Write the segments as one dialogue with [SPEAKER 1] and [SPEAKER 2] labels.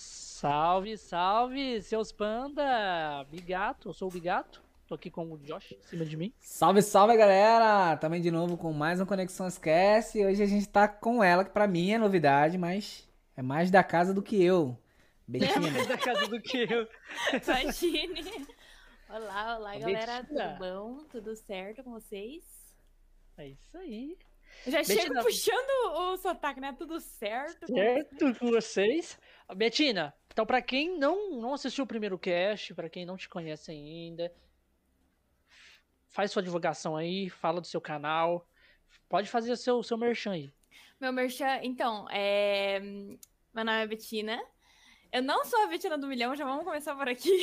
[SPEAKER 1] Salve, salve, seus panda! Bigato, eu sou o Bigato. Tô aqui com o Josh em cima de mim.
[SPEAKER 2] Salve, salve, galera! Também de novo com mais um Conexão Esquece. Hoje a gente tá com ela, que pra mim é novidade, mas é mais da casa do que eu.
[SPEAKER 1] É
[SPEAKER 2] Betina.
[SPEAKER 1] mais da casa do que eu.
[SPEAKER 3] Imagine. Olá, olá,
[SPEAKER 1] Ô,
[SPEAKER 3] galera.
[SPEAKER 1] Betina.
[SPEAKER 3] Tudo bom? Tudo certo com vocês?
[SPEAKER 1] É isso aí.
[SPEAKER 3] Eu já
[SPEAKER 1] Betina.
[SPEAKER 2] um
[SPEAKER 3] chego puxando o sotaque, né? Tudo certo. com
[SPEAKER 1] Certo com vocês. Betina, então pra quem não, não assistiu o primeiro cast, pra quem não te conhece ainda, faz sua divulgação aí, fala do seu canal, pode fazer seu, seu merchan aí.
[SPEAKER 3] Meu merchan, então, é... meu nome é Betina. Eu não sou a Betina do Milhão, já vamos começar por aqui.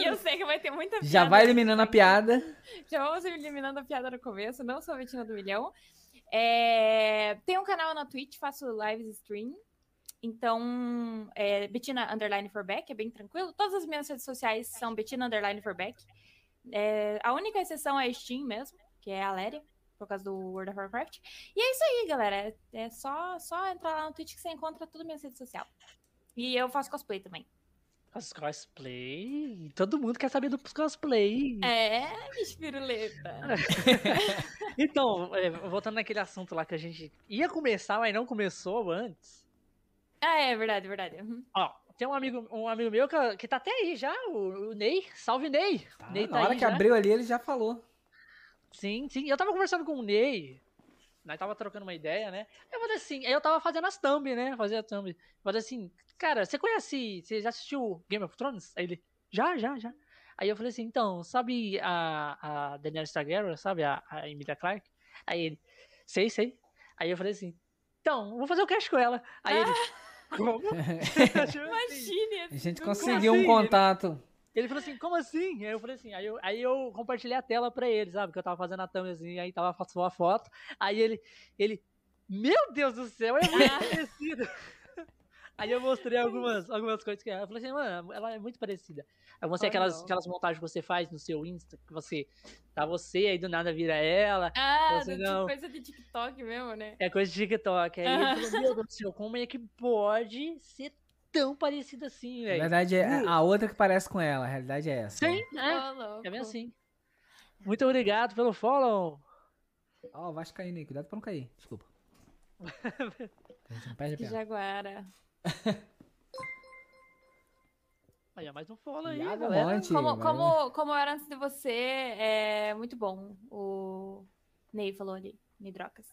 [SPEAKER 3] e eu sei que vai ter muita
[SPEAKER 1] É
[SPEAKER 3] piada.
[SPEAKER 2] Já vai eliminando a piada.
[SPEAKER 3] Já vamos eliminando a piada no começo, não sou a Betina do Milhão. É... Tem um canal na Twitch, faço lives stream. Então, é Bettina Underline Forback, é bem tranquilo. Todas as minhas redes sociais são Bettina Underline Forback. É, a única exceção é a Steam mesmo, que é a Leria, por causa do World of Warcraft. E é isso aí, galera. É- É só, só entrar lá no Twitch que você encontra tudo minha rede social. E eu faço cosplay também.
[SPEAKER 1] As cosplay. Todo mundo quer saber dos cosplay.
[SPEAKER 3] É, bicho piruleta.
[SPEAKER 1] Então, é, voltando naquele assunto lá que a gente ia começar, mas não começou antes.
[SPEAKER 3] Ah, é verdade, verdade. Uhum.
[SPEAKER 1] Ó, tem um amigo, um amigo meu que, que tá até aí já, o, o Ney. Salve, Ney!
[SPEAKER 2] Tá,
[SPEAKER 1] Ney
[SPEAKER 2] na hora
[SPEAKER 1] aí
[SPEAKER 2] que
[SPEAKER 1] já.
[SPEAKER 2] abriu ali, ele já falou.
[SPEAKER 1] Sim, sim. Eu tava conversando com o Ney. Nós tava trocando uma ideia, né? Eu falei assim, aí eu tava fazendo as thumb, né? Fazia a thumb. Eu falei assim, cara, você conhece, você já assistiu Game of Thrones? Aí ele, já, já, já. Aí eu falei assim, então, sabe a, a Daenerys Targaryen, sabe? A, a Emilia Clarke? Aí ele, sei, sei. Aí eu falei assim, então, vou fazer o cast com ela. Aí ele, como?
[SPEAKER 3] Imagine.
[SPEAKER 2] A gente
[SPEAKER 3] Como
[SPEAKER 2] conseguiu
[SPEAKER 1] assim?
[SPEAKER 2] um contato.
[SPEAKER 1] Ele falou assim, como assim? Aí eu falei assim, aí eu, aí eu compartilhei a tela pra ele, sabe? Que eu tava fazendo a thumb assim, aí tava só a foto. Aí ele, ele, meu Deus do céu, é muito
[SPEAKER 3] Ah.
[SPEAKER 1] parecido. Aí eu mostrei algumas, algumas coisas que ela. Eu falei assim, mano, ela é muito parecida. Aí eu mostrei
[SPEAKER 3] Oh,
[SPEAKER 1] aquelas,
[SPEAKER 3] não.
[SPEAKER 1] aquelas montagens que você faz no seu Insta, que você tá você, aí do nada vira ela.
[SPEAKER 3] Ah,
[SPEAKER 1] Você
[SPEAKER 3] do-
[SPEAKER 1] não.
[SPEAKER 3] coisa de TikTok mesmo, né?
[SPEAKER 1] É coisa de TikTok. Aí
[SPEAKER 3] Ah.
[SPEAKER 1] ele falou, meu Deus do céu, como é que pode ser tão parecida assim,
[SPEAKER 2] Na
[SPEAKER 1] velho?
[SPEAKER 2] verdade, é a outra que parece com ela. A realidade é essa.
[SPEAKER 1] Sim, né?
[SPEAKER 3] Ô, louco.
[SPEAKER 1] É bem assim. Muito obrigado pelo follow.
[SPEAKER 2] Ó, o Vasco caindo aí. Cuidado pra não cair. Desculpa. A gente não
[SPEAKER 1] né,
[SPEAKER 2] perde a
[SPEAKER 3] Que
[SPEAKER 2] piada.
[SPEAKER 3] Jaguara.
[SPEAKER 1] Aí, ó, mais um follow aí,
[SPEAKER 2] Iago
[SPEAKER 1] galera.
[SPEAKER 2] Monte,
[SPEAKER 3] Como,
[SPEAKER 2] valeu.
[SPEAKER 3] como, como era antes de você, é muito bom. O Ney falou ali, Ney Drocas.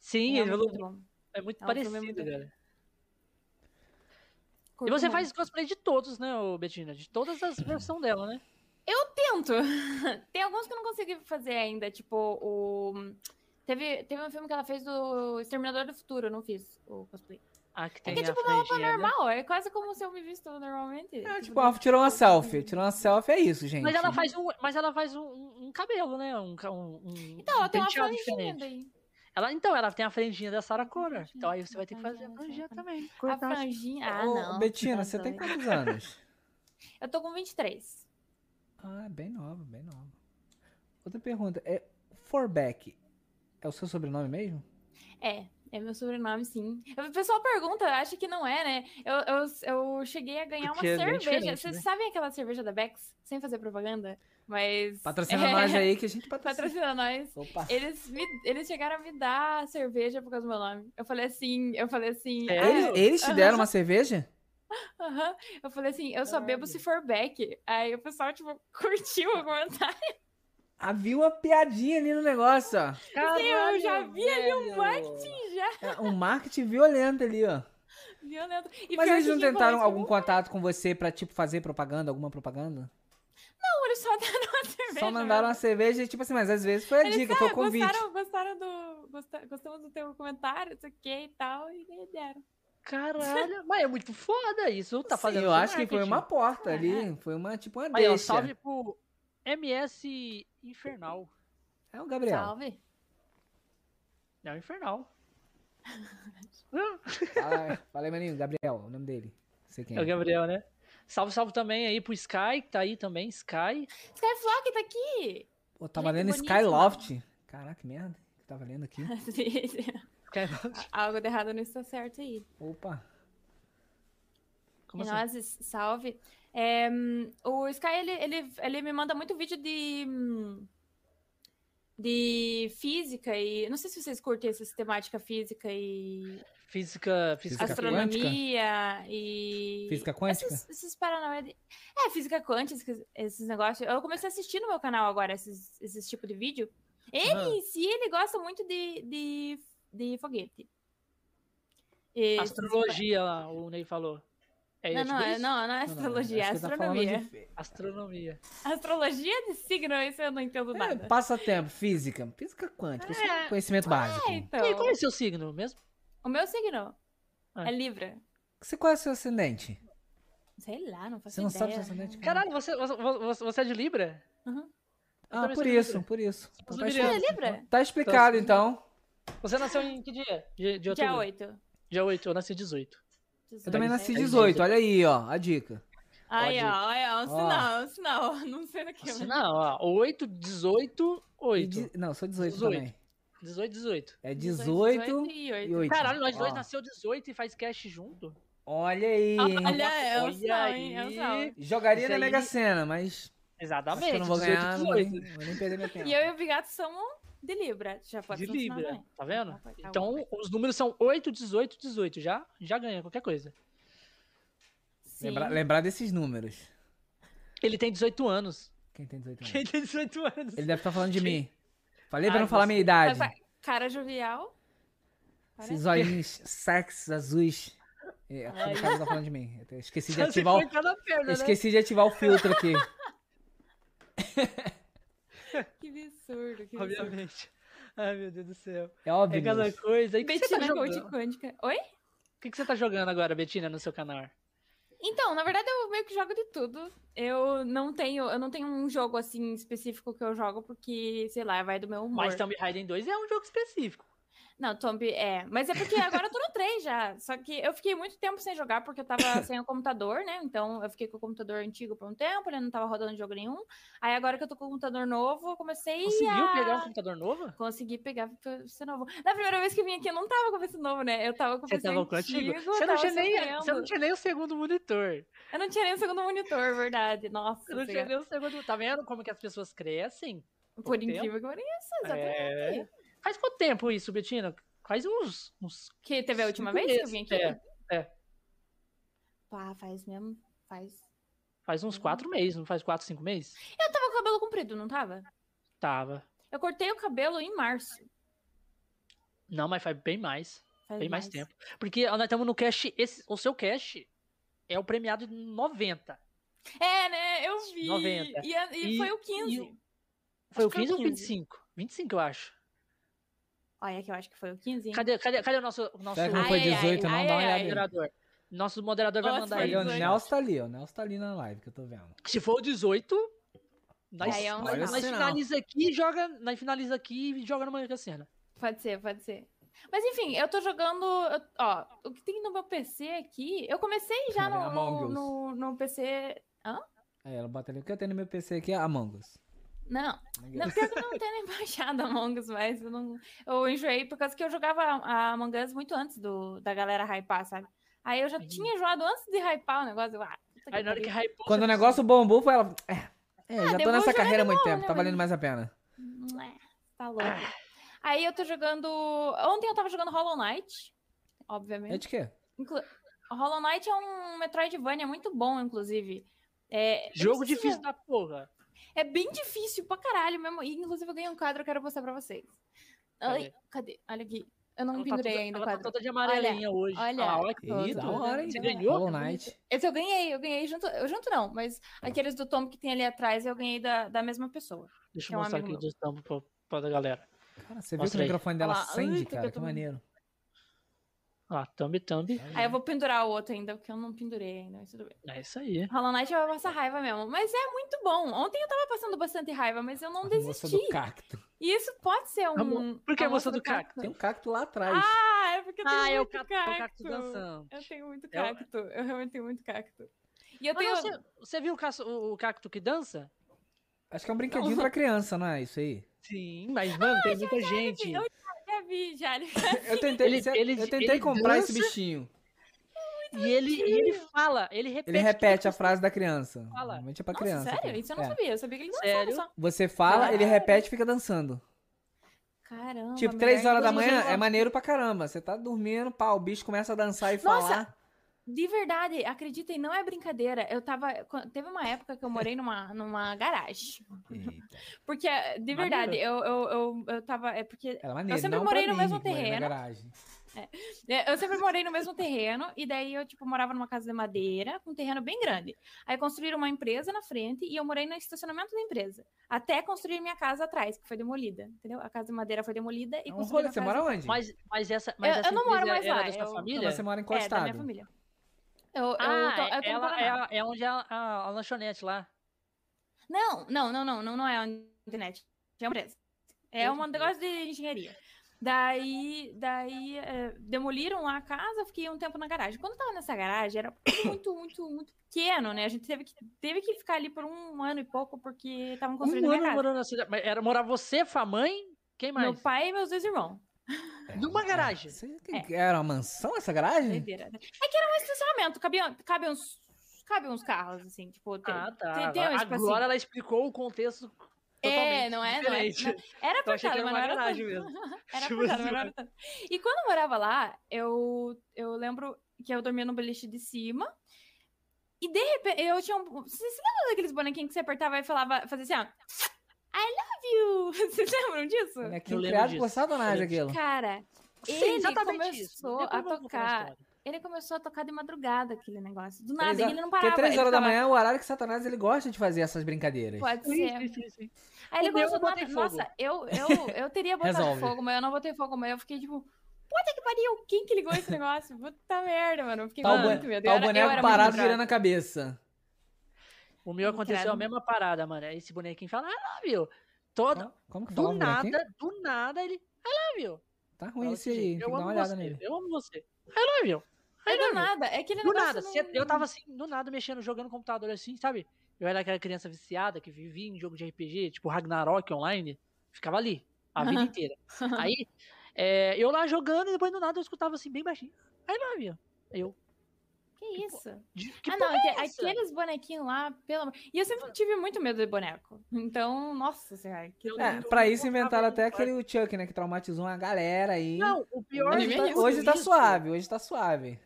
[SPEAKER 1] Sim, ele
[SPEAKER 3] Realmente
[SPEAKER 1] falou,
[SPEAKER 3] muito bom.
[SPEAKER 1] é muito
[SPEAKER 3] É um filme
[SPEAKER 1] parecido,
[SPEAKER 3] muito-
[SPEAKER 1] cara. E
[SPEAKER 3] Curto
[SPEAKER 1] você
[SPEAKER 3] muito.
[SPEAKER 1] faz cosplay de todos, né, ô Betina? De todas as versões dela, né?
[SPEAKER 3] Tento. Tem alguns que eu não consegui fazer ainda, tipo o... Teve, teve um filme que ela fez do Exterminador do Futuro, eu não fiz o cosplay.
[SPEAKER 1] Ah, que
[SPEAKER 3] É
[SPEAKER 1] tem
[SPEAKER 3] que é tipo
[SPEAKER 1] a
[SPEAKER 3] uma roupa
[SPEAKER 1] franjinha, né?
[SPEAKER 3] normal, é quase como se eu me visto normalmente.
[SPEAKER 2] É,
[SPEAKER 3] Tudo
[SPEAKER 2] tipo,
[SPEAKER 3] bem.
[SPEAKER 2] ah, tirou uma selfie. Tirou uma selfie, é isso, gente.
[SPEAKER 1] Mas ela faz um, mas ela faz um, um- um cabelo, né? Um, ca- um, um-
[SPEAKER 3] Então, ela
[SPEAKER 1] um
[SPEAKER 3] tem uma
[SPEAKER 1] penteado
[SPEAKER 3] franjinha
[SPEAKER 1] diferente.
[SPEAKER 3] daí.
[SPEAKER 1] Ela, então, ela tem a franjinha da Sarah Connor.
[SPEAKER 3] franjinha,
[SPEAKER 1] Então aí você
[SPEAKER 3] a
[SPEAKER 1] vai ter que fazer a
[SPEAKER 3] franjinha da
[SPEAKER 1] franjinha
[SPEAKER 3] Sarah
[SPEAKER 1] também.
[SPEAKER 3] A
[SPEAKER 1] cortar as-
[SPEAKER 3] franjinha, ah,
[SPEAKER 2] Ô,
[SPEAKER 3] não.
[SPEAKER 2] Betina,
[SPEAKER 3] tá
[SPEAKER 2] você tem
[SPEAKER 3] doido.
[SPEAKER 2] quantos anos?
[SPEAKER 3] Eu tô com 23.
[SPEAKER 2] Ah, bem nova, bem nova. Outra pergunta, é Forback é o seu sobrenome mesmo?
[SPEAKER 3] É, é meu sobrenome, sim. O pessoal pergunta, acha que não é, né? Eu, eu, eu cheguei a ganhar
[SPEAKER 1] Porque é
[SPEAKER 3] uma
[SPEAKER 1] bem
[SPEAKER 3] cerveja.
[SPEAKER 1] diferente,
[SPEAKER 3] Vocês
[SPEAKER 1] né?
[SPEAKER 3] sabem aquela cerveja da Bex? Sem fazer propaganda? Mas. é,
[SPEAKER 2] Patrocina nós aí que a gente patrocina.
[SPEAKER 3] Patrocina nós.
[SPEAKER 2] Opa.
[SPEAKER 3] Eles, me, eles chegaram a me dar cerveja por causa do meu nome. Eu falei assim, eu falei assim.
[SPEAKER 1] É?
[SPEAKER 3] ah,
[SPEAKER 2] Eles, eles te
[SPEAKER 3] Aham.
[SPEAKER 2] deram uma cerveja?
[SPEAKER 3] aham. Eu falei assim, eu só bebo se for Beck. Aí o pessoal, tipo, curtiu o comentário.
[SPEAKER 2] Havia uma piadinha ali no negócio, ó.
[SPEAKER 3] eu já
[SPEAKER 1] Caralho,
[SPEAKER 3] vi ali um
[SPEAKER 1] velho.
[SPEAKER 3] marketing já,
[SPEAKER 2] É Um marketing violento ali, ó.
[SPEAKER 3] violento. E
[SPEAKER 2] Mas
[SPEAKER 3] pior
[SPEAKER 2] eles
[SPEAKER 3] que
[SPEAKER 2] não
[SPEAKER 3] quem
[SPEAKER 2] tentaram
[SPEAKER 3] falou isso
[SPEAKER 2] algum contato com você pra, tipo, fazer propaganda, alguma propaganda?
[SPEAKER 3] Não, eles só deram uma cerveja.
[SPEAKER 2] Só mandaram uma cerveja e, tipo assim, mas às vezes foi a
[SPEAKER 3] É Eles,
[SPEAKER 2] dica, foi o
[SPEAKER 3] "Ah,
[SPEAKER 2] convite.
[SPEAKER 3] Gostaram, gostaram do. gosta- gostamos do teu comentário, não sei o que e tal, e daí deram.
[SPEAKER 1] Caralho, mas é muito foda isso. Tá
[SPEAKER 2] Sim,
[SPEAKER 1] fazendo
[SPEAKER 2] eu
[SPEAKER 1] seu
[SPEAKER 2] acho que foi
[SPEAKER 1] marketing.
[SPEAKER 2] uma porta
[SPEAKER 3] Ah,
[SPEAKER 2] ali, foi uma, tipo, uma
[SPEAKER 1] Aí, ó,
[SPEAKER 2] deixa.
[SPEAKER 1] salve pro MS Infernal.
[SPEAKER 2] É o Gabriel.
[SPEAKER 3] Salve.
[SPEAKER 1] É o Infernal.
[SPEAKER 2] Fala, fala aí, maninho, Gabriel, o nome dele. Não sei quem
[SPEAKER 1] É o Gabriel, né? Salve, salve também aí pro Sky, que tá aí também, Sky.
[SPEAKER 3] Skyflock tá aqui!
[SPEAKER 2] Pô, tava
[SPEAKER 3] Gente
[SPEAKER 2] lendo
[SPEAKER 3] boníssima.
[SPEAKER 2] Skyloft. Caraca, que merda. que eu Tava lendo aqui.
[SPEAKER 1] Sky-
[SPEAKER 3] tá Algo de errado não está certo aí.
[SPEAKER 2] Opa.
[SPEAKER 1] Como assim?
[SPEAKER 3] Inozes, salve. É, hum, o Sky, ele, ele, ele me manda muito vídeo de. hum, de física e. Não sei se vocês curtem essa temática física e.
[SPEAKER 1] Física, física. quântica?
[SPEAKER 2] Física
[SPEAKER 3] astronomia e.
[SPEAKER 2] Física quântica?
[SPEAKER 3] Esses, esses paranoia. de- É, física quântica, esses negócios. Eu comecei a assistir no meu canal agora esses, esses tipos de vídeo. Ele
[SPEAKER 1] Ah.
[SPEAKER 3] em si, ele gosta muito de, de, de foguete. E-
[SPEAKER 1] Astrologia lá, o Ney falou. É
[SPEAKER 3] Não,
[SPEAKER 1] tipo
[SPEAKER 3] não, é-
[SPEAKER 1] isso?
[SPEAKER 3] não, não é
[SPEAKER 2] Não, não,
[SPEAKER 3] astrologia, é
[SPEAKER 2] acho que você tá falando de
[SPEAKER 3] astronomia.
[SPEAKER 2] fi-
[SPEAKER 1] Astronomia.
[SPEAKER 3] Astrologia de signo, isso eu não entendo
[SPEAKER 2] É,
[SPEAKER 3] nada.
[SPEAKER 2] passatempo, física. Física quântica, isso é um conhecimento básico.
[SPEAKER 3] É, então.
[SPEAKER 1] E aí, qual é o seu signo mesmo?
[SPEAKER 3] O meu signo
[SPEAKER 1] Ah.
[SPEAKER 3] é Libra.
[SPEAKER 2] Você conhece o seu ascendente?
[SPEAKER 3] Sei lá, não faço
[SPEAKER 2] Você não
[SPEAKER 3] ideia.
[SPEAKER 2] sabe o seu ascendente?
[SPEAKER 1] Caralho, você, você- você, você é de Libra?
[SPEAKER 3] Uhum.
[SPEAKER 2] Ah,
[SPEAKER 1] também
[SPEAKER 2] por
[SPEAKER 1] sou
[SPEAKER 2] isso,
[SPEAKER 1] Libra.
[SPEAKER 2] por isso. Então tá,
[SPEAKER 1] Sou
[SPEAKER 3] Você
[SPEAKER 2] expli-
[SPEAKER 1] Libra.
[SPEAKER 3] é Libra?
[SPEAKER 2] tá explicado, então.
[SPEAKER 1] Você nasceu em que dia? De, de outubro?
[SPEAKER 3] Dia É, 8.
[SPEAKER 1] Dia 8, eu nasci 18.
[SPEAKER 2] Eu também nasci
[SPEAKER 1] Aí,
[SPEAKER 2] 18, olha aí, ó, a dica.
[SPEAKER 3] Aí,
[SPEAKER 1] Pode. Um
[SPEAKER 3] ó, aí, ó, um
[SPEAKER 2] Ó.
[SPEAKER 3] sinal, um sinal. Não sei do que.
[SPEAKER 1] Nossa,
[SPEAKER 3] mas-
[SPEAKER 1] Não, ó, 8, 18,
[SPEAKER 2] E
[SPEAKER 1] 8.
[SPEAKER 2] É de- Não, eu sou 18,
[SPEAKER 1] 18.
[SPEAKER 2] também.
[SPEAKER 1] 18, 18.
[SPEAKER 2] É 18,
[SPEAKER 3] 18, 18 e 8.
[SPEAKER 2] e 8.
[SPEAKER 1] Caralho, nós dois
[SPEAKER 2] Ó,
[SPEAKER 1] nasceu 18 e faz cast junto?
[SPEAKER 2] Olha aí, hein?
[SPEAKER 3] Olha, é um
[SPEAKER 1] Olha
[SPEAKER 3] sinal, hein? É um
[SPEAKER 1] aí.
[SPEAKER 3] sinal.
[SPEAKER 2] Jogaria
[SPEAKER 1] Isso
[SPEAKER 2] na
[SPEAKER 1] aí- Tá
[SPEAKER 2] Mega Sena, mas acho
[SPEAKER 1] Exatamente.
[SPEAKER 2] que eu não vou
[SPEAKER 1] 18,
[SPEAKER 2] ganhar, não vou
[SPEAKER 1] 18.
[SPEAKER 2] nem, vou nem perder meu tempo.
[SPEAKER 3] E eu e o Bigato somos de Libra. Já pode
[SPEAKER 1] De
[SPEAKER 3] ser um sinal
[SPEAKER 1] Libra,
[SPEAKER 3] também.
[SPEAKER 1] tá vendo?
[SPEAKER 3] Alguma coisa, alguma
[SPEAKER 1] Então, os números são 8, 18, 18. Já, já ganha qualquer coisa.
[SPEAKER 3] Sim.
[SPEAKER 2] Lembra- lembrar desses números.
[SPEAKER 1] Ele tem 18 anos.
[SPEAKER 2] Quem tem 18 anos?
[SPEAKER 1] É. Ele tem 18 anos.
[SPEAKER 2] Ele deve estar falando de mim. Falei pra
[SPEAKER 1] Ai,
[SPEAKER 2] não falar
[SPEAKER 1] você-
[SPEAKER 2] minha idade.
[SPEAKER 3] Mas, Cara jovial.
[SPEAKER 2] Esses olhinhos sexys, azuis. É,
[SPEAKER 1] Ai.
[SPEAKER 2] o Carlos tá falando de mim. Eu até esqueci de
[SPEAKER 1] Só se
[SPEAKER 2] ativar o...
[SPEAKER 1] for cada perna,
[SPEAKER 2] eu
[SPEAKER 1] né?
[SPEAKER 2] Esqueci de ativar o filtro aqui.
[SPEAKER 3] Que absurdo, que absurdo.
[SPEAKER 1] Obviamente. Ai, meu Deus do céu.
[SPEAKER 2] É
[SPEAKER 1] É
[SPEAKER 2] óbvio.
[SPEAKER 1] cada
[SPEAKER 2] isso.
[SPEAKER 1] coisa. E o que, que você tá
[SPEAKER 3] Betina
[SPEAKER 1] jogando?
[SPEAKER 3] Gold Quântica. Oi?
[SPEAKER 1] O que, que você tá jogando agora, Betina, no seu canal?
[SPEAKER 3] Então, na verdade, eu meio que jogo de tudo. Eu não tenho, eu não tenho um jogo assim específico que eu jogo, porque, sei lá, vai do meu humor.
[SPEAKER 1] Mas Tomb Raider 2 é um jogo específico.
[SPEAKER 3] Não, Tomb é. Mas é porque agora eu tô no 3 já. Só que eu fiquei muito tempo sem jogar, porque eu tava sem o computador, né? Então eu fiquei com o computador antigo por um tempo, ele não tava rodando jogo nenhum. Aí agora que eu tô com o computador novo, eu comecei
[SPEAKER 1] Conseguiu
[SPEAKER 3] a.
[SPEAKER 1] pegar um computador novo?
[SPEAKER 3] Consegui pegar PC novo. Na primeira vez que eu vim aqui, eu não tava com PC novo, né? Eu tava com
[SPEAKER 1] Você
[SPEAKER 3] PC
[SPEAKER 1] tava com o antigo?
[SPEAKER 3] antigo.
[SPEAKER 1] Você não,
[SPEAKER 3] tava
[SPEAKER 1] tinha nem,
[SPEAKER 3] sofrendo.
[SPEAKER 1] você não tinha nem o segundo monitor.
[SPEAKER 3] Eu não tinha nem o segundo monitor, verdade. Nossa,
[SPEAKER 1] Você não tinha
[SPEAKER 3] senhora.
[SPEAKER 1] nem o segundo. Tá vendo como que as pessoas crescem?
[SPEAKER 3] por
[SPEAKER 1] tempo.
[SPEAKER 3] incrível que pareça, exatamente.
[SPEAKER 1] É. Faz quanto tempo isso, Betina? Faz uns, uns
[SPEAKER 3] Que teve a última
[SPEAKER 1] Cinco
[SPEAKER 3] vez que eu vim
[SPEAKER 1] meses,
[SPEAKER 3] aqui?
[SPEAKER 1] é, é.
[SPEAKER 3] Pá, faz mesmo. Faz.
[SPEAKER 1] Faz
[SPEAKER 3] Uhum.
[SPEAKER 1] uns quatro meses, não faz quatro, cinco meses?
[SPEAKER 3] Eu tava com o cabelo comprido, não tava?
[SPEAKER 1] Tava.
[SPEAKER 3] Eu cortei o cabelo em março.
[SPEAKER 1] Não, mas faz bem mais.
[SPEAKER 3] Faz
[SPEAKER 1] Bem mais tempo. Porque nós estamos no cash. Esse, o seu cash é o premiado de 90.
[SPEAKER 3] É, né? Eu vi.
[SPEAKER 1] 90.
[SPEAKER 3] E, a- e
[SPEAKER 1] E-
[SPEAKER 3] foi o
[SPEAKER 1] e
[SPEAKER 3] 15.
[SPEAKER 1] o- Foi
[SPEAKER 3] Acho
[SPEAKER 1] o
[SPEAKER 3] que foi o
[SPEAKER 1] 15 ou
[SPEAKER 3] 15?
[SPEAKER 1] 25? 25, eu acho.
[SPEAKER 3] Olha, que eu acho que foi o 15. hein?
[SPEAKER 1] Cadê, cadê, cadê o nosso, o nosso
[SPEAKER 2] Será que não foi
[SPEAKER 3] Ai, ai,
[SPEAKER 2] 18, não?
[SPEAKER 3] ai,
[SPEAKER 2] Dá uma
[SPEAKER 3] ai,
[SPEAKER 2] olhada
[SPEAKER 3] ai.
[SPEAKER 2] aí.
[SPEAKER 1] moderador? Nosso moderador vai
[SPEAKER 3] Nossa,
[SPEAKER 1] mandar
[SPEAKER 3] foi
[SPEAKER 1] aí.
[SPEAKER 2] Olha, o
[SPEAKER 3] 18.
[SPEAKER 2] Nelson tá ali, ó. O Nelson tá ali na live que eu tô vendo.
[SPEAKER 1] Se for o 18, nós,
[SPEAKER 3] Aí é um
[SPEAKER 1] nós-
[SPEAKER 3] sinal.
[SPEAKER 1] nós finaliza aqui e joga. Nós finaliza aqui e joga numa Mega Sena.
[SPEAKER 3] Pode ser, pode ser. Mas enfim, eu tô jogando. eu- ó, o que tem no meu PC aqui. Eu comecei já
[SPEAKER 2] Cara,
[SPEAKER 3] no,
[SPEAKER 2] Among
[SPEAKER 3] no,
[SPEAKER 2] Us.
[SPEAKER 3] no, no PC.
[SPEAKER 2] Aí ela bota ali. O que eu tenho no meu PC aqui é Among Us.
[SPEAKER 3] Não, não, pior que eu não tenho nem baixado Among Us, mas eu, não, eu enjoei por causa que eu jogava a Among Us muito antes do, da galera hypar, sabe? Aí eu já
[SPEAKER 1] Sim.
[SPEAKER 3] tinha enjoado antes de hypar o negócio. Eu, ah, puta
[SPEAKER 1] Aí na hora que
[SPEAKER 3] pariu.
[SPEAKER 1] hypou.
[SPEAKER 2] Quando o
[SPEAKER 1] você
[SPEAKER 2] negócio bombou, foi ela.
[SPEAKER 3] Ah,
[SPEAKER 2] É, é, já tô
[SPEAKER 3] depois
[SPEAKER 2] nessa
[SPEAKER 3] já
[SPEAKER 2] carreira há
[SPEAKER 3] era
[SPEAKER 2] muito
[SPEAKER 3] bom,
[SPEAKER 2] tempo.
[SPEAKER 3] né,
[SPEAKER 2] Tá
[SPEAKER 3] mas-
[SPEAKER 2] valendo mais a pena.
[SPEAKER 1] é?
[SPEAKER 3] Ué, Tá louco.
[SPEAKER 1] Ah.
[SPEAKER 3] Aí eu tô jogando. Ontem eu tava jogando Hollow Knight,
[SPEAKER 2] É
[SPEAKER 3] obviamente.
[SPEAKER 1] é?
[SPEAKER 2] de quê?
[SPEAKER 3] Inclu- Hollow Knight é um Metroidvania muito bom, inclusive. É, eu não
[SPEAKER 1] Jogo
[SPEAKER 3] sei se
[SPEAKER 1] difícil da porra.
[SPEAKER 3] É bem difícil pra caralho mesmo. E, inclusive, eu ganhei um quadro, eu quero mostrar pra vocês. Ai, cadê? Olha aqui. Eu não
[SPEAKER 1] Ela tá
[SPEAKER 3] pendurei
[SPEAKER 1] toda-
[SPEAKER 3] ainda o
[SPEAKER 1] ela tá
[SPEAKER 3] quadro.
[SPEAKER 1] toda de amarelinha hoje.
[SPEAKER 3] olha.
[SPEAKER 1] Ah, olha que
[SPEAKER 2] Ih,
[SPEAKER 3] Todo.
[SPEAKER 2] da hora, hein?
[SPEAKER 1] Você ganhou?
[SPEAKER 2] Hollow Knight.
[SPEAKER 3] Esse eu ganhei, eu ganhei junto. Eu junto não, mas aqueles do Tom que tem ali atrás eu ganhei da, da mesma pessoa.
[SPEAKER 1] Deixa
[SPEAKER 3] Que é
[SPEAKER 1] eu
[SPEAKER 3] um
[SPEAKER 1] mostrar aqui
[SPEAKER 3] amigo
[SPEAKER 1] o tampo pra, pra galera.
[SPEAKER 2] Cara, você viu que
[SPEAKER 1] Mostra
[SPEAKER 2] o
[SPEAKER 1] aí.
[SPEAKER 2] microfone dela
[SPEAKER 3] Olha lá. Ai,
[SPEAKER 2] acende,
[SPEAKER 3] que
[SPEAKER 2] cara? Que
[SPEAKER 3] eu tô-
[SPEAKER 2] maneiro.
[SPEAKER 1] Ah, thumb, thumb.
[SPEAKER 3] Aí eu vou pendurar o outro ainda, porque eu não pendurei ainda, mas tudo bem.
[SPEAKER 1] É isso aí.
[SPEAKER 3] Hollow Knight eu vou passar raiva mesmo. Mas é muito bom. Ontem eu tava passando bastante raiva, mas eu não
[SPEAKER 2] A moça
[SPEAKER 3] desisti.
[SPEAKER 2] é do cacto.
[SPEAKER 3] E isso pode ser
[SPEAKER 1] A mo-
[SPEAKER 3] um.
[SPEAKER 1] Por que a moça
[SPEAKER 3] moça
[SPEAKER 1] do cacto?
[SPEAKER 2] Tem um cacto lá atrás.
[SPEAKER 3] Ah, é porque eu tenho
[SPEAKER 1] Ah, é o
[SPEAKER 3] muito
[SPEAKER 1] cacto, é o
[SPEAKER 3] cacto.
[SPEAKER 1] cacto dançando.
[SPEAKER 3] Eu tenho muito
[SPEAKER 1] É o-
[SPEAKER 3] cacto. Eu realmente tenho muito cacto. E eu
[SPEAKER 1] Mas
[SPEAKER 3] tenho. um-
[SPEAKER 1] você, você viu o, caço- o cacto que dança?
[SPEAKER 2] Acho que é um brinquedinho pra criança, não é isso aí?
[SPEAKER 1] Sim, mas, mano, tem muita gente.
[SPEAKER 3] Eu já vi, já. ele-
[SPEAKER 2] Eu tentei,
[SPEAKER 3] É
[SPEAKER 1] Ele-
[SPEAKER 2] se-
[SPEAKER 1] ele-
[SPEAKER 2] eu tentei
[SPEAKER 1] ele
[SPEAKER 2] comprar esse
[SPEAKER 1] dança-
[SPEAKER 2] bichinho.
[SPEAKER 1] E ele, e ele fala, ele repete.
[SPEAKER 2] Ele repete a
[SPEAKER 1] tudo que
[SPEAKER 2] frase da criança.
[SPEAKER 1] fala.
[SPEAKER 2] Normalmente é pra
[SPEAKER 3] Nossa,
[SPEAKER 2] criança.
[SPEAKER 3] sério?
[SPEAKER 2] cara.
[SPEAKER 3] Isso eu não
[SPEAKER 2] É.
[SPEAKER 3] sabia. Eu sabia que ele dançava
[SPEAKER 1] Sério?
[SPEAKER 3] só.
[SPEAKER 2] Você fala, ele
[SPEAKER 3] Caralho.
[SPEAKER 2] repete e fica dançando.
[SPEAKER 3] Caramba.
[SPEAKER 2] Tipo,
[SPEAKER 3] três
[SPEAKER 2] três horas da
[SPEAKER 1] inclusive,
[SPEAKER 2] manhã
[SPEAKER 1] eu-
[SPEAKER 2] é maneiro pra caramba. Você tá dormindo, pá, o bicho começa a dançar e
[SPEAKER 3] Nossa!
[SPEAKER 2] falar.
[SPEAKER 3] De verdade, acreditem, não é brincadeira. Eu tava. quan- Teve uma época que eu morei numa, numa garagem.
[SPEAKER 2] Eita.
[SPEAKER 3] Porque, de verdade, eu, eu, eu, eu tava. É porque
[SPEAKER 2] Era maneiro.
[SPEAKER 3] Eu sempre
[SPEAKER 2] não
[SPEAKER 3] morei
[SPEAKER 2] pra
[SPEAKER 3] no
[SPEAKER 2] mim,
[SPEAKER 3] mesmo
[SPEAKER 2] que morei na
[SPEAKER 3] terreno.
[SPEAKER 2] garagem.
[SPEAKER 3] É, Eu sempre morei no mesmo terreno, e daí eu, tipo, morava numa casa de madeira, com um terreno bem grande. Aí construíram uma empresa na frente e eu morei no estacionamento da empresa. Até construir minha casa atrás, que foi demolida, entendeu? A casa de madeira foi demolida e
[SPEAKER 2] É um
[SPEAKER 3] construíram
[SPEAKER 2] rolê,
[SPEAKER 3] a
[SPEAKER 2] você
[SPEAKER 3] casa...
[SPEAKER 2] mora onde?
[SPEAKER 1] Mas, mas essa. Mas
[SPEAKER 3] Eu-
[SPEAKER 1] essa
[SPEAKER 3] eu não moro
[SPEAKER 1] empresa
[SPEAKER 3] mais
[SPEAKER 1] era
[SPEAKER 3] lá,
[SPEAKER 1] Da sua
[SPEAKER 3] eu-
[SPEAKER 2] Não,
[SPEAKER 1] família?
[SPEAKER 2] mas você mora
[SPEAKER 3] É, da
[SPEAKER 2] encostado.
[SPEAKER 3] minha família. Eu, eu,
[SPEAKER 1] Ah,
[SPEAKER 3] tô, eu tô no
[SPEAKER 1] ela
[SPEAKER 3] Paraná.
[SPEAKER 1] é, é onde é a, a- a lanchonete lá.
[SPEAKER 3] Não, não, não, não, não, não é a internet. É uma empresa. É
[SPEAKER 1] Deus
[SPEAKER 3] um
[SPEAKER 1] me livre.
[SPEAKER 3] negócio de engenharia. Daí, daí eh, demoliram a casa, eu fiquei um tempo na garagem. Quando eu tava nessa garagem, era tudo muito, muito, muito pequeno, né? A gente teve que, teve que ficar ali por um ano e pouco, porque estavam construindo
[SPEAKER 1] Um
[SPEAKER 3] minha
[SPEAKER 1] ano
[SPEAKER 3] casa.
[SPEAKER 1] morando na cidade. Mas era morar você, sua mãe? Quem
[SPEAKER 3] Meu
[SPEAKER 1] mais?
[SPEAKER 3] pai e meus dois irmãos.
[SPEAKER 1] Numa garagem.
[SPEAKER 2] É. Você- que- Era uma mansão essa garagem?
[SPEAKER 3] Doideira. É que era um estacionamento, cabia, cabe uns, cabe uns carros, assim, tipo, tem,
[SPEAKER 1] Ah, tá.
[SPEAKER 3] tem, tem um
[SPEAKER 1] Agora
[SPEAKER 3] espacinho.
[SPEAKER 1] agora ela explicou o contexto totalmente
[SPEAKER 3] É, não é, não é.
[SPEAKER 1] diferente.
[SPEAKER 3] Era
[SPEAKER 1] Então, Eu achei que
[SPEAKER 3] apertado,
[SPEAKER 1] era uma
[SPEAKER 3] mas não era tanto.
[SPEAKER 1] garagem mesmo.
[SPEAKER 3] Era
[SPEAKER 1] Tipo
[SPEAKER 3] apertado,
[SPEAKER 1] assim,
[SPEAKER 3] mas não era tanto. E quando eu morava lá, eu, eu lembro que eu dormia no beliche de cima. E de repente, eu tinha um. Você se lembra daqueles bonequinhos que você apertava e falava, fazia assim, ó. I love you! Vocês lembram disso?
[SPEAKER 2] É que
[SPEAKER 1] Eu lembro
[SPEAKER 2] criado
[SPEAKER 1] disso.
[SPEAKER 2] por Satanás
[SPEAKER 1] Eu
[SPEAKER 2] aquilo.
[SPEAKER 3] Cara,
[SPEAKER 1] Sim,
[SPEAKER 3] ele
[SPEAKER 1] exatamente isso.
[SPEAKER 3] começou
[SPEAKER 1] Depois
[SPEAKER 3] a
[SPEAKER 1] eu vou contar a
[SPEAKER 3] tocar.
[SPEAKER 1] história.
[SPEAKER 3] ele começou a tocar de madrugada aquele negócio. Do nada,
[SPEAKER 2] Três
[SPEAKER 3] e ele não
[SPEAKER 2] Porque
[SPEAKER 3] parava.
[SPEAKER 2] três
[SPEAKER 3] ele
[SPEAKER 2] horas da
[SPEAKER 3] ficava,
[SPEAKER 2] manhã é o horário que Satanás ele gosta de fazer essas brincadeiras.
[SPEAKER 3] Pode ser.
[SPEAKER 1] Sim, sim, sim, sim.
[SPEAKER 3] Aí ele
[SPEAKER 1] O meu eu
[SPEAKER 3] começou do
[SPEAKER 1] botei
[SPEAKER 3] nada. Nossa, eu, eu, eu teria botado
[SPEAKER 2] Resolve.
[SPEAKER 3] fogo, mas eu não botei fogo, mas eu fiquei tipo, puta que pariu, quem que ligou esse negócio? Puta merda, mano. Eu fiquei
[SPEAKER 2] Tá o,
[SPEAKER 1] Mano,
[SPEAKER 2] bone-
[SPEAKER 3] muito medo.
[SPEAKER 2] tá
[SPEAKER 3] eu
[SPEAKER 2] o
[SPEAKER 3] era- eu
[SPEAKER 2] boneco
[SPEAKER 3] era muito
[SPEAKER 2] parado
[SPEAKER 3] medrosa.
[SPEAKER 2] virando a cabeça.
[SPEAKER 1] O meu aconteceu a
[SPEAKER 3] Credo.
[SPEAKER 1] mesma parada, mano. Esse bonequinho fala, ah, viu? Toda,
[SPEAKER 2] Como que
[SPEAKER 1] do
[SPEAKER 2] falava o bonequinho?
[SPEAKER 1] nada, do nada ele, ah, viu?
[SPEAKER 2] Tá
[SPEAKER 1] Fala
[SPEAKER 2] ruim
[SPEAKER 1] desse
[SPEAKER 2] esse aí,
[SPEAKER 1] jeito,
[SPEAKER 2] tem que
[SPEAKER 1] eu
[SPEAKER 2] dar
[SPEAKER 1] amo
[SPEAKER 2] uma olhada
[SPEAKER 1] você,
[SPEAKER 2] nele.
[SPEAKER 1] Eu amo você. I love you. I
[SPEAKER 3] É do
[SPEAKER 1] love you.
[SPEAKER 3] nada, é aquele
[SPEAKER 1] Do
[SPEAKER 3] negócio
[SPEAKER 1] nada,
[SPEAKER 3] não-
[SPEAKER 1] cê- eu tava assim, do nada mexendo, jogando no computador assim, sabe? Eu era aquela criança viciada que vivia em jogo de RPG, tipo Ragnarok online, ficava ali a vida
[SPEAKER 3] Aham.
[SPEAKER 1] inteira. Aí, é, eu lá jogando e depois do nada eu escutava assim, bem baixinho. I love you. Eu,
[SPEAKER 3] Que isso?
[SPEAKER 1] de- que
[SPEAKER 3] ah,
[SPEAKER 1] porra
[SPEAKER 3] não, aque-
[SPEAKER 1] é essa?
[SPEAKER 3] aqueles bonequinhos lá, pelo amor. E eu sempre tive muito medo de boneco. Então, nossa senhora. Que...
[SPEAKER 1] Eu-
[SPEAKER 2] É,
[SPEAKER 1] eu
[SPEAKER 2] pra
[SPEAKER 1] não
[SPEAKER 2] isso
[SPEAKER 1] gostava
[SPEAKER 2] inventaram até
[SPEAKER 1] do pai.
[SPEAKER 2] aquele Chuck, né? Que traumatizou uma galera aí.
[SPEAKER 1] Não, o pior é
[SPEAKER 2] hoje
[SPEAKER 1] de
[SPEAKER 2] tá,
[SPEAKER 1] tudo
[SPEAKER 2] hoje tá
[SPEAKER 1] isso-
[SPEAKER 2] suave, hoje tá suave.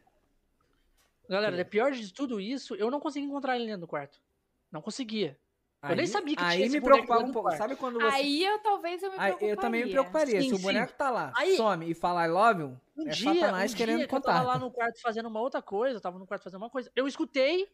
[SPEAKER 1] Galera, o pior de tudo isso, eu não consegui encontrar ele dentro do quarto. Não conseguia. Eu nem sabia que
[SPEAKER 2] aí
[SPEAKER 1] tinha esse
[SPEAKER 2] me
[SPEAKER 1] boneco
[SPEAKER 2] preocupava
[SPEAKER 1] dentro
[SPEAKER 2] um
[SPEAKER 1] do
[SPEAKER 2] pouco.
[SPEAKER 1] quarto.
[SPEAKER 2] Sabe quando você.
[SPEAKER 3] Aí eu talvez eu me
[SPEAKER 2] Aí
[SPEAKER 3] preocuparia.
[SPEAKER 2] eu também me preocuparia.
[SPEAKER 1] Sim,
[SPEAKER 2] Se o
[SPEAKER 1] sim.
[SPEAKER 2] boneco tá lá,
[SPEAKER 1] Aí-
[SPEAKER 2] some e fala I love you,
[SPEAKER 1] Um
[SPEAKER 2] é
[SPEAKER 1] dia,
[SPEAKER 2] Satanás
[SPEAKER 1] um
[SPEAKER 2] querendo
[SPEAKER 1] dia que eu
[SPEAKER 2] contar.
[SPEAKER 1] tava lá no quarto fazendo uma outra coisa, eu tava no quarto fazendo uma coisa, eu escutei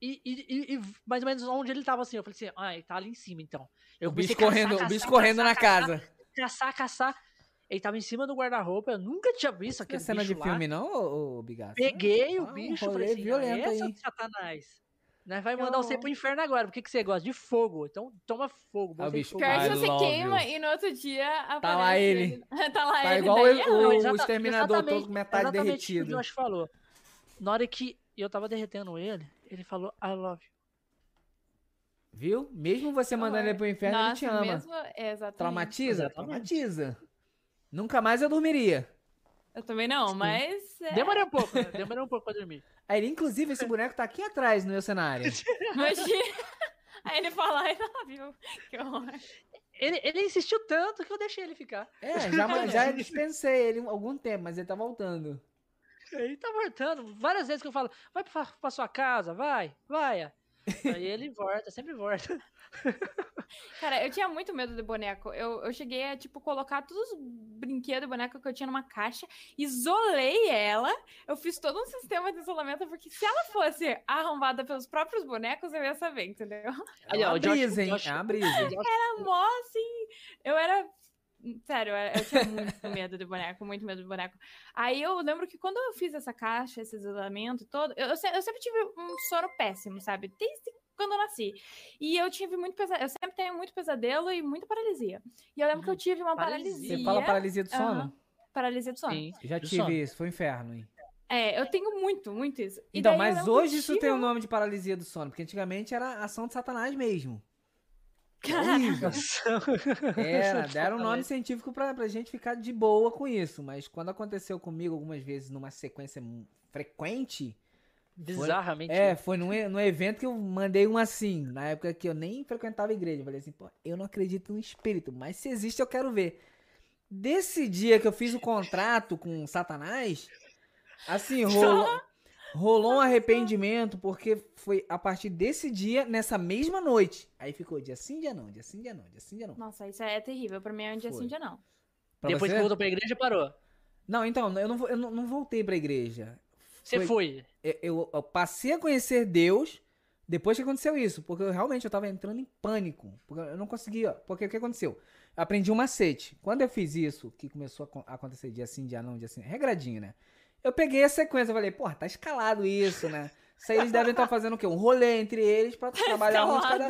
[SPEAKER 1] e, e- e- e mais ou menos onde ele tava assim, eu falei assim, ah, ele tá ali em cima então. Eu
[SPEAKER 2] o
[SPEAKER 1] comecei
[SPEAKER 2] bicho
[SPEAKER 1] a
[SPEAKER 2] correndo,
[SPEAKER 1] caçar,
[SPEAKER 2] o bicho
[SPEAKER 1] caçar,
[SPEAKER 2] correndo na
[SPEAKER 1] caçar, caçar,
[SPEAKER 2] casa.
[SPEAKER 1] Caçar, caçar, ele tava em cima do guarda-roupa, eu nunca tinha visto
[SPEAKER 2] Não é
[SPEAKER 1] aquele
[SPEAKER 2] cena de
[SPEAKER 1] bicho lá.
[SPEAKER 2] filme, não, ô, ô Bigato?
[SPEAKER 1] Peguei
[SPEAKER 2] Ah,
[SPEAKER 1] o
[SPEAKER 2] um
[SPEAKER 1] bicho,
[SPEAKER 2] rolê
[SPEAKER 1] falei assim,
[SPEAKER 2] violento
[SPEAKER 1] ah, essa
[SPEAKER 2] aí.
[SPEAKER 1] do satanás. Nós vai
[SPEAKER 3] Que
[SPEAKER 1] mandar você
[SPEAKER 3] horror.
[SPEAKER 1] pro inferno agora, porque que você gosta? De fogo, então toma fogo.
[SPEAKER 2] Ah, o
[SPEAKER 1] botei
[SPEAKER 2] bicho
[SPEAKER 1] fogo. é
[SPEAKER 3] Pior
[SPEAKER 2] I
[SPEAKER 3] se você
[SPEAKER 2] love
[SPEAKER 3] queima
[SPEAKER 2] you.
[SPEAKER 3] e no outro dia aparece.
[SPEAKER 2] Tá lá ele.
[SPEAKER 3] tá lá
[SPEAKER 2] Tá
[SPEAKER 3] ele.
[SPEAKER 2] igual
[SPEAKER 3] daí é
[SPEAKER 2] o-
[SPEAKER 1] Não,
[SPEAKER 2] o
[SPEAKER 1] exata-
[SPEAKER 2] exterminador todo
[SPEAKER 1] exatamente-
[SPEAKER 2] com metade
[SPEAKER 1] exatamente o que O
[SPEAKER 2] derretida.
[SPEAKER 1] Josh falou. Na hora que eu tava derretendo ele, ele falou I love you.
[SPEAKER 2] Viu? Mesmo você mandando
[SPEAKER 1] é.
[SPEAKER 2] ele pro inferno,
[SPEAKER 3] Nossa,
[SPEAKER 2] ele te ama.
[SPEAKER 3] Mesmo... é, Exatamente.
[SPEAKER 2] Traumatiza?
[SPEAKER 1] assim, Exatamente.
[SPEAKER 2] Traumatiza. Nunca mais eu dormiria.
[SPEAKER 3] Eu também não, mas. é,
[SPEAKER 1] Demorei um pouco, né? demorei um pouco pra dormir.
[SPEAKER 2] Aí, inclusive, esse boneco tá aqui atrás no meu cenário.
[SPEAKER 3] Imagina. Aí ele fala, ai, não, viu? Que horror.
[SPEAKER 1] Ele, ele insistiu tanto que eu deixei ele ficar.
[SPEAKER 2] É, já, já dispensei ele há algum tempo, mas ele tá voltando.
[SPEAKER 1] Ele tá voltando. Várias vezes que eu falo, vai pra, pra sua casa, vai, vai. Aí ele volta, sempre volta.
[SPEAKER 3] Cara, eu tinha muito medo de boneco. Eu, eu cheguei a, tipo, colocar todos os brinquedos e boneco que eu tinha numa caixa, isolei ela. Eu fiz todo um sistema de isolamento, porque se ela fosse arrombada pelos próprios bonecos, eu ia saber, entendeu?
[SPEAKER 2] É
[SPEAKER 1] Aí, ó,
[SPEAKER 2] uma
[SPEAKER 1] o Josh-
[SPEAKER 2] brisa,
[SPEAKER 1] o
[SPEAKER 2] hein?
[SPEAKER 1] Josh-
[SPEAKER 2] É uma brisa.
[SPEAKER 3] Era mó assim. Eu era. Sério, eu era- eu tinha muito medo de boneco, muito medo de boneco. Aí eu lembro que quando eu fiz essa caixa, esse isolamento todo, eu, eu se- eu sempre tive um sono péssimo, sabe? Desde quando eu nasci. E eu tive muito pesadelo. Eu sempre tenho muito pesadelo e muita paralisia. E eu lembro que eu tive uma
[SPEAKER 1] Paralisia.
[SPEAKER 3] paralisia.
[SPEAKER 2] Você
[SPEAKER 1] é?
[SPEAKER 2] fala Uhum. paralisia do sono?
[SPEAKER 3] Aham. Paralisia do sono.
[SPEAKER 1] Sim,
[SPEAKER 2] Já
[SPEAKER 1] do
[SPEAKER 2] tive
[SPEAKER 1] sono.
[SPEAKER 2] isso, foi um inferno, hein?
[SPEAKER 3] É, eu tenho muito, muito isso. E
[SPEAKER 2] Então,
[SPEAKER 3] daí eu
[SPEAKER 2] mas
[SPEAKER 3] lembro que eu
[SPEAKER 2] hoje isso
[SPEAKER 3] tive
[SPEAKER 2] tem o
[SPEAKER 3] um-
[SPEAKER 2] nome de paralisia do sono, porque antigamente era ação de Satanás mesmo. É horrível. Era, deram um nome científico pra, pra gente ficar de boa com isso. Mas quando aconteceu comigo algumas vezes numa sequência mu- frequente,
[SPEAKER 1] Bizarramente.
[SPEAKER 2] É, foi num, e- num evento que eu mandei um assim, na época que eu nem frequentava a igreja. Eu falei assim, pô, eu não acredito em espírito, mas se existe eu quero ver. Desse dia que eu fiz o contrato com Satanás, assim, rolou, rolou um arrependimento, porque foi a partir desse dia, nessa mesma noite. Aí ficou dia sim, dia não, dia sim, dia não, dia sim, dia não.
[SPEAKER 3] Nossa, isso é terrível. Pra mim é um dia
[SPEAKER 2] Foi.
[SPEAKER 3] sim, dia não.
[SPEAKER 2] Pra
[SPEAKER 1] Depois
[SPEAKER 2] você?
[SPEAKER 1] que voltou pra igreja, parou.
[SPEAKER 2] Não, então, eu não, vo- eu não, não voltei pra igreja.
[SPEAKER 1] Você
[SPEAKER 2] Foi-
[SPEAKER 1] foi.
[SPEAKER 2] eu- eu, eu passei a conhecer Deus depois que aconteceu isso, porque eu realmente eu tava entrando em pânico, porque eu não conseguia, porque o que aconteceu? Eu aprendi um macete. Quando eu fiz isso, que começou a acon- a acontecer dia sim, dia não, dia sim, regradinho, né? Eu peguei a sequência, eu falei, porra, tá escalado isso, né? Isso aí eles devem estar fazendo o quê? Um rolê entre eles pra
[SPEAKER 3] Tá
[SPEAKER 2] trabalhar um de cada...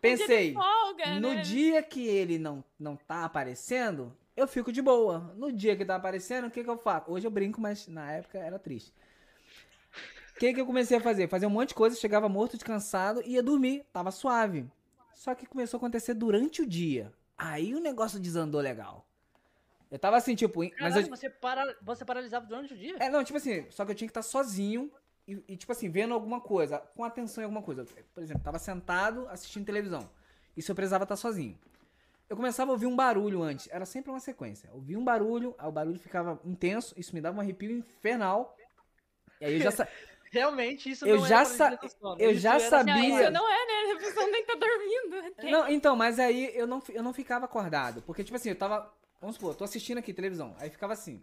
[SPEAKER 2] Pensei,
[SPEAKER 3] Folga,
[SPEAKER 2] no
[SPEAKER 3] né?
[SPEAKER 2] dia que ele não, não tá aparecendo, eu fico de boa. No dia que tá aparecendo, o que que eu faço? Hoje eu brinco, mas na época era triste. O que que eu comecei a fazer? Fazer um monte de coisa, chegava morto de cansado, ia dormir, tava suave. Só que começou a acontecer durante o dia. Aí o negócio desandou legal. Eu tava assim, tipo, em- mas
[SPEAKER 1] Caralho,
[SPEAKER 2] eu,
[SPEAKER 1] você, para... você paralisava durante o dia?
[SPEAKER 2] é, não, tipo assim, só que eu tinha que estar sozinho e, e, tipo assim, vendo alguma coisa, com atenção em alguma coisa. Por exemplo, tava sentado assistindo televisão. Isso eu precisava estar sozinho. Eu começava a ouvir um barulho antes, era sempre uma sequência. Eu Ouvia um barulho, aí o barulho ficava intenso, isso me dava um arrepio infernal. E aí eu já, sa-
[SPEAKER 1] Realmente, isso
[SPEAKER 2] Eu
[SPEAKER 1] não
[SPEAKER 2] já
[SPEAKER 1] era paralisia
[SPEAKER 2] sa-
[SPEAKER 1] do sono,
[SPEAKER 2] eu
[SPEAKER 1] né? isso
[SPEAKER 2] já
[SPEAKER 1] era-
[SPEAKER 2] sabia-
[SPEAKER 3] Não,
[SPEAKER 2] Bia.
[SPEAKER 3] isso não é, né? A pessoa nem tá dormindo.
[SPEAKER 2] Não, então, mas aí eu não, fi- eu não ficava acordado. Porque, tipo assim, eu tava. Vamos supor, eu tô assistindo aqui televisão. Aí ficava assim,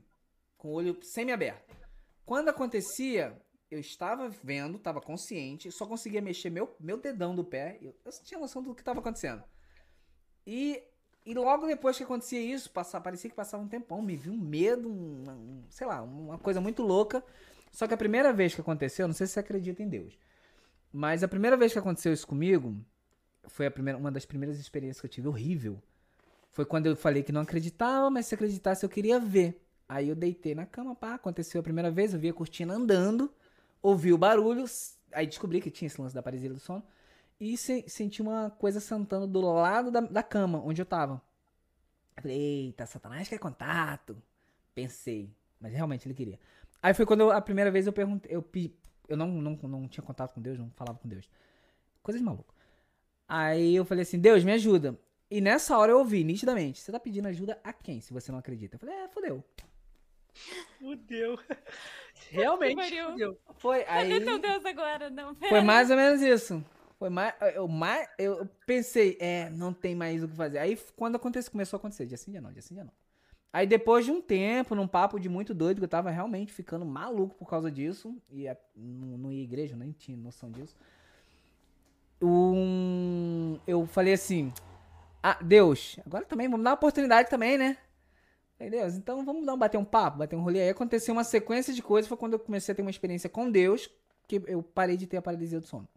[SPEAKER 2] com o olho semi-aberto. Quando acontecia, eu estava vendo, estava consciente, só conseguia mexer meu, meu dedão do pé. Eu, eu não tinha noção do que estava acontecendo. E, e logo depois que acontecia isso, passa- parecia que passava um tempão, me viu um medo, um, um- sei lá, uma coisa muito louca. Só que a primeira vez que aconteceu, não sei se você acredita em Deus, mas a primeira vez que aconteceu isso comigo, foi a primeira, uma das primeiras experiências que eu tive horrível. Foi quando eu falei que não acreditava, mas se acreditasse eu queria ver. Aí eu deitei na cama, pá, aconteceu a primeira vez, eu vi a cortina andando, ouvi o barulho, s- aí descobri que tinha esse lance da paralisia do sono, e se- senti uma coisa sentando do lado da, da cama, onde eu tava. Eu Falei, eita, Satanás quer contato. Pensei, mas realmente ele queria. Aí foi quando eu- a primeira vez eu perguntei, eu, pe- eu não, não, não tinha contato com Deus, não falava com Deus. Coisa de maluco. Aí eu falei assim, Deus, me ajuda. E nessa hora eu ouvi nitidamente, você tá pedindo ajuda a quem, se você não acredita? Eu falei, é, fodeu.
[SPEAKER 1] Fudeu. Realmente,
[SPEAKER 3] pariu.
[SPEAKER 1] fudeu.
[SPEAKER 2] Foi, aí...
[SPEAKER 3] Cadê teu Deus agora? Não, pera.
[SPEAKER 2] Foi mais ou menos isso. Foi mais, eu, mais, eu pensei, é, não tem mais o que fazer. Aí quando aconteceu, começou a acontecer, dia sim, dia não, dia sim, dia não. Aí depois de um tempo, num papo de muito doido, que eu tava realmente ficando maluco por causa disso, e a- não não ia à igreja, eu nem tinha noção disso. Um, eu falei assim, ah, Deus, agora também vamos dar uma oportunidade também, né? Falei, Deus, então vamos dar um, bater um papo, bater um rolê. Aí aconteceu uma sequência de coisas, foi quando eu comecei a ter uma experiência com Deus, que eu parei de ter a paralisia do sono.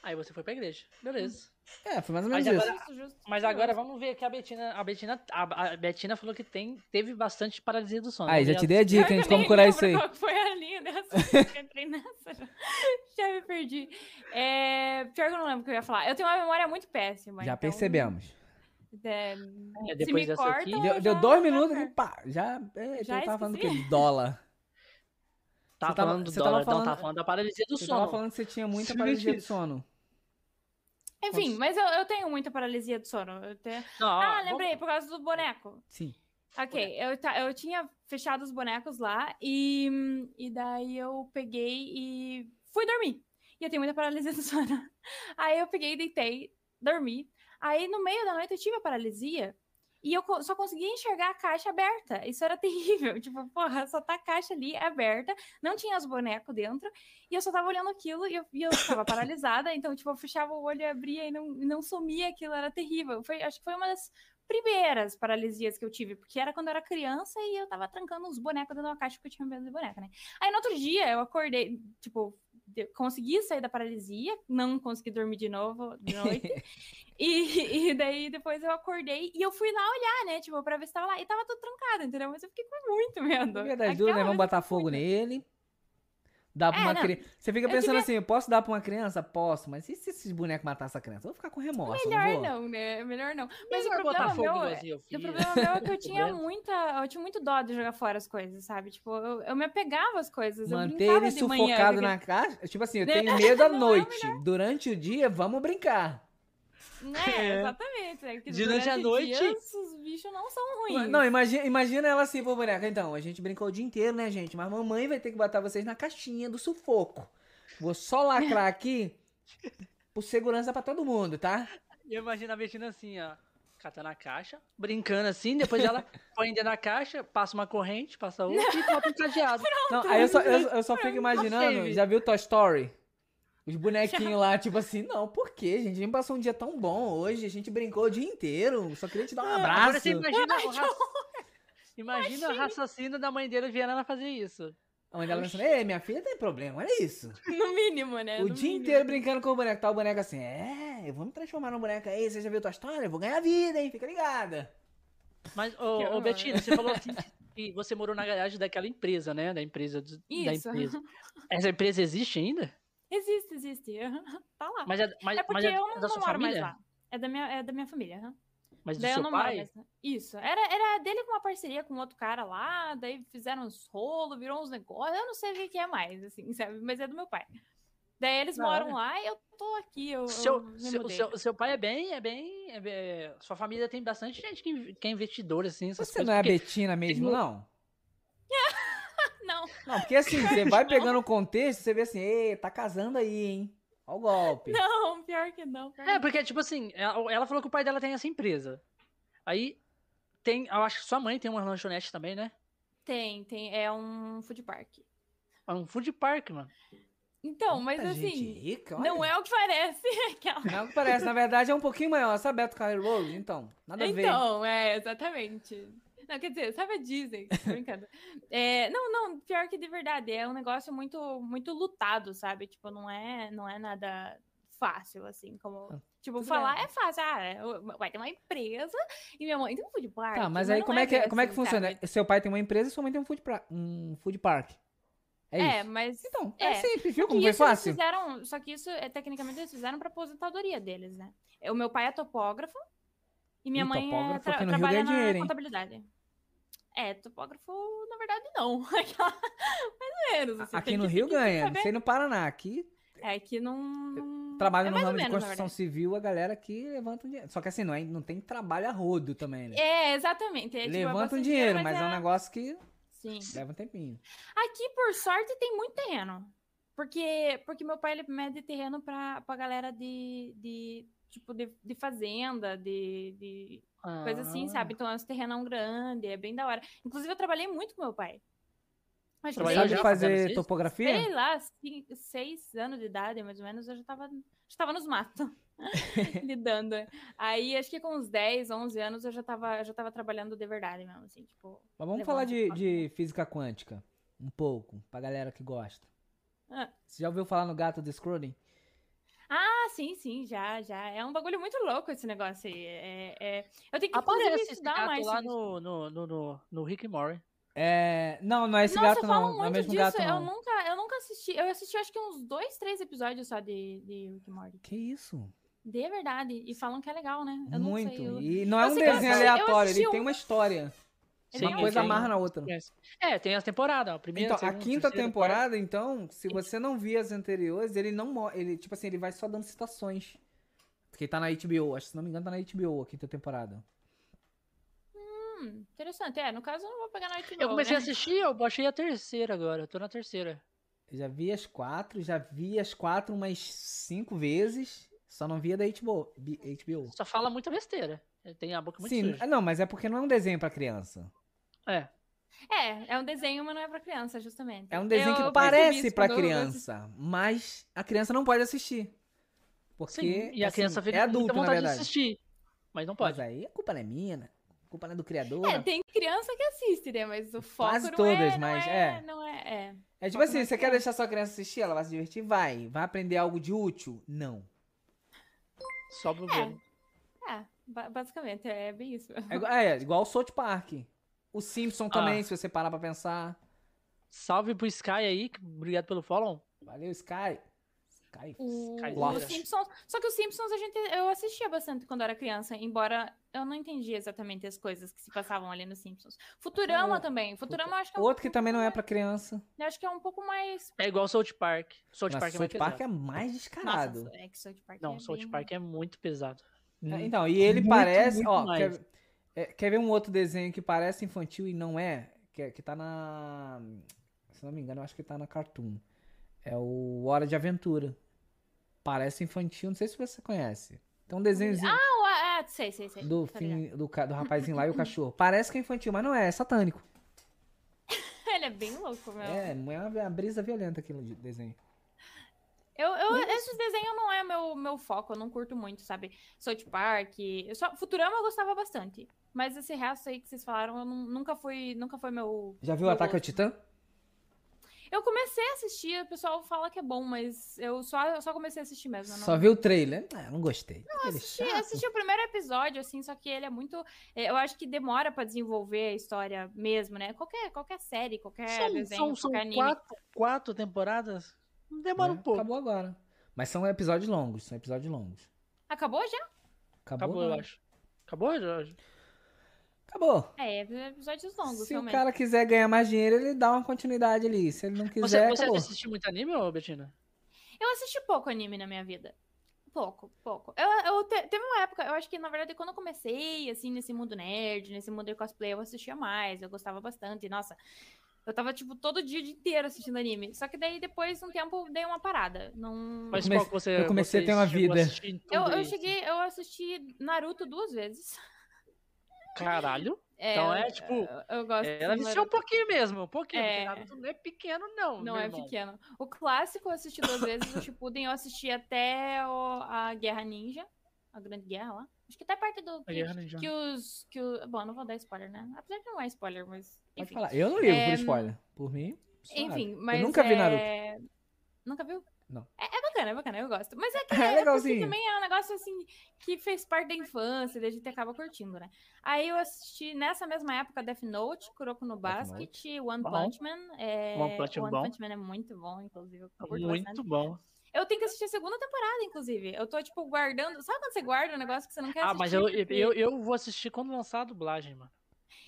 [SPEAKER 1] Aí você foi pra igreja. Beleza.
[SPEAKER 2] É, foi mais ou
[SPEAKER 1] Mas
[SPEAKER 2] menos isso.
[SPEAKER 1] agora-
[SPEAKER 3] Justo, justo.
[SPEAKER 1] Mas agora vamos ver que a Betina. A Betina, a, a Betina falou que tem, teve bastante paralisia do sono.
[SPEAKER 2] Aí, Ah, já
[SPEAKER 1] né?
[SPEAKER 2] te dei a dica, hein, de como
[SPEAKER 3] nem
[SPEAKER 2] curar
[SPEAKER 3] lembro
[SPEAKER 2] isso aí.
[SPEAKER 3] Qual que foi a linha dessa? que eu entrei nessa. já. Já me perdi. É, pior que eu não lembro o que eu ia falar. Eu tenho uma memória muito péssima.
[SPEAKER 2] Já
[SPEAKER 3] então,
[SPEAKER 2] percebemos.
[SPEAKER 3] é,
[SPEAKER 1] É, depois
[SPEAKER 3] me
[SPEAKER 1] dessa
[SPEAKER 3] cortam,
[SPEAKER 1] aqui.
[SPEAKER 3] eu
[SPEAKER 2] Deu, deu
[SPEAKER 3] então já-
[SPEAKER 2] dois
[SPEAKER 3] já
[SPEAKER 2] minutos e
[SPEAKER 3] perco.
[SPEAKER 2] pá, já. É,
[SPEAKER 3] Já
[SPEAKER 2] eu tava falando
[SPEAKER 3] esqueci.
[SPEAKER 2] que dólar.
[SPEAKER 1] Tá
[SPEAKER 2] Você tava-
[SPEAKER 1] falando do
[SPEAKER 2] você tava
[SPEAKER 1] dólar, não,
[SPEAKER 2] falando-
[SPEAKER 1] tá falando da paralisia do
[SPEAKER 2] Você tava
[SPEAKER 1] sono.
[SPEAKER 2] falando que você tinha muita
[SPEAKER 1] Simplesmente
[SPEAKER 2] paralisia do
[SPEAKER 1] isso.
[SPEAKER 2] sono.
[SPEAKER 3] Enfim,
[SPEAKER 2] Nossa.
[SPEAKER 3] mas eu, eu tenho muita paralisia do sono. Eu tenho-
[SPEAKER 1] Não,
[SPEAKER 3] Ah,
[SPEAKER 1] vamos-
[SPEAKER 3] lembrei, por causa do boneco.
[SPEAKER 2] Sim.
[SPEAKER 3] Ok, eu, ta- eu tinha fechado os bonecos lá e, e daí eu peguei e fui dormir. E eu tenho muita paralisia do sono. Aí eu peguei, deitei, dormi. Aí no meio da noite eu tive a paralisia e eu co- só conseguia enxergar a caixa aberta. Isso era terrível. Tipo, porra, só tá a caixa ali aberta, não tinha os bonecos dentro e eu só tava olhando aquilo e eu, e eu tava paralisada. Então, tipo, eu fechava o olho e abria e não, e não sumia aquilo. Era terrível. Foi, acho que foi uma das primeiras paralisias que eu tive, porque era quando eu era criança e eu tava trancando uns bonecos dentro de uma caixa porque eu tinha medo de boneca, né? Aí no outro dia eu acordei, tipo, de- consegui sair da paralisia, não consegui dormir de novo de noite. e, e daí depois eu acordei e eu fui lá olhar, né? Tipo, pra ver se tava lá. E tava tudo trancado, entendeu? Mas eu fiquei com muito medo.
[SPEAKER 2] Dia das duas, né?
[SPEAKER 3] Aquela
[SPEAKER 2] Vamos botar
[SPEAKER 3] vez eu
[SPEAKER 2] fogo
[SPEAKER 3] fui, né?
[SPEAKER 2] nele. Dá pra
[SPEAKER 3] É,
[SPEAKER 2] uma
[SPEAKER 3] não.
[SPEAKER 2] criança. Você fica
[SPEAKER 3] Eu
[SPEAKER 2] pensando assim, eu posso dar pra uma criança? Posso, mas e se esses bonecos matar essa criança? Eu vou ficar com remorso. não
[SPEAKER 3] Melhor
[SPEAKER 2] vou?
[SPEAKER 3] não, né? Melhor não. Mas
[SPEAKER 1] Ninguém
[SPEAKER 3] o
[SPEAKER 1] vai
[SPEAKER 3] problema
[SPEAKER 1] botar fogo
[SPEAKER 3] meu
[SPEAKER 1] no
[SPEAKER 3] é-
[SPEAKER 1] Brasil,
[SPEAKER 3] E O
[SPEAKER 1] filho.
[SPEAKER 3] problema meu é que eu tinha
[SPEAKER 1] Problema.
[SPEAKER 3] muita. Eu tinha muito dó de jogar fora as coisas, sabe? Tipo, eu, eu me apegava às coisas.
[SPEAKER 2] Manter
[SPEAKER 3] eu brincava
[SPEAKER 2] ele
[SPEAKER 3] de manhã,
[SPEAKER 2] sufocado
[SPEAKER 3] porque-
[SPEAKER 2] na caixa. Tipo assim, eu
[SPEAKER 3] Né?
[SPEAKER 2] tenho medo à
[SPEAKER 3] Não é o
[SPEAKER 2] noite. Durante o dia, vamos brincar.
[SPEAKER 3] Né, exatamente. É que
[SPEAKER 1] Durante a
[SPEAKER 3] o
[SPEAKER 1] noite-
[SPEAKER 3] dia, os bichos não são ruins.
[SPEAKER 2] Não, imagina, imagina ela assim, pô, boneca. Então, a gente brincou o dia inteiro, né, gente? Mas mamãe vai ter que botar vocês na caixinha do sufoco. Vou só lacrar aqui por segurança pra todo mundo, tá?
[SPEAKER 1] Eu imagino a Betina assim, ó. Catando a caixa, brincando assim, depois ela põe dentro da caixa, passa uma corrente, passa outra e bota um cadeado.
[SPEAKER 2] Não, aí eu só, eu, eu só
[SPEAKER 1] Tá
[SPEAKER 2] fico imaginando,
[SPEAKER 1] save.
[SPEAKER 2] já viu Toy Story? Os bonequinhos lá, tipo assim, não, por quê, gente? A gente passou um dia tão bom hoje, a gente brincou o dia inteiro, só queria te dar um
[SPEAKER 1] Ah, Agora você
[SPEAKER 2] abraço.
[SPEAKER 1] imagina o raci- Imagina o raciocínio da mãe dele vendo ela fazer isso.
[SPEAKER 2] Onde ela pensando, assim, ei, minha filha tem problema, olha isso.
[SPEAKER 3] No mínimo, né?
[SPEAKER 2] O
[SPEAKER 3] no
[SPEAKER 2] dia
[SPEAKER 3] mínimo.
[SPEAKER 2] inteiro brincando com o boneco, tá o boneco assim, é, eu vou me transformar num boneco aí, você já viu tua história? Eu vou ganhar vida, hein, fica ligada.
[SPEAKER 1] Mas, ô, ô
[SPEAKER 3] horror.
[SPEAKER 1] Betina, você falou assim que você morou na garagem daquela empresa, né? Da empresa. do- Da
[SPEAKER 3] Isso.
[SPEAKER 1] empresa. Essa empresa existe ainda?
[SPEAKER 3] Existe, existe. aham, Tá lá.
[SPEAKER 1] Mas é, mas,
[SPEAKER 3] é porque
[SPEAKER 1] mas é
[SPEAKER 3] eu
[SPEAKER 1] da
[SPEAKER 3] não,
[SPEAKER 1] sua
[SPEAKER 3] moro mais
[SPEAKER 1] família?
[SPEAKER 3] lá. É da minha, é da minha família. aham.
[SPEAKER 1] Mas do
[SPEAKER 3] Daí eu
[SPEAKER 1] seu
[SPEAKER 3] não moro
[SPEAKER 1] pai?
[SPEAKER 3] mais lá. Isso. Era, era dele com uma parceria com outro cara lá, daí fizeram uns rolos, virou uns negócios. Eu não sei o que que é mais, assim, sabe? Mas é do meu pai. Daí eles
[SPEAKER 1] Da
[SPEAKER 3] moram
[SPEAKER 1] hora.
[SPEAKER 3] lá e eu tô aqui. Eu, eu
[SPEAKER 1] Seu,
[SPEAKER 3] me
[SPEAKER 1] seu,
[SPEAKER 3] mudei.
[SPEAKER 1] seu, seu pai é bem, é bem. é bem- é- sua família tem bastante gente que, inv- que é investidora, assim. Essas
[SPEAKER 2] Você
[SPEAKER 1] coisas,
[SPEAKER 2] não é a
[SPEAKER 1] porque-
[SPEAKER 2] Betina mesmo,
[SPEAKER 1] tem um-
[SPEAKER 2] não?
[SPEAKER 3] Não,
[SPEAKER 2] Não, porque assim, você vai pegando o contexto, você vê assim, ei, tá casando aí, hein? Ó o golpe.
[SPEAKER 3] não, pior que não. pior
[SPEAKER 1] É,
[SPEAKER 3] que
[SPEAKER 1] porque, tipo assim, ela ela falou que o pai dela tem essa empresa. Aí tem. Eu acho que sua mãe tem uma lanchonete também, né?
[SPEAKER 3] não. Tem, tem. É um food park.
[SPEAKER 1] É um food park, mano.
[SPEAKER 3] Então, mas
[SPEAKER 2] Muita gente
[SPEAKER 3] assim,
[SPEAKER 2] rica, olha.
[SPEAKER 3] não é o que parece. Aquela-
[SPEAKER 2] É o que parece, na verdade é um pouquinho maior. Sabe Beto Carreiro Road? Então, nada a ver.
[SPEAKER 3] Então, é, exatamente. Não, quer dizer, sabe a Disney? Tô brincando. É, não, não, pior que de verdade, é um negócio muito, muito lutado, sabe? Tipo, não é, não é nada fácil, assim, como... Tipo,
[SPEAKER 2] Ah, tudo
[SPEAKER 3] falar
[SPEAKER 2] bem.
[SPEAKER 3] é fácil. Ah, eu- vai ter uma empresa e minha mãe tem um food park.
[SPEAKER 2] Tá, mas
[SPEAKER 3] mas
[SPEAKER 2] aí
[SPEAKER 3] não
[SPEAKER 2] como é, que,
[SPEAKER 3] bem
[SPEAKER 2] como é que
[SPEAKER 3] assim,
[SPEAKER 2] funciona?
[SPEAKER 3] sabe?
[SPEAKER 2] Seu pai tem uma empresa e sua mãe tem um food, pra- um food park. É,
[SPEAKER 3] É,
[SPEAKER 2] isso.
[SPEAKER 3] mas...
[SPEAKER 2] Então, é,
[SPEAKER 3] é.
[SPEAKER 2] simples, viu
[SPEAKER 3] que
[SPEAKER 2] como foi
[SPEAKER 3] isso eles
[SPEAKER 2] fácil?
[SPEAKER 3] fizeram- só que isso, é, tecnicamente, eles fizeram pra aposentadoria deles, né? O meu pai é topógrafo e minha
[SPEAKER 2] Ih,
[SPEAKER 3] mãe é,
[SPEAKER 2] topógrafo
[SPEAKER 3] tra-
[SPEAKER 2] aqui no Rio
[SPEAKER 3] trabalha
[SPEAKER 2] ganha
[SPEAKER 3] na
[SPEAKER 2] dinheiro, hein?
[SPEAKER 3] contabilidade. É, topógrafo, na verdade, não. É Mais ou menos. assim,
[SPEAKER 2] Aqui
[SPEAKER 3] tem
[SPEAKER 2] no
[SPEAKER 3] que-
[SPEAKER 2] Rio
[SPEAKER 3] tem que
[SPEAKER 2] ganha, não
[SPEAKER 3] saber.
[SPEAKER 2] sei no Paraná. Aqui,
[SPEAKER 3] É que não... não-
[SPEAKER 2] trabalho
[SPEAKER 3] é
[SPEAKER 2] no
[SPEAKER 3] mais ou
[SPEAKER 2] ramo de
[SPEAKER 3] menos, na
[SPEAKER 2] construção civil, a galera aqui levanta um dinheiro. Só que assim, não, é, não tem trabalho a rodo também, né?
[SPEAKER 3] verdade. É, exatamente. é, tipo, é
[SPEAKER 2] levanta um
[SPEAKER 3] bastante
[SPEAKER 2] dinheiro, mas é... um
[SPEAKER 3] é-
[SPEAKER 2] negócio que
[SPEAKER 3] Sim.
[SPEAKER 2] leva um tempinho.
[SPEAKER 3] Aqui, por sorte, tem muito terreno. Porque, porque meu pai ele mede terreno pra, pra galera de, de tipo de, de fazenda, de, de coisa assim,
[SPEAKER 1] Ah.
[SPEAKER 3] sabe? Então é um terrenão grande, é bem da hora. Inclusive, eu trabalhei muito com meu pai. Acho que
[SPEAKER 1] Trabalhou
[SPEAKER 3] desde-
[SPEAKER 2] Sabe
[SPEAKER 1] já fazendo
[SPEAKER 2] fazer
[SPEAKER 1] isso?
[SPEAKER 2] topografia?
[SPEAKER 3] sei lá, cin- seis anos de idade, mais ou menos, eu já tava, já tava nos matos. lidando. Aí, acho que com uns 10, 11 anos, eu já tava, já tava trabalhando de verdade mesmo, assim, tipo...
[SPEAKER 2] Mas vamos
[SPEAKER 3] Levanta
[SPEAKER 2] falar de,
[SPEAKER 3] e sobe.
[SPEAKER 2] de física quântica. Um pouco, pra galera que gosta.
[SPEAKER 3] Ah.
[SPEAKER 2] Você já ouviu falar no gato do Scrooge?
[SPEAKER 3] Ah, sim, sim, já, já. É um bagulho muito louco esse negócio aí. É, é- Eu tenho que inclusive,
[SPEAKER 1] Aparece esse
[SPEAKER 3] estudar
[SPEAKER 1] gato
[SPEAKER 3] mais.
[SPEAKER 1] lá
[SPEAKER 3] sobre isso.
[SPEAKER 1] no, no, no, no, no Rick and Morty.
[SPEAKER 2] É. Não, não é esse
[SPEAKER 3] Nossa,
[SPEAKER 2] gato, não. Não
[SPEAKER 3] falam
[SPEAKER 2] é o
[SPEAKER 3] muito
[SPEAKER 2] mesmo
[SPEAKER 3] disso.
[SPEAKER 2] gato,
[SPEAKER 3] eu,
[SPEAKER 2] não.
[SPEAKER 3] nunca, eu nunca assisti. Eu assisti acho que uns dois, três episódios só de, de Rick and Morty.
[SPEAKER 2] Que isso?
[SPEAKER 3] De verdade. E falam que é legal, né? Eu
[SPEAKER 2] Muito.
[SPEAKER 3] Não sei, eu-
[SPEAKER 2] E não é
[SPEAKER 3] Eu
[SPEAKER 2] um
[SPEAKER 3] sei que eu
[SPEAKER 2] desenho
[SPEAKER 3] assisti- um eu
[SPEAKER 2] aleatório,
[SPEAKER 3] assisti
[SPEAKER 2] ele tem uma história.
[SPEAKER 3] Ele
[SPEAKER 1] Sim,
[SPEAKER 2] uma
[SPEAKER 3] é
[SPEAKER 2] coisa
[SPEAKER 1] tem.
[SPEAKER 3] legal.
[SPEAKER 2] amarra na outra.
[SPEAKER 1] É, tem as temporadas, a primeira,
[SPEAKER 2] Então, a
[SPEAKER 1] segunda,
[SPEAKER 2] quinta
[SPEAKER 1] terceira,
[SPEAKER 2] temporada, então, se
[SPEAKER 1] Sim.
[SPEAKER 2] você não via as anteriores, ele não mo- ele Tipo assim, ele vai só dando citações. Porque tá na HBO, acho que se não me engano, tá na HBO a quinta temporada.
[SPEAKER 3] Hum, interessante. É, no caso eu não vou pegar na HBO,
[SPEAKER 1] quarta. Eu comecei a
[SPEAKER 3] né?
[SPEAKER 1] assistir, eu baixei a terceira agora, eu tô na terceira.
[SPEAKER 2] Eu já vi as quatro, já vi as quatro umas cinco vezes, só não via da HBO. B- HBO.
[SPEAKER 1] Só fala muita besteira. eh, Tem a boca É muito
[SPEAKER 2] Sim,
[SPEAKER 1] suja.
[SPEAKER 2] não, mas é porque não é um desenho pra criança.
[SPEAKER 1] É.
[SPEAKER 3] É, é um desenho, mas não é pra criança, justamente.
[SPEAKER 2] É um desenho
[SPEAKER 3] Eu-
[SPEAKER 2] que
[SPEAKER 3] eu percebi
[SPEAKER 2] parece
[SPEAKER 3] isso
[SPEAKER 2] pra
[SPEAKER 3] quando eu- eu assisti.
[SPEAKER 2] criança, mas a criança não pode assistir. Porque
[SPEAKER 1] Sim, e a
[SPEAKER 2] assim,
[SPEAKER 1] criança fica
[SPEAKER 2] é
[SPEAKER 1] com muita
[SPEAKER 2] adulto, na
[SPEAKER 1] vontade de
[SPEAKER 2] verdade.
[SPEAKER 1] assistir. Mas não pode.
[SPEAKER 2] Mas aí a culpa não é minha, né? A culpa não é do criador.
[SPEAKER 3] É, tem criança que assiste, né? Mas o foco
[SPEAKER 2] Quase
[SPEAKER 3] não
[SPEAKER 2] todas,
[SPEAKER 3] é, não
[SPEAKER 2] mas é.
[SPEAKER 3] Não é, é.
[SPEAKER 2] É tipo
[SPEAKER 3] Foca
[SPEAKER 2] assim,
[SPEAKER 3] na
[SPEAKER 2] você quer
[SPEAKER 3] criança.
[SPEAKER 2] deixar sua criança assistir? Ela vai se divertir? Vai. Vai aprender algo de útil? Não.
[SPEAKER 1] Só pro
[SPEAKER 3] É.
[SPEAKER 1] ver.
[SPEAKER 3] É, ba- basicamente, é bem isso.
[SPEAKER 2] É, igu- é, igual o South Park. O Simpson
[SPEAKER 1] Ah.
[SPEAKER 2] também, se você parar pra pensar.
[SPEAKER 1] Salve pro Sky aí, que- obrigado pelo follow.
[SPEAKER 2] Valeu, Sky. Sky.
[SPEAKER 3] O,
[SPEAKER 1] Skylar.
[SPEAKER 3] os Simpsons. Só que os Simpsons a gente, eu assistia bastante quando era criança, embora eu não entendia exatamente as coisas que se passavam ali nos Simpsons. Futurama
[SPEAKER 2] É,
[SPEAKER 3] também. Futurama eu acho que é um,
[SPEAKER 2] Outro que também não é pra criança.
[SPEAKER 3] eu acho que é um pouco mais.
[SPEAKER 1] É igual South Park. South
[SPEAKER 2] Nossa,
[SPEAKER 1] Park é
[SPEAKER 2] South
[SPEAKER 1] mais
[SPEAKER 2] Park
[SPEAKER 1] pesado.
[SPEAKER 2] é mais descarado.
[SPEAKER 3] Nossa, é que South Park
[SPEAKER 1] Não,
[SPEAKER 3] é
[SPEAKER 1] South
[SPEAKER 3] bem-
[SPEAKER 1] Park é muito pesado.
[SPEAKER 2] É,
[SPEAKER 1] Hum.
[SPEAKER 2] Então, e ele
[SPEAKER 1] Muito,
[SPEAKER 2] parece.
[SPEAKER 1] muito
[SPEAKER 2] ó,
[SPEAKER 1] mais.
[SPEAKER 2] quer, é, quer ver um outro desenho que parece infantil e não é? Que, que tá na. Se não me engano, eu acho que tá na Cartoon. É o Hora de Aventura. Parece infantil, não sei se você conhece. Tem um desenhozinho
[SPEAKER 3] Não, ah, ah, sei, sei, sei.
[SPEAKER 2] do,
[SPEAKER 3] Tá ligado.
[SPEAKER 2] fim, do, ca- do rapazinho lá e o cachorro. Parece que é infantil, mas não é, é satânico.
[SPEAKER 3] Ele é bem louco, meu.
[SPEAKER 2] É, é uma, uma brisa violenta aquilo de desenho.
[SPEAKER 3] Eu, eu, esses desenhos não é meu, meu foco, eu não curto muito, sabe? South Park, eu só, Futurama eu gostava bastante. Mas esse resto aí que vocês falaram, eu nu- nunca foi, nunca foi meu.
[SPEAKER 2] Já viu o
[SPEAKER 3] meu
[SPEAKER 2] Ataque ao
[SPEAKER 3] gosto.
[SPEAKER 2] Titã?
[SPEAKER 3] Eu comecei a assistir, o pessoal fala que é bom, mas eu só, eu só comecei a assistir mesmo. eu não-
[SPEAKER 2] Só viu o trailer? Ah, não gostei. Aquele
[SPEAKER 3] assisti,
[SPEAKER 2] chato.
[SPEAKER 3] assisti o primeiro episódio, assim, só que ele é muito. é, Eu acho que demora pra desenvolver a história mesmo, né? Qualquer, qualquer série, qualquer
[SPEAKER 1] são
[SPEAKER 3] É, desenho,
[SPEAKER 1] são, são
[SPEAKER 3] qualquer anime.
[SPEAKER 1] quatro, quatro temporadas? Demora
[SPEAKER 2] É,
[SPEAKER 1] um pouco.
[SPEAKER 2] Acabou agora. Mas são episódios longos, são episódios longos.
[SPEAKER 3] Acabou já?
[SPEAKER 2] Acabou, né?
[SPEAKER 1] Acabou, eu
[SPEAKER 2] não.
[SPEAKER 1] acho. Acabou, Jorge?
[SPEAKER 2] Acabou.
[SPEAKER 3] É, episódios longos,
[SPEAKER 2] Se
[SPEAKER 3] realmente.
[SPEAKER 2] o cara quiser ganhar mais dinheiro, ele dá uma continuidade ali. Se ele não
[SPEAKER 1] Você,
[SPEAKER 2] quiser,
[SPEAKER 1] você
[SPEAKER 2] acabou.
[SPEAKER 1] assistiu muito anime, ô, Betina?
[SPEAKER 3] Eu assisti pouco anime na minha vida. Pouco, pouco. Eu, eu te- teve uma época, eu acho que, na verdade, quando eu comecei, assim, nesse mundo nerd, nesse mundo de cosplay, eu assistia mais, eu gostava bastante. Nossa, eu tava, tipo, todo dia, o dia inteiro assistindo anime. Só que daí, depois, um tempo, dei uma parada. Não...
[SPEAKER 1] Mas
[SPEAKER 2] comecei-
[SPEAKER 1] qual que você
[SPEAKER 2] eu comecei a ter
[SPEAKER 1] vocês
[SPEAKER 2] uma
[SPEAKER 1] chegou
[SPEAKER 2] vida.
[SPEAKER 1] assistir em
[SPEAKER 3] Eu,
[SPEAKER 1] tudo
[SPEAKER 3] eu
[SPEAKER 1] aí?
[SPEAKER 3] cheguei, eu assisti Naruto duas vezes.
[SPEAKER 1] Caralho. Então
[SPEAKER 3] eu-
[SPEAKER 1] é, tipo,
[SPEAKER 3] Eu, eu gosto
[SPEAKER 1] Ela
[SPEAKER 3] de
[SPEAKER 1] viciou um
[SPEAKER 3] Naruto.
[SPEAKER 1] pouquinho mesmo, um pouquinho.
[SPEAKER 3] É.
[SPEAKER 1] Porque Naruto não é pequeno, não.
[SPEAKER 3] Não
[SPEAKER 1] meu
[SPEAKER 3] é
[SPEAKER 1] irmão.
[SPEAKER 3] pequeno. O clássico eu assisti duas vezes, o Shippuden eu assisti até o- a Guerra Ninja, a Grande Guerra lá. Acho que até parte do
[SPEAKER 1] A
[SPEAKER 3] que,
[SPEAKER 1] Guerra Ninja.
[SPEAKER 3] que os que o, bom, não vou dar spoiler, né? Apesar que não é spoiler, mas
[SPEAKER 2] Pode
[SPEAKER 3] enfim.
[SPEAKER 2] falar. Eu não ligo
[SPEAKER 3] É,
[SPEAKER 2] por spoiler. Por mim, suave.
[SPEAKER 3] Enfim, mas
[SPEAKER 2] nunca vi
[SPEAKER 3] é... Nunca viu?
[SPEAKER 2] Não.
[SPEAKER 3] É, é bacana, é bacana, eu gosto. Mas é que
[SPEAKER 2] É
[SPEAKER 3] é porque
[SPEAKER 2] legalzinho.
[SPEAKER 3] também é um negócio assim que fez parte da infância, daí a gente acaba curtindo, né? Aí eu assisti nessa mesma época Death Note, Kuroko no Basket, One
[SPEAKER 1] Bom.
[SPEAKER 3] Punch Man. É...
[SPEAKER 1] One Punch Man
[SPEAKER 3] One
[SPEAKER 1] bom.
[SPEAKER 3] Punch Man é muito bom, inclusive. Eu curto bastante.
[SPEAKER 1] Muito bom.
[SPEAKER 3] Eu tenho que assistir a segunda temporada, inclusive. Eu tô, tipo, guardando. Sabe quando você guarda um negócio que você não quer
[SPEAKER 1] Ah,
[SPEAKER 3] assistir?
[SPEAKER 1] mas eu, eu,
[SPEAKER 3] porque-
[SPEAKER 1] eu- eu vou assistir quando lançar a dublagem, mano.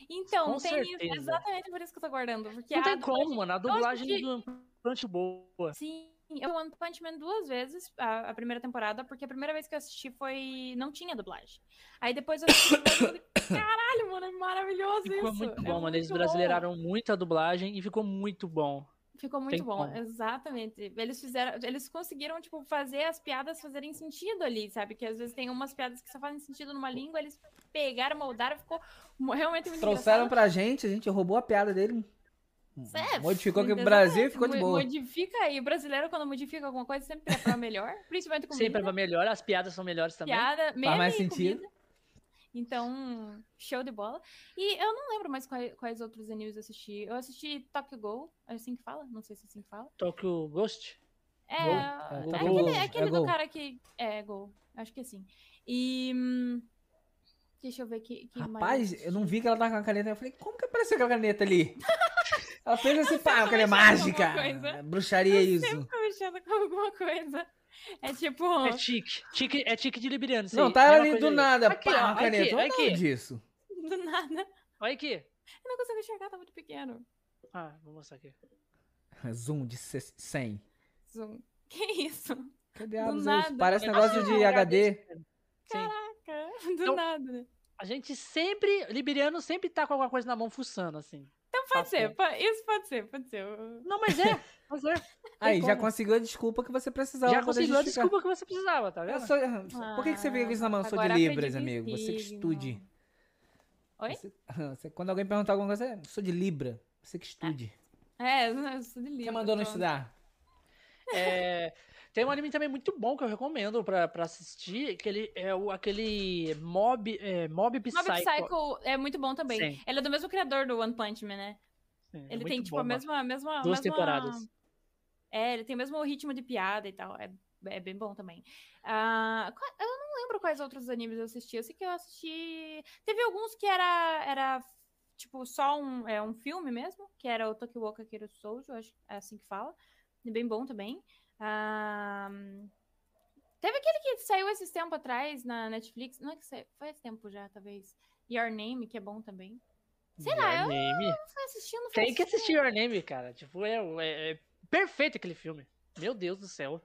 [SPEAKER 3] Então,
[SPEAKER 1] com
[SPEAKER 3] tem
[SPEAKER 1] certeza.
[SPEAKER 3] exatamente por isso que eu tô guardando. Porque
[SPEAKER 1] Não
[SPEAKER 3] a
[SPEAKER 1] tem
[SPEAKER 3] dublagem-
[SPEAKER 1] como, mano. A dublagei do Punch boa.
[SPEAKER 3] Sim, eu One Punch Man duas vezes, a, a primeira temporada, porque a primeira vez que eu assisti foi. não tinha dublagem. Aí depois eu assisti e falei, caralho, mano, é maravilhoso isso.
[SPEAKER 1] Ficou muito
[SPEAKER 3] é
[SPEAKER 1] bom, mano. Eles
[SPEAKER 3] muito bom."
[SPEAKER 1] brasileiraram muito a dublagem e ficou muito bom.
[SPEAKER 3] Ficou muito
[SPEAKER 1] Tem
[SPEAKER 3] bom,
[SPEAKER 1] como.
[SPEAKER 3] exatamente. Eles fizeram, eles conseguiram, tipo, fazer as piadas fazerem sentido ali, sabe? Que às vezes tem umas piadas que só fazem sentido numa língua, eles pegaram, moldaram, ficou mo- realmente muito
[SPEAKER 2] Trouxeram
[SPEAKER 3] é
[SPEAKER 2] pra
[SPEAKER 3] engraçado.
[SPEAKER 2] gente, a gente roubou a piada dele.
[SPEAKER 3] É,
[SPEAKER 2] modificou aqui pro
[SPEAKER 3] exatamente.
[SPEAKER 2] Brasil e ficou de
[SPEAKER 3] Mo-
[SPEAKER 2] boa.
[SPEAKER 3] Modifica aí. O brasileiro, quando modifica alguma coisa, sempre é pra melhor, principalmente com
[SPEAKER 1] Sempre vai melhor, as piadas são melhores também.
[SPEAKER 3] piada, meme
[SPEAKER 2] mais
[SPEAKER 3] e
[SPEAKER 2] sentido.
[SPEAKER 3] comida. Então, show de bola. E eu não lembro mais quais, quais outros animes eu assisti. Eu assisti Tokyo Ghoul, é assim que fala? Não sei se é assim que fala.
[SPEAKER 1] Tokyo Ghost.
[SPEAKER 3] É,
[SPEAKER 1] Ghoul?
[SPEAKER 3] é
[SPEAKER 1] Tokyo
[SPEAKER 3] aquele,
[SPEAKER 2] Ghoul,
[SPEAKER 3] é
[SPEAKER 2] é
[SPEAKER 3] aquele do
[SPEAKER 2] Ghoul.
[SPEAKER 3] cara que... É, Gol. Acho que é assim. E... hum, deixa eu ver que, que mais
[SPEAKER 2] Rapaz,
[SPEAKER 3] assisti.
[SPEAKER 2] eu não vi que ela tava com a caneta. Eu falei, como que apareceu aquela caneta ali? ela fez assim, pá, aquela é
[SPEAKER 3] mexendo com
[SPEAKER 2] mágica.
[SPEAKER 3] alguma coisa.
[SPEAKER 2] Bruxaria isso.
[SPEAKER 3] Tô mexendo com alguma coisa. É tipo...
[SPEAKER 1] É tique. tique. É tique de Liberiano. isso
[SPEAKER 2] Não,
[SPEAKER 1] aí.
[SPEAKER 2] tá
[SPEAKER 3] é
[SPEAKER 2] ela
[SPEAKER 1] Mesma
[SPEAKER 2] ali
[SPEAKER 1] coisa
[SPEAKER 2] do
[SPEAKER 1] aí.
[SPEAKER 2] nada,
[SPEAKER 1] Aqui, ó,
[SPEAKER 2] pá, uma
[SPEAKER 1] olha aqui,
[SPEAKER 2] caneta.
[SPEAKER 1] olha
[SPEAKER 2] Olha
[SPEAKER 1] aqui.
[SPEAKER 2] é disso.
[SPEAKER 3] Do nada. Eu
[SPEAKER 1] Olha aqui.
[SPEAKER 3] não consigo enxergar, tá muito pequeno.
[SPEAKER 1] Ah, vou mostrar aqui.
[SPEAKER 2] Zoom de 100.
[SPEAKER 3] Zoom. Que isso?
[SPEAKER 2] Que diabos é
[SPEAKER 3] nada.
[SPEAKER 2] isso? Parece negócio de HD.
[SPEAKER 1] Sim.
[SPEAKER 3] Cara, Do
[SPEAKER 1] Então-
[SPEAKER 3] nada. né?
[SPEAKER 1] A gente sempre. Liberiano sempre tá com alguma coisa na mão fuçando, assim.
[SPEAKER 3] Então
[SPEAKER 1] Tá
[SPEAKER 3] pode ser,
[SPEAKER 1] bom.
[SPEAKER 3] po- isso pode ser, pode ser. Eu-
[SPEAKER 1] Não, mas é. Mas é.
[SPEAKER 2] Aí,
[SPEAKER 1] Tem
[SPEAKER 2] já
[SPEAKER 1] como.
[SPEAKER 2] conseguiu a desculpa que você precisava.
[SPEAKER 1] Já
[SPEAKER 2] pra poder
[SPEAKER 1] conseguiu a
[SPEAKER 2] justificar.
[SPEAKER 1] desculpa que você precisava, tá
[SPEAKER 2] Eu
[SPEAKER 1] vendo?
[SPEAKER 2] sou- Por que, que você veio com isso na mão? Eu sou de
[SPEAKER 3] Ah, Agora
[SPEAKER 2] Libras,
[SPEAKER 3] aprendi
[SPEAKER 2] amigo. Você que
[SPEAKER 3] signo.
[SPEAKER 2] estude.
[SPEAKER 3] Oi?
[SPEAKER 2] Você- você- Quando alguém perguntar alguma coisa, eu sou de Libra. Você que estude.
[SPEAKER 3] É, eu eu sou de livro.
[SPEAKER 2] Quem mandou não
[SPEAKER 3] pronto.
[SPEAKER 2] estudar?
[SPEAKER 1] É, tem um anime também muito bom que eu recomendo pra, pra assistir, que ele é o, aquele Mob, é, Mob Psycho.
[SPEAKER 3] Mob Psycho é muito bom também.
[SPEAKER 1] Sim.
[SPEAKER 3] Ele é do mesmo criador do One Punch Man, né?
[SPEAKER 1] É, é
[SPEAKER 3] Ele
[SPEAKER 1] muito
[SPEAKER 3] tem, tipo,
[SPEAKER 1] bom,
[SPEAKER 3] a
[SPEAKER 1] mano.
[SPEAKER 3] mesma, mesma.
[SPEAKER 1] Duas
[SPEAKER 3] mesma-
[SPEAKER 1] temporadas.
[SPEAKER 3] É, ele tem o mesmo ritmo de piada e tal. É, é bem bom também. Ah, qua- eu não lembro quais outros animes eu assisti. Eu sei que eu assisti. Teve alguns que era. era tipo, só um, é, um filme mesmo, que era o Tokiwoka Kiro Soujo, acho que é assim que fala. Bem bom também. Ah, teve aquele que saiu esses tempo atrás na Netflix. Não é que saiu, foi esse tempo já, talvez. Your Name, que é bom também. Será?
[SPEAKER 1] Your
[SPEAKER 3] Eu
[SPEAKER 1] Name.
[SPEAKER 3] não fui assistindo. Não fui
[SPEAKER 1] Tem que
[SPEAKER 3] assistindo.
[SPEAKER 1] assistir Your Name, cara. Tipo, é, é- é perfeito aquele filme. Meu Deus do céu.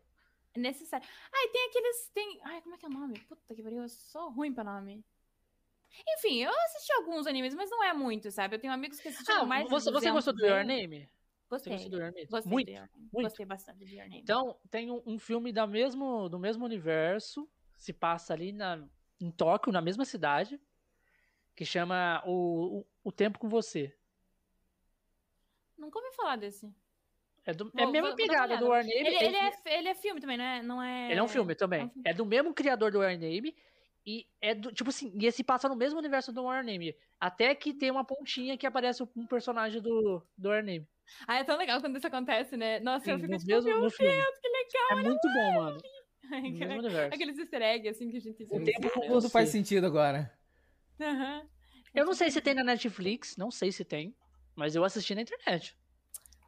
[SPEAKER 3] É necessário. Ai, tem aqueles. Tem... Ai, como é que é o nome? Puta que pariu, eu sou ruim pra nome. Enfim, eu assisti alguns animes, mas não é muito, sabe? Eu tenho amigos que assistiram
[SPEAKER 1] Ah,
[SPEAKER 3] mais. de
[SPEAKER 1] você, você
[SPEAKER 3] 200
[SPEAKER 1] gostou do Your
[SPEAKER 3] anos.
[SPEAKER 1] Name? Você
[SPEAKER 3] é um Gostei.
[SPEAKER 1] gostou do Your Name?
[SPEAKER 3] Gostei
[SPEAKER 1] Muito.
[SPEAKER 3] do Your Name.
[SPEAKER 1] muito.
[SPEAKER 3] Gostei bastante do Your Name.
[SPEAKER 1] Então, tem um, um filme da mesmo, do mesmo universo, se passa ali na, em Tóquio, na mesma cidade, que chama o, o, O Tempo com Você.
[SPEAKER 3] Nunca ouvi falar desse.
[SPEAKER 1] É, do, é
[SPEAKER 3] Vou-
[SPEAKER 1] a mesma
[SPEAKER 3] vou- vou dar uma
[SPEAKER 1] pegada do Your Name.
[SPEAKER 3] Ele,
[SPEAKER 1] tem- um
[SPEAKER 3] ele é, fi- ele é filme também, não é? Não é...
[SPEAKER 1] ele é um filme também.
[SPEAKER 3] é um
[SPEAKER 1] É,
[SPEAKER 3] filme.
[SPEAKER 1] do mesmo criador do Your Name. E é do, tipo assim, e esse passa no mesmo universo do Your Name. Até que tem uma pontinha que aparece um personagem do, do Your Name.
[SPEAKER 3] Ah, é tão legal quando isso acontece, né? Nossa, eu
[SPEAKER 1] Sim,
[SPEAKER 3] fico
[SPEAKER 1] no
[SPEAKER 3] tipo,
[SPEAKER 1] mesmo-
[SPEAKER 3] meu
[SPEAKER 1] no filme.
[SPEAKER 3] Deus, que legal!
[SPEAKER 1] É muito bom, mano. No
[SPEAKER 3] Que
[SPEAKER 1] mesmo
[SPEAKER 3] legal.
[SPEAKER 1] universo.
[SPEAKER 3] Aqueles easter egg, assim, que a gente...
[SPEAKER 1] O tempo com
[SPEAKER 2] Tudo
[SPEAKER 1] você.
[SPEAKER 2] faz sentido agora.
[SPEAKER 3] Aham.
[SPEAKER 1] Eu não sei se tem na Netflix, não sei se tem, mas eu assisti na internet.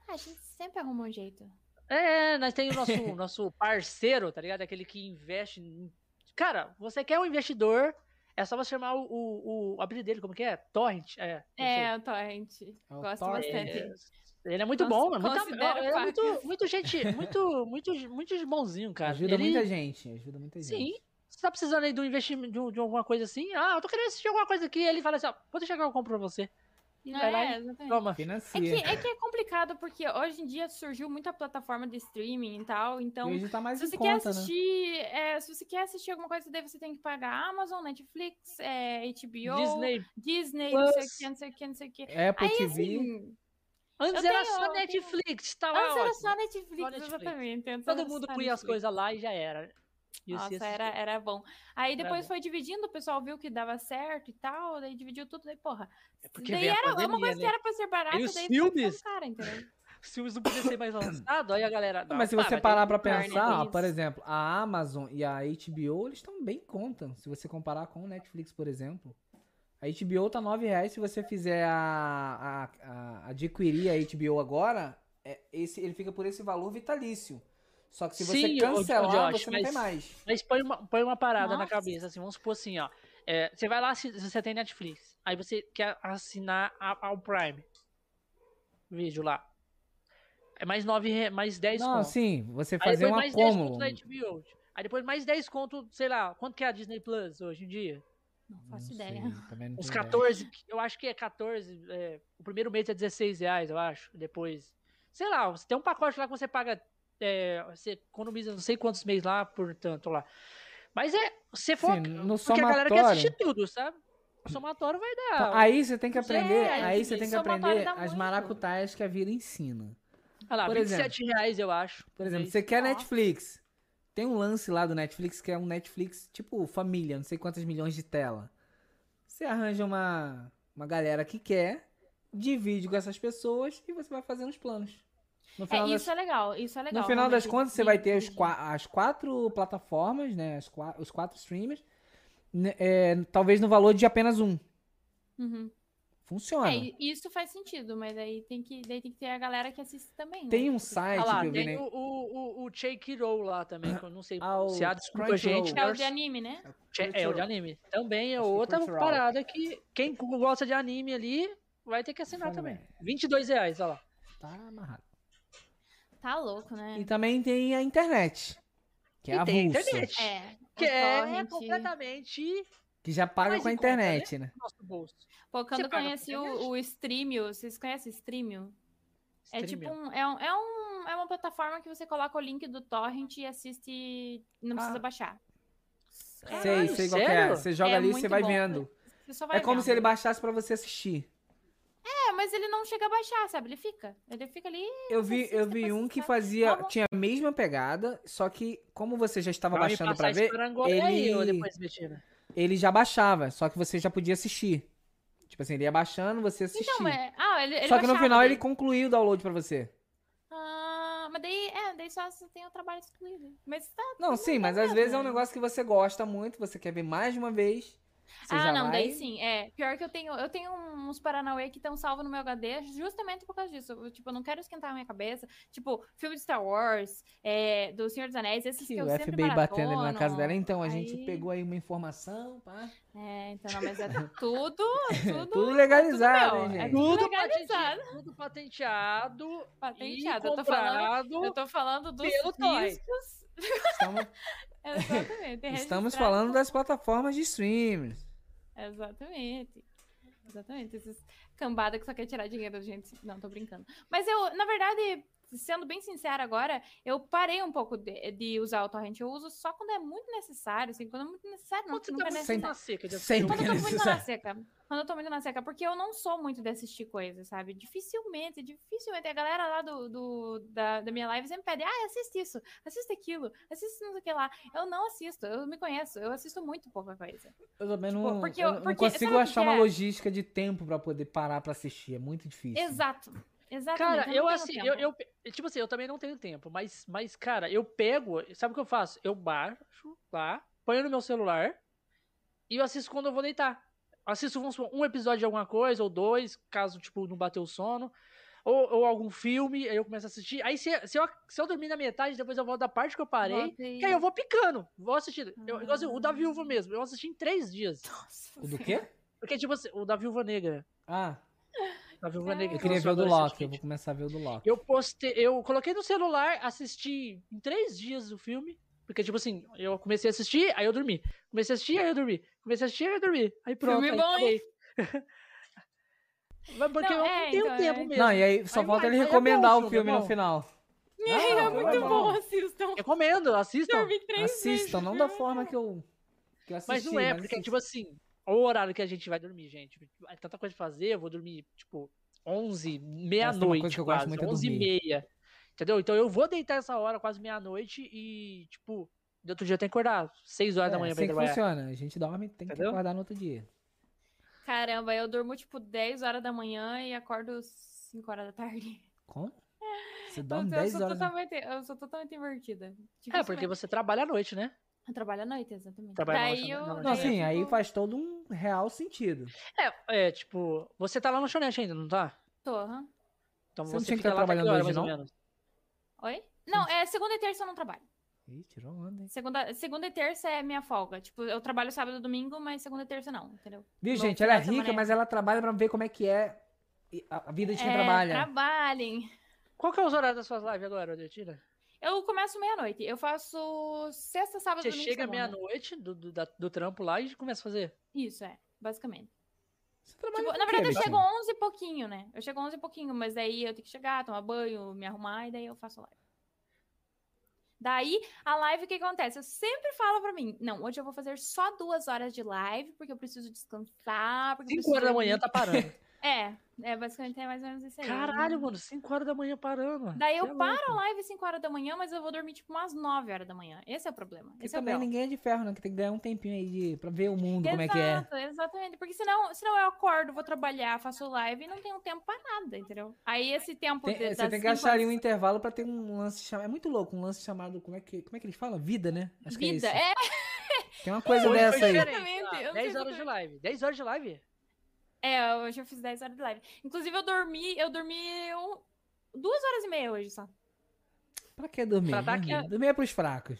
[SPEAKER 3] Ah, a gente sempre arruma um jeito.
[SPEAKER 1] É, nós tem o nosso, nosso parceiro, tá ligado? Aquele que investe. em- Cara, você quer um investidor, é só você chamar o, o, o apelido dele, como que é? Torrent? É. não sei.
[SPEAKER 3] É, o Torrent.
[SPEAKER 2] o
[SPEAKER 3] Gosto
[SPEAKER 2] Torrent.
[SPEAKER 3] bastante.
[SPEAKER 1] Ele é muito
[SPEAKER 3] Cons-
[SPEAKER 1] bom, mano. Muito,
[SPEAKER 3] considero
[SPEAKER 1] é muito,
[SPEAKER 3] pacas.
[SPEAKER 1] muito gente, muito, muito, muito bonzinho, cara.
[SPEAKER 2] Ajuda
[SPEAKER 1] Ele-
[SPEAKER 2] muita gente. Ajuda muita gente.
[SPEAKER 1] Sim. Você tá precisando aí de um investimento, de, um- de alguma coisa assim? Ah, eu tô querendo assistir alguma coisa aqui. Ele fala assim, ó, vou deixar que eu compro pra você. E
[SPEAKER 3] Não
[SPEAKER 1] vai lá
[SPEAKER 3] é,
[SPEAKER 1] e
[SPEAKER 3] exatamente.
[SPEAKER 1] toma.
[SPEAKER 3] É que,
[SPEAKER 2] Financia.
[SPEAKER 3] é que é complicado, porque hoje em dia surgiu muita plataforma de streaming e tal, então...
[SPEAKER 2] E hoje tá mais
[SPEAKER 3] Se
[SPEAKER 2] em
[SPEAKER 3] você, quer
[SPEAKER 2] conta, né?
[SPEAKER 3] assistir, é, se você quer assistir alguma coisa, daí você tem que pagar Amazon, Netflix, é, HBO, Disney,
[SPEAKER 1] Disney.
[SPEAKER 3] não sei o
[SPEAKER 1] Plus.
[SPEAKER 3] que, não sei o que, não sei o que.
[SPEAKER 2] Apple
[SPEAKER 3] Aí,
[SPEAKER 2] TV.
[SPEAKER 3] assim,
[SPEAKER 1] Antes
[SPEAKER 3] Eu
[SPEAKER 1] era
[SPEAKER 3] tenho-
[SPEAKER 1] só
[SPEAKER 3] eu tenho-
[SPEAKER 1] Netflix, tava
[SPEAKER 3] antes era
[SPEAKER 1] Tá ótimo.
[SPEAKER 3] só Netflix,
[SPEAKER 1] Só Netflix.
[SPEAKER 3] exatamente. antes
[SPEAKER 1] Todo
[SPEAKER 3] era
[SPEAKER 1] mundo
[SPEAKER 3] só
[SPEAKER 1] punha as
[SPEAKER 3] Netflix.
[SPEAKER 1] coisas lá e já era. E você
[SPEAKER 3] Nossa,
[SPEAKER 1] assistia.
[SPEAKER 3] era, era bom. Aí
[SPEAKER 1] Era
[SPEAKER 3] depois
[SPEAKER 1] bom.
[SPEAKER 3] foi dividindo, o pessoal viu que dava certo e tal, daí dividiu tudo, daí porra.
[SPEAKER 1] É porque
[SPEAKER 3] daí
[SPEAKER 1] veio a
[SPEAKER 3] era uma
[SPEAKER 1] pandemia,
[SPEAKER 3] coisa que
[SPEAKER 1] né?
[SPEAKER 3] era pra ser barata,
[SPEAKER 1] Aí
[SPEAKER 3] daí
[SPEAKER 1] os
[SPEAKER 3] ficou ficando
[SPEAKER 1] filmes-
[SPEAKER 3] cara, entendeu?
[SPEAKER 1] Os filmes não podiam ser mais lançados, aí a galera.
[SPEAKER 2] Não, mas se
[SPEAKER 1] pá,
[SPEAKER 2] você
[SPEAKER 1] vai ter
[SPEAKER 2] parar
[SPEAKER 1] que
[SPEAKER 2] pra
[SPEAKER 1] comprar, né?
[SPEAKER 2] pensar, ó,
[SPEAKER 3] isso.
[SPEAKER 2] por exemplo, a Amazon e a HBO, eles estão bem em conta. Se você comparar com o Netflix, por exemplo. A HBO tá R$ 9 reais. Se você fizer a, a- a- adquirir a HBO agora, é, esse, ele fica por esse valor vitalício. Só que se você
[SPEAKER 1] Sim, ô, ô,
[SPEAKER 2] cancelar,
[SPEAKER 1] Josh,
[SPEAKER 2] você não tem
[SPEAKER 1] mas-
[SPEAKER 2] mais.
[SPEAKER 1] Mas põe uma, põe uma parada na
[SPEAKER 3] Nossa.
[SPEAKER 1] cabeça, assim, vamos supor assim, ó. é, você vai lá, se se você tem Netflix, aí você quer assinar a- ao Prime. Vídeo lá. É mais 9, mais 10
[SPEAKER 2] Não,
[SPEAKER 1] conto.
[SPEAKER 2] sim, você
[SPEAKER 1] é Aí
[SPEAKER 2] fazer
[SPEAKER 1] depois
[SPEAKER 2] um
[SPEAKER 1] mais 10 conto
[SPEAKER 2] acúmulo.
[SPEAKER 1] da HBO. Aí depois mais 10 conto, sei lá, quanto que é a Disney Plus hoje em dia?
[SPEAKER 3] Não
[SPEAKER 2] Não
[SPEAKER 3] faço
[SPEAKER 2] sei,
[SPEAKER 3] ideia.
[SPEAKER 2] também não
[SPEAKER 1] Uns
[SPEAKER 2] tenho ideia.
[SPEAKER 1] 14, eu acho que é 14. é, o primeiro mês é 16 reais, eu acho. Depois. Sei lá, você tem um pacote lá que você paga. é, você economiza não sei quantos meses lá, portanto, lá. Mas é. Se for.
[SPEAKER 2] Sim, no
[SPEAKER 1] porque a galera quer
[SPEAKER 2] somatório-
[SPEAKER 1] assistir tudo, sabe? O somatório vai
[SPEAKER 2] Então,
[SPEAKER 1] dar.
[SPEAKER 2] Aí você tem que
[SPEAKER 3] Gente,
[SPEAKER 2] aprender, aí você
[SPEAKER 3] isso
[SPEAKER 2] tem que
[SPEAKER 3] é uma
[SPEAKER 2] aprender
[SPEAKER 3] parada
[SPEAKER 2] as
[SPEAKER 3] muito.
[SPEAKER 2] maracutaias que a vida ensina.
[SPEAKER 1] Olha lá,
[SPEAKER 2] por
[SPEAKER 1] 27 reais, eu acho. Tá.
[SPEAKER 2] Por exemplo,
[SPEAKER 1] Aí-
[SPEAKER 2] você quer
[SPEAKER 3] Nossa.
[SPEAKER 2] Netflix. Tem um lance lá do Netflix que é um Netflix tipo família, não sei quantas milhões de tela. Você arranja uma, uma galera que quer, divide com essas pessoas e você vai fazendo os planos. No
[SPEAKER 3] É,
[SPEAKER 2] final,
[SPEAKER 3] isso
[SPEAKER 2] das,
[SPEAKER 3] é legal, isso é legal.
[SPEAKER 2] no final das
[SPEAKER 3] realmente,
[SPEAKER 2] contas, você
[SPEAKER 3] de-
[SPEAKER 2] vai ter os
[SPEAKER 3] de-
[SPEAKER 2] qua- as quatro plataformas, né? as qua- os quatro streamers, né, é, talvez no valor de apenas um.
[SPEAKER 3] Uhum.
[SPEAKER 2] Funciona.
[SPEAKER 3] É, e- isso faz sentido, mas aí tem que, daí tem que ter a galera que assiste também. né?
[SPEAKER 2] Tem um
[SPEAKER 3] Porque-
[SPEAKER 2] site
[SPEAKER 1] Olha lá,
[SPEAKER 2] que eu vi,
[SPEAKER 1] tem
[SPEAKER 2] né?
[SPEAKER 1] o, o, o, o Shake It Roll lá também, que eu não sei
[SPEAKER 2] Ah, o
[SPEAKER 1] se há desculpa,
[SPEAKER 2] Crunchyroll.
[SPEAKER 1] gente.
[SPEAKER 3] É o de anime, né?
[SPEAKER 1] Che- É, o de anime. Também é
[SPEAKER 2] Acho que
[SPEAKER 1] outra
[SPEAKER 2] cultural.
[SPEAKER 1] parada que quem gosta de anime ali vai ter que assinar
[SPEAKER 2] Fala,
[SPEAKER 1] também.
[SPEAKER 2] velho.
[SPEAKER 1] 22 reais, olha lá.
[SPEAKER 2] Tá amarrado.
[SPEAKER 3] Tá louco, né?
[SPEAKER 2] E também tem a internet. Que é
[SPEAKER 1] e
[SPEAKER 2] a
[SPEAKER 1] tem
[SPEAKER 2] avulsa.
[SPEAKER 1] internet.
[SPEAKER 3] É. o
[SPEAKER 1] Que é
[SPEAKER 3] torrent-
[SPEAKER 1] completamente
[SPEAKER 2] Que já paga
[SPEAKER 1] Mas
[SPEAKER 2] com a
[SPEAKER 1] em conta, né?
[SPEAKER 2] internet, né?
[SPEAKER 1] nosso bolso.
[SPEAKER 3] Pô, quando eu
[SPEAKER 2] tipo,
[SPEAKER 1] paga por
[SPEAKER 3] conheci o,
[SPEAKER 1] internet?
[SPEAKER 3] o Streamio, vocês conhecem Streamio? É tipo
[SPEAKER 1] Streaming.
[SPEAKER 3] um é, um, é um- é uma plataforma que você coloca o link do torrent e assiste, não precisa
[SPEAKER 2] Ah.
[SPEAKER 3] baixar. É,
[SPEAKER 2] Sei,
[SPEAKER 1] Caralho,
[SPEAKER 2] sei qual que é.
[SPEAKER 1] sério?
[SPEAKER 2] Você joga
[SPEAKER 3] É
[SPEAKER 2] ali e
[SPEAKER 3] muito
[SPEAKER 2] você vai
[SPEAKER 3] bom.
[SPEAKER 2] vendo.
[SPEAKER 3] você só vai
[SPEAKER 2] é como
[SPEAKER 3] vendo.
[SPEAKER 2] se ele baixasse pra você assistir.
[SPEAKER 3] É, mas ele não chega a baixar, sabe? Ele fica, ele fica ali.
[SPEAKER 2] Eu vi,
[SPEAKER 3] assiste,
[SPEAKER 2] eu vi
[SPEAKER 3] depois
[SPEAKER 2] um
[SPEAKER 3] você Tá
[SPEAKER 2] que
[SPEAKER 3] vai-
[SPEAKER 2] fazia,
[SPEAKER 3] Calma.
[SPEAKER 2] tinha a mesma pegada, só que como você já estava
[SPEAKER 1] Vai me
[SPEAKER 2] baixando
[SPEAKER 1] passar
[SPEAKER 2] pra
[SPEAKER 1] esse
[SPEAKER 2] ver,
[SPEAKER 1] parangolé aí, ô,
[SPEAKER 2] ele-
[SPEAKER 1] depois, Betina.
[SPEAKER 2] ele já baixava, só que você já podia assistir. Tipo assim, ele ia baixando, você assistia.
[SPEAKER 3] Então, é, ah, ele, ele
[SPEAKER 2] só que no
[SPEAKER 3] baixava
[SPEAKER 2] final
[SPEAKER 3] daí.
[SPEAKER 2] ele concluiu o download pra você.
[SPEAKER 3] Ah, mas daí, é, daí só você tem o trabalho excluído. Mas tá,
[SPEAKER 2] Não, sim, mas às
[SPEAKER 3] vendo,
[SPEAKER 2] vezes é um
[SPEAKER 3] né?
[SPEAKER 2] negócio que você gosta muito, você quer ver mais de uma vez. Você já
[SPEAKER 3] Ah, não, daí
[SPEAKER 2] vai-
[SPEAKER 3] sim. É, pior que eu tenho, eu tenho uns Paranauê que estão salvos no meu HD justamente por causa disso. Eu, tipo, eu não quero esquentar a minha cabeça. Tipo, filme de Star Wars, é, do Senhor dos Anéis, esses que
[SPEAKER 2] Sim,
[SPEAKER 3] eu
[SPEAKER 2] o
[SPEAKER 3] sempre
[SPEAKER 2] FBI batendo ali na
[SPEAKER 3] maratono.
[SPEAKER 2] casa dela. Então, a gente
[SPEAKER 3] Aí-
[SPEAKER 2] pegou aí uma informação, pá.
[SPEAKER 3] É, então não, mas é tudo, tudo,
[SPEAKER 2] Tudo legalizado,
[SPEAKER 3] meu,
[SPEAKER 2] hein,
[SPEAKER 3] é
[SPEAKER 2] gente?
[SPEAKER 3] tudo
[SPEAKER 1] Tudo
[SPEAKER 3] legalizado.
[SPEAKER 1] patenteado, tudo patenteado
[SPEAKER 3] Patenteado,
[SPEAKER 1] e
[SPEAKER 3] eu tô falando,
[SPEAKER 1] comprado.
[SPEAKER 3] eu tô falando dos
[SPEAKER 1] pelo toy.
[SPEAKER 3] riscos.
[SPEAKER 2] Estamos,
[SPEAKER 3] É, Exatamente.
[SPEAKER 2] estamos
[SPEAKER 3] registrado.
[SPEAKER 2] falando das plataformas de streaming.
[SPEAKER 3] Exatamente. Exatamente. Esses cambada que só quer tirar dinheiro da gente. Não, tô brincando. Mas eu, na verdade, sendo bem sincera agora, eu parei um pouco de, de usar o torrent. Eu uso só quando é muito necessário, assim, quando é muito necessário, não,
[SPEAKER 1] Quando você
[SPEAKER 3] nunca
[SPEAKER 1] tá
[SPEAKER 3] é
[SPEAKER 1] muito
[SPEAKER 3] necessário.
[SPEAKER 2] sempre-
[SPEAKER 1] na seca de
[SPEAKER 2] sempre
[SPEAKER 1] assistir
[SPEAKER 3] Quando eu tô
[SPEAKER 1] um filme.
[SPEAKER 3] muito na seca. Quando eu tô muito na seca, porque eu não sou muito de assistir coisas, sabe? Dificilmente, dificilmente. A galera lá do, do- da, da minha live sempre pede, ah, assiste isso, assiste aquilo, assiste não sei o que lá. Eu não assisto, eu me conheço, eu assisto muito pouca coisa.
[SPEAKER 2] Eu também
[SPEAKER 3] Tipo,
[SPEAKER 2] não,
[SPEAKER 3] porque
[SPEAKER 2] eu
[SPEAKER 3] eu-
[SPEAKER 2] não
[SPEAKER 3] porque- sabe
[SPEAKER 2] consigo
[SPEAKER 3] o que
[SPEAKER 2] achar
[SPEAKER 3] que
[SPEAKER 2] uma
[SPEAKER 3] é?
[SPEAKER 2] logística de tempo pra poder parar pra assistir. É muito difícil.
[SPEAKER 3] Exato. Exatamente.
[SPEAKER 1] Cara, eu
[SPEAKER 3] não tenho
[SPEAKER 1] assim, eu,
[SPEAKER 3] tempo.
[SPEAKER 1] eu pe- tipo assim, eu também não tenho tempo, mas, mas cara, eu pego, sabe o que eu faço? Eu baixo lá, ponho no meu celular e eu assisto quando eu vou deitar. Assisto vamos supor, um episódio de alguma coisa ou dois, caso tipo não bater o sono, ou, ou algum filme, aí eu começo a assistir. Aí se, se, eu, se eu dormir na metade, depois eu volto da parte que eu parei.
[SPEAKER 3] Voltei.
[SPEAKER 1] E aí eu vou picando, vou assistindo. Eu, igual assim, o da
[SPEAKER 3] Ah.
[SPEAKER 1] viúva mesmo, eu assisti em três dias.
[SPEAKER 3] Nossa,
[SPEAKER 2] O do quê?
[SPEAKER 1] Porque, tipo assim, o da viúva negra.
[SPEAKER 2] Ah,
[SPEAKER 1] Da viúva negra.
[SPEAKER 2] eu
[SPEAKER 1] que
[SPEAKER 2] queria ver
[SPEAKER 1] lançou
[SPEAKER 2] o do
[SPEAKER 1] agora
[SPEAKER 2] Loki. Eu vou
[SPEAKER 1] recentemente.
[SPEAKER 2] começar a ver o do Loki.
[SPEAKER 1] Eu postei, eu coloquei no celular, assisti em três dias o filme. Porque, tipo assim, eu comecei a assistir, aí eu dormi. Comecei a assistir, aí eu dormi. Comecei a assistir, aí eu dormi. Aí pronto.
[SPEAKER 3] Filme
[SPEAKER 1] aí
[SPEAKER 3] bom, hein?
[SPEAKER 1] acabei. Mas porque eu
[SPEAKER 3] Não, é,
[SPEAKER 1] não tenho
[SPEAKER 3] então,
[SPEAKER 1] tempo
[SPEAKER 3] é.
[SPEAKER 1] mesmo.
[SPEAKER 2] Não, e aí só
[SPEAKER 1] Aí
[SPEAKER 2] falta
[SPEAKER 1] vai,
[SPEAKER 2] ele
[SPEAKER 1] aí é bom,
[SPEAKER 2] recomendar o
[SPEAKER 1] Suda,
[SPEAKER 2] filme
[SPEAKER 1] é
[SPEAKER 2] no
[SPEAKER 1] bom.
[SPEAKER 2] final.
[SPEAKER 3] É,
[SPEAKER 2] Ah,
[SPEAKER 3] muito
[SPEAKER 2] bom.
[SPEAKER 3] bom,
[SPEAKER 1] assim,
[SPEAKER 3] assistam.
[SPEAKER 1] Recomendo, assistam.
[SPEAKER 3] Dormi três
[SPEAKER 2] Assistam,
[SPEAKER 3] vezes,
[SPEAKER 2] não da
[SPEAKER 3] né?
[SPEAKER 2] forma que eu, que eu assisti.
[SPEAKER 1] Mas não é, porque,
[SPEAKER 2] assistam.
[SPEAKER 1] tipo assim, olha o horário que a gente vai dormir, gente. É tanta coisa pra fazer, eu vou dormir, tipo, 11,
[SPEAKER 2] é coisa que
[SPEAKER 1] meia-noite
[SPEAKER 2] eu gosto
[SPEAKER 1] quase,
[SPEAKER 2] muito é
[SPEAKER 1] 11 e
[SPEAKER 2] dormir.
[SPEAKER 1] meia. Entendeu? Então eu vou deitar essa hora, quase meia-noite, e, tipo, de outro dia eu tenho que acordar 6 horas da
[SPEAKER 2] É,
[SPEAKER 1] manhã pra
[SPEAKER 2] assim
[SPEAKER 1] ir
[SPEAKER 2] que
[SPEAKER 1] trabalhar.
[SPEAKER 2] funciona. A gente dorme, tem que
[SPEAKER 1] Entendeu?
[SPEAKER 2] acordar no outro dia.
[SPEAKER 3] Caramba, eu durmo tipo 10 horas da manhã e acordo 5 horas da tarde.
[SPEAKER 2] Como? Você
[SPEAKER 3] Então, Eu,
[SPEAKER 2] dorme
[SPEAKER 3] eu
[SPEAKER 2] 10
[SPEAKER 3] sou
[SPEAKER 2] horas. né? da-
[SPEAKER 3] totalmente, eu sou totalmente invertida.
[SPEAKER 1] É, porque
[SPEAKER 3] Dificilmente.
[SPEAKER 1] você trabalha à noite, né?
[SPEAKER 3] Eu trabalho à noite, exatamente.
[SPEAKER 1] Trabalha à
[SPEAKER 3] Daí
[SPEAKER 1] noite, né?
[SPEAKER 3] eu-
[SPEAKER 1] não,
[SPEAKER 2] Não,
[SPEAKER 1] Aí
[SPEAKER 2] assim,
[SPEAKER 3] eu
[SPEAKER 2] aí
[SPEAKER 3] fico-
[SPEAKER 2] faz todo um real sentido.
[SPEAKER 1] É, é, tipo, você tá lá no chonete ainda, não tá?
[SPEAKER 3] Tô, aham.
[SPEAKER 1] Então
[SPEAKER 2] Você não
[SPEAKER 1] você,
[SPEAKER 2] tinha que
[SPEAKER 1] fica
[SPEAKER 2] tá
[SPEAKER 1] lá até que
[SPEAKER 2] trabalhando
[SPEAKER 1] hora,
[SPEAKER 2] hoje,
[SPEAKER 1] mais ou
[SPEAKER 2] não?
[SPEAKER 1] menos.
[SPEAKER 3] Oi? Não, é segunda e terça eu não trabalho.
[SPEAKER 2] Ih, tirou onda, hein?
[SPEAKER 3] Segunda, segunda e terça é minha folga. Tipo, eu trabalho sábado e domingo, mas segunda e terça não, entendeu?
[SPEAKER 2] Viu,
[SPEAKER 3] No
[SPEAKER 2] gente? Ela é
[SPEAKER 3] final de semana
[SPEAKER 2] rica,
[SPEAKER 3] é-
[SPEAKER 2] mas ela trabalha pra ver como é que é a a vida de quem
[SPEAKER 3] É,
[SPEAKER 2] trabalha.
[SPEAKER 3] Trabalhem.
[SPEAKER 1] Qual que é os horários das suas lives agora, Odetina?
[SPEAKER 3] Eu começo meia-noite. Eu faço sexta, sábado,
[SPEAKER 1] Você
[SPEAKER 3] domingo. e
[SPEAKER 1] chega
[SPEAKER 3] segunda.
[SPEAKER 1] meia-noite do, do, da- do trampo lá e começa a fazer.
[SPEAKER 3] Isso, é. Basicamente.
[SPEAKER 2] Você trabalha
[SPEAKER 3] Tipo,
[SPEAKER 2] com
[SPEAKER 3] na
[SPEAKER 2] o quê,
[SPEAKER 3] verdade, eu
[SPEAKER 2] Betinho?
[SPEAKER 3] chego
[SPEAKER 1] assim.
[SPEAKER 3] 11 e pouquinho, né? Eu chego 11 e pouquinho, mas daí eu tenho que chegar, tomar banho, me arrumar, e daí eu faço live. Daí, a live, o que acontece? Eu sempre falo pra mim, não, hoje eu vou fazer só duas horas de live, porque eu preciso descansar, porque eu
[SPEAKER 1] 5
[SPEAKER 3] preciso
[SPEAKER 1] horas da manhã
[SPEAKER 3] dormir."
[SPEAKER 1] tá parando.
[SPEAKER 3] É, é, basicamente é mais ou menos isso aí.
[SPEAKER 1] Caralho, mano, 5 horas da manhã parando.
[SPEAKER 3] Daí
[SPEAKER 1] Cê é
[SPEAKER 3] eu
[SPEAKER 1] louco.
[SPEAKER 3] paro a live 5 horas da manhã, mas eu vou dormir tipo umas 9 horas da manhã. Esse é o problema.
[SPEAKER 2] Porque
[SPEAKER 3] Esse é o
[SPEAKER 2] também
[SPEAKER 3] BO.
[SPEAKER 2] ninguém é de ferro, né? Que tem que ganhar um tempinho aí de... pra ver o mundo, como é que é.
[SPEAKER 3] Exato, exatamente. Porque senão, senão eu acordo, vou trabalhar, faço live e não tenho tempo pra nada, entendeu? Aí esse tempo
[SPEAKER 2] Tem-
[SPEAKER 3] de-
[SPEAKER 2] é, você
[SPEAKER 3] das
[SPEAKER 2] tem que
[SPEAKER 3] cinco
[SPEAKER 2] achar ali um
[SPEAKER 3] às-
[SPEAKER 2] intervalo pra ter um lance chamado. É muito louco, um lance chamado. Como é que, como é que eles falam? Vida, né? Acho que
[SPEAKER 3] vida.
[SPEAKER 2] é isso.
[SPEAKER 3] É,
[SPEAKER 2] Tem uma coisa
[SPEAKER 1] Hoje
[SPEAKER 2] dessa
[SPEAKER 1] foi
[SPEAKER 2] aí.
[SPEAKER 1] diferente,
[SPEAKER 3] Exatamente,
[SPEAKER 1] tá?
[SPEAKER 3] eu não sei
[SPEAKER 1] 10 horas de live. 10 horas de live?
[SPEAKER 3] é, hoje eu fiz 10 horas de live. Inclusive, eu dormi, eu dormi um- duas horas e meia hoje só.
[SPEAKER 2] Pra que dormir?
[SPEAKER 1] Pra dar
[SPEAKER 2] né?
[SPEAKER 1] aquela-
[SPEAKER 2] Dormir é pros fracos.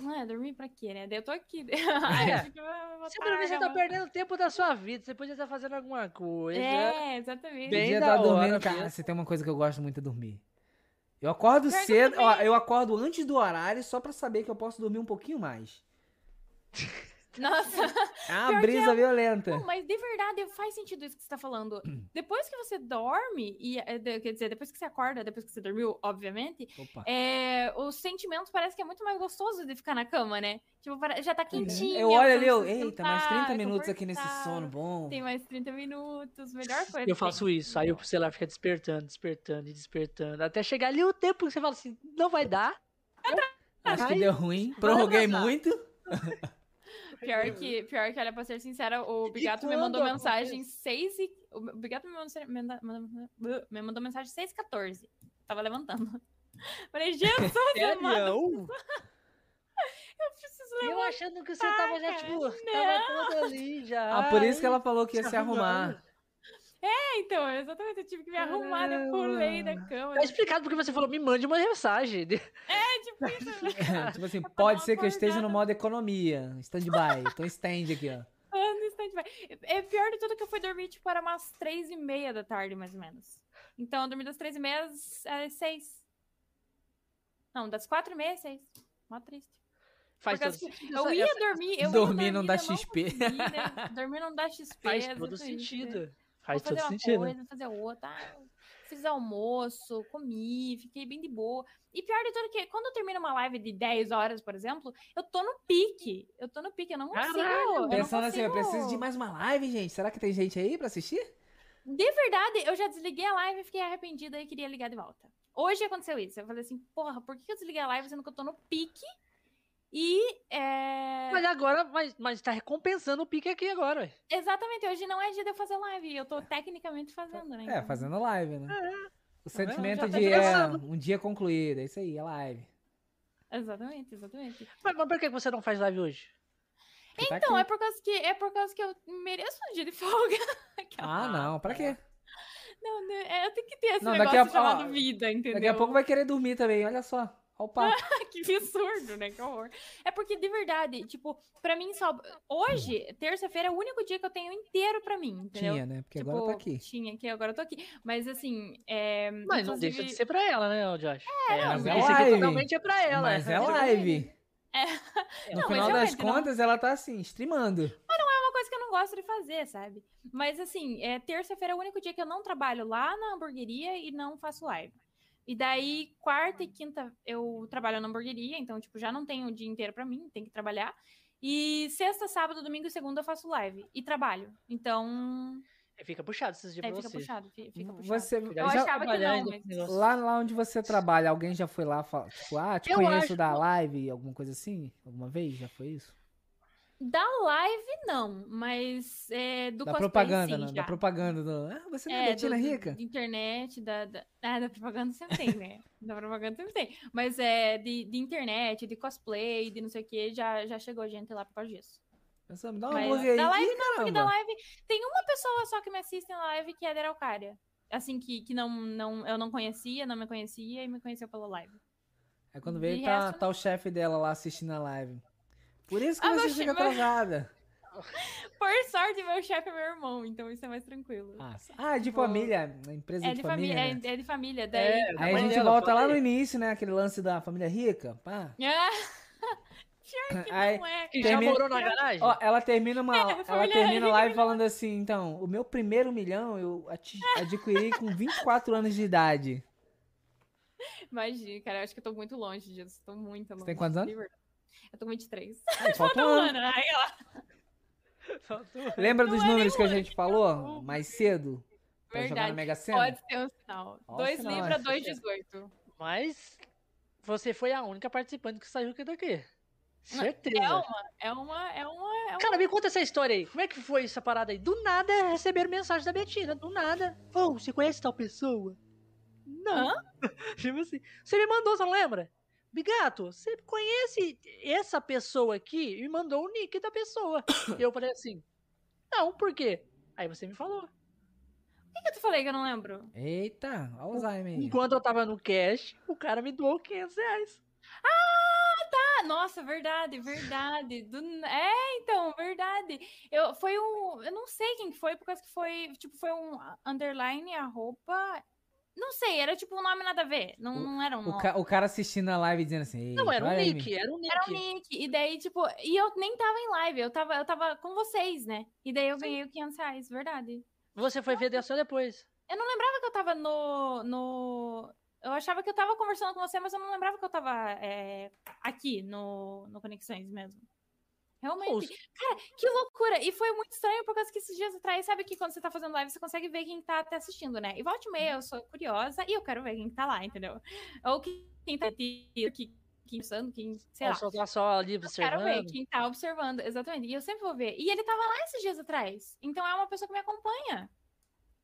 [SPEAKER 3] Não é, dormir pra quê, né? Daí eu tô aqui.
[SPEAKER 1] É.
[SPEAKER 3] Aí eu fico, ah, vou
[SPEAKER 1] Você
[SPEAKER 3] botar
[SPEAKER 1] dormir, você tá
[SPEAKER 3] gravando.
[SPEAKER 1] perdendo tempo da sua vida. Você podia estar fazendo alguma coisa.
[SPEAKER 3] É, exatamente.
[SPEAKER 1] Bem
[SPEAKER 2] Podia
[SPEAKER 1] da
[SPEAKER 2] tá dormindo,
[SPEAKER 1] hora
[SPEAKER 2] cara.
[SPEAKER 1] mesmo.
[SPEAKER 2] Você tem uma coisa que eu gosto muito é dormir. Eu acordo
[SPEAKER 3] Pior que eu
[SPEAKER 2] cedo, ó,
[SPEAKER 3] também.
[SPEAKER 2] eu acordo antes do horário só pra saber que eu posso dormir um pouquinho mais.
[SPEAKER 3] Nossa.
[SPEAKER 2] É uma
[SPEAKER 3] Pior que
[SPEAKER 2] brisa violenta.
[SPEAKER 3] Não, mas de verdade faz sentido isso que você tá falando. Depois que você dorme, e é, de- quer dizer, depois que você acorda, depois que você dormiu, obviamente,
[SPEAKER 2] Opa.
[SPEAKER 3] é, os sentimentos parece que é muito mais gostoso de ficar na cama, né? Tipo, pare- já tá quentinho.
[SPEAKER 2] é. eu olho
[SPEAKER 3] você
[SPEAKER 2] ali, eu,
[SPEAKER 3] precisa
[SPEAKER 2] eita,
[SPEAKER 3] sentar,
[SPEAKER 2] mais 30
[SPEAKER 3] é
[SPEAKER 2] minutos aqui nesse sono
[SPEAKER 3] confortável,
[SPEAKER 2] bom.
[SPEAKER 3] Tem mais 30 minutos, melhor coisa.
[SPEAKER 1] Eu faço isso, aí o celular fica despertando, despertando e despertando, até chegar ali o tempo que você fala assim, não vai dar.
[SPEAKER 2] Acho que
[SPEAKER 1] Ai,
[SPEAKER 2] deu ruim. Prorroguei
[SPEAKER 1] atrasar.
[SPEAKER 2] muito.
[SPEAKER 3] Pior que, pior que, olha, pra ser sincera, o Bigato me
[SPEAKER 1] quando
[SPEAKER 3] mandou
[SPEAKER 1] acontece?
[SPEAKER 3] mensagem 6 e... O Bigato me mandou, manda- manda- me mandou mensagem 6 e 14. Tava levantando. Falei, Jesus,
[SPEAKER 1] Sério?
[SPEAKER 3] amado. Eu preciso
[SPEAKER 1] E eu
[SPEAKER 3] levantar.
[SPEAKER 1] achando que você tava já, tipo, tava toda ali já.
[SPEAKER 2] Ah, por isso que ela falou que ia
[SPEAKER 1] se
[SPEAKER 2] se arrumar.
[SPEAKER 3] Então, exatamente, eu tive que me arrumar, eu
[SPEAKER 2] Caramba.
[SPEAKER 3] pulei da cama.
[SPEAKER 1] Tá explicado porque você falou, me mande uma mensagem.
[SPEAKER 3] É tipo isso, né?
[SPEAKER 2] tipo assim,
[SPEAKER 3] tava
[SPEAKER 2] pode ser que eu esteja
[SPEAKER 3] acordada.
[SPEAKER 2] no modo economia. Stand-by. Então stand aqui, ó.
[SPEAKER 3] Falando em stand-by. É pior de tudo que eu fui dormir, tipo, era umas três e meia da tarde, mais ou menos. Então, eu dormi das três e meia às às seis. Não, das quatro e meia às seis. Mó triste.
[SPEAKER 1] Faz
[SPEAKER 3] Porque
[SPEAKER 1] todo
[SPEAKER 3] assim,
[SPEAKER 1] sentido.
[SPEAKER 3] Eu
[SPEAKER 1] essa-
[SPEAKER 3] ia
[SPEAKER 1] essa-
[SPEAKER 3] dormir, eu
[SPEAKER 2] Dormir
[SPEAKER 3] ia
[SPEAKER 2] não dá
[SPEAKER 3] eu
[SPEAKER 2] XP.
[SPEAKER 3] consegui, né? Dormir não dá XP.
[SPEAKER 1] Faz
[SPEAKER 3] exatamente,
[SPEAKER 1] todo
[SPEAKER 3] né?
[SPEAKER 1] sentido.
[SPEAKER 3] Vou
[SPEAKER 1] Faz todo
[SPEAKER 3] fazer uma
[SPEAKER 1] sentido.
[SPEAKER 3] coisa, vou fazer outra. Ah, Fiz almoço, comi, fiquei bem de boa. E pior de tudo que quando eu termino uma live de 10 horas, por exemplo, eu tô no pique. Eu tô no pique, eu não consigo.
[SPEAKER 1] Caralho,
[SPEAKER 3] eu não
[SPEAKER 2] Pensando assim, eu
[SPEAKER 3] consigo-
[SPEAKER 2] preciso de mais uma live, gente. Será que tem gente aí pra assistir?
[SPEAKER 3] De verdade, eu já desliguei a live e fiquei arrependida e queria ligar de volta. Hoje aconteceu isso. Eu falei assim, porra, por que eu desliguei a live sendo que eu tô no pique? E. é,
[SPEAKER 1] Mas agora, mas, mas tá recompensando o pique aqui agora, ué.
[SPEAKER 3] Exatamente, hoje não é dia de eu fazer live. Eu tô tecnicamente fazendo, né?
[SPEAKER 2] É,
[SPEAKER 3] então- tá
[SPEAKER 2] fazendo live, né? O
[SPEAKER 1] vendo?
[SPEAKER 2] sentimento
[SPEAKER 3] Já tá
[SPEAKER 2] de é,
[SPEAKER 1] pensando.
[SPEAKER 2] um dia concluído. É isso aí, é live.
[SPEAKER 3] Exatamente, exatamente.
[SPEAKER 1] Mas, mas por que que você não faz live hoje?
[SPEAKER 2] Porque tá
[SPEAKER 3] Então,
[SPEAKER 2] aqui.
[SPEAKER 3] é por causa que é por causa que eu mereço um dia de folga. Aquela-
[SPEAKER 2] Ah, não. Pra quê?
[SPEAKER 3] Não, né, é, eu tenho que ter esse
[SPEAKER 2] Não, daqui
[SPEAKER 3] negócio
[SPEAKER 2] a- ó,
[SPEAKER 3] chamado vida, entendeu?
[SPEAKER 2] Daqui a pouco vai querer dormir também. Olha só. Olha o papo.
[SPEAKER 3] que absurdo, né? Que horror. É porque, de verdade, tipo, pra mim só. Hoje, terça-feira, é o único dia que eu tenho inteiro pra mim, entendeu?
[SPEAKER 2] Tinha, né? Porque
[SPEAKER 3] tipo,
[SPEAKER 2] agora tá aqui.
[SPEAKER 3] Tinha que agora eu tô aqui. Mas assim, é.
[SPEAKER 1] Mas não deixa de
[SPEAKER 3] inclusive-
[SPEAKER 1] ser pra ela, né, ô Josh? É,
[SPEAKER 3] não,
[SPEAKER 1] mas
[SPEAKER 3] mas é
[SPEAKER 1] esse aqui
[SPEAKER 2] live.
[SPEAKER 1] totalmente é pra ela.
[SPEAKER 2] Mas é
[SPEAKER 1] ela
[SPEAKER 2] live.
[SPEAKER 3] Não,
[SPEAKER 2] No
[SPEAKER 3] mas
[SPEAKER 2] final das
[SPEAKER 3] realmente, não-
[SPEAKER 2] contas, ela tá assim, streamando.
[SPEAKER 3] uma coisa que eu não gosto de fazer, sabe? Mas assim, é, terça-feira é o único dia que eu não trabalho lá na hamburgueria e não faço live. E daí, quarta e quinta, eu trabalho na hamburgueria, então, tipo, já não tenho o dia inteiro pra mim, tem que trabalhar. E sexta, sábado, domingo e segunda eu faço live e trabalho. Então,
[SPEAKER 1] Fica puxado esses dias
[SPEAKER 3] aí
[SPEAKER 1] pra
[SPEAKER 3] fica
[SPEAKER 1] você.
[SPEAKER 3] puxado, fi- fica puxado.
[SPEAKER 2] Você,
[SPEAKER 1] Eu
[SPEAKER 3] Eu
[SPEAKER 2] já-
[SPEAKER 3] achava que
[SPEAKER 1] trabalhar
[SPEAKER 3] não,
[SPEAKER 1] ainda
[SPEAKER 3] mas...
[SPEAKER 1] com negócio.
[SPEAKER 2] lá, lá onde você trabalha, alguém já foi lá falar, tipo, ah, te
[SPEAKER 1] Eu
[SPEAKER 2] conheço
[SPEAKER 1] acho
[SPEAKER 2] da
[SPEAKER 1] que-
[SPEAKER 2] live, alguma coisa assim? Alguma vez? Já foi isso?
[SPEAKER 3] Da live, não, mas é, do
[SPEAKER 2] da
[SPEAKER 3] cosplay,
[SPEAKER 2] propaganda,
[SPEAKER 3] sim,
[SPEAKER 2] né?
[SPEAKER 3] já.
[SPEAKER 2] Da propaganda. Do... Ah, você não é, Betina
[SPEAKER 3] do- do-
[SPEAKER 2] Rica?
[SPEAKER 3] De internet, da, da, ah, da propaganda sempre tem, né? da propaganda sempre tem. Mas é de, de internet, de cosplay, de não sei o que, já, já chegou gente lá por causa disso.
[SPEAKER 2] Pensou, me dá uma
[SPEAKER 3] Mas
[SPEAKER 2] hambúrguer aí.
[SPEAKER 3] da live
[SPEAKER 2] Ih,
[SPEAKER 3] Porque
[SPEAKER 2] caramba.
[SPEAKER 3] da live, tem uma pessoa só que me assiste na live que é da Araucária. Assim, que, que não, não, eu não conhecia, não me conhecia e me conheceu pela live.
[SPEAKER 2] Aí quando
[SPEAKER 3] de
[SPEAKER 2] veio, tá,
[SPEAKER 3] resto,
[SPEAKER 2] tá o chefe dela lá assistindo a live. Por isso que
[SPEAKER 3] Ah,
[SPEAKER 2] você
[SPEAKER 3] meu
[SPEAKER 2] chega
[SPEAKER 3] che- meu-
[SPEAKER 2] atrasada.
[SPEAKER 3] Por sorte, meu chefe é meu irmão, então isso é mais tranquilo.
[SPEAKER 2] Ah, ah, de família. Empresa
[SPEAKER 3] é
[SPEAKER 2] de
[SPEAKER 3] de
[SPEAKER 2] família. né?
[SPEAKER 3] é, é de família. Daí.
[SPEAKER 1] É, da
[SPEAKER 2] Aí a
[SPEAKER 1] mãe
[SPEAKER 2] gente
[SPEAKER 1] dela,
[SPEAKER 2] volta
[SPEAKER 1] fala
[SPEAKER 2] lá
[SPEAKER 1] aí.
[SPEAKER 2] no início, né? Aquele lance da família rica. Pá.
[SPEAKER 3] Ah, que
[SPEAKER 2] Aí,
[SPEAKER 3] não é.
[SPEAKER 1] E já
[SPEAKER 2] Termina-
[SPEAKER 1] morou na garagem?
[SPEAKER 2] Ó, ela termina uma,
[SPEAKER 3] É,
[SPEAKER 2] ela
[SPEAKER 3] família
[SPEAKER 2] termina a
[SPEAKER 3] rica,
[SPEAKER 2] live falando assim, então, o meu primeiro milhão eu ati- adquiri com 24 anos de idade.
[SPEAKER 3] Imagina, cara, eu acho que eu tô muito longe disso. Tô muito longe.
[SPEAKER 2] tem quantos
[SPEAKER 3] de
[SPEAKER 2] anos?
[SPEAKER 3] verdade. Eu tô com 23.
[SPEAKER 2] Aí, falta um
[SPEAKER 3] Tô
[SPEAKER 2] ano.
[SPEAKER 3] falando, ai, ela-
[SPEAKER 2] Lembra
[SPEAKER 3] Não
[SPEAKER 2] dos
[SPEAKER 3] é
[SPEAKER 2] números que a gente
[SPEAKER 3] não.
[SPEAKER 2] falou mais cedo? Pra jogar
[SPEAKER 3] Verdade.
[SPEAKER 2] na Mega Sena?
[SPEAKER 3] Pode ser um sinal. é
[SPEAKER 2] Ó,
[SPEAKER 3] 2
[SPEAKER 2] sinal,
[SPEAKER 3] Libra,
[SPEAKER 2] acho que
[SPEAKER 3] 2,18.
[SPEAKER 1] Mas você foi a única participante que saiu aqui daqui. Certeza.
[SPEAKER 3] É uma, é uma, é uma. é uma-
[SPEAKER 1] Cara, me conta essa história aí. Como é que foi essa parada aí? Do nada receberam mensagem da Betina. Do nada. Ô, você conhece tal pessoa? Não. tipo assim. Você me mandou, você não lembra? Bigato, você conhece essa pessoa aqui? E me mandou o nick da pessoa. E eu falei assim: Não, por quê? Aí você me falou.
[SPEAKER 3] Por que eu te falei que eu não lembro?
[SPEAKER 2] Eita, Alzheimer. aí.
[SPEAKER 1] Enquanto eu tava no cash, o cara me doou 500 reais.
[SPEAKER 3] Ah, nossa, verdade, verdade. Do... É, então, verdade. Eu, foi um. Eu não sei quem que foi, por causa que foi. Tipo, foi um underline, a roupa. Não sei, era tipo um nome nada a ver. Não, não era um
[SPEAKER 2] O,
[SPEAKER 3] nome.
[SPEAKER 2] ca- o cara assistindo a live dizendo assim,
[SPEAKER 1] Não,
[SPEAKER 2] "Eita,
[SPEAKER 1] era um
[SPEAKER 2] olha aí,
[SPEAKER 1] nick, era um nick.
[SPEAKER 3] Era o Nick. E daí, tipo, e eu nem tava em live, eu tava, eu tava com vocês, né? E daí eu ganhei o 500 reais, verdade.
[SPEAKER 1] Você foi ver só depois.
[SPEAKER 3] Eu não lembrava que eu tava no. no... Eu achava que eu tava conversando com você, mas eu não lembrava que eu tava é, aqui no, no Conexões mesmo. Realmente. Cara, que loucura! E foi muito estranho, por causa que esses dias atrás, sabe que quando você tá fazendo live, você consegue ver quem tá até assistindo, né? E volta e meia, eu sou curiosa e eu quero ver quem tá lá, entendeu? Ou que- quem tá aqui, quem quem pensando, quem, sei
[SPEAKER 1] Eu
[SPEAKER 3] lá.
[SPEAKER 1] só tá só ali
[SPEAKER 3] Eu quero ver
[SPEAKER 1] observando.
[SPEAKER 3] quem tá observando, exatamente. E eu sempre vou ver. E ele tava lá esses dias atrás. Então é uma pessoa que me acompanha.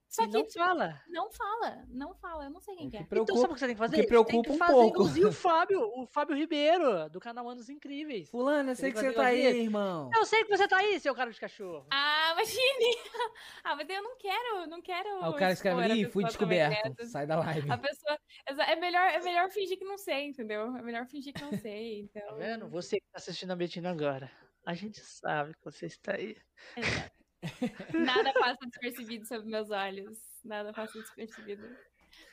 [SPEAKER 3] Só
[SPEAKER 1] E não
[SPEAKER 3] que
[SPEAKER 1] fala.
[SPEAKER 3] não fala, não fala. Eu não sei quem que é.
[SPEAKER 1] Então sabe o
[SPEAKER 2] Preocupa.
[SPEAKER 1] que você tem que fazer?
[SPEAKER 2] que
[SPEAKER 1] Você tem
[SPEAKER 2] preocupa
[SPEAKER 1] que
[SPEAKER 2] um
[SPEAKER 1] fazer
[SPEAKER 2] pouco.
[SPEAKER 1] igualzinho o Fábio, o Fábio Ribeiro, do canal Anos Incríveis.
[SPEAKER 2] Fulano, eu sei
[SPEAKER 1] Ele
[SPEAKER 2] que você
[SPEAKER 1] vai
[SPEAKER 2] tá aí,
[SPEAKER 1] vir aqui.
[SPEAKER 2] irmão.
[SPEAKER 1] Eu sei que você tá aí, seu cara de cachorro.
[SPEAKER 3] Ah, imagine! Ah, mas eu não quero, não quero.
[SPEAKER 2] Ah, o cara escreve
[SPEAKER 3] expor a
[SPEAKER 2] ali, fui
[SPEAKER 3] pessoa
[SPEAKER 2] descoberto.
[SPEAKER 3] também, né?
[SPEAKER 2] Sai da live.
[SPEAKER 3] A pessoa. exa- É melhor, é melhor fingir que não sei, entendeu? É melhor fingir que não sei. Então...
[SPEAKER 1] Tá vendo? Você que tá assistindo a Betina agora. A gente sabe que você está aí.
[SPEAKER 3] Exato. Nada passa despercebido sob meus olhos. Nada passa despercebido.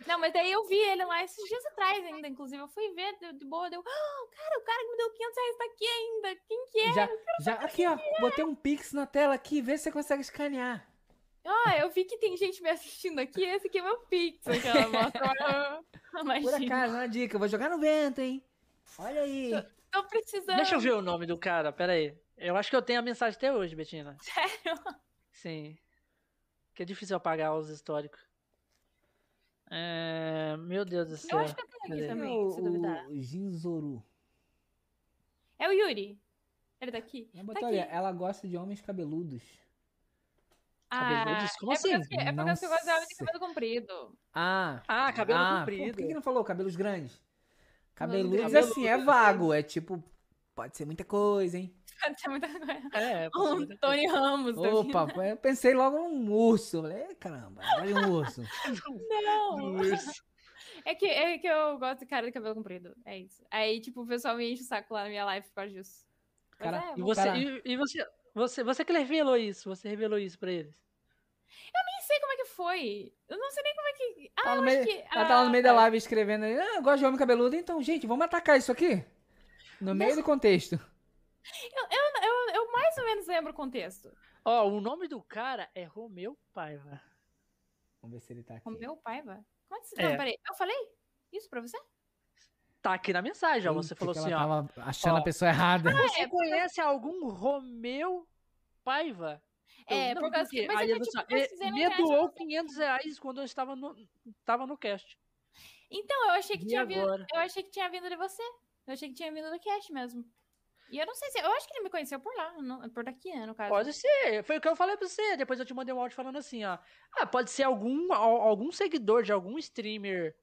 [SPEAKER 3] Não, mas daí eu vi ele lá esses dias atrás ainda, inclusive. Eu fui ver deu de boa, deu. "Ah, cara, o cara que me deu 500 reais tá aqui ainda. Quem que é?
[SPEAKER 2] Já, já, aqui, ó. Botei um pix na tela aqui, vê se você consegue escanear.
[SPEAKER 3] Ah, eu vi que tem gente me assistindo aqui. Esse aqui é meu pix. Aquela mostra uma- uma
[SPEAKER 2] Por
[SPEAKER 3] magia.
[SPEAKER 2] acaso, uma dica, eu vou jogar no vento, hein? Olha aí.
[SPEAKER 3] Tô precisando.
[SPEAKER 1] Deixa eu ver o nome do cara, pera aí. Eu acho que eu tenho a mensagem até hoje, Betina.
[SPEAKER 3] Sério?
[SPEAKER 1] Sim. Que é difícil apagar os históricos. É, Meu Deus do
[SPEAKER 3] Eu
[SPEAKER 1] céu.
[SPEAKER 3] acho que eu tenho aqui
[SPEAKER 1] Cadê?
[SPEAKER 2] Quem é
[SPEAKER 3] também, se duvidar.
[SPEAKER 2] o, o Jinzoru.
[SPEAKER 3] É o Yuri. Ele tá aqui?
[SPEAKER 2] Ela
[SPEAKER 3] Tá
[SPEAKER 2] botou ali,
[SPEAKER 3] aqui.
[SPEAKER 2] ela gosta de homens cabeludos.
[SPEAKER 1] Cabeludos? Como
[SPEAKER 3] é
[SPEAKER 1] assim?
[SPEAKER 3] Por causa que, é por causa que eu gosto de homem de
[SPEAKER 2] Nossa.
[SPEAKER 3] cabelo comprido.
[SPEAKER 2] Ah,
[SPEAKER 1] Ah, cabelo
[SPEAKER 2] ah, pô,
[SPEAKER 1] comprido.
[SPEAKER 2] Por que, que não falou cabelos grandes? Cabeludos,
[SPEAKER 3] grandes.
[SPEAKER 2] assim, é vago. É tipo, pode ser muita coisa, hein?
[SPEAKER 3] Tem muita coisa.
[SPEAKER 1] É, pode ser
[SPEAKER 3] Um
[SPEAKER 1] muita
[SPEAKER 3] Tony Ramos. da vida.
[SPEAKER 2] Opa, pô, eu pensei logo num urso. Eu Falei, "Ê, caramba, olha um urso.
[SPEAKER 1] coisa.
[SPEAKER 2] Hum.
[SPEAKER 3] Não.
[SPEAKER 1] Urso.
[SPEAKER 3] É que, é que eu gosto de cara de cabelo comprido. É isso. Aí, tipo, o pessoal me enche o saco lá na minha live por causa disso. Mas
[SPEAKER 2] Cara,
[SPEAKER 3] é,
[SPEAKER 1] E
[SPEAKER 3] eu
[SPEAKER 1] você,
[SPEAKER 2] Cara.
[SPEAKER 1] e, e você, você, você que revelou isso, você revelou isso pra eles.
[SPEAKER 3] nem sei como é que foi. Eu não sei nem como é que. Ah,
[SPEAKER 2] Tá no
[SPEAKER 3] eu
[SPEAKER 2] meio-
[SPEAKER 3] acho que.
[SPEAKER 2] Ela tava no
[SPEAKER 3] ah,
[SPEAKER 2] meio da live escrevendo ali, ah, eu gosto de homem cabeludo, então, gente, vamos atacar isso aqui? No meio do contexto.
[SPEAKER 3] Eu, eu mais ou menos lembro o contexto.
[SPEAKER 1] Ó, o nome do cara é Romeu Paiva.
[SPEAKER 2] Vamos ver se ele tá aqui.
[SPEAKER 3] Com meu paiva? Como é que você.
[SPEAKER 1] É.
[SPEAKER 3] Não, peraí. Eu falei isso pra você?
[SPEAKER 1] Tá aqui na mensagem, ó.
[SPEAKER 2] Eita,
[SPEAKER 1] Você falou
[SPEAKER 2] que
[SPEAKER 1] assim, ó.
[SPEAKER 2] ela tava achando
[SPEAKER 1] Ó.
[SPEAKER 2] a pessoa errada.
[SPEAKER 1] Você
[SPEAKER 3] É,
[SPEAKER 1] Tipo, conhece algum Romeu Paiva? Eu,
[SPEAKER 3] É,
[SPEAKER 1] não,
[SPEAKER 3] por causa
[SPEAKER 1] quê?
[SPEAKER 3] que. Mas
[SPEAKER 1] Aí
[SPEAKER 3] é
[SPEAKER 1] eu
[SPEAKER 3] que, tipo,
[SPEAKER 1] só,
[SPEAKER 3] eu pesquisei
[SPEAKER 1] "Ele
[SPEAKER 3] na
[SPEAKER 1] me
[SPEAKER 3] internet,
[SPEAKER 1] doou 500 reais quando eu estava no, estava no cast.
[SPEAKER 3] Então, eu achei que
[SPEAKER 1] E
[SPEAKER 3] tinha vindo.
[SPEAKER 1] agora?
[SPEAKER 3] Eu achei que tinha vindo de você. Eu achei que tinha vindo do cast mesmo. E eu não sei se. Eu acho que ele me conheceu por lá, não- por daqui, né, no caso.
[SPEAKER 1] Pode ser, foi o que eu falei pra você. Depois eu te mandei um áudio falando assim, ó. Ah, pode ser algum, al- algum seguidor de algum streamer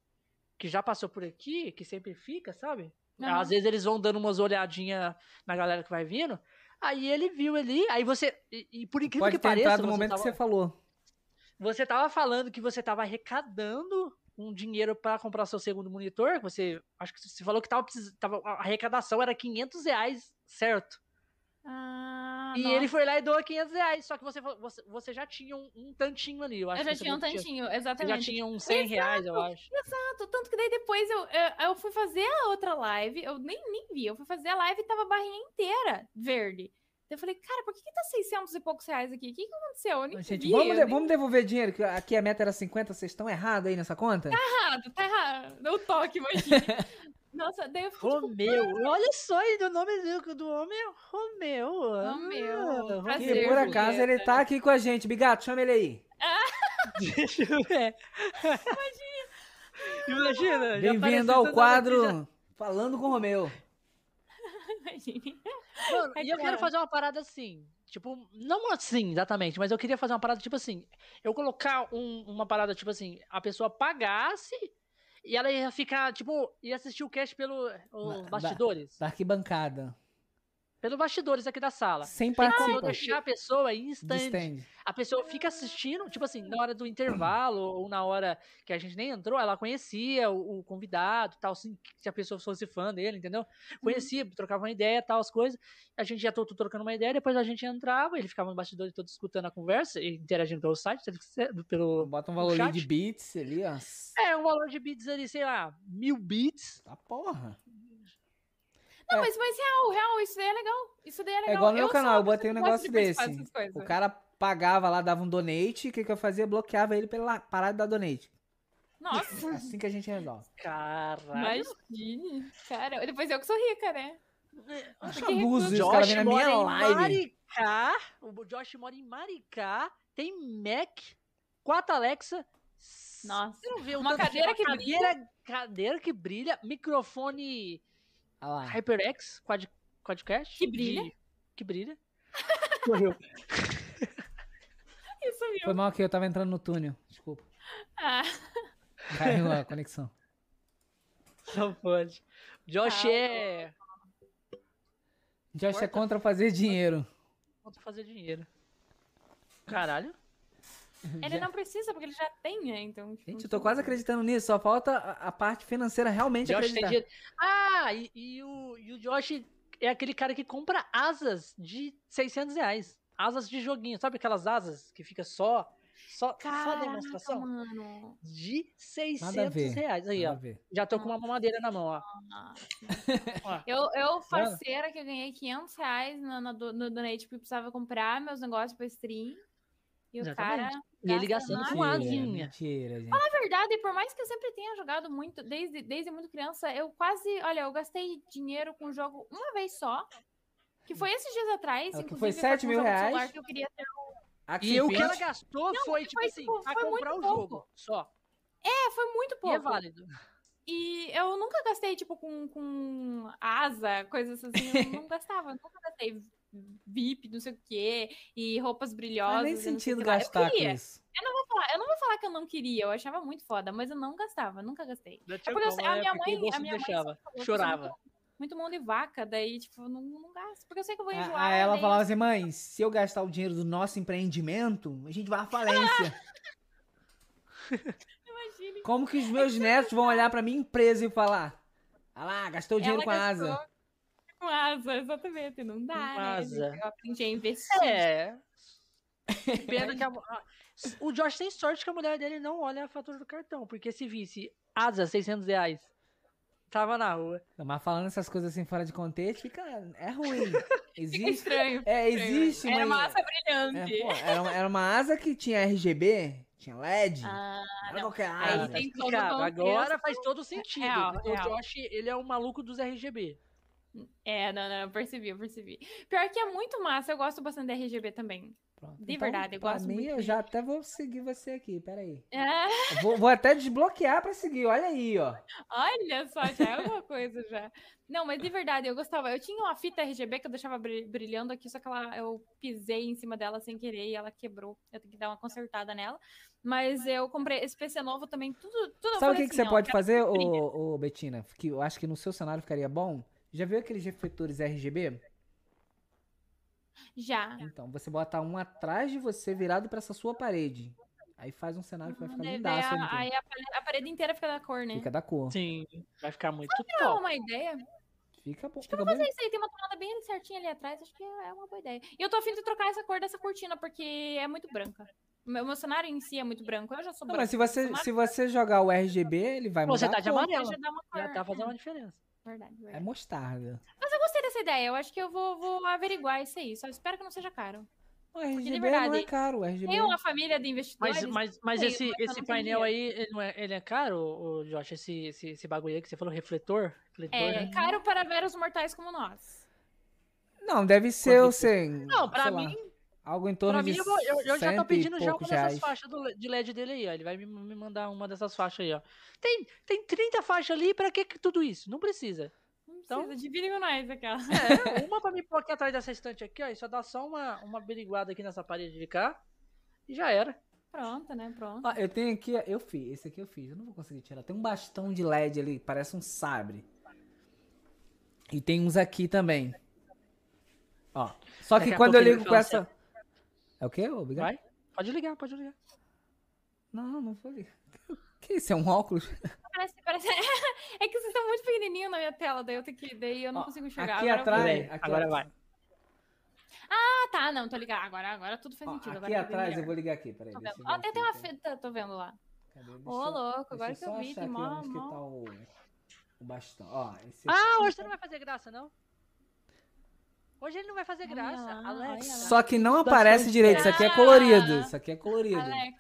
[SPEAKER 1] que já passou por aqui, que sempre fica, sabe?
[SPEAKER 3] Aham.
[SPEAKER 1] Às vezes eles vão dando umas olhadinhas na galera que vai vindo. Aí ele viu ali, aí você. E, e por incrível
[SPEAKER 2] Pode
[SPEAKER 1] que
[SPEAKER 2] ter
[SPEAKER 1] pareça.
[SPEAKER 2] entrado no
[SPEAKER 1] você
[SPEAKER 2] momento
[SPEAKER 1] tava-
[SPEAKER 2] que você falou.
[SPEAKER 1] Você tava falando que você tava arrecadando um dinheiro para comprar seu segundo monitor. que Você acho que você falou que tava, precis- tava a arrecadação era 500 reais, certo?
[SPEAKER 3] Ah,
[SPEAKER 1] e
[SPEAKER 3] nossa.
[SPEAKER 1] ele foi lá e doou 500 reais. Só que você falou- você, você já tinha um, um tantinho ali, eu acho.
[SPEAKER 3] Eu já
[SPEAKER 1] que você
[SPEAKER 3] tinha um
[SPEAKER 1] falou que
[SPEAKER 3] tantinho,
[SPEAKER 1] tipo, Você já
[SPEAKER 3] exatamente.
[SPEAKER 1] tinha uns 100 reais, eu acho.
[SPEAKER 3] Exato, tanto que daí depois eu, eu, eu fui fazer a outra live, eu nem, nem vi, eu fui fazer a live e tava a barrinha inteira verde. Daí Eu falei, cara, por que, que tá 600 e poucos reais aqui? O que, que aconteceu? Eu nem
[SPEAKER 2] Gente,
[SPEAKER 3] vi,
[SPEAKER 2] vamos,
[SPEAKER 3] eu
[SPEAKER 2] de-
[SPEAKER 1] né?
[SPEAKER 3] nem-
[SPEAKER 2] vamos devolver dinheiro, que aqui a meta era 50, vocês estão errados aí nessa conta?
[SPEAKER 3] Tá errado, tá errado. Deu toque, imagina. Nossa, daí eu fiquei tipo,
[SPEAKER 1] Romeu, olha só, e o nome do, do homem é Romeu.
[SPEAKER 3] Romeu,
[SPEAKER 1] Ah,
[SPEAKER 3] prazer,
[SPEAKER 2] E por
[SPEAKER 3] Romeu.
[SPEAKER 2] acaso ele tá aqui com a gente. Bigato, chama ele aí.
[SPEAKER 1] Deixa eu ver. Imagina. já apareceu seu
[SPEAKER 2] Bem-vindo ao
[SPEAKER 1] nome aqui, já-
[SPEAKER 2] quadro Falando com o Romeu.
[SPEAKER 3] tipo, imagine.
[SPEAKER 1] Mano,
[SPEAKER 3] Ai,
[SPEAKER 1] e eu
[SPEAKER 3] cara.
[SPEAKER 1] quero fazer uma parada assim. Tipo, não assim exatamente, mas eu queria fazer uma parada tipo assim. Eu colocar um- uma parada tipo assim, a pessoa pagasse e ela ia ficar, tipo, ia assistir o cast pelo os
[SPEAKER 2] da-
[SPEAKER 1] bastidores.
[SPEAKER 2] Da arquibancada.
[SPEAKER 1] Pelo bastidores aqui da sala.
[SPEAKER 2] Sem
[SPEAKER 1] Quando eu
[SPEAKER 2] participar.
[SPEAKER 1] deixar a pessoa é em
[SPEAKER 2] De
[SPEAKER 1] stand,
[SPEAKER 2] stand.
[SPEAKER 1] a pessoa fica assistindo, tipo assim, na hora do intervalo ou na hora que a gente nem entrou, ela conhecia o, o convidado, tal, assim, se a pessoa fosse fã dele, entendeu?
[SPEAKER 2] Uhum.
[SPEAKER 1] Conhecia, trocava uma ideia, tal, as coisas. A gente já todo trocando uma ideia, depois a gente entrava, ele ficava no bastidor e todo escutando a conversa e interagindo pelo site, pelo que se- pelo.
[SPEAKER 2] Bota um valor ali
[SPEAKER 1] chat.
[SPEAKER 2] de bits ali, ó.
[SPEAKER 1] É, um valor de bits ali, sei lá, mil bits.
[SPEAKER 2] Tá porra.
[SPEAKER 3] Não,
[SPEAKER 2] É.
[SPEAKER 3] mas, mas real, real, isso daí é legal. Isso daí é legal.
[SPEAKER 2] igual no meu
[SPEAKER 3] sou
[SPEAKER 2] canal,
[SPEAKER 3] uma
[SPEAKER 2] eu botei
[SPEAKER 3] pessoa
[SPEAKER 2] um
[SPEAKER 3] que gosta
[SPEAKER 2] negócio
[SPEAKER 3] de participar
[SPEAKER 2] desse.
[SPEAKER 3] dessas coisas.
[SPEAKER 2] O cara pagava lá, dava um donate, e o que, que eu fazia? Bloqueava ele pela parada da donate.
[SPEAKER 3] Nossa,
[SPEAKER 2] Assim que a gente resolve.
[SPEAKER 1] Caralho.
[SPEAKER 3] imagine. Cara, depois eu que sou rica, né?
[SPEAKER 2] Acho
[SPEAKER 3] que
[SPEAKER 2] abuso
[SPEAKER 3] recurso.
[SPEAKER 2] isso, cara vem na minha
[SPEAKER 1] mora em
[SPEAKER 2] live.
[SPEAKER 1] Maricá. O Josh mora em Maricá. Tem Mac, quatro Alexa. s-
[SPEAKER 3] Nossa.
[SPEAKER 1] Você não vê o
[SPEAKER 3] Uma
[SPEAKER 1] tanto de-
[SPEAKER 3] cadeira
[SPEAKER 1] uma
[SPEAKER 3] que
[SPEAKER 1] cadeira, Cadeira que brilha. Microfone
[SPEAKER 2] Olha lá.
[SPEAKER 1] HyperX, quad, quadcast.
[SPEAKER 3] Que brilha.
[SPEAKER 1] de- que brilha.
[SPEAKER 3] Ih, sumiu.
[SPEAKER 2] Foi mal aqui, eu tava entrando no túnel. Desculpa.
[SPEAKER 3] Ah,
[SPEAKER 2] Caiu a conexão.
[SPEAKER 1] Não pode. Josh
[SPEAKER 3] Ah,
[SPEAKER 1] é.
[SPEAKER 2] Josh é
[SPEAKER 1] Corta.
[SPEAKER 2] contra fazer dinheiro.
[SPEAKER 1] Quanto fazer dinheiro? Caralho.
[SPEAKER 3] ele não precisa, porque ele já tem, né? Então, tipo,
[SPEAKER 2] Gente, eu tô quase acreditando nisso. Só falta a, a parte financeira realmente
[SPEAKER 1] Josh tem
[SPEAKER 2] acreditar.
[SPEAKER 1] dinheiro. Ah, e, e o, e o Josh é aquele cara que compra asas de 600 reais. Asas de joguinho. Sabe aquelas asas que fica só. Só, só
[SPEAKER 3] Caraca,
[SPEAKER 1] demonstração?
[SPEAKER 3] mano.
[SPEAKER 1] De
[SPEAKER 2] Nada a
[SPEAKER 1] 600
[SPEAKER 2] ver.
[SPEAKER 1] reais. Aí,
[SPEAKER 2] Nada
[SPEAKER 1] ó.
[SPEAKER 2] a ver.
[SPEAKER 1] Já tô com uma mamadeira na mão, ó. Ó.
[SPEAKER 3] Eu, eu parceira, que eu ganhei 500 reais na- na do- no, donate, porque eu precisava comprar meus negócios pra stream. E o
[SPEAKER 1] Exatamente.
[SPEAKER 3] cara...
[SPEAKER 1] E ele
[SPEAKER 3] gasta
[SPEAKER 2] é
[SPEAKER 1] gastando com
[SPEAKER 2] Mentira,
[SPEAKER 1] asinha.
[SPEAKER 2] mentira, gente.
[SPEAKER 3] Na verdade, por mais que eu sempre tenha jogado muito, desde, desde muito criança, eu quase... Olha, eu gastei dinheiro com o jogo uma vez só. Que foi esses dias atrás,
[SPEAKER 2] É, que
[SPEAKER 3] inclusive,
[SPEAKER 2] foi
[SPEAKER 3] foi
[SPEAKER 2] 7
[SPEAKER 3] com um
[SPEAKER 2] mil
[SPEAKER 3] jogo de
[SPEAKER 2] reais.
[SPEAKER 3] celular que eu queria ter.
[SPEAKER 1] E o que ela
[SPEAKER 2] cara
[SPEAKER 1] gastou foi, tipo
[SPEAKER 3] foi,
[SPEAKER 1] assim,
[SPEAKER 3] tipo,
[SPEAKER 1] pra
[SPEAKER 3] foi muito
[SPEAKER 1] comprar o
[SPEAKER 3] pouco.
[SPEAKER 1] jogo. Só.
[SPEAKER 3] É, foi muito
[SPEAKER 1] E é
[SPEAKER 3] pouco.
[SPEAKER 1] válido.
[SPEAKER 3] E eu nunca gastei, tipo, com, com asa, coisas assim. Eu não gastava, eu nunca gastei VIP, não sei o quê, e roupas brilhosas.
[SPEAKER 2] Faz nem
[SPEAKER 3] e não sei o
[SPEAKER 2] sentido
[SPEAKER 3] que lá.
[SPEAKER 2] gastar
[SPEAKER 3] Eu
[SPEAKER 2] com
[SPEAKER 3] queria.
[SPEAKER 2] isso.
[SPEAKER 3] Eu não, vou falar, eu não vou falar que eu não queria, eu achava muito foda, mas eu não gastava, nunca gastei.
[SPEAKER 1] Não
[SPEAKER 3] É
[SPEAKER 1] tinha
[SPEAKER 3] porque eu
[SPEAKER 1] como,
[SPEAKER 3] sei- a
[SPEAKER 1] né?
[SPEAKER 3] minha
[SPEAKER 1] Porque o
[SPEAKER 3] mãe-
[SPEAKER 1] bolso
[SPEAKER 3] a minha
[SPEAKER 1] não
[SPEAKER 3] mãe só
[SPEAKER 1] deixava.
[SPEAKER 3] falou que eu
[SPEAKER 1] Chorava.
[SPEAKER 3] Muito mão de vaca, daí, tipo, eu não, não gasto, porque eu sei que eu vou
[SPEAKER 2] A-
[SPEAKER 3] enjoar.
[SPEAKER 2] Aí Ah, ela
[SPEAKER 3] daí-
[SPEAKER 2] falava assim, mãe, se eu gastar o dinheiro do nosso empreendimento, a gente vai à falência.
[SPEAKER 3] Imagine.
[SPEAKER 2] Como que os meus netos vão olhar pra minha empresa e falar? Ah lá, gastou dinheiro
[SPEAKER 3] Ela
[SPEAKER 2] com a
[SPEAKER 3] gastou
[SPEAKER 2] asa.
[SPEAKER 3] Com asa, exatamente, não dá,
[SPEAKER 1] Com
[SPEAKER 3] né?
[SPEAKER 1] asa.
[SPEAKER 3] gente? Eu aprendi a investir.
[SPEAKER 1] É. Que pena que a, a- O Josh tem sorte que a mulher dele não olha a fatura do cartão, porque se visse asa 600 reais, tava na rua.
[SPEAKER 2] Mas falando essas coisas assim fora de contexto, fica. É ruim.
[SPEAKER 3] Fica
[SPEAKER 2] Existe.
[SPEAKER 3] estranho.
[SPEAKER 2] É,
[SPEAKER 3] estranho.
[SPEAKER 2] existe,
[SPEAKER 3] Era uma
[SPEAKER 2] mas.
[SPEAKER 3] asa
[SPEAKER 2] É,
[SPEAKER 3] brilhante.
[SPEAKER 2] pô, era, uma, era uma asa que tinha RGB, tinha LED.
[SPEAKER 3] Ah,
[SPEAKER 2] não era
[SPEAKER 3] não.
[SPEAKER 2] qualquer
[SPEAKER 3] Aí
[SPEAKER 2] asa.
[SPEAKER 1] tá
[SPEAKER 3] tem todo o
[SPEAKER 1] explicado.
[SPEAKER 3] contexto.
[SPEAKER 1] Agora faz todo sentido.
[SPEAKER 3] Real,
[SPEAKER 1] porque o
[SPEAKER 3] real.
[SPEAKER 1] Josh, ele é o maluco dos RGB.
[SPEAKER 3] É, não, não, eu percebi, eu percebi. Pior que é muito massa, eu gosto bastante da RGB também.
[SPEAKER 2] Pronto. Então,
[SPEAKER 3] de verdade, eu
[SPEAKER 2] pra
[SPEAKER 3] gosto
[SPEAKER 2] mim,
[SPEAKER 3] muito
[SPEAKER 2] eu já até vou seguir você aqui, peraí.
[SPEAKER 3] É,
[SPEAKER 2] Eu Vou, vou até desbloquear pra seguir, olha aí, ó.
[SPEAKER 3] olha só, já é alguma coisa já. Não, mas de verdade, eu gostava. Eu tinha uma fita RGB que eu deixava bri- brilhando aqui, só que ela, eu pisei em cima dela sem querer e ela quebrou. Eu tenho que dar uma consertada nela. Mas eu comprei esse PC novo também, tudo. tudo eu
[SPEAKER 2] Sabe o
[SPEAKER 3] falei
[SPEAKER 2] que, que
[SPEAKER 3] assim,
[SPEAKER 2] você
[SPEAKER 3] ó,
[SPEAKER 2] pode
[SPEAKER 3] quero
[SPEAKER 2] fazer, ô,
[SPEAKER 3] brilha.
[SPEAKER 2] ô, Betina? Que eu acho que no seu cenário ficaria bom. Já viu aqueles refletores RGB?
[SPEAKER 3] Já.
[SPEAKER 1] Tá.
[SPEAKER 2] Então, você bota um atrás de você, virado pra essa sua parede. Aí faz um cenário que vai
[SPEAKER 1] Uhum,
[SPEAKER 2] ficar
[SPEAKER 3] Daí
[SPEAKER 2] lindaço.
[SPEAKER 3] a-
[SPEAKER 2] Aí,
[SPEAKER 3] aí a parede, a parede inteira fica da cor, né?
[SPEAKER 2] fica da cor.
[SPEAKER 1] Sim. Vai ficar muito
[SPEAKER 3] Pra
[SPEAKER 1] top.
[SPEAKER 3] uma ideia.
[SPEAKER 2] Fica bom.
[SPEAKER 3] Eu
[SPEAKER 2] Fica
[SPEAKER 3] vou
[SPEAKER 2] bom.
[SPEAKER 3] fazer isso aí, tem uma tomada bem certinha ali atrás, acho que é uma boa ideia. E eu tô afim de trocar essa cor dessa cortina, porque é muito branca. O meu meu cenário em si é muito branco, eu já sou
[SPEAKER 2] Não,
[SPEAKER 3] branca.
[SPEAKER 2] mas se você, se você jogar o RGB, ele vai mudar
[SPEAKER 1] Você tá
[SPEAKER 2] a
[SPEAKER 1] de
[SPEAKER 2] cor.
[SPEAKER 1] amarelo.
[SPEAKER 3] Já é. dá uma cor.
[SPEAKER 1] Já tá fazendo uma diferença.
[SPEAKER 3] Verdade,
[SPEAKER 2] É
[SPEAKER 3] verdade.
[SPEAKER 2] mostarda.
[SPEAKER 3] Mas eu gostei dessa ideia, eu acho que eu vou, vou averiguar isso aí, só espero que não seja caro.
[SPEAKER 2] O RGB não é
[SPEAKER 3] verdade,
[SPEAKER 2] caro. O RGB
[SPEAKER 3] Tem uma família de investidores...
[SPEAKER 1] Mas, mas, mas
[SPEAKER 3] Sim,
[SPEAKER 1] esse,
[SPEAKER 3] mas eu
[SPEAKER 1] esse
[SPEAKER 3] não tenho
[SPEAKER 1] painel aí, ele, não é, ele é caro, ô, Josh? Esse, esse, esse bagulho aí que você falou, refletor? refletor
[SPEAKER 3] É
[SPEAKER 1] né?
[SPEAKER 3] caro para meros mortais como nós.
[SPEAKER 2] Não, deve ser,
[SPEAKER 1] Quanto
[SPEAKER 2] eu sei.
[SPEAKER 1] Não, pra
[SPEAKER 2] sei lá,
[SPEAKER 1] mim,
[SPEAKER 2] algo em torno
[SPEAKER 1] pra mim
[SPEAKER 2] de
[SPEAKER 1] eu, vou- eu- eu já tô
[SPEAKER 2] cento e
[SPEAKER 1] pedindo já uma
[SPEAKER 2] poucos
[SPEAKER 1] dessas
[SPEAKER 2] reais.
[SPEAKER 1] faixas do le- de LED dele aí, ó. Ele vai me, me mandar uma dessas faixas aí, ó. Tem, tem 30 faixas ali, pra que que tudo isso? Não precisa.
[SPEAKER 3] Não
[SPEAKER 1] Então-
[SPEAKER 3] precisa, divide com nós
[SPEAKER 1] É,
[SPEAKER 3] aquela.
[SPEAKER 1] uma pra mim pôr aqui atrás dessa estante aqui, ó. E só dá só uma, uma beriguada aqui nessa parede de cá. E já era.
[SPEAKER 3] Pronto, né, pronto.
[SPEAKER 2] Ah, eu tenho aqui, eu fiz, esse aqui eu fiz, eu não vou conseguir tirar. Tem um bastão de LED ali, parece um sabre. E tem uns aqui também. Ó, só que
[SPEAKER 1] Daqui a
[SPEAKER 2] quando
[SPEAKER 1] pouco
[SPEAKER 2] eu
[SPEAKER 1] ele
[SPEAKER 2] ligo
[SPEAKER 1] vai
[SPEAKER 2] com
[SPEAKER 1] falar
[SPEAKER 2] essa... É o quê? Obrigado?
[SPEAKER 1] Vai? Pode ligar, pode ligar.
[SPEAKER 2] Não, não foi. Que isso, é um óculos?
[SPEAKER 3] Parece, parece... é que vocês estão muito pequenininhos na minha tela, daí eu, tenho que, daí eu não
[SPEAKER 2] Ó,
[SPEAKER 3] consigo enxergar.
[SPEAKER 2] aqui
[SPEAKER 3] agora eu-
[SPEAKER 2] atrás,
[SPEAKER 1] Peraí,
[SPEAKER 2] aqui
[SPEAKER 1] agora
[SPEAKER 2] atrás.
[SPEAKER 1] vai.
[SPEAKER 3] Ah, tá, não, tô ligado. Agora, agora tudo faz
[SPEAKER 2] Ó,
[SPEAKER 3] sentido.
[SPEAKER 2] aqui
[SPEAKER 3] agora tá bem
[SPEAKER 2] atrás, eu
[SPEAKER 3] melhor.
[SPEAKER 2] vou ligar aqui, peraí.
[SPEAKER 3] Tô
[SPEAKER 2] deixa eu
[SPEAKER 3] vendo.
[SPEAKER 2] ver
[SPEAKER 3] Ó, tem,
[SPEAKER 2] aqui,
[SPEAKER 3] tem uma
[SPEAKER 2] peraí.
[SPEAKER 3] fita, tô vendo lá.
[SPEAKER 2] Cadê? Deixa
[SPEAKER 3] Ô,
[SPEAKER 2] eu-
[SPEAKER 3] louco,
[SPEAKER 2] deixa
[SPEAKER 3] agora que eu
[SPEAKER 2] só
[SPEAKER 3] vi,
[SPEAKER 2] achar
[SPEAKER 3] tem
[SPEAKER 2] aqui
[SPEAKER 3] mó,
[SPEAKER 2] onde que
[SPEAKER 3] mó-
[SPEAKER 2] tá o, o bastão. Ó, esse aqui.
[SPEAKER 1] Ah, hoje você não vai fazer graça, não? Hoje ele não vai fazer
[SPEAKER 3] Olha
[SPEAKER 1] graça.
[SPEAKER 3] lá,
[SPEAKER 1] Alex.
[SPEAKER 3] olha lá.
[SPEAKER 2] Só que não aparece direito, isso aqui é colorido, isso aqui é colorido.
[SPEAKER 3] Alexa.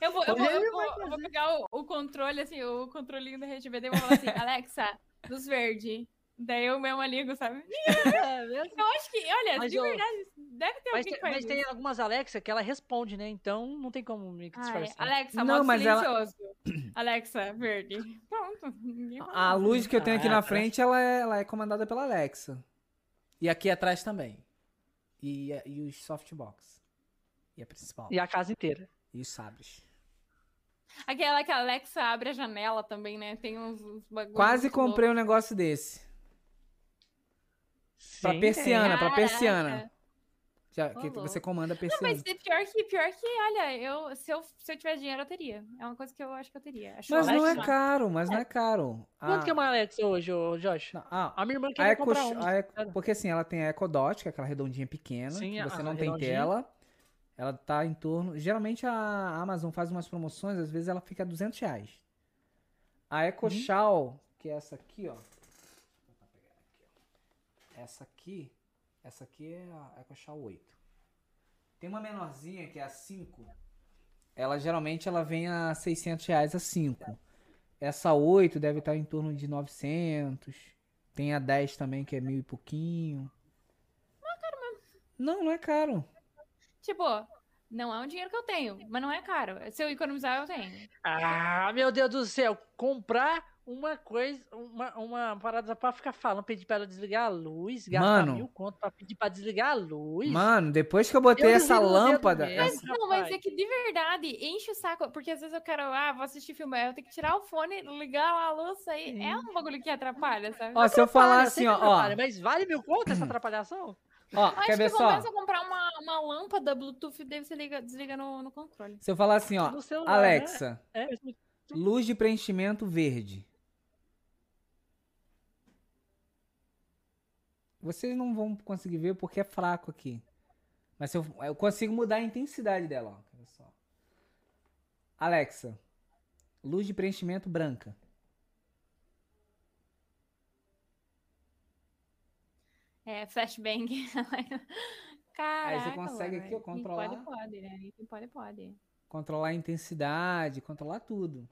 [SPEAKER 3] Eu vou, eu vou,
[SPEAKER 1] Ele
[SPEAKER 3] eu vou, eu vou pegar o, o controle, assim, o controlinho da rede BD e vou falar assim, Alexa, dos verde. Daí eu mesmo ligo, sabe?
[SPEAKER 1] É mesmo?
[SPEAKER 3] Eu acho que, olha,
[SPEAKER 1] Mas
[SPEAKER 3] de
[SPEAKER 1] eu-
[SPEAKER 3] verdade, deve ter
[SPEAKER 1] Mas,
[SPEAKER 3] alguém
[SPEAKER 1] tem,
[SPEAKER 3] que faz
[SPEAKER 1] mas
[SPEAKER 3] isso. Ah, é.
[SPEAKER 1] tem algumas Alexa que ela responde, né? Então não tem como me
[SPEAKER 3] Ai,
[SPEAKER 1] disfarçar.
[SPEAKER 3] Alexa,
[SPEAKER 2] Não,
[SPEAKER 3] modo
[SPEAKER 2] mas ela-
[SPEAKER 3] silencioso. Alexa, verde. Pronto. ninguém fala
[SPEAKER 2] A
[SPEAKER 3] nada.
[SPEAKER 2] luz que eu tenho aqui na
[SPEAKER 1] Caraca.
[SPEAKER 2] frente, ela é, ela é comandada pela Alexa. E aqui atrás também. E, e os softbox. E a principal.
[SPEAKER 1] E a casa inteira.
[SPEAKER 2] E os sabres.
[SPEAKER 3] Aquela que a Alexa abre a janela também, né? Tem uns, uns bagulhos.
[SPEAKER 2] Quase
[SPEAKER 3] muito loucos.
[SPEAKER 2] comprei um negócio desse. Pra
[SPEAKER 1] Sim,
[SPEAKER 2] persiana, pra
[SPEAKER 3] Caraca.
[SPEAKER 2] persiana. Já,
[SPEAKER 3] Ô,
[SPEAKER 2] que
[SPEAKER 3] louco.
[SPEAKER 2] você comanda a
[SPEAKER 3] Não,
[SPEAKER 2] persiana.
[SPEAKER 3] mas é pior que, pior que, olha, eu, se, eu, se eu tivesse dinheiro, eu teria. É uma coisa que eu acho que eu teria. Acho
[SPEAKER 2] Mas
[SPEAKER 3] ótimo.
[SPEAKER 2] não é
[SPEAKER 1] Alexa.
[SPEAKER 2] caro, mas não é caro.
[SPEAKER 1] Quanto
[SPEAKER 2] Ah,
[SPEAKER 1] que é uma Alexa hoje, ô, Josh?
[SPEAKER 2] não, ah,
[SPEAKER 1] A minha irmã
[SPEAKER 2] a
[SPEAKER 1] queria
[SPEAKER 2] Echo,
[SPEAKER 1] comprar um. uma.
[SPEAKER 2] a Echo- porque assim, ela tem a Echo Dot, que é aquela redondinha pequena,
[SPEAKER 1] Sim,
[SPEAKER 2] que
[SPEAKER 1] a-
[SPEAKER 2] você
[SPEAKER 1] a
[SPEAKER 2] não tem
[SPEAKER 1] redondinha.
[SPEAKER 2] tela. Ela tá em torno... Geralmente a Amazon faz umas promoções, às vezes ela fica a 200 reais. A Echo
[SPEAKER 1] Uhum.
[SPEAKER 2] Shaw, que é essa aqui, ó. Essa aqui, essa aqui é a Echo Shaw 8. Tem uma menorzinha que é a 5. Ela geralmente ela vem a 600 reais a 5. Essa 8 deve estar em torno de 900. Tem a 10 também que é mil e pouquinho.
[SPEAKER 1] é
[SPEAKER 2] Não, não é caro.
[SPEAKER 3] Tipo, não é um dinheiro que eu tenho, mas não é caro. Se eu economizar, eu tenho.
[SPEAKER 1] Ah, meu Deus do céu. Comprar uma coisa, uma, uma parada pra ficar falando, pedir pra ela desligar a luz, gastar
[SPEAKER 2] Mano.
[SPEAKER 1] mil conto pra pedir pra desligar a luz.
[SPEAKER 2] Mano, depois que eu botei
[SPEAKER 1] Eu
[SPEAKER 2] essa
[SPEAKER 1] desligo o dedo
[SPEAKER 2] lâmpada.
[SPEAKER 1] mesmo.
[SPEAKER 2] essa-
[SPEAKER 3] Não, mas
[SPEAKER 1] Rapaz.
[SPEAKER 3] é que de verdade, enche o saco. Porque às vezes eu quero, ah, vou assistir filme, aí eu tenho que tirar o fone, ligar a luz aí. É um bagulho que atrapalha, sabe?
[SPEAKER 2] Ó, se eu
[SPEAKER 1] Atrapalha, eu
[SPEAKER 2] falar
[SPEAKER 1] né? sei
[SPEAKER 2] assim,
[SPEAKER 1] que
[SPEAKER 2] ó, Assim,
[SPEAKER 1] atrapalha,
[SPEAKER 2] ó.
[SPEAKER 1] Mas vale mil conto essa atrapalhação?
[SPEAKER 2] ó,
[SPEAKER 3] Acho
[SPEAKER 2] quer ver
[SPEAKER 3] que tipo, começa
[SPEAKER 2] só?
[SPEAKER 3] a comprar uma, uma lâmpada Bluetooth, daí você liga, desliga no, no controle.
[SPEAKER 2] Se eu falar assim, ó,
[SPEAKER 1] No celular, né?
[SPEAKER 2] Alexa,
[SPEAKER 1] É.
[SPEAKER 2] luz de preenchimento verde. Vocês não vão conseguir ver porque é fraco aqui. Mas se eu, eu consigo mudar a intensidade dela, ó. Quer ver só? Alexa, luz de preenchimento branca.
[SPEAKER 3] É, flashbang. Caraca,
[SPEAKER 2] consegue
[SPEAKER 3] mano,
[SPEAKER 2] aqui, ó,
[SPEAKER 3] quem
[SPEAKER 2] controlar.
[SPEAKER 3] Pode, pode, né? Quem pode, pode.
[SPEAKER 2] Controlar a intensidade, controlar tudo.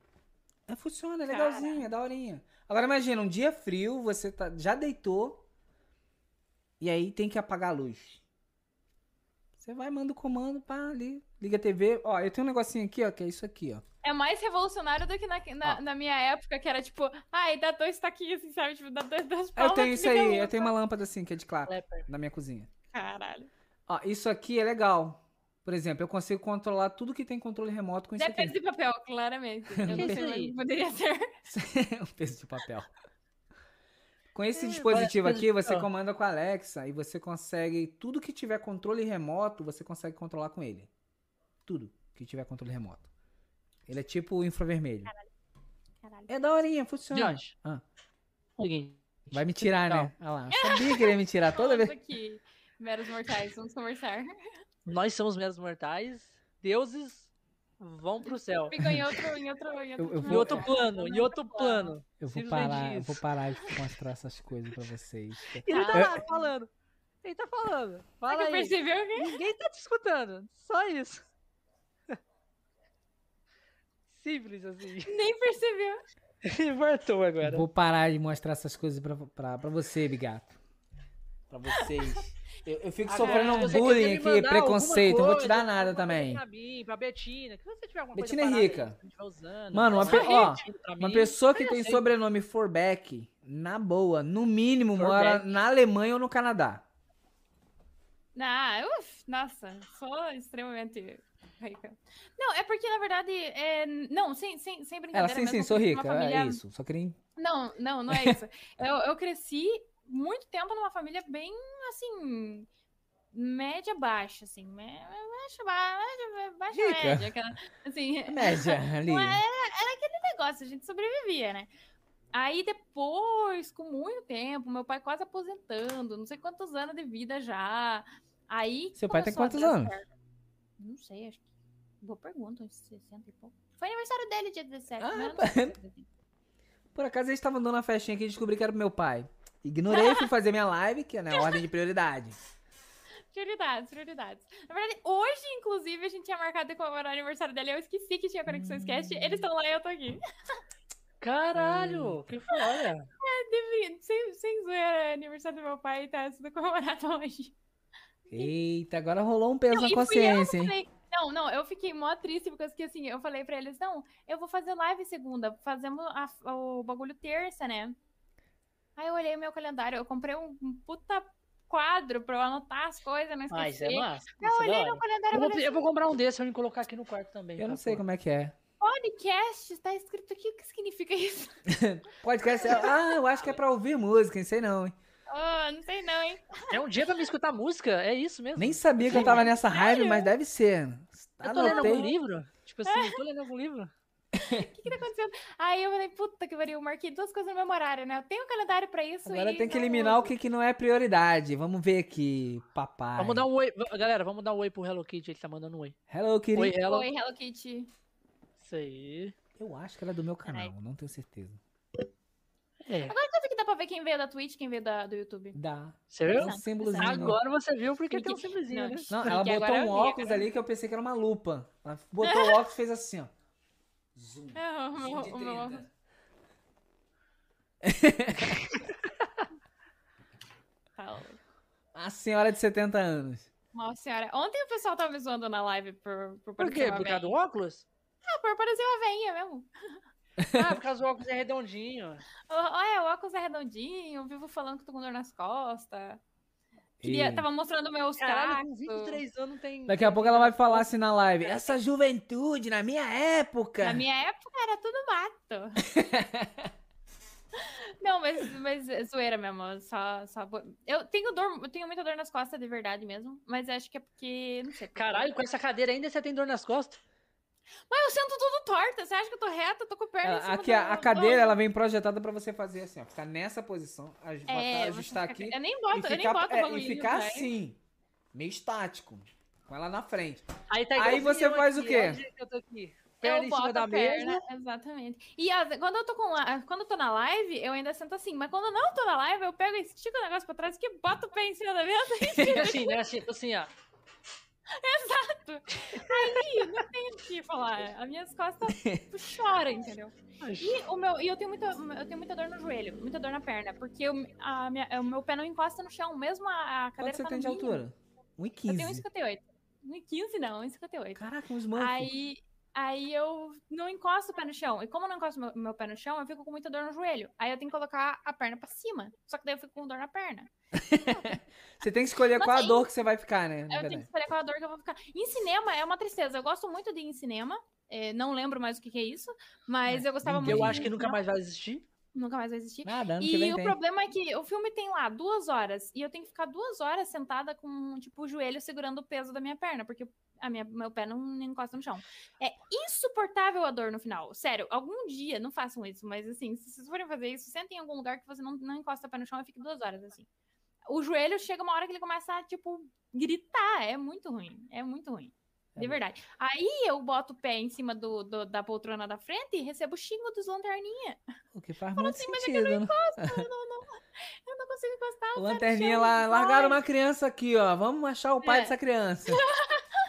[SPEAKER 2] É, funciona, é legalzinho, é daorinha. Agora imagina, um dia frio, você tá, já deitou e aí tem que apagar a luz. Você vai, manda o comando, pá, ali, liga a TV. Ó, eu tenho um negocinho aqui, ó, que é isso aqui, ó.
[SPEAKER 3] É mais revolucionário do que na, na,
[SPEAKER 2] Ó.
[SPEAKER 3] na minha época, que era tipo, ai, dá dois taquinhos, assim, sabe? Tipo, dá dois, duas
[SPEAKER 2] Eu
[SPEAKER 3] palmas.
[SPEAKER 2] tenho isso
[SPEAKER 3] liga a
[SPEAKER 2] aí, eu
[SPEAKER 3] luz.
[SPEAKER 2] tenho uma lâmpada assim, que é de claro,
[SPEAKER 1] Leper.
[SPEAKER 2] na minha cozinha.
[SPEAKER 3] Caralho.
[SPEAKER 2] Ó, isso aqui é legal. Por exemplo, eu consigo controlar tudo que tem controle remoto com isso aqui.
[SPEAKER 3] Depende de papel, claramente. Eu não
[SPEAKER 1] Que
[SPEAKER 3] sei
[SPEAKER 1] isso
[SPEAKER 3] mais
[SPEAKER 1] aí?
[SPEAKER 3] o que poderia ser.
[SPEAKER 2] um peso de papel. Com esse
[SPEAKER 1] É,
[SPEAKER 2] dispositivo
[SPEAKER 1] parece
[SPEAKER 2] aqui, você
[SPEAKER 1] ó.
[SPEAKER 2] comanda com a Alexa e você consegue. Tudo que tiver controle remoto, você consegue controlar com ele. Tudo que tiver controle remoto. Ele é tipo infravermelho.
[SPEAKER 3] Caralho.
[SPEAKER 2] É daorinha, funciona.
[SPEAKER 1] Josh.
[SPEAKER 2] Ah.
[SPEAKER 1] Seguinte.
[SPEAKER 2] Vai me tirar, né? Olha lá. eu Sabia que ele ia me tirar toda vez.
[SPEAKER 3] Falando aqui, meros mortais, vamos conversar.
[SPEAKER 1] Nós somos meros mortais, deuses vão pro céu.
[SPEAKER 3] Ficou em outro, em outro, em outro,
[SPEAKER 2] Eu- eu
[SPEAKER 1] Em
[SPEAKER 2] vou-
[SPEAKER 1] outro plano, em outro plano.
[SPEAKER 2] Eu vou
[SPEAKER 1] Simplesmente
[SPEAKER 2] parar, eu
[SPEAKER 1] isso.
[SPEAKER 2] vou parar de mostrar essas coisas pra vocês. é
[SPEAKER 1] Ele tá
[SPEAKER 3] Tá.
[SPEAKER 1] lá falando. Ele tá falando. Fala
[SPEAKER 3] Você
[SPEAKER 1] aí.
[SPEAKER 3] percebeu que
[SPEAKER 1] Ninguém tá te escutando. Só isso. Simples assim.
[SPEAKER 3] nem percebeu.
[SPEAKER 1] Invertou agora.
[SPEAKER 2] Vou parar de mostrar essas coisas pra, pra, pra você, Bigato. Pra vocês. Eu, eu fico
[SPEAKER 1] Agora,
[SPEAKER 2] sofrendo
[SPEAKER 1] se
[SPEAKER 2] um
[SPEAKER 1] Ah, você
[SPEAKER 2] bullying
[SPEAKER 1] quiser me
[SPEAKER 2] aqui,
[SPEAKER 1] mandar alguma
[SPEAKER 2] preconceito. não vou te dar
[SPEAKER 1] coisa,
[SPEAKER 2] nada
[SPEAKER 1] alguma coisa
[SPEAKER 2] também.
[SPEAKER 1] Pra mim, pra Betina. Que você tiver alguma
[SPEAKER 2] Betina é
[SPEAKER 1] coisa
[SPEAKER 2] rica.
[SPEAKER 1] parada aí que você estiver usando,
[SPEAKER 2] Mano, uma
[SPEAKER 1] tá
[SPEAKER 2] pe-
[SPEAKER 1] lá,
[SPEAKER 2] ó,
[SPEAKER 1] pedindo pra
[SPEAKER 2] Uma
[SPEAKER 1] mim,
[SPEAKER 2] pessoa que
[SPEAKER 1] eu
[SPEAKER 2] tem
[SPEAKER 1] sei.
[SPEAKER 2] sobrenome Forbeck, na boa, no mínimo mora
[SPEAKER 1] Forbeck.
[SPEAKER 2] na Alemanha ou no Canadá.
[SPEAKER 3] Ah, uf, nossa, sou extremamente rica. Não, é porque, na verdade, é, não, sem, sem, sem
[SPEAKER 2] Ela,
[SPEAKER 3] brincadeira
[SPEAKER 2] sim, sim,
[SPEAKER 3] mesmo,
[SPEAKER 2] sou
[SPEAKER 3] eu cresci numa
[SPEAKER 2] rica. É
[SPEAKER 3] família-
[SPEAKER 2] isso. Só queria.
[SPEAKER 3] Não, não, não é isso. eu, eu cresci muito tempo numa família bem, assim, média baixa, assim, mé- baixa, baixa, baixa
[SPEAKER 2] Rica.
[SPEAKER 3] média, aquela, assim,
[SPEAKER 2] Média ali.
[SPEAKER 3] Não é- era aquele negócio, a gente sobrevivia, né? Aí depois, com muito tempo, meu pai quase aposentando, não sei quantos anos de vida já. Aí.
[SPEAKER 2] Seu pai tem
[SPEAKER 3] começou
[SPEAKER 2] quantos
[SPEAKER 3] a dar
[SPEAKER 2] anos?
[SPEAKER 3] certo. Não sei, acho que. Boa pergunta, uns 60 e pouco. Foi aniversário dele, dia 17.
[SPEAKER 2] Ah,
[SPEAKER 3] né? Não
[SPEAKER 2] pá.
[SPEAKER 3] sei.
[SPEAKER 2] Por acaso eles estavam dando uma festinha aqui e descobri que era pro meu pai. Ignorei, fui fazer minha live, que é na ordem de prioridade.
[SPEAKER 3] Prioridades, prioridades. Na verdade, hoje, inclusive, a gente tinha marcado de comemorar o aniversário dele. Eu esqueci que tinha Conexões Cast. Eles estão lá e eu tô aqui.
[SPEAKER 1] Caralho, que foda.
[SPEAKER 3] Devia- Sem, sem zoeira, é aniversário do meu pai tá sendo comemorado hoje.
[SPEAKER 2] Eita, agora rolou um peso
[SPEAKER 3] Não,
[SPEAKER 2] na
[SPEAKER 3] e fui eu que
[SPEAKER 2] consciência, hein?
[SPEAKER 3] falei- Não, não, eu fiquei mó triste, porque eu fiquei assim, eu falei pra eles, não, eu vou fazer live segunda, fazemos a- o bagulho terça, né? Aí eu olhei meu calendário, eu comprei um puta quadro pra eu anotar as coisas, não
[SPEAKER 1] Ah, isso
[SPEAKER 3] esquecer.
[SPEAKER 1] é massa.
[SPEAKER 3] eu
[SPEAKER 1] isso é da
[SPEAKER 3] olhei
[SPEAKER 1] hora.
[SPEAKER 3] no calendário
[SPEAKER 1] Eu
[SPEAKER 3] agora.
[SPEAKER 1] vou, eu vou comprar um desse pra mim colocar aqui no quarto também.
[SPEAKER 2] Eu não
[SPEAKER 1] cara,
[SPEAKER 2] sei
[SPEAKER 1] pô.
[SPEAKER 2] como é que é.
[SPEAKER 3] Podcast, tá escrito aqui. O que significa isso?
[SPEAKER 2] Podcast. Ah, eu acho que é pra ouvir música, não sei não, hein?
[SPEAKER 3] Ah, não sei não, hein?
[SPEAKER 1] É um dia pra me escutar música, é isso mesmo.
[SPEAKER 2] Nem sabia que eu tava nessa hype, mas deve ser. Tá
[SPEAKER 1] eu tô lendo algum
[SPEAKER 2] Anotei.
[SPEAKER 1] livro? Tipo assim, eu tô lendo algum livro?
[SPEAKER 3] O que, que tá acontecendo? Aí eu falei, puta que pariu, eu marquei duas coisas no meu horário, né? Eu tenho um calendário pra isso
[SPEAKER 2] Agora
[SPEAKER 3] e
[SPEAKER 2] tem que
[SPEAKER 3] não
[SPEAKER 2] eliminar o
[SPEAKER 3] uso.
[SPEAKER 2] que, que não é prioridade. Vamos ver aqui, papai.
[SPEAKER 1] Vamos dar um oi. v- Galera, vamos dar um oi pro Hello Kitty, ele tá mandando um oi.
[SPEAKER 2] Hello, querido.
[SPEAKER 1] Oi, Hello.
[SPEAKER 3] Oi, Hello Kitty.
[SPEAKER 1] Isso aí.
[SPEAKER 2] Eu acho que ela é do meu canal,
[SPEAKER 3] Caralho.
[SPEAKER 2] não tenho certeza.
[SPEAKER 1] É.
[SPEAKER 3] Agora quanto que dá pra ver quem veio da Twitch, quem veio da, do YouTube?
[SPEAKER 2] Dá.
[SPEAKER 1] Você
[SPEAKER 2] É
[SPEAKER 1] viu?
[SPEAKER 2] um
[SPEAKER 3] Exato,
[SPEAKER 2] símbolozinho.
[SPEAKER 3] exato.
[SPEAKER 1] Agora você viu porque tem um simplesinho,
[SPEAKER 3] Não,
[SPEAKER 1] né?
[SPEAKER 2] Não, ela
[SPEAKER 3] Porque
[SPEAKER 2] botou
[SPEAKER 3] agora eu
[SPEAKER 2] um
[SPEAKER 3] vi,
[SPEAKER 2] óculos
[SPEAKER 3] agora-
[SPEAKER 2] ali que eu pensei que era uma lupa. Ela botou o óculos e fez assim, ó. Zoom.
[SPEAKER 3] Ah, o
[SPEAKER 2] Zoom
[SPEAKER 3] meu-
[SPEAKER 2] de
[SPEAKER 3] o meu-
[SPEAKER 2] 30.
[SPEAKER 3] Tá,
[SPEAKER 2] A senhora de 70 anos.
[SPEAKER 3] Nossa senhora. Ontem o pessoal tava me zoando na live por,
[SPEAKER 1] Por
[SPEAKER 3] por parecer
[SPEAKER 1] quê?
[SPEAKER 3] uma
[SPEAKER 1] Por causa do
[SPEAKER 3] veinha.
[SPEAKER 1] óculos?
[SPEAKER 3] Ah, por parecer uma veinha mesmo.
[SPEAKER 1] Ah, por causa do óculos é redondinho.
[SPEAKER 3] Ó, Olha, o óculos é redondinho, vivo falando que tô com dor nas costas. Queria-
[SPEAKER 2] E
[SPEAKER 3] tava mostrando meus
[SPEAKER 1] Caralho, com
[SPEAKER 3] cacos.
[SPEAKER 1] 23 anos tem.
[SPEAKER 2] Daqui a pouco ela vai falar assim na live. Essa juventude, na minha época.
[SPEAKER 3] Na minha época era tudo mato. Não, mas, mas é zoeira mesmo. Só, só... bo- Eu tenho dor, eu tenho muita dor nas costas de verdade mesmo, mas acho que é porque. Não sei. por quê.
[SPEAKER 1] Caralho, com essa cadeira ainda você tem dor nas costas?
[SPEAKER 3] Mas eu sento tudo torta. Você acha que eu tô reta? Eu tô com perna. em
[SPEAKER 2] Ela-
[SPEAKER 3] cima
[SPEAKER 2] aqui, a,
[SPEAKER 3] do-
[SPEAKER 2] a
[SPEAKER 3] do-
[SPEAKER 2] cadeira, ela vem projetada pra você fazer assim, ó. Ficar nessa posição, aj- botar,
[SPEAKER 3] É, você
[SPEAKER 2] ajustar
[SPEAKER 3] fica-
[SPEAKER 2] aqui.
[SPEAKER 3] Eu nem boto,
[SPEAKER 2] e
[SPEAKER 3] eu nem
[SPEAKER 2] ficar,
[SPEAKER 3] boto o
[SPEAKER 2] é, e
[SPEAKER 3] bagulhinho,
[SPEAKER 2] ficar
[SPEAKER 3] velho.
[SPEAKER 2] assim, meio estático. Com ela na frente.
[SPEAKER 1] Aí tá
[SPEAKER 2] Aí
[SPEAKER 1] igualzinho
[SPEAKER 2] você
[SPEAKER 1] eu
[SPEAKER 2] faz o
[SPEAKER 1] aqui,
[SPEAKER 2] quê?
[SPEAKER 1] olha o jeito que eu tô aqui. Perna
[SPEAKER 3] eu
[SPEAKER 1] em
[SPEAKER 3] boto
[SPEAKER 1] cima da
[SPEAKER 3] a perna,
[SPEAKER 1] mesa.
[SPEAKER 3] Exatamente. E às- quando eu tô com la- quando eu tô na live, eu ainda sento assim, mas quando eu não tô na live, eu pego e estico o negócio pra trás que boto o pé em cima da mesa.
[SPEAKER 1] Assim, né? Tipo assim, ó.
[SPEAKER 3] Ih, não tenho o que falar. é, As minhas costas choram, entendeu? E, o meu, e eu, tenho muita, eu tenho muita dor no joelho, muita dor na perna, porque eu- a minha- o meu pé não encosta no chão, mesmo a, a
[SPEAKER 2] Quanto
[SPEAKER 3] cadeira
[SPEAKER 2] você
[SPEAKER 3] tá
[SPEAKER 2] tem
[SPEAKER 3] no
[SPEAKER 2] de
[SPEAKER 3] mínimo.
[SPEAKER 2] altura?
[SPEAKER 3] Eu tenho
[SPEAKER 2] 1,15.
[SPEAKER 3] 1,58. 1,15 não, 1,58.
[SPEAKER 2] Caraca, uns manos.
[SPEAKER 3] Aí, aí eu não encosto o pé no chão. E como eu não encosto meu, meu pé no chão, eu fico com muita dor no joelho. Aí eu tenho que colocar a perna pra cima. Só que daí eu fico com dor na perna.
[SPEAKER 2] Você tem que escolher
[SPEAKER 3] Mas
[SPEAKER 2] qual a
[SPEAKER 3] aí-
[SPEAKER 2] dor que você vai ficar, né?
[SPEAKER 3] Aí
[SPEAKER 2] Na
[SPEAKER 3] É, eu tenho que
[SPEAKER 2] verdade.
[SPEAKER 3] escolher qual a dor que eu vou ficar. Em cinema é uma tristeza. Eu gosto muito de ir em cinema. É, não lembro mais o que, que é isso. Mas eu gostava
[SPEAKER 2] ninguém-
[SPEAKER 3] muito.
[SPEAKER 1] Eu
[SPEAKER 3] de ir
[SPEAKER 1] acho que
[SPEAKER 3] em
[SPEAKER 1] nunca
[SPEAKER 3] cinema.
[SPEAKER 1] mais vai existir.
[SPEAKER 3] Nunca mais vai existir.
[SPEAKER 2] Nada, ano que
[SPEAKER 3] E
[SPEAKER 2] vem
[SPEAKER 3] o
[SPEAKER 2] tem.
[SPEAKER 3] problema é que o filme tem lá duas horas e eu tenho que ficar duas horas sentada com tipo o joelho segurando o peso da minha perna, porque a minha, meu pé não não encosta no chão. É insuportável a dor no final. Sério, algum dia, não façam isso, mas assim, se vocês forem fazer isso, sentem em algum lugar que você não, não encosta o pé no chão e fique duas horas assim. O joelho chega uma hora que ele começa a, tipo, gritar. É muito ruim. É muito ruim.
[SPEAKER 2] É
[SPEAKER 3] De
[SPEAKER 2] mesmo.
[SPEAKER 3] verdade. Aí eu boto o pé em cima do, do- da poltrona da frente e recebo xingo dos lanterninha.
[SPEAKER 2] O que faz
[SPEAKER 3] Fala
[SPEAKER 2] muito
[SPEAKER 3] assim, mas é que eu
[SPEAKER 2] sentido, né?
[SPEAKER 3] Eu não consigo encostar.
[SPEAKER 2] O
[SPEAKER 3] o pé no
[SPEAKER 2] lanterninha
[SPEAKER 3] chão,
[SPEAKER 2] lá,
[SPEAKER 3] dói.
[SPEAKER 2] largaram uma criança aqui, ó. Vamos achar o pai
[SPEAKER 3] É.
[SPEAKER 2] dessa criança.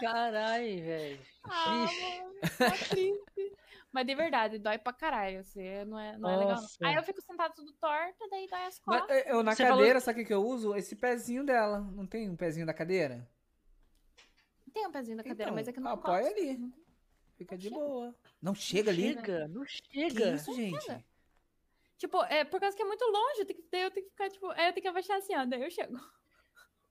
[SPEAKER 1] Caralho, velho.
[SPEAKER 3] Ah,
[SPEAKER 1] Ixi.
[SPEAKER 3] mano, tá triste. Mas de verdade, dói pra caralho. Você não é, não é legal. não.
[SPEAKER 1] Nossa.
[SPEAKER 3] Aí eu fico sentada tudo torta, daí dói as
[SPEAKER 2] Mas
[SPEAKER 3] costas.
[SPEAKER 2] eh, eu na
[SPEAKER 1] Você falou-
[SPEAKER 2] cadeira, sabe o que que eu uso? Esse pezinho dela. Não tem um pezinho da cadeira?
[SPEAKER 3] Tem um pezinho na cadeira,
[SPEAKER 2] Então,
[SPEAKER 3] mas é que não
[SPEAKER 2] apoia
[SPEAKER 3] encosta.
[SPEAKER 2] ali.
[SPEAKER 3] Não
[SPEAKER 2] Fica
[SPEAKER 3] Não
[SPEAKER 2] de
[SPEAKER 3] chega.
[SPEAKER 2] boa. Não chega ali?
[SPEAKER 1] Chega, não
[SPEAKER 2] Que
[SPEAKER 1] chega.
[SPEAKER 2] isso, gente?
[SPEAKER 3] Tipo, é por causa que é muito longe, eu tenho que, daí eu tenho que ficar, tipo, aí eu tenho que abaixar assim, ó, daí eu chego.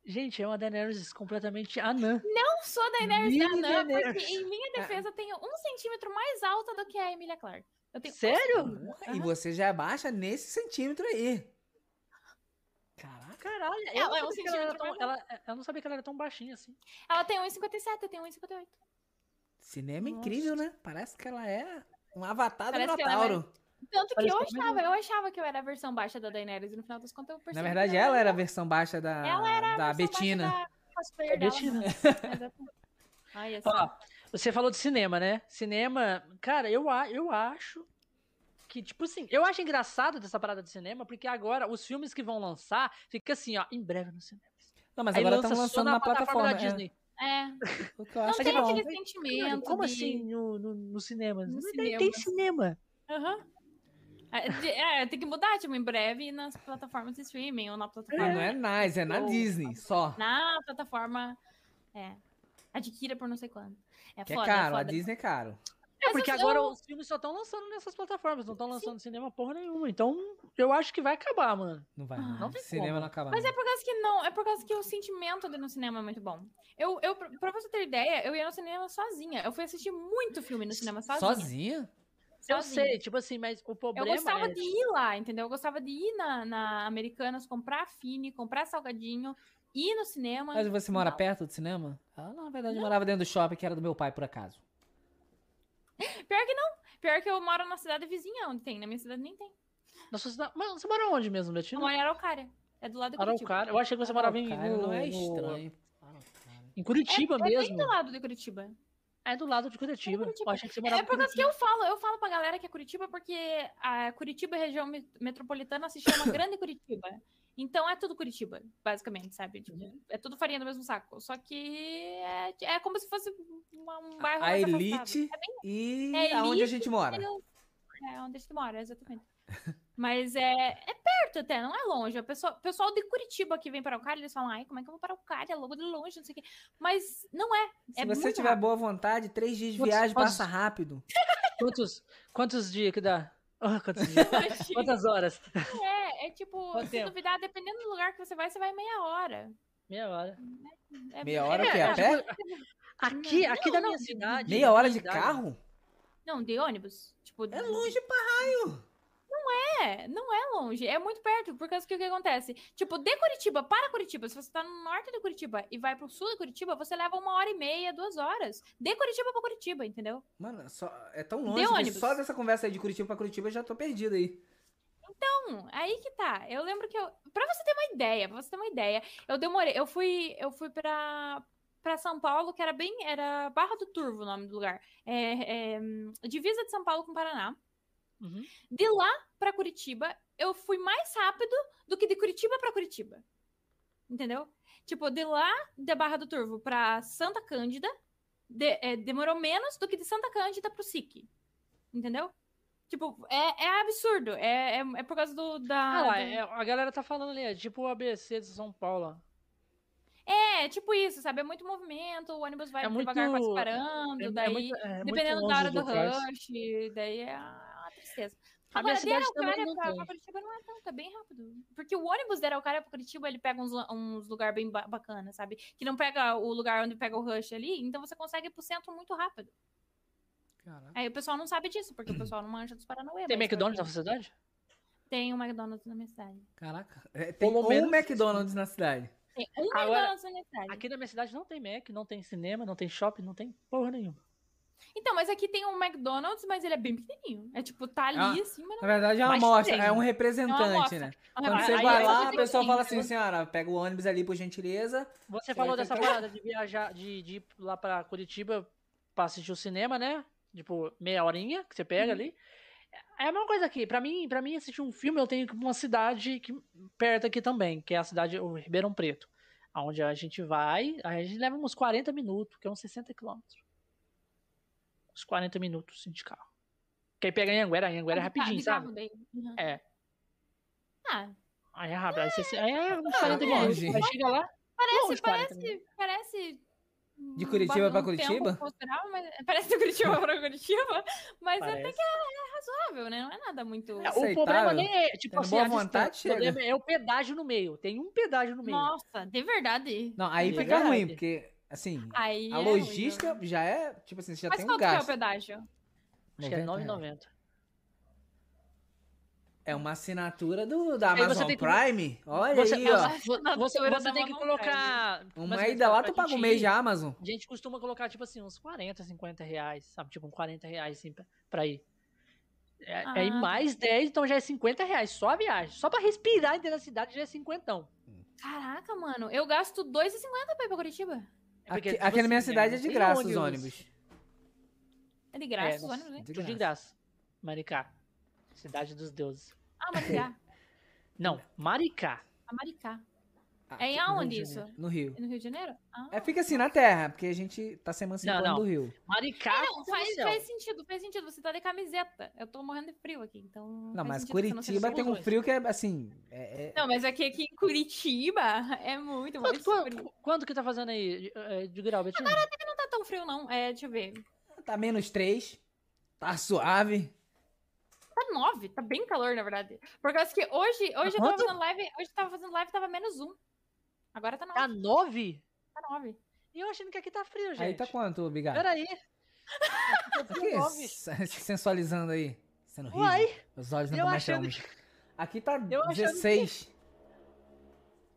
[SPEAKER 1] Gente, é uma Daenerys completamente anã.
[SPEAKER 3] Não sou da Daenerys
[SPEAKER 1] Mini
[SPEAKER 3] Anã, porque
[SPEAKER 1] Daenerys.
[SPEAKER 3] em
[SPEAKER 2] Ah,
[SPEAKER 3] minha defesa eu tenho um centímetro mais alta do que a Emilia Clarke. Eu tenho um
[SPEAKER 1] Sério?
[SPEAKER 3] centímetro.
[SPEAKER 2] E você já abaixa nesse centímetro aí. Caraca.
[SPEAKER 1] Caralho, eu
[SPEAKER 3] Ela
[SPEAKER 1] não
[SPEAKER 3] é um
[SPEAKER 1] sabia que ela era
[SPEAKER 3] centímetro
[SPEAKER 1] tão-
[SPEAKER 3] mais
[SPEAKER 1] ela- eu não sabia que ela era tão baixinha assim.
[SPEAKER 3] Ela tem 1,57, eu tenho 1,58.
[SPEAKER 2] Cinema
[SPEAKER 1] Nossa.
[SPEAKER 2] incrível, né? Parece que ela é um avatar do
[SPEAKER 3] Parece que ela é
[SPEAKER 2] Minotauro.
[SPEAKER 3] Tanto que
[SPEAKER 1] Parece
[SPEAKER 3] eu
[SPEAKER 1] que é
[SPEAKER 3] achava, eu achava que eu era a versão baixa da Daenerys, e no final das contas eu percebi.
[SPEAKER 2] Na
[SPEAKER 3] que é.
[SPEAKER 2] verdade,
[SPEAKER 3] eu
[SPEAKER 2] ela era a versão baixa da,
[SPEAKER 3] Ela era a
[SPEAKER 2] da
[SPEAKER 3] versão baixa
[SPEAKER 2] Betina.
[SPEAKER 3] da cosplayer dela.
[SPEAKER 1] Betina.
[SPEAKER 3] Exatamente. Ai, assim,
[SPEAKER 1] Ó, você falou de cinema, né? Cinema, cara, eu, a- eu acho que, tipo assim, eu acho engraçado dessa parada de cinema, porque agora os filmes que vão lançar, fica assim, ó, em breve no cinema.
[SPEAKER 2] Não, mas
[SPEAKER 1] Aí
[SPEAKER 2] agora
[SPEAKER 1] lança
[SPEAKER 2] estão
[SPEAKER 1] só
[SPEAKER 2] lançando na
[SPEAKER 1] da
[SPEAKER 2] plataforma. é.
[SPEAKER 1] Disney.
[SPEAKER 3] É,
[SPEAKER 2] O que eu
[SPEAKER 3] não
[SPEAKER 2] acho que é
[SPEAKER 3] tem
[SPEAKER 2] bom.
[SPEAKER 3] aquele sentimento.
[SPEAKER 1] Mano, como
[SPEAKER 3] de-
[SPEAKER 1] assim no, no, no cinema? Não
[SPEAKER 3] No
[SPEAKER 1] tem- Tem
[SPEAKER 3] cinema.
[SPEAKER 1] cinema.
[SPEAKER 3] Aham. É, de- é, tem que mudar, tipo, em breve nas plataformas de streaming ou na plataforma.
[SPEAKER 2] Mas não é nice, é na
[SPEAKER 3] Eu-
[SPEAKER 2] Disney só.
[SPEAKER 3] Na plataforma. É. Adquira por não sei quando. É
[SPEAKER 2] Que é
[SPEAKER 3] foda,
[SPEAKER 2] caro,
[SPEAKER 3] é
[SPEAKER 2] a
[SPEAKER 3] foda.
[SPEAKER 2] Disney é caro.
[SPEAKER 3] É Mas
[SPEAKER 1] porque
[SPEAKER 3] eu-
[SPEAKER 1] agora
[SPEAKER 3] eu-
[SPEAKER 1] os filmes só estão lançando nessas plataformas, não estão lançando cinema porra nenhuma. Então, eu acho que vai acabar, mano.
[SPEAKER 2] Não vai.
[SPEAKER 3] Ah,
[SPEAKER 2] não.
[SPEAKER 1] não tem
[SPEAKER 2] Cinema
[SPEAKER 1] como.
[SPEAKER 2] não acaba.
[SPEAKER 3] Mas
[SPEAKER 2] não.
[SPEAKER 3] é por causa que não, é por causa que o sentimento dele no cinema é muito bom. Eu, eu, pra você ter ideia, eu ia no cinema sozinha. Eu fui assistir muito filme no cinema sozinha.
[SPEAKER 2] Sozinha?
[SPEAKER 1] Eu
[SPEAKER 3] Sozinha.
[SPEAKER 1] sei, tipo assim, mas o
[SPEAKER 3] Eu
[SPEAKER 1] problema
[SPEAKER 3] gostava
[SPEAKER 1] é...
[SPEAKER 3] de ir lá, entendeu? Eu gostava de ir na, na Americanas, comprar Fini, comprar salgadinho, ir no cinema.
[SPEAKER 2] Mas você mora
[SPEAKER 3] Não.
[SPEAKER 2] perto do cinema? Ah, não, na verdade, eu morava dentro do shopping que era do meu pai, por acaso.
[SPEAKER 3] Pior que não. Pior que eu moro na cidade vizinha onde tem. Na minha cidade nem tem.
[SPEAKER 1] Na sua cidade... Mano, você mora onde mesmo,
[SPEAKER 3] Eu
[SPEAKER 1] Letina?
[SPEAKER 3] moro em Araucária. É do lado do Curitiba. Ah,
[SPEAKER 1] Araucária. Eu achei que você morava em...
[SPEAKER 2] Cara, não
[SPEAKER 1] no-
[SPEAKER 2] é estranho.
[SPEAKER 1] Em Curitiba
[SPEAKER 3] é
[SPEAKER 1] mesmo.
[SPEAKER 3] bem do lado de Curitiba.
[SPEAKER 1] É do lado de Curitiba.
[SPEAKER 3] Curitiba.
[SPEAKER 1] Eu achei que você morava
[SPEAKER 3] É
[SPEAKER 1] em
[SPEAKER 3] por causa que
[SPEAKER 1] Curitiba.
[SPEAKER 3] eu falo, eu falo pra galera que é Curitiba porque a Curitiba, é região me- metropolitana, se chama Grande Curitiba. Então é tudo Curitiba, basicamente, sabe? Tipo,
[SPEAKER 1] Uhum.
[SPEAKER 3] é tudo farinha do mesmo saco. Só que é, é como se fosse uma- um bairro
[SPEAKER 2] A
[SPEAKER 3] mais afastado.
[SPEAKER 2] elite e
[SPEAKER 3] É
[SPEAKER 2] aonde a
[SPEAKER 3] elite,
[SPEAKER 2] gente mora.
[SPEAKER 3] É onde a gente mora, exatamente. Mas é, é perto até, não é longe. O pessoal, pessoal de Curitiba que vem para o Cali, eles falam, ai, como é que eu vou para o Cali? É logo de longe, não sei o quê. Mas não é.
[SPEAKER 2] Se
[SPEAKER 3] é
[SPEAKER 2] você
[SPEAKER 3] muito
[SPEAKER 2] tiver
[SPEAKER 3] rápido.
[SPEAKER 2] boa vontade, três dias de
[SPEAKER 1] Quantos-
[SPEAKER 2] viagem
[SPEAKER 1] quantos-
[SPEAKER 2] passa rápido.
[SPEAKER 1] Quantos, quantos dias que dá? Ah, quantos dias? Quantas horas?
[SPEAKER 3] É, é tipo,
[SPEAKER 1] Quanto
[SPEAKER 3] se
[SPEAKER 1] tempo?
[SPEAKER 3] duvidar, dependendo do lugar que você vai, você vai meia hora.
[SPEAKER 1] Meia hora.
[SPEAKER 3] É
[SPEAKER 2] Meia
[SPEAKER 3] bem-
[SPEAKER 2] hora o quê? A
[SPEAKER 3] é,
[SPEAKER 2] pé?
[SPEAKER 1] Aqui,
[SPEAKER 3] Não,
[SPEAKER 1] aqui da
[SPEAKER 3] não,
[SPEAKER 1] minha cidade. da
[SPEAKER 2] Meia
[SPEAKER 1] minha
[SPEAKER 2] hora de
[SPEAKER 1] cidade,
[SPEAKER 2] carro?
[SPEAKER 3] Não, de ônibus. Tipo,
[SPEAKER 2] É longe pra raio.
[SPEAKER 3] É, não é longe, é muito perto, por causa que o que acontece? Tipo, de Curitiba para Curitiba, se você tá no norte de Curitiba e vai pro sul de Curitiba, você leva uma hora e meia, duas horas. De Curitiba pra Curitiba, entendeu?
[SPEAKER 2] Mano, só, é tão longe que
[SPEAKER 3] ônibus.
[SPEAKER 2] só dessa conversa aí de Curitiba pra Curitiba eu já tô perdido aí.
[SPEAKER 3] Então, aí que tá. Eu lembro que eu. Pra você ter uma ideia, pra você ter uma ideia, eu demorei. Eu fui, eu fui pra, pra São Paulo, que era bem. Era Barra do Turvo o nome do lugar. É, é, hum, divisa de São Paulo com Paraná.
[SPEAKER 1] Uhum.
[SPEAKER 3] De lá pra Curitiba, eu fui mais rápido do que de Curitiba pra Curitiba. Entendeu? Tipo, de lá da Barra do Turvo pra Santa Cândida, de- é, demorou menos do que de Santa Cândida pro SIC. Entendeu? Tipo, é, é absurdo. É, é, é por causa do. Da,
[SPEAKER 1] Ah lá,
[SPEAKER 3] do-
[SPEAKER 1] é- a galera tá falando ali, é tipo o ABC de São Paulo.
[SPEAKER 3] é... tipo isso, sabe? É muito movimento, o ônibus vai
[SPEAKER 1] É muito-
[SPEAKER 3] devagar quase parando,
[SPEAKER 1] É- é
[SPEAKER 3] daí.
[SPEAKER 1] muito- é muito
[SPEAKER 3] dependendo
[SPEAKER 1] longe
[SPEAKER 3] da hora
[SPEAKER 1] os
[SPEAKER 3] do
[SPEAKER 1] locais.
[SPEAKER 3] rush, daí é uma tristeza.
[SPEAKER 1] A minha
[SPEAKER 3] Agora, de
[SPEAKER 1] cidade
[SPEAKER 3] Araucária
[SPEAKER 1] também não
[SPEAKER 3] pra,
[SPEAKER 1] tem.
[SPEAKER 3] pra Curitiba não é tanto, é bem rápido. Porque o ônibus de Araucária pra Curitiba, ele pega uns, uns lugares bem ba- bacana, sabe? Que não pega o lugar onde pega o rush ali, então você consegue ir pro centro muito rápido.
[SPEAKER 2] Caraca.
[SPEAKER 3] Aí o pessoal não sabe disso, porque o pessoal não mancha dos Paranauê.
[SPEAKER 1] Uhum. Tem
[SPEAKER 3] mas
[SPEAKER 1] McDonald's na
[SPEAKER 3] porque
[SPEAKER 1] sua cidade?
[SPEAKER 3] Tem um McDonald's na minha cidade.
[SPEAKER 2] Caraca. É, tem
[SPEAKER 1] Pelo
[SPEAKER 2] um
[SPEAKER 1] menos-
[SPEAKER 2] McDonald's na cidade.
[SPEAKER 3] Tem um
[SPEAKER 1] Agora,
[SPEAKER 3] McDonald's na minha cidade.
[SPEAKER 1] Aqui na minha cidade não tem Mac, não tem cinema, não tem shopping, não tem porra nenhuma.
[SPEAKER 3] Então, mas aqui tem um McDonald's, mas ele é bem pequenininho. É tipo, tá ali
[SPEAKER 2] Ah.
[SPEAKER 3] assim, mas
[SPEAKER 2] Na verdade é uma
[SPEAKER 1] Mas
[SPEAKER 2] amostra,
[SPEAKER 1] tem.
[SPEAKER 2] é um
[SPEAKER 3] É uma
[SPEAKER 2] representante,
[SPEAKER 3] amostra. é
[SPEAKER 2] né?
[SPEAKER 3] não
[SPEAKER 2] Quando
[SPEAKER 1] Aí-
[SPEAKER 2] você
[SPEAKER 1] aí
[SPEAKER 2] vai
[SPEAKER 1] você
[SPEAKER 2] lá, a
[SPEAKER 1] tem
[SPEAKER 2] pessoa
[SPEAKER 3] tipo que-
[SPEAKER 2] fala assim, senhora, pega o ônibus ali por gentileza.
[SPEAKER 1] Você
[SPEAKER 2] Você
[SPEAKER 1] falou
[SPEAKER 2] vai
[SPEAKER 1] dessa
[SPEAKER 2] tentar-
[SPEAKER 1] parada de viajar, de, de ir lá pra Curitiba pra assistir o cinema, né? Tipo, meia horinha que você pega
[SPEAKER 3] Uhum.
[SPEAKER 1] ali. É a mesma coisa aqui. Pra mim, pra mim, assistir um filme, eu tenho que ir pra uma cidade que, perto aqui também, que é a cidade, o Ribeirão Preto. Onde a gente vai, a gente leva uns 40 minutos, que é uns 60 quilômetros. Uns 40 minutos assim, de carro. Porque aí pega Anhanguera, Anhanguera é
[SPEAKER 3] Ah, de ca-
[SPEAKER 1] rapidinho,
[SPEAKER 3] de carro
[SPEAKER 1] sabe?
[SPEAKER 3] daí. Uhum.
[SPEAKER 1] É.
[SPEAKER 3] Ah,
[SPEAKER 1] Aí é rápido. Aí, você, aí é uns 40
[SPEAKER 2] é
[SPEAKER 1] minutos.
[SPEAKER 2] longe.
[SPEAKER 1] Aí chega lá, Longe,
[SPEAKER 3] Parece,
[SPEAKER 1] 40
[SPEAKER 3] parece, parece.
[SPEAKER 2] De Curitiba pra
[SPEAKER 3] um
[SPEAKER 2] Curitiba?
[SPEAKER 3] tempo considerável, mas- Parece de Curitiba pra Curitiba, mas até
[SPEAKER 1] parece.
[SPEAKER 3] que é razoável, né? Não é nada muito.
[SPEAKER 1] É,
[SPEAKER 2] aceitável.
[SPEAKER 1] o problema nem é, tipo
[SPEAKER 2] Tendo
[SPEAKER 1] assim,
[SPEAKER 2] boa
[SPEAKER 1] a distância.
[SPEAKER 2] vontade,
[SPEAKER 1] o problema é o pedágio no meio. Tem um pedágio no meio.
[SPEAKER 3] Nossa, de verdade.
[SPEAKER 2] Não, aí
[SPEAKER 1] É
[SPEAKER 2] fica
[SPEAKER 1] verdade.
[SPEAKER 2] ruim, porque, assim,
[SPEAKER 3] Aí
[SPEAKER 2] a
[SPEAKER 3] é
[SPEAKER 2] logística
[SPEAKER 3] horrível.
[SPEAKER 2] já é, tipo assim, você já
[SPEAKER 3] Mas
[SPEAKER 2] tem
[SPEAKER 3] qual
[SPEAKER 2] um
[SPEAKER 3] que é o
[SPEAKER 2] gasto.
[SPEAKER 3] pedágio?
[SPEAKER 1] Acho que é
[SPEAKER 2] 90 reais.
[SPEAKER 1] 9,90.
[SPEAKER 2] É uma assinatura do, da
[SPEAKER 1] Aí você
[SPEAKER 2] Amazon
[SPEAKER 1] tem que-
[SPEAKER 2] Prime. Olha
[SPEAKER 1] Você,
[SPEAKER 2] aí,
[SPEAKER 1] não,
[SPEAKER 2] ó.
[SPEAKER 1] vo-
[SPEAKER 3] Na
[SPEAKER 1] você,
[SPEAKER 3] altura
[SPEAKER 1] você
[SPEAKER 3] da né?
[SPEAKER 1] tem que
[SPEAKER 3] mão
[SPEAKER 1] colocar. mas
[SPEAKER 2] Uma
[SPEAKER 1] assim,
[SPEAKER 2] ida lá,
[SPEAKER 1] pra
[SPEAKER 2] tu paga um
[SPEAKER 1] gente
[SPEAKER 2] mês
[SPEAKER 1] ir,
[SPEAKER 2] de Amazon.
[SPEAKER 1] A gente costuma colocar, tipo assim, uns 40, 50 reais, sabe? Tipo, um 40 reais assim, pra, pra ir. É, Aí
[SPEAKER 3] Ah.
[SPEAKER 1] mais 10, então já é 50 reais. Só a viagem. Só pra respirar dentro da cidade já é 50.
[SPEAKER 3] Caraca, mano, eu gasto 2,50 pra ir pra Curitiba.
[SPEAKER 2] Aqui, aqui na minha cidade é
[SPEAKER 1] um
[SPEAKER 2] de graça os ônibus.
[SPEAKER 3] É de graça
[SPEAKER 1] É,
[SPEAKER 3] os
[SPEAKER 1] nossa.
[SPEAKER 3] ônibus, né?
[SPEAKER 2] De
[SPEAKER 1] Tudo de
[SPEAKER 2] graça.
[SPEAKER 1] graça. Maricá. Cidade dos deuses.
[SPEAKER 3] Ah, Maricá.
[SPEAKER 1] Não, Maricá.
[SPEAKER 3] A Maricá.
[SPEAKER 2] Ah, aqui
[SPEAKER 3] É em
[SPEAKER 2] no Rio
[SPEAKER 3] aonde
[SPEAKER 2] de
[SPEAKER 3] isso?
[SPEAKER 2] Janeiro. No Rio.
[SPEAKER 3] É no Rio de Janeiro? Ah.
[SPEAKER 2] É, fica assim, na terra, porque a gente tá se emancipando
[SPEAKER 1] não.
[SPEAKER 2] do Rio.
[SPEAKER 1] Maricá. meu
[SPEAKER 3] Não,
[SPEAKER 1] Deus
[SPEAKER 3] faz,
[SPEAKER 1] do céu.
[SPEAKER 3] faz sentido, faz sentido. Você tá de camiseta. Eu tô morrendo de frio aqui, então.
[SPEAKER 2] Não,
[SPEAKER 3] faz
[SPEAKER 1] tá
[SPEAKER 2] mas
[SPEAKER 3] sentido que você não seja
[SPEAKER 2] Curitiba tem um
[SPEAKER 1] soluções.
[SPEAKER 2] frio que é, assim, é- é-
[SPEAKER 3] Não, mas aqui, aqui em Curitiba é muito mais
[SPEAKER 1] Quanto, quan-
[SPEAKER 3] frio.
[SPEAKER 1] quanto que tá fazendo aí de, eh, de grau, Betinho?
[SPEAKER 3] Não tá tão frio, não. É, deixa eu ver.
[SPEAKER 2] tá menos três. Tá suave.
[SPEAKER 3] Tá 9, tá bem calor, na verdade. Por causa que hoje, hoje eu tava
[SPEAKER 1] quanto?
[SPEAKER 3] fazendo live, hoje eu tava fazendo live, tava menos um. Agora tá 9,
[SPEAKER 1] Tá 9?
[SPEAKER 3] tá 9.
[SPEAKER 1] E eu achando que aqui tá frio, gente.
[SPEAKER 2] Aí tá quanto, Bigato?
[SPEAKER 1] Peraí.
[SPEAKER 2] Por que
[SPEAKER 1] nove.
[SPEAKER 2] se sensualizando aí? Sendo horrível.
[SPEAKER 1] Uai,
[SPEAKER 2] Os olhos não
[SPEAKER 1] eu
[SPEAKER 2] estão mais
[SPEAKER 1] achando
[SPEAKER 2] chamos. Aqui tá
[SPEAKER 1] Eu achando que-
[SPEAKER 2] 16.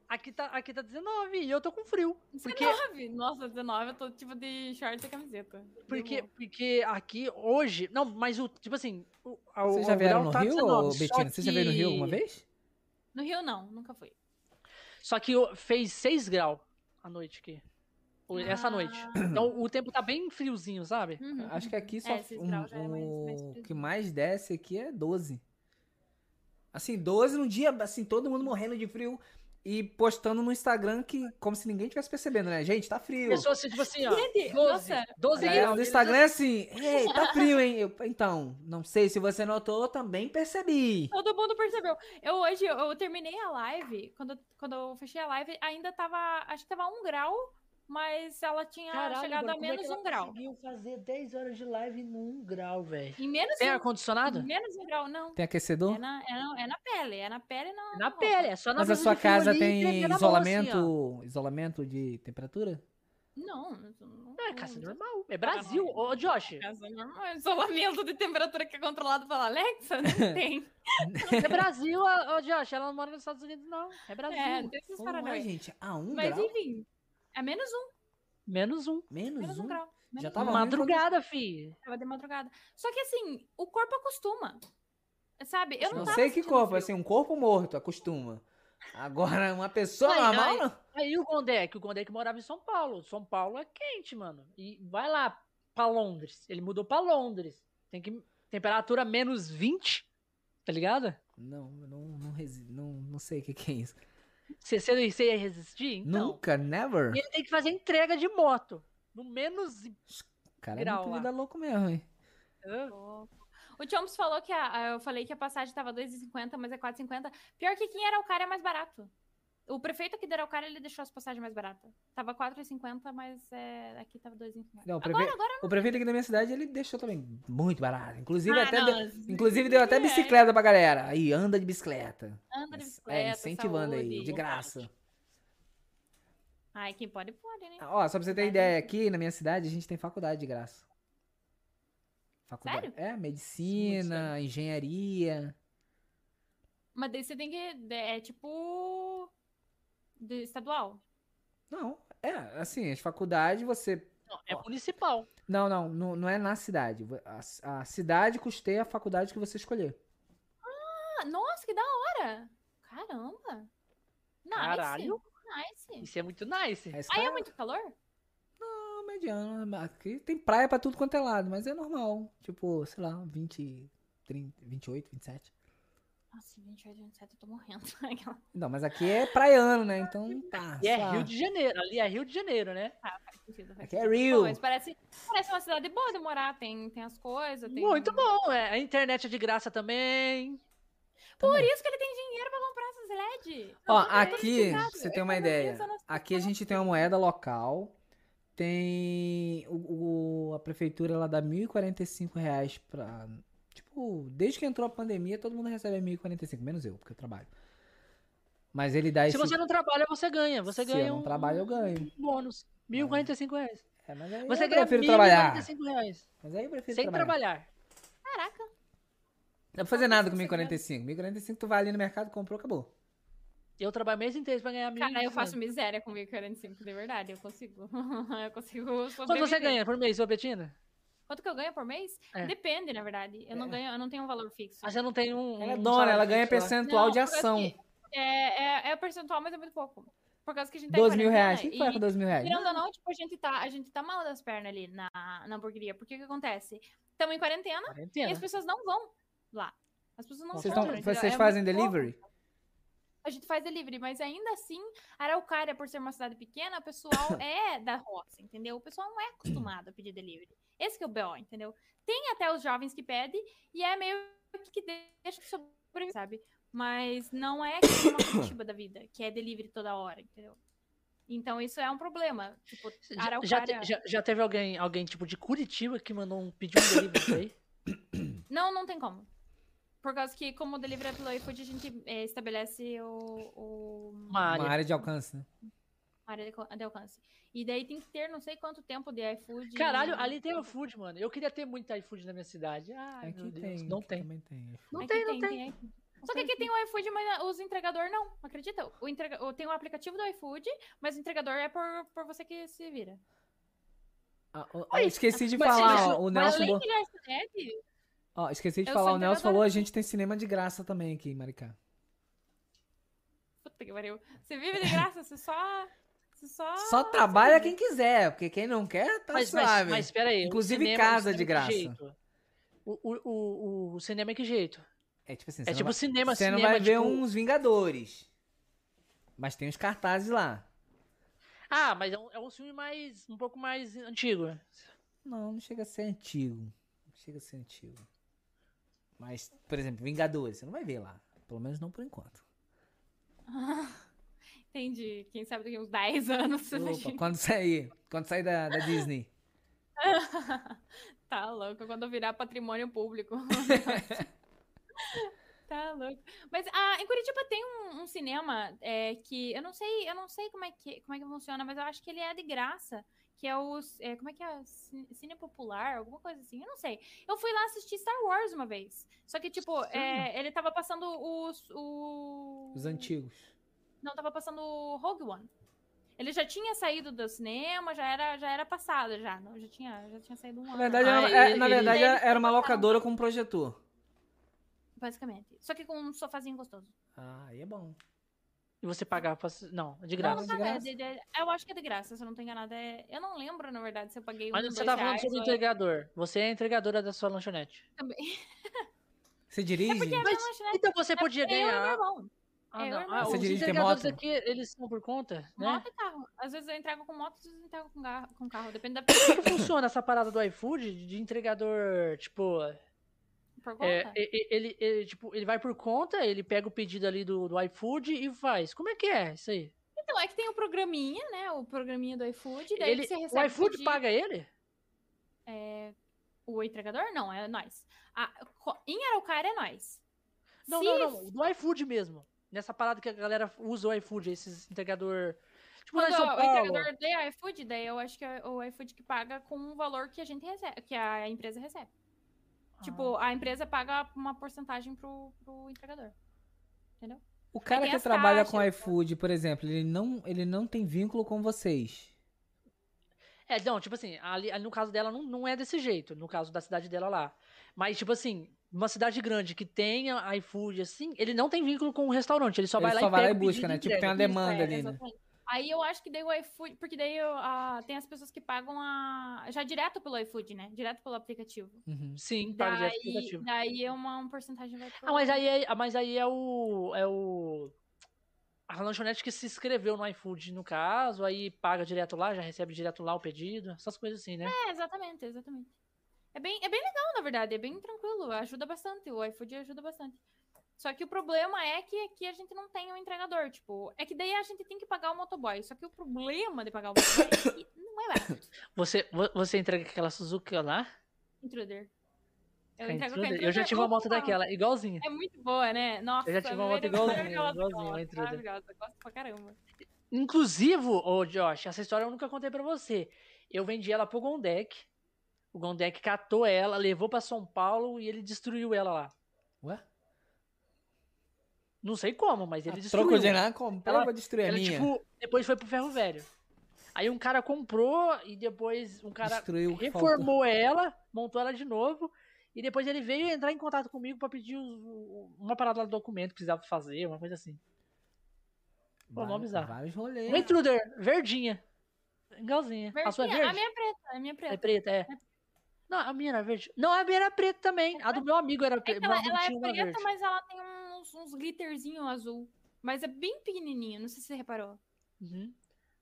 [SPEAKER 1] aqui tá, aqui tá 19 e eu tô com frio. Porque,
[SPEAKER 3] 19? é Nossa, 19, eu tô tipo de shorts e camiseta.
[SPEAKER 1] porque,
[SPEAKER 3] Deu-
[SPEAKER 1] porque aqui hoje. Não, mas o. Tipo assim. O, a-
[SPEAKER 2] Vocês
[SPEAKER 1] o
[SPEAKER 2] já vieram
[SPEAKER 1] grau
[SPEAKER 2] no
[SPEAKER 1] tá
[SPEAKER 2] Rio,
[SPEAKER 1] 19,
[SPEAKER 2] ô,
[SPEAKER 1] só
[SPEAKER 2] Betina? Vocês já vieram no Rio
[SPEAKER 1] que-
[SPEAKER 2] alguma vez?
[SPEAKER 3] No Rio não, nunca fui.
[SPEAKER 1] Só que o- fez 6 graus a noite aqui. O- Essa
[SPEAKER 3] Ah.
[SPEAKER 1] noite. Então o tempo tá bem friozinho, sabe?
[SPEAKER 3] Uhum.
[SPEAKER 2] Acho que aqui só.
[SPEAKER 3] É, esses graus já é mais-
[SPEAKER 2] um-
[SPEAKER 3] mais
[SPEAKER 2] O
[SPEAKER 3] frio.
[SPEAKER 2] que mais desce aqui é 12. Assim, 12 num dia, assim, todo mundo morrendo de frio e postando no Instagram que como se ninguém tivesse percebendo, né? Gente, tá frio.
[SPEAKER 1] Pessoas assim, tipo assim, ó.
[SPEAKER 3] Gente,
[SPEAKER 1] 12,
[SPEAKER 3] nossa.
[SPEAKER 1] 12
[SPEAKER 2] A galera
[SPEAKER 1] graus.
[SPEAKER 2] do
[SPEAKER 1] eles-
[SPEAKER 2] Instagram é assim, ei, tá frio, hein? Eu, então, não sei se você notou, eu também percebi.
[SPEAKER 3] Todo mundo percebeu. Eu hoje, eu, eu terminei a live, quando, quando eu fechei a live, ainda tava, acho que tava um grau, mas ela tinha
[SPEAKER 1] Caralho,
[SPEAKER 3] chegado
[SPEAKER 1] mano,
[SPEAKER 3] a
[SPEAKER 1] como é que
[SPEAKER 3] menos
[SPEAKER 1] ela
[SPEAKER 3] um grau.
[SPEAKER 1] Conseguiu fazer 10 horas de live num grau, velho.
[SPEAKER 3] Em menos
[SPEAKER 1] Tem
[SPEAKER 3] um,
[SPEAKER 1] ar-condicionado?
[SPEAKER 3] em menos um grau, não.
[SPEAKER 2] Tem
[SPEAKER 3] É
[SPEAKER 2] aquecedor?
[SPEAKER 3] na, é, na, é na pele, é na pele não.
[SPEAKER 1] Na pele, é só na
[SPEAKER 2] Mas a
[SPEAKER 1] mesa
[SPEAKER 2] sua
[SPEAKER 1] de frio
[SPEAKER 2] casa
[SPEAKER 1] ali,
[SPEAKER 2] tem
[SPEAKER 1] escrevendo na mão, assim,
[SPEAKER 2] isolamento,
[SPEAKER 1] ó.
[SPEAKER 2] isolamento de temperatura?
[SPEAKER 3] Não, não. não
[SPEAKER 1] É,
[SPEAKER 3] não-
[SPEAKER 1] casa
[SPEAKER 3] não- É
[SPEAKER 1] normal. É Brasil.
[SPEAKER 3] normal.
[SPEAKER 1] Ô, Josh,
[SPEAKER 3] Casa normal. Isolamento de temperatura que é controlado pela Alexa? Não tem.
[SPEAKER 1] é Brasil, ô, ô, Josh. Ela não mora nos Estados Unidos, não. É Brasil.
[SPEAKER 3] é, não tem esses
[SPEAKER 2] Como é,
[SPEAKER 3] paranoias.
[SPEAKER 2] gente? A um
[SPEAKER 3] Mas
[SPEAKER 2] grau?
[SPEAKER 3] enfim, é menos um,
[SPEAKER 1] Menos um.
[SPEAKER 2] Menos
[SPEAKER 3] menos um
[SPEAKER 2] um?
[SPEAKER 3] grau. menos
[SPEAKER 2] Já
[SPEAKER 3] um.
[SPEAKER 2] tava ruim quando-
[SPEAKER 1] Madrugada, fi.
[SPEAKER 3] Tava de madrugada. Só que assim, o corpo acostuma. Sabe? Eu não,
[SPEAKER 2] Não
[SPEAKER 3] tava
[SPEAKER 2] sei que
[SPEAKER 3] sentindo
[SPEAKER 2] corpo,
[SPEAKER 3] frio.
[SPEAKER 2] assim, um corpo morto acostuma. Agora, uma pessoa
[SPEAKER 1] Ai,
[SPEAKER 2] normal,
[SPEAKER 1] ai.
[SPEAKER 2] não.
[SPEAKER 1] Aí o Gondek, o Gondek morava em São Paulo. São Paulo é quente, mano. E vai lá pra Londres. Ele mudou pra Londres. Tem que. Temperatura menos 20, tá ligado?
[SPEAKER 2] Não, não, não, resi- não, não sei o que, que é isso.
[SPEAKER 1] Você, você, você ia resistir? Então.
[SPEAKER 2] Nunca, never.
[SPEAKER 1] E ele tem que fazer entrega de moto. No menos.
[SPEAKER 2] O cara é
[SPEAKER 1] grau
[SPEAKER 2] muito
[SPEAKER 1] lá.
[SPEAKER 2] vida louco mesmo, hein?
[SPEAKER 3] O Chomps falou que a, a- eu falei que a passagem tava 2,50, mas é 4,50. Pior que quem era o cara é mais barato. O prefeito aqui de Araucária, ele deixou as passagens mais baratas. Tava 4,50, mas é, aqui tava 2,50.
[SPEAKER 2] Não, o
[SPEAKER 3] Agora,
[SPEAKER 2] prefe-
[SPEAKER 3] agora...
[SPEAKER 2] O prefeito aqui da minha cidade, ele deixou também muito barato. Inclusive, até
[SPEAKER 3] Ah, não,
[SPEAKER 2] deu- inclusive deu até
[SPEAKER 3] é,
[SPEAKER 2] bicicleta pra galera. Aí, anda de bicicleta.
[SPEAKER 3] Anda de
[SPEAKER 2] é,
[SPEAKER 3] bicicleta,
[SPEAKER 2] incentivando aí,
[SPEAKER 3] saúde.
[SPEAKER 2] de graça.
[SPEAKER 3] Ai, quem pode, pode, né?
[SPEAKER 2] Ah, Ó, só pra você ter
[SPEAKER 3] Cidade
[SPEAKER 2] ideia,
[SPEAKER 3] é isso.
[SPEAKER 2] aqui na minha cidade a gente tem faculdade de graça. Faculdade.
[SPEAKER 3] Sério?
[SPEAKER 2] É, medicina, engenharia.
[SPEAKER 3] Mas daí você tem que... É tipo... De estadual.
[SPEAKER 2] Não, é, assim, as faculdades você.
[SPEAKER 1] Não, é
[SPEAKER 2] Ó.
[SPEAKER 1] municipal.
[SPEAKER 2] Não, não, não, não é na cidade. Vo- A, a cidade custeia a faculdade que você escolher.
[SPEAKER 3] Ah, nossa, que da hora! Caramba! Nice!
[SPEAKER 1] Caralho.
[SPEAKER 3] Nice!
[SPEAKER 1] Isso é muito nice.
[SPEAKER 2] É, isso
[SPEAKER 3] Aí
[SPEAKER 2] é
[SPEAKER 3] é muito calor?
[SPEAKER 2] normal, mediano. Aqui tem praia pra tudo quanto é lado, mas é normal. Tipo, sei lá, 20, 30, 28, 27.
[SPEAKER 3] Nossa, 28, 27, eu tô morrendo.
[SPEAKER 2] Não, mas aqui é praiano, né? Então tá.
[SPEAKER 1] E é
[SPEAKER 2] suave.
[SPEAKER 1] Rio de Janeiro. Ali é Rio de Janeiro, né?
[SPEAKER 3] Faz sentido, faz
[SPEAKER 2] Aqui é
[SPEAKER 3] sentido.
[SPEAKER 2] Rio.
[SPEAKER 3] Pô, mas parece, parece uma cidade boa de morar, tem, tem as coisas, tem...
[SPEAKER 2] então
[SPEAKER 3] um
[SPEAKER 1] Muito bom. É. A internet é de graça também. é
[SPEAKER 3] Por isso que ele tem dinheiro pra comprar essas LED!
[SPEAKER 2] Ó,
[SPEAKER 3] Eu tô
[SPEAKER 2] aqui,
[SPEAKER 1] né?
[SPEAKER 3] ligado,
[SPEAKER 2] pra você
[SPEAKER 3] eu
[SPEAKER 2] ter uma
[SPEAKER 3] economizo
[SPEAKER 2] ideia.
[SPEAKER 3] nas-
[SPEAKER 2] Aqui a gente tem uma moeda local. Tem. O, o- a prefeitura ela dá R$ 1.045 reais pra. Tipo, desde que entrou a pandemia, todo mundo recebe R$ 1.045, menos eu, porque eu trabalho. Mas ele dá
[SPEAKER 1] Se
[SPEAKER 2] esse.
[SPEAKER 1] você não trabalha, você ganha. Você
[SPEAKER 2] Se
[SPEAKER 1] ganha
[SPEAKER 2] eu não
[SPEAKER 1] um,
[SPEAKER 2] trabalho, eu ganho.
[SPEAKER 1] um bônus. R$ 1.045 reais.
[SPEAKER 2] É, mas aí
[SPEAKER 1] Você
[SPEAKER 2] eu
[SPEAKER 1] ganha
[SPEAKER 2] prefiro trabalhar.
[SPEAKER 1] 1.045 reais.
[SPEAKER 2] Mas aí eu prefiro
[SPEAKER 1] Sem
[SPEAKER 2] trabalhar.
[SPEAKER 1] trabalhar.
[SPEAKER 3] Caraca!
[SPEAKER 2] Não dá pra fazer nada com
[SPEAKER 3] Você ganha.
[SPEAKER 2] 1.045. 1.045 tu vai ali no mercado, comprou, acabou.
[SPEAKER 1] Eu trabalho o mês inteiro pra ganhar 1.000.
[SPEAKER 3] Cara, eu faço miséria com 1.045, de verdade, eu consigo. eu consigo
[SPEAKER 1] Quanto você
[SPEAKER 3] sobreviver.
[SPEAKER 1] ganha por mês, ô Betina?
[SPEAKER 3] Quanto que eu ganho por mês?
[SPEAKER 1] É.
[SPEAKER 3] Depende, na verdade. Eu não
[SPEAKER 2] É.
[SPEAKER 3] ganho, eu não tenho um valor fixo.
[SPEAKER 1] Ah, você não tem um.
[SPEAKER 2] Ela é
[SPEAKER 1] um
[SPEAKER 2] dona,
[SPEAKER 1] salário
[SPEAKER 2] ela
[SPEAKER 1] fixo
[SPEAKER 2] ganha
[SPEAKER 1] lá.
[SPEAKER 2] percentual
[SPEAKER 3] Não,
[SPEAKER 2] um de
[SPEAKER 3] por causa
[SPEAKER 2] ação.
[SPEAKER 3] que- É, é, é percentual, mas é muito pouco. Por causa que a gente tá em
[SPEAKER 2] 12 mil
[SPEAKER 3] quarentena
[SPEAKER 2] reais. O que que
[SPEAKER 3] e-
[SPEAKER 2] faz com 12 mil reais?
[SPEAKER 3] Querendo ou não, tipo, a gente tá, a gente tá mal das pernas ali na, na hamburgueria. Porque o que acontece? Estamos em quarentena e as
[SPEAKER 1] Quarentena.
[SPEAKER 3] pessoas não vão lá. As pessoas não
[SPEAKER 2] Vocês,
[SPEAKER 3] vão.
[SPEAKER 2] tão-
[SPEAKER 3] entendeu?
[SPEAKER 2] vocês
[SPEAKER 3] É
[SPEAKER 2] fazem
[SPEAKER 3] muito pouco.
[SPEAKER 2] delivery?
[SPEAKER 3] A gente faz delivery, mas ainda assim, Araucária, por ser uma cidade pequena, o pessoal é da roça, entendeu? O pessoal não é acostumado a pedir delivery. Esse que é o BO, entendeu? Tem até os jovens que pedem e é meio que deixa de sobreviver, sabe? Mas não é que nem uma Curitiba da vida, que é delivery toda hora, entendeu? Então isso é um problema. Tipo,
[SPEAKER 1] Já- Já, te-
[SPEAKER 3] Araucária...
[SPEAKER 1] já- já teve alguém, alguém, tipo, de Curitiba que mandou um pedido um delivery pra aí?
[SPEAKER 3] Não, não tem como. Por causa que, como o delivery pelo iFood, a gente é, estabelece o, o-
[SPEAKER 1] Uma área.
[SPEAKER 2] Uma área de alcance, né?
[SPEAKER 3] a área de co- de alcance. E daí tem que ter não sei quanto tempo de iFood.
[SPEAKER 1] Caralho, ali tem iFood, mano. Eu queria ter muito iFood na minha cidade. Ai,
[SPEAKER 2] Aqui
[SPEAKER 1] meu Deus,
[SPEAKER 2] É tem.
[SPEAKER 1] não
[SPEAKER 2] aqui
[SPEAKER 1] tem.
[SPEAKER 2] Também tem.
[SPEAKER 1] Não
[SPEAKER 3] Aqui
[SPEAKER 1] é tem, não tem.
[SPEAKER 3] iFood. Só que aqui tem o iFood, mas ah, os entregador não. Acredita? O entrega... o- Tem o aplicativo do iFood, mas o entregador é por, por você que se vira.
[SPEAKER 2] Ah, ó, ó, esqueci de
[SPEAKER 1] mas
[SPEAKER 2] falar,
[SPEAKER 1] isso-
[SPEAKER 2] ó, Ah, o
[SPEAKER 3] Mas
[SPEAKER 2] Nelson.
[SPEAKER 3] além
[SPEAKER 2] bo-
[SPEAKER 3] de garçonete,
[SPEAKER 2] Ó, esqueci de
[SPEAKER 3] eu
[SPEAKER 2] falar,
[SPEAKER 3] sou
[SPEAKER 2] o Nelson
[SPEAKER 3] entregadora
[SPEAKER 2] falou, a gente tem cinema de graça também aqui em Maricá.
[SPEAKER 3] puta que pariu. Você vive de graça, você só. Você só.
[SPEAKER 2] Só trabalha quem quiser, porque quem não quer,
[SPEAKER 1] Ah,
[SPEAKER 2] tá
[SPEAKER 1] Mas, mas,
[SPEAKER 2] suave.
[SPEAKER 1] mas peraí. o
[SPEAKER 2] Inclusive
[SPEAKER 1] cinema- é o
[SPEAKER 2] casa
[SPEAKER 1] cinema
[SPEAKER 2] de
[SPEAKER 1] que
[SPEAKER 2] graça.
[SPEAKER 1] jeito? O, o, o, o cinema é que jeito?
[SPEAKER 2] É tipo assim,
[SPEAKER 1] É
[SPEAKER 2] não
[SPEAKER 1] tipo
[SPEAKER 2] vai-
[SPEAKER 1] cinema,
[SPEAKER 2] Você
[SPEAKER 1] cinema.
[SPEAKER 2] não vai ver um-
[SPEAKER 1] tipo-
[SPEAKER 2] uns Vingadores. Mas tem os cartazes lá.
[SPEAKER 1] Ah, mas é um, é um filme mais. um pouco mais antigo.
[SPEAKER 2] Não, não chega a ser antigo. Não chega a ser antigo. Mas, por exemplo, Vingadores, você não vai ver lá. Pelo menos não por enquanto.
[SPEAKER 3] Entendi. Quem sabe daqui uns 10 anos. você
[SPEAKER 2] Opa,
[SPEAKER 3] imagina.
[SPEAKER 2] quando sair. Quando sair da, da Disney.
[SPEAKER 3] tá louco, quando eu virar patrimônio público. tá louco. Mas ah, em Curitiba tem um, um cinema é, que eu não sei, eu não sei como é que como é que funciona, mas eu acho que ele é de graça, que é o é, como é que é Ci- cine popular, alguma coisa assim, eu não sei. Eu fui lá assistir Star Wars uma vez, só que tipo é, ele tava passando os o-
[SPEAKER 2] Os antigos.
[SPEAKER 3] não, tava passando o Rogue One. Ele já tinha saído do cinema, já era, já era passado, já. Não, já, tinha, já tinha saído um
[SPEAKER 2] Na
[SPEAKER 3] ano.
[SPEAKER 2] verdade,
[SPEAKER 1] Ah,
[SPEAKER 2] era, é,
[SPEAKER 1] ele-
[SPEAKER 2] na
[SPEAKER 1] ele-
[SPEAKER 2] verdade
[SPEAKER 3] ele-
[SPEAKER 2] era uma locadora com um projetor.
[SPEAKER 3] Basicamente. Só que com um sofazinho gostoso.
[SPEAKER 2] Ah, aí é bom.
[SPEAKER 1] E você pagava pra. assi- Não, é de
[SPEAKER 3] Não,
[SPEAKER 1] graça.
[SPEAKER 3] não
[SPEAKER 2] de
[SPEAKER 3] paga, é
[SPEAKER 2] graça.
[SPEAKER 3] de- de- eu acho que é de graça, se eu não tô enganada. É, eu não lembro, na verdade, se eu paguei
[SPEAKER 1] Mas
[SPEAKER 3] um,
[SPEAKER 1] você
[SPEAKER 3] dois
[SPEAKER 1] tá falando
[SPEAKER 3] reais,
[SPEAKER 1] sobre
[SPEAKER 3] ou-
[SPEAKER 1] entregador. Você é a entregadora da sua lanchonete.
[SPEAKER 2] Você dirige?
[SPEAKER 3] Porque
[SPEAKER 1] Mas-
[SPEAKER 3] eu não acho, né?
[SPEAKER 1] Então você podia
[SPEAKER 3] Eu e meu
[SPEAKER 1] ganhar.
[SPEAKER 3] irmão.
[SPEAKER 1] Ah,
[SPEAKER 3] eu
[SPEAKER 1] não.
[SPEAKER 3] não-
[SPEAKER 1] Ah,
[SPEAKER 3] Você
[SPEAKER 1] os
[SPEAKER 2] dirige, tem
[SPEAKER 1] entregadores
[SPEAKER 2] moto?
[SPEAKER 1] aqui, eles são por conta, né?
[SPEAKER 3] Moto e carro. Às vezes eu entrego com moto, às vezes eu entrego com, gar- com carro. Depende da pessoa
[SPEAKER 1] Como funciona essa parada do iFood de entregador, tipo,
[SPEAKER 3] por conta.
[SPEAKER 1] é, e- e- ele, ele, tipo, ele vai por conta, ele pega o pedido ali do, do iFood e faz. Como é que é isso aí?
[SPEAKER 3] Então, é que tem o programinha, né? O programinha do iFood. Daí
[SPEAKER 1] Ele,
[SPEAKER 3] você recebe
[SPEAKER 1] o iFood
[SPEAKER 3] pedido-
[SPEAKER 1] paga ele?
[SPEAKER 3] O entregador? Não, é nós. A- co- em Araucária é nós.
[SPEAKER 1] Não,
[SPEAKER 3] Se
[SPEAKER 1] não, não. Do iFood mesmo. Nessa parada que a galera usa o iFood, esses entregador. Tipo, lá em
[SPEAKER 3] Quando
[SPEAKER 1] São
[SPEAKER 3] o
[SPEAKER 1] Paulo.
[SPEAKER 3] entregador dê iFood, daí eu acho que é o iFood que paga com o valor que a gente recebe, que a empresa recebe.
[SPEAKER 1] Ah.
[SPEAKER 3] Tipo, a empresa paga uma porcentagem pro, pro entregador.
[SPEAKER 2] O cara
[SPEAKER 1] é
[SPEAKER 3] tem
[SPEAKER 2] que
[SPEAKER 3] as
[SPEAKER 2] trabalha com
[SPEAKER 3] taxas,
[SPEAKER 2] iFood, por exemplo, ele não, ele não tem vínculo com vocês.
[SPEAKER 1] É, não, tipo assim, ali, ali no caso dela não, não é desse jeito, no caso da cidade dela lá. Mas, tipo assim, uma cidade grande que tenha iFood, assim, ele não tem vínculo com o restaurante, ele só
[SPEAKER 2] Ele
[SPEAKER 1] vai lá
[SPEAKER 2] só
[SPEAKER 1] e
[SPEAKER 2] vai lá
[SPEAKER 1] pega
[SPEAKER 2] e
[SPEAKER 1] o pedido
[SPEAKER 2] busca, né? Tipo,
[SPEAKER 1] entrega.
[SPEAKER 2] tem uma demanda
[SPEAKER 3] Isso, é,
[SPEAKER 2] ali, né?
[SPEAKER 3] exatamente. Aí eu acho que daí o iFood, porque daí eu, ah, tem as pessoas que pagam a, já direto pelo iFood, né? Direto pelo aplicativo.
[SPEAKER 2] Uhum.
[SPEAKER 1] Sim, tá, paga direto no
[SPEAKER 3] Daí,
[SPEAKER 1] aplicativo.
[SPEAKER 3] daí é uma um porcentagem vai pro-
[SPEAKER 1] Ah, mas aí é, ah, mas aí é o. É o. A lanchonete que se inscreveu no iFood, no caso, aí paga direto lá, já recebe direto lá o pedido, essas coisas assim, né?
[SPEAKER 3] É, exatamente, exatamente. É bem, é bem legal, na verdade, é bem tranquilo, ajuda bastante, o iFood ajuda bastante. Só que o problema é que aqui a gente não tem um entregador, tipo, é que daí a gente tem que pagar o motoboy, só que o problema de pagar o motoboy é que não é barato,
[SPEAKER 1] Você, vo- você entrega aquela Suzuki lá?
[SPEAKER 3] intruder. É Eu
[SPEAKER 1] a
[SPEAKER 3] entrego com a
[SPEAKER 1] Intruder? Eu já
[SPEAKER 3] Intruder
[SPEAKER 1] tive uma
[SPEAKER 3] ou
[SPEAKER 1] moto
[SPEAKER 3] com a-
[SPEAKER 1] daquela, igualzinha.
[SPEAKER 3] É muito boa, né? Nossa,
[SPEAKER 1] tive uma
[SPEAKER 3] meu
[SPEAKER 1] moto
[SPEAKER 3] Deus,
[SPEAKER 1] igualzinha,
[SPEAKER 3] maravilhosa,
[SPEAKER 1] igualzinha, a
[SPEAKER 3] nossa,
[SPEAKER 1] Intruder.
[SPEAKER 3] Maravilhosa, gosto pra caramba.
[SPEAKER 1] Inclusive, ô Josh, essa história eu nunca contei pra você. Eu vendi ela pro Gondek. O Gondek catou ela, levou pra São Paulo e ele destruiu ela lá.
[SPEAKER 2] Ué?
[SPEAKER 1] Não sei como, mas ele
[SPEAKER 2] Ah,
[SPEAKER 1] destruiu.
[SPEAKER 2] Troco de nada, comprou
[SPEAKER 1] Ela-
[SPEAKER 2] pra destruir a
[SPEAKER 1] Ela,
[SPEAKER 2] minha.
[SPEAKER 1] tipo, depois foi pro ferro velho. Aí um cara comprou e depois um cara
[SPEAKER 2] Destruiu o que faltou.
[SPEAKER 1] reformou ela, montou ela de novo. E depois ele veio entrar em contato comigo pra pedir os- o- uma parada lá do documento que precisava fazer, uma coisa assim. Pô, mó
[SPEAKER 2] Vários-
[SPEAKER 1] bizarro.
[SPEAKER 2] Vários rolês.
[SPEAKER 1] Uma intruder, verdinha. Igualzinha. A sua é
[SPEAKER 3] Verdinha,
[SPEAKER 1] verde?
[SPEAKER 3] a minha é preta, a minha é preta.
[SPEAKER 1] É preta, é. Não, a minha era verde. Não, a minha era preta também. A do meu amigo era
[SPEAKER 3] É
[SPEAKER 1] preta.
[SPEAKER 3] que
[SPEAKER 1] meu
[SPEAKER 3] ela,
[SPEAKER 1] amigo
[SPEAKER 3] ela
[SPEAKER 1] tinha
[SPEAKER 3] é
[SPEAKER 1] uma
[SPEAKER 3] preta,
[SPEAKER 1] verde.
[SPEAKER 3] mas ela tem uns, uns glitterzinho azul. Mas é bem pequenininho, não sei se você reparou.
[SPEAKER 1] Uhum.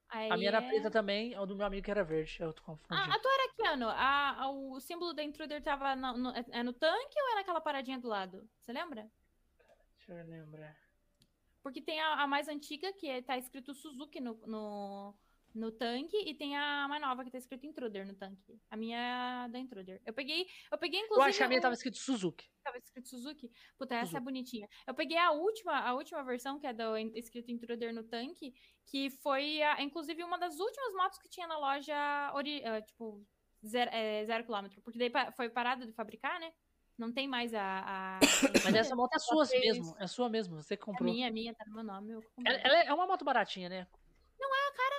[SPEAKER 3] Aí
[SPEAKER 1] A minha era
[SPEAKER 3] é-
[SPEAKER 1] preta também, a do meu amigo que era verde. Eu tô confundindo.
[SPEAKER 3] Ah, a tua era que ano? A, a- o símbolo da Intruder tava na- no, é- é no tanque ou é naquela paradinha do lado? Você lembra?
[SPEAKER 1] Deixa eu lembrar.
[SPEAKER 3] Porque tem a, a mais antiga, que é, tá escrito Suzuki no, no, no tanque e tem a, uma nova que tá escrito Intruder no tanque. A minha é da Intruder. Eu peguei, eu peguei
[SPEAKER 1] Eu
[SPEAKER 3] inclusive
[SPEAKER 1] acho que a minha
[SPEAKER 3] um-
[SPEAKER 1] tava escrito Suzuki.
[SPEAKER 3] tava escrito Suzuki. Puta, essa é bonitinha. Eu peguei a última, a última versão, que é do in- escrito Intruder no tanque, que foi, a- inclusive, uma das últimas motos que tinha na loja, ori- eh, tipo, zero, eh, zero quilômetro. Porque daí pa- foi parado de fabricar, né? Não tem mais a... a...
[SPEAKER 1] Mas essa moto é sua
[SPEAKER 3] fez-
[SPEAKER 1] mesmo. É sua mesmo. Você que
[SPEAKER 3] É
[SPEAKER 1] comprou.
[SPEAKER 3] minha, é minha, tá no meu nome. Eu comprei.
[SPEAKER 1] Ela, ela é uma moto baratinha, né?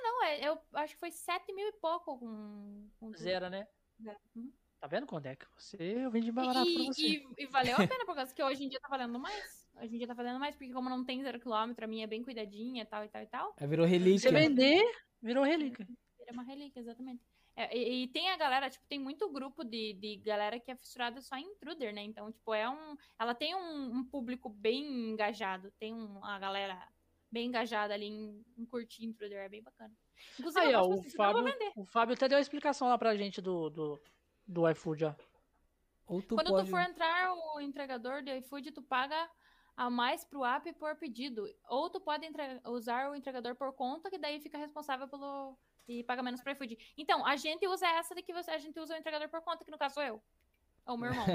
[SPEAKER 3] Não, é, eu acho que foi 7 mil e pouco com, com tudo.
[SPEAKER 1] Zero, né?
[SPEAKER 3] Uhum. Zero. Uhum.
[SPEAKER 1] Tá vendo, Condec? Você, eu vendi
[SPEAKER 3] E-
[SPEAKER 1] barato pra
[SPEAKER 3] e,
[SPEAKER 1] você.
[SPEAKER 3] e- e valeu a pena, por causa que hoje em dia tá valendo mais. Hoje em dia tá valendo mais, porque como não tem zero quilômetro, a minha é bem cuidadinha e tal e tal e tal.
[SPEAKER 2] Aí virou
[SPEAKER 1] Você
[SPEAKER 2] relíquia.
[SPEAKER 1] vender, virou relíquia.
[SPEAKER 3] É uma relíquia, exatamente. É, e, e tem a galera, tipo, tem muito grupo de, de galera que é fissurada só em intruder, né? Então, tipo, é um. Ela tem um, um público bem engajado. Tem um- uma galera bem engajada ali em, em curtir intruder, é bem bacana. Inclusive,
[SPEAKER 1] Aí,
[SPEAKER 3] eu
[SPEAKER 1] ó,
[SPEAKER 3] gosto
[SPEAKER 1] o
[SPEAKER 3] bastante, senão eu vou
[SPEAKER 1] Fábio-
[SPEAKER 3] vender.
[SPEAKER 1] O Fábio até deu a explicação lá pra gente do, do, do iFood, ó.
[SPEAKER 2] Ou tu
[SPEAKER 3] Quando
[SPEAKER 2] pode...
[SPEAKER 3] tu for entrar o entregador do iFood, tu paga a mais pro app por pedido. Ou tu pode entra- usar o entregador por conta, que daí fica responsável pelo. E paga menos pro iFood. Então, a gente usa essa de que você- a gente usa o entregador por conta, que no caso sou eu. Ou meu irmão.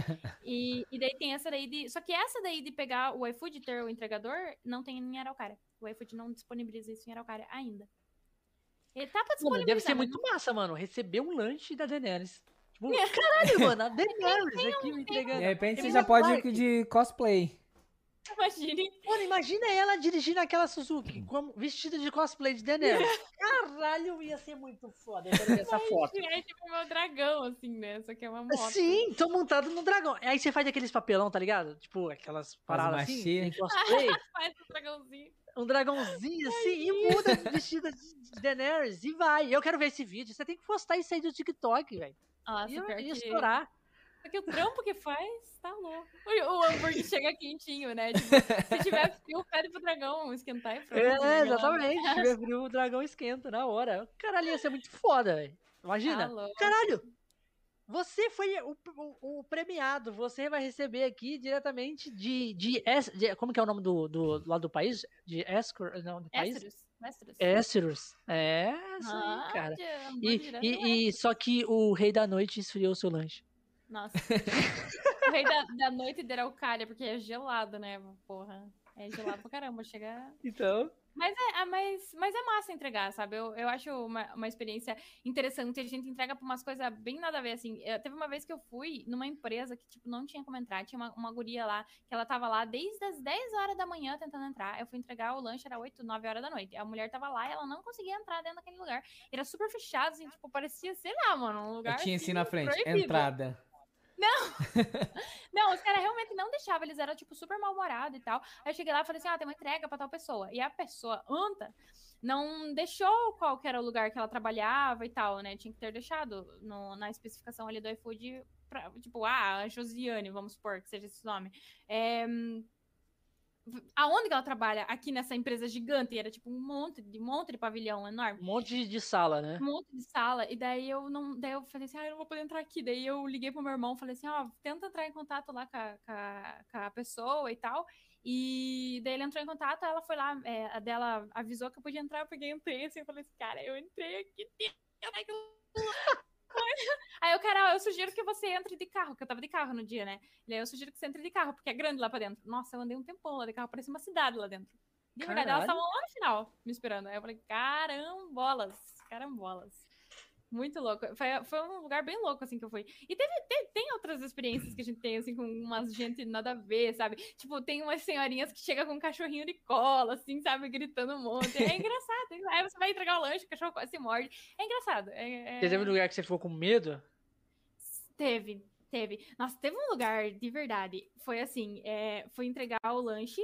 [SPEAKER 3] e, e daí tem essa daí de. Só que essa daí de pegar o iFood e ter o entregador não tem em Araucária. O iFood não disponibiliza isso em Araucária ainda. Ele tá pra
[SPEAKER 1] Mano,
[SPEAKER 3] disponibilizar.
[SPEAKER 1] deve ser
[SPEAKER 3] mas
[SPEAKER 1] muito massa, mano. Receber um lanche da Daenerys. Tipo,
[SPEAKER 3] É.
[SPEAKER 1] caralho, mano, a
[SPEAKER 3] um,
[SPEAKER 1] Daenerys aqui me
[SPEAKER 2] De
[SPEAKER 1] entregando.
[SPEAKER 2] repente você
[SPEAKER 1] Ele
[SPEAKER 2] já
[SPEAKER 1] não é
[SPEAKER 2] pode
[SPEAKER 1] vai.
[SPEAKER 2] ir de cosplay.
[SPEAKER 3] não Imagine.
[SPEAKER 1] Mano, imagina ela dirigindo aquela Suzuki como, vestida de cosplay de Daenerys. Caralho, ia ser muito foda. Eu quero ver essa foto.
[SPEAKER 3] É tipo meu dragão, assim, né? Só que é uma moto.
[SPEAKER 1] Sim, tô montado num dragão. Aí você faz aqueles papelão, tá ligado? Tipo, aquelas paradas assim,
[SPEAKER 2] machê.
[SPEAKER 1] tem cosplay.
[SPEAKER 3] Faz um dragãozinho.
[SPEAKER 1] um dragãozinho assim e muda de vestida de Daenerys e vai. Eu quero ver esse vídeo. Você tem que postar isso aí do TikTok, velho.
[SPEAKER 3] Nossa,
[SPEAKER 1] E eu
[SPEAKER 3] pior
[SPEAKER 1] ia
[SPEAKER 3] que...
[SPEAKER 1] estourar.
[SPEAKER 3] Só que o trampo que faz, tá louco. O, o hambúrguer chega quentinho, né? Tipo, se tiver frio, pede pro dragão esquentar e pronto. né?
[SPEAKER 1] É,
[SPEAKER 3] Gelado.
[SPEAKER 1] exatamente. Se tiver frio, o dragão esquenta na hora. Caralho, ia ser muito foda, velho.
[SPEAKER 3] Tá
[SPEAKER 1] Imagina.
[SPEAKER 3] louco.
[SPEAKER 1] Caralho! Você foi o, o- o premiado. Você vai receber aqui diretamente de. de, Es- de- como que é o nome do, do lá do país? De Escor. Não, do país?
[SPEAKER 3] Ésteros. Ésteros.
[SPEAKER 1] Ésteros. É, isso
[SPEAKER 3] Ah,
[SPEAKER 1] aí, cara. E,
[SPEAKER 3] é
[SPEAKER 1] e- e só que o rei da noite esfriou seu lanche.
[SPEAKER 3] Nossa. o rei da, da noite de Araucária, porque é gelado, né? Porra. É gelado pra caramba. Chega
[SPEAKER 1] Então.
[SPEAKER 3] Ah, mas, mas é massa entregar, sabe? Eu, eu acho uma, uma experiência interessante. A gente entrega pra umas coisas bem nada a ver, assim. Eh, teve uma vez que eu fui numa empresa que, tipo, não tinha como entrar. Tinha uma, uma guria lá, que ela tava lá desde as 10 horas da manhã tentando entrar. Eu fui entregar o lanche, era 8, 9 horas da noite. A mulher tava lá e ela não conseguia entrar dentro daquele lugar. Era super fechado, assim, tipo, parecia, sei lá, mano, um lugar
[SPEAKER 2] Eu tinha assim
[SPEAKER 3] assim,
[SPEAKER 2] na frente.
[SPEAKER 3] proibido.
[SPEAKER 2] Entrada.
[SPEAKER 3] Não, os caras realmente não deixavam, eles eram, tipo, super mal-humorados e tal. Aí eu cheguei lá e falei assim, ah, tem uma entrega pra tal pessoa. E a pessoa, anta, não deixou qual que era o lugar que ela trabalhava e tal, né? Tinha que ter deixado no- na especificação ali do iFood, pra- tipo, ah, Josiane, vamos supor que seja esse nome. É, hum, aonde que ela trabalha? Aqui nessa empresa gigante, e era tipo um monte, de um monte de pavilhão enorme
[SPEAKER 1] Um monte de sala, né?
[SPEAKER 3] um monte de sala, e daí eu não. Daí eu falei assim, ah, eu não vou poder entrar aqui. Daí eu liguei pro meu irmão, falei assim, ó, tenta entrar em contato lá com a, com a- com a pessoa e tal. E daí ele entrou em contato, ela foi lá, é, a dela avisou que eu podia entrar, eu peguei e entrei assim, eu falei assim, cara, eu entrei aqui dentro é daquele lugar." Aí eu, cara, eu sugiro que você entre de carro, que eu tava de carro no dia, né? E aí eu sugiro que você entre de carro, porque é grande lá pra dentro. Nossa, eu andei um tempão lá de carro, parecia uma cidade lá dentro. De verdade, elas
[SPEAKER 1] Caralho.
[SPEAKER 3] estavam lá no final me esperando. Aí eu falei, carambolas, carambolas. Muito louco. Foi, foi um lugar bem louco, assim, que eu fui. E teve, te- tem outras experiências que a gente tem, assim, com umas gente nada a ver, sabe? Tipo, tem umas senhorinhas que chegam com um cachorrinho de cola, assim, sabe? Gritando um monte. É engraçado. Aí você vai entregar o lanche, o cachorro quase se morde. É engraçado. É, é-
[SPEAKER 1] Você teve um lugar que você ficou com medo?
[SPEAKER 3] Teve, teve. Nossa, teve um lugar de verdade. Foi assim, é, fui entregar o lanche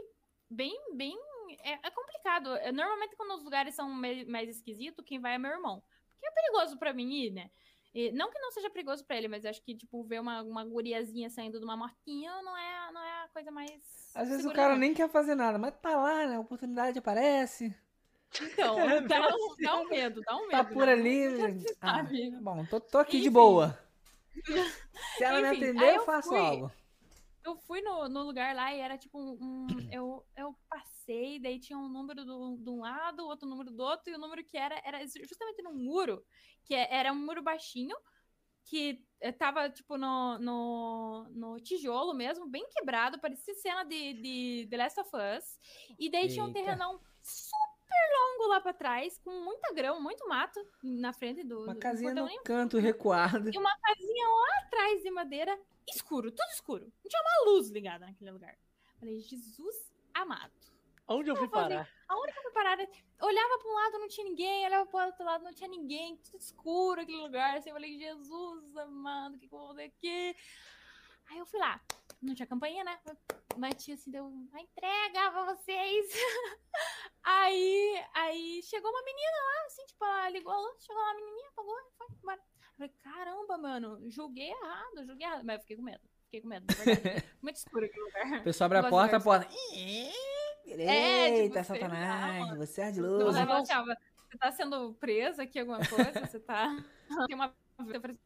[SPEAKER 3] bem, bem. É, é complicado. É, Normalmente, quando os lugares são me- mais esquisitos, quem vai é meu irmão. Porque é perigoso pra mim ir, né? E não que não seja perigoso pra ele, mas acho que, tipo, ver uma, uma guriazinha saindo de uma motinha não é, não é a coisa mais.
[SPEAKER 2] Às vezes o
[SPEAKER 3] segura,
[SPEAKER 2] cara
[SPEAKER 3] não.
[SPEAKER 2] nem quer fazer nada, mas tá lá, né? A oportunidade aparece.
[SPEAKER 3] Então, dá, um- dá um medo, dá um medo.
[SPEAKER 2] É, Tá por
[SPEAKER 3] né?
[SPEAKER 2] ali. Ah,
[SPEAKER 3] sabe?
[SPEAKER 2] tá bom, tô, tô aqui de
[SPEAKER 3] Enfim.
[SPEAKER 2] boa. Se ela me
[SPEAKER 3] Enfim,
[SPEAKER 2] atender, eu
[SPEAKER 3] aí eu
[SPEAKER 2] faço
[SPEAKER 3] fui.
[SPEAKER 2] algo.
[SPEAKER 3] Eu fui no, no lugar lá e era tipo um. um- eu, eu passei, daí tinha um número do, de um lado, outro número do outro, e o número que era era ju- justamente num muro, que é- era um muro baixinho, que eh, tava tipo no, no, no tijolo mesmo, bem quebrado, parecia cena de, de The Last of Us. E daí tinha um
[SPEAKER 2] Eita.
[SPEAKER 3] terrenão super longo lá pra trás, com muita grama, muito mato na frente do.
[SPEAKER 2] Uma
[SPEAKER 3] do
[SPEAKER 2] casinha
[SPEAKER 3] portão,
[SPEAKER 2] no
[SPEAKER 3] nem-
[SPEAKER 2] canto recuada.
[SPEAKER 3] e uma casinha lá atrás de madeira, escuro, tudo escuro. Não tinha uma luz ligada naquele lugar. Falei, Jesus amado.
[SPEAKER 1] Onde eu fui parar?
[SPEAKER 3] A única que parada, olhava pra um lado, não tinha ninguém, olhava pro outro lado, não tinha ninguém, tudo escuro aquele lugar. Assim, eu falei, Jesus amado, o que, que eu vou fazer aqui? Aí eu fui lá, não tinha campainha, né? Bati assim, deu uma entrega pra vocês. Aí, aí chegou uma menina lá, assim, tipo, ela ligou a luz, chegou lá uma menininha, apagou, foi embora. Eu falei, caramba, mano, julguei errado, julguei errado. Mas eu fiquei com medo, fiquei com medo, de verdade. Muito escuro aquele lugar.
[SPEAKER 2] O pessoal abre a
[SPEAKER 3] Gosto
[SPEAKER 2] porta, a
[SPEAKER 3] de
[SPEAKER 2] porta.
[SPEAKER 3] É, tipo,
[SPEAKER 2] Eita,
[SPEAKER 3] sei lá,
[SPEAKER 2] Satanás,
[SPEAKER 3] mano.
[SPEAKER 2] você é
[SPEAKER 3] Eu
[SPEAKER 2] ardiloso.
[SPEAKER 1] Não,
[SPEAKER 3] levava, achava, você tá sendo presa aqui, alguma coisa? Você tá. Tem uma. eu falei,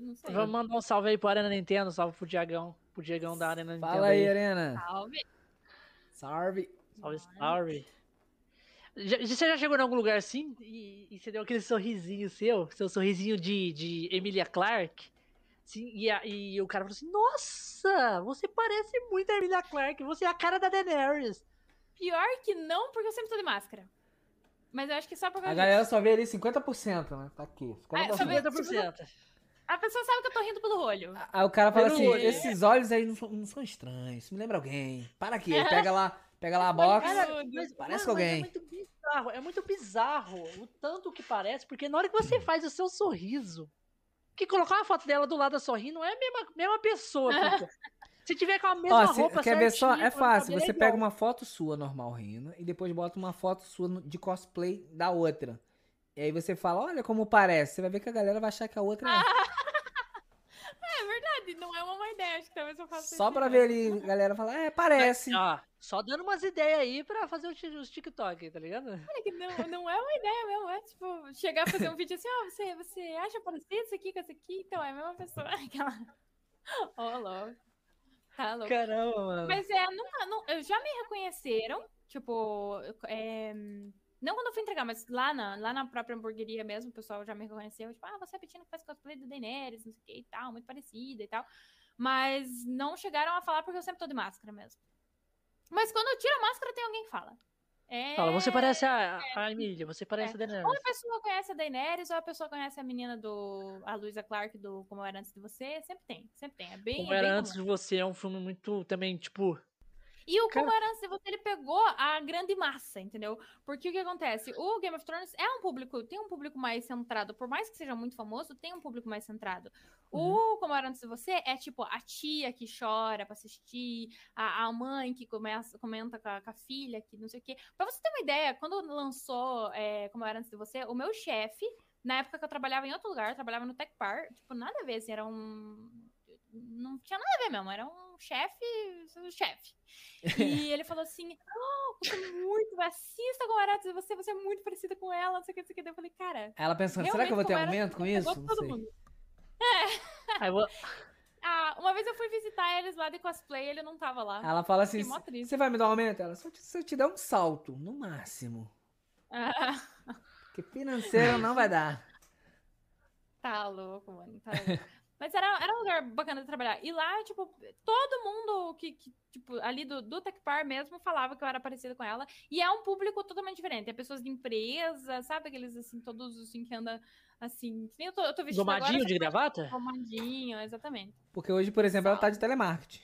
[SPEAKER 3] Não sei.
[SPEAKER 1] Vamos mandar um salve aí pro Arena Nintendo, salve pro Diagão. Pro Diegão da Arena Nintendo.
[SPEAKER 2] Fala aí, Arena.
[SPEAKER 3] Salve.
[SPEAKER 2] Salve.
[SPEAKER 1] Salve, salve. Já- já- Você já chegou em algum lugar assim e, e você deu aquele sorrisinho seu, seu sorrisinho de, de Emilia Clarke? Sim, e, a- e o cara falou assim: Nossa, você parece muito a Emilia Clarke, você é a cara da Daenerys.
[SPEAKER 3] Pior que não, porque eu sempre tô de máscara. Mas eu acho que é só porque
[SPEAKER 2] A galera só vê ali 50%, né? Tá aqui. 50%.
[SPEAKER 3] Ah, só vê-
[SPEAKER 1] 50%.
[SPEAKER 3] a pessoa sabe que eu tô rindo pelo olho.
[SPEAKER 2] Aí o cara fala
[SPEAKER 1] Pelo
[SPEAKER 2] assim:
[SPEAKER 1] olho.
[SPEAKER 2] esses olhos aí não são, não são estranhos, isso me lembra alguém. Para aqui,
[SPEAKER 3] É.
[SPEAKER 2] aí pega lá, pega lá a
[SPEAKER 3] Mas,
[SPEAKER 2] box.
[SPEAKER 3] cara,
[SPEAKER 2] Parece
[SPEAKER 1] mano,
[SPEAKER 2] com
[SPEAKER 1] mas
[SPEAKER 2] alguém.
[SPEAKER 1] É muito bizarro, é muito bizarro o tanto que parece, porque na hora que
[SPEAKER 2] Hum.
[SPEAKER 1] você faz o seu sorriso, que colocar uma foto dela do lado sorrindo é a mesma, mesma pessoa. Fica. Se tiver com a mesma
[SPEAKER 2] Ó,
[SPEAKER 1] roupa,
[SPEAKER 2] cê, quer ver só?
[SPEAKER 1] certinho,
[SPEAKER 2] É
[SPEAKER 1] com o
[SPEAKER 2] fácil.
[SPEAKER 1] cabelo
[SPEAKER 2] Você
[SPEAKER 1] igual.
[SPEAKER 2] pega uma foto sua normal rindo e depois bota uma foto sua no- de cosplay da outra. E aí você fala, olha como parece. Você vai ver que a galera vai achar que a outra é.
[SPEAKER 3] Ah, Verdade, não é uma má ideia. Acho que talvez eu faça
[SPEAKER 2] Só
[SPEAKER 3] isso
[SPEAKER 2] pra
[SPEAKER 3] mesmo.
[SPEAKER 2] ver ali, a galera falar, é, parece.
[SPEAKER 1] Ó, só dando umas ideias aí pra fazer os ti- os TikTok, tá ligado?
[SPEAKER 3] Olha que não, não é uma ideia mesmo. É tipo, chegar a fazer um vídeo assim, ó, você, você acha parecido isso aqui com isso aqui? Então é a mesma pessoa. Aquela. Ó, louco. Tá louco.
[SPEAKER 1] Caramba, mano.
[SPEAKER 3] Mas é, nunca, não, eu já me reconheceram, tipo, eu- é, não quando eu fui entregar, mas lá na, lá na própria hamburgueria mesmo, o pessoal já me reconheceu, tipo, ah, você é a Petina que faz cosplay do Daenerys, não sei o que e tal, muito parecida e tal. Mas não chegaram a falar porque eu sempre tô de máscara mesmo. Mas quando eu tiro a máscara, tem alguém que fala. É...
[SPEAKER 1] Fala, você parece a, a Emília, você parece a
[SPEAKER 3] Ou
[SPEAKER 1] Daenerys.
[SPEAKER 3] a pessoa conhece a Daenerys, ou a pessoa conhece a menina do. a Luisa Clark do Como Eu Era Antes de Você. Sempre tem, sempre tem. É bem.
[SPEAKER 1] Como
[SPEAKER 3] é
[SPEAKER 1] era
[SPEAKER 3] bem
[SPEAKER 1] antes
[SPEAKER 3] comum.
[SPEAKER 1] de você, é um filme muito também, tipo.
[SPEAKER 3] E o Como
[SPEAKER 1] Cara-
[SPEAKER 3] Herança de Você, ele pegou a grande massa, entendeu? Porque o que acontece? O Game of Thrones é um público, tem um público mais centrado, por mais que seja muito famoso, tem um público mais centrado. O Como Herança de Você é tipo a tia que chora pra assistir, a, a mãe que começa, comenta com a, com a filha, que não sei o quê. Pra você ter uma ideia, quando lançou é, Como Herança de Você, o meu chefe, na época que eu trabalhava em outro lugar, eu trabalhava no Tech Par, tipo, nada a ver, assim, era um. Não tinha nada a ver mesmo, era um chefe, um chefe. E ele falou assim: "Ah, Você é muito, assista com a Aratus, você, você é muito parecida com ela, não sei o que, não sei o que. Daí Eu falei, cara,
[SPEAKER 2] Aí ela pensando, será que eu vou
[SPEAKER 3] realmente
[SPEAKER 2] ter
[SPEAKER 3] como era
[SPEAKER 2] aumento com
[SPEAKER 3] pegou
[SPEAKER 2] isso? Não
[SPEAKER 3] todo
[SPEAKER 2] sei.
[SPEAKER 3] mundo.
[SPEAKER 1] Aí vo-
[SPEAKER 3] Ah, uma vez eu fui visitar eles lá de cosplay e ele não tava lá.
[SPEAKER 2] Ela fala assim,
[SPEAKER 3] tá? Fiquei mó triste.
[SPEAKER 2] você vai me dar um aumento? Ela, só te- se eu te der um salto, no máximo.
[SPEAKER 3] Ah,
[SPEAKER 2] Porque financeiro não vai dar.
[SPEAKER 3] tá louco, mano, tá louco. Mas era, era um lugar bacana de trabalhar. E lá, tipo, todo mundo que, que, tipo, ali do, do Tech Par mesmo falava que eu era parecida com ela. E é um público totalmente diferente. É pessoas de empresa, sabe? Aqueles, assim, todos, assim, que andam, assim... Que nem eu tô, eu tô vestida agora,
[SPEAKER 1] Domadinho
[SPEAKER 3] só
[SPEAKER 1] de
[SPEAKER 3] que mais
[SPEAKER 1] gravata?
[SPEAKER 3] Domadinho, exatamente.
[SPEAKER 2] Porque hoje, por exemplo, ela tá de telemarketing.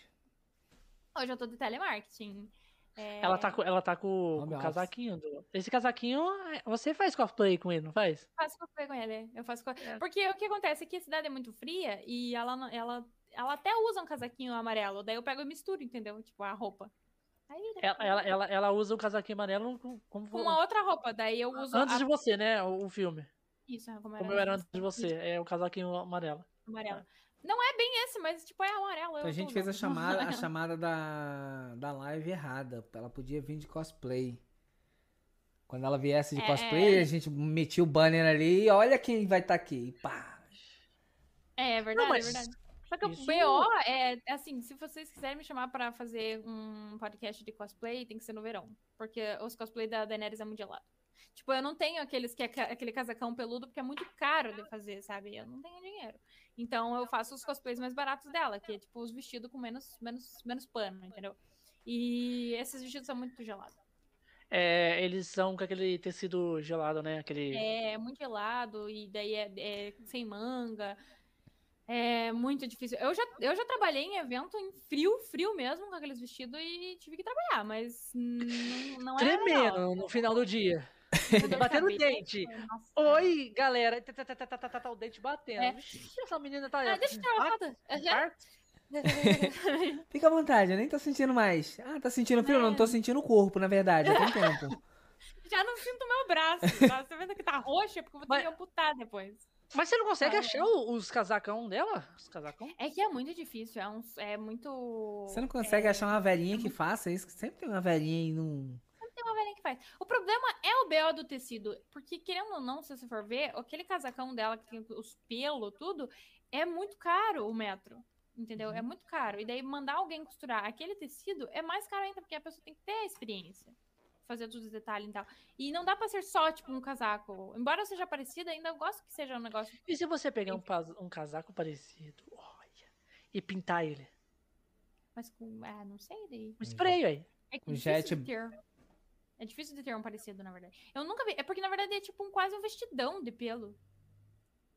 [SPEAKER 3] Hoje eu tô de telemarketing. É,
[SPEAKER 1] Ela tá, com- ela tá com,
[SPEAKER 2] Home
[SPEAKER 1] com o
[SPEAKER 2] office.
[SPEAKER 1] casaquinho. do- Esse casaquinho, é, você faz cosplay com ele, não faz?
[SPEAKER 3] Eu faço cosplay com ele. Eu faço co- Porque o que acontece é que a cidade é muito fria e ela, não- ela, ela até usa um casaquinho amarelo. Daí eu pego e misturo, entendeu? Tipo, a roupa. Aí, daí
[SPEAKER 1] Ela,
[SPEAKER 3] eu-
[SPEAKER 1] ela, ela, ela usa o casaquinho amarelo com- como, um
[SPEAKER 3] Com uma outra roupa. Daí eu uso
[SPEAKER 1] antes
[SPEAKER 3] a...
[SPEAKER 1] de você, né? O, o filme.
[SPEAKER 3] Isso, é, como,
[SPEAKER 1] Como eu era antes de você. É o casaquinho amarelo.
[SPEAKER 3] Amarelo. Não é bem esse, mas tipo, é amarelo.
[SPEAKER 2] Então a gente fez a chamada, a chamada da, da live errada. Ela podia vir de cosplay. Quando ela viesse de
[SPEAKER 3] É.
[SPEAKER 2] cosplay, a gente metia o banner ali e olha quem vai estar tá aqui. E pá.
[SPEAKER 3] É, é verdade,
[SPEAKER 1] mas-
[SPEAKER 3] é verdade. Só que
[SPEAKER 1] Isso-
[SPEAKER 3] o BO é assim, se vocês quiserem me chamar pra fazer um podcast de cosplay, tem que ser no verão. Porque os cosplay da Daenerys é muito gelado. Tipo, eu não tenho aqueles que é ca- aquele casacão peludo, porque é muito caro de fazer, sabe? Eu não tenho dinheiro. Então eu faço os cosplays mais baratos dela, que é tipo os vestidos com menos, menos, menos pano, entendeu? E esses vestidos são muito gelados.
[SPEAKER 1] É, eles são com aquele tecido gelado, né? Aquele.
[SPEAKER 3] É, é muito gelado, e daí é, é sem manga. É muito difícil. Eu já, eu já trabalhei em evento em frio, frio mesmo, com aqueles vestidos, e tive que trabalhar, mas não, não era legal.
[SPEAKER 1] tremendo no final do dia.
[SPEAKER 3] Dor de
[SPEAKER 1] batendo
[SPEAKER 3] cabeça,
[SPEAKER 1] dente.
[SPEAKER 3] nossa.
[SPEAKER 1] Oi, galera. Tá, tá, tá, tá, tá, tá, tá, tá, o dente batendo.
[SPEAKER 3] É.
[SPEAKER 1] Vixe, Essa menina tá.
[SPEAKER 3] Ah, deixa eu tirar uma foto.
[SPEAKER 1] Infarto?
[SPEAKER 2] Fica à vontade, eu nem tô sentindo mais. Ah, tá sentindo frio? Não, não tô sentindo o corpo, na verdade, há tem tempo.
[SPEAKER 3] Já não sinto meu braço. Tá? Você vendo que tá roxo? É porque eu vou ter
[SPEAKER 1] Mas-
[SPEAKER 3] que amputar depois.
[SPEAKER 1] Mas você não consegue
[SPEAKER 3] Ah, é.
[SPEAKER 1] achar o- os casacão dela? Os casacão?
[SPEAKER 3] É que é muito difícil, é, um, é muito.
[SPEAKER 2] Você não consegue achar uma velhinha que faça isso? que Sempre tem uma velhinha aí num.
[SPEAKER 3] tem uma velhinha que faz. O problema é o BO do tecido. Porque, querendo ou não, se você for ver, aquele casacão dela que tem os pelos, tudo, é muito caro o metro. Entendeu? É muito caro. E daí mandar alguém costurar aquele tecido é mais caro ainda, porque a pessoa tem que ter a experiência. Fazer todos os detalhes e tal. E não dá pra ser só, tipo, um casaco. Embora seja parecido, ainda eu gosto que seja um negócio.
[SPEAKER 1] E se você pegar um, pas- um casaco parecido, olha, e pintar ele?
[SPEAKER 3] Mas com. Ah, não sei daí.
[SPEAKER 2] Uhum.
[SPEAKER 1] Um spray, aí.
[SPEAKER 3] É que
[SPEAKER 2] Um
[SPEAKER 3] difícil
[SPEAKER 2] jet-
[SPEAKER 3] de ter. É difícil de ter um parecido, na verdade. Eu nunca vi. É porque, na verdade, é tipo um, quase um vestidão de pelo.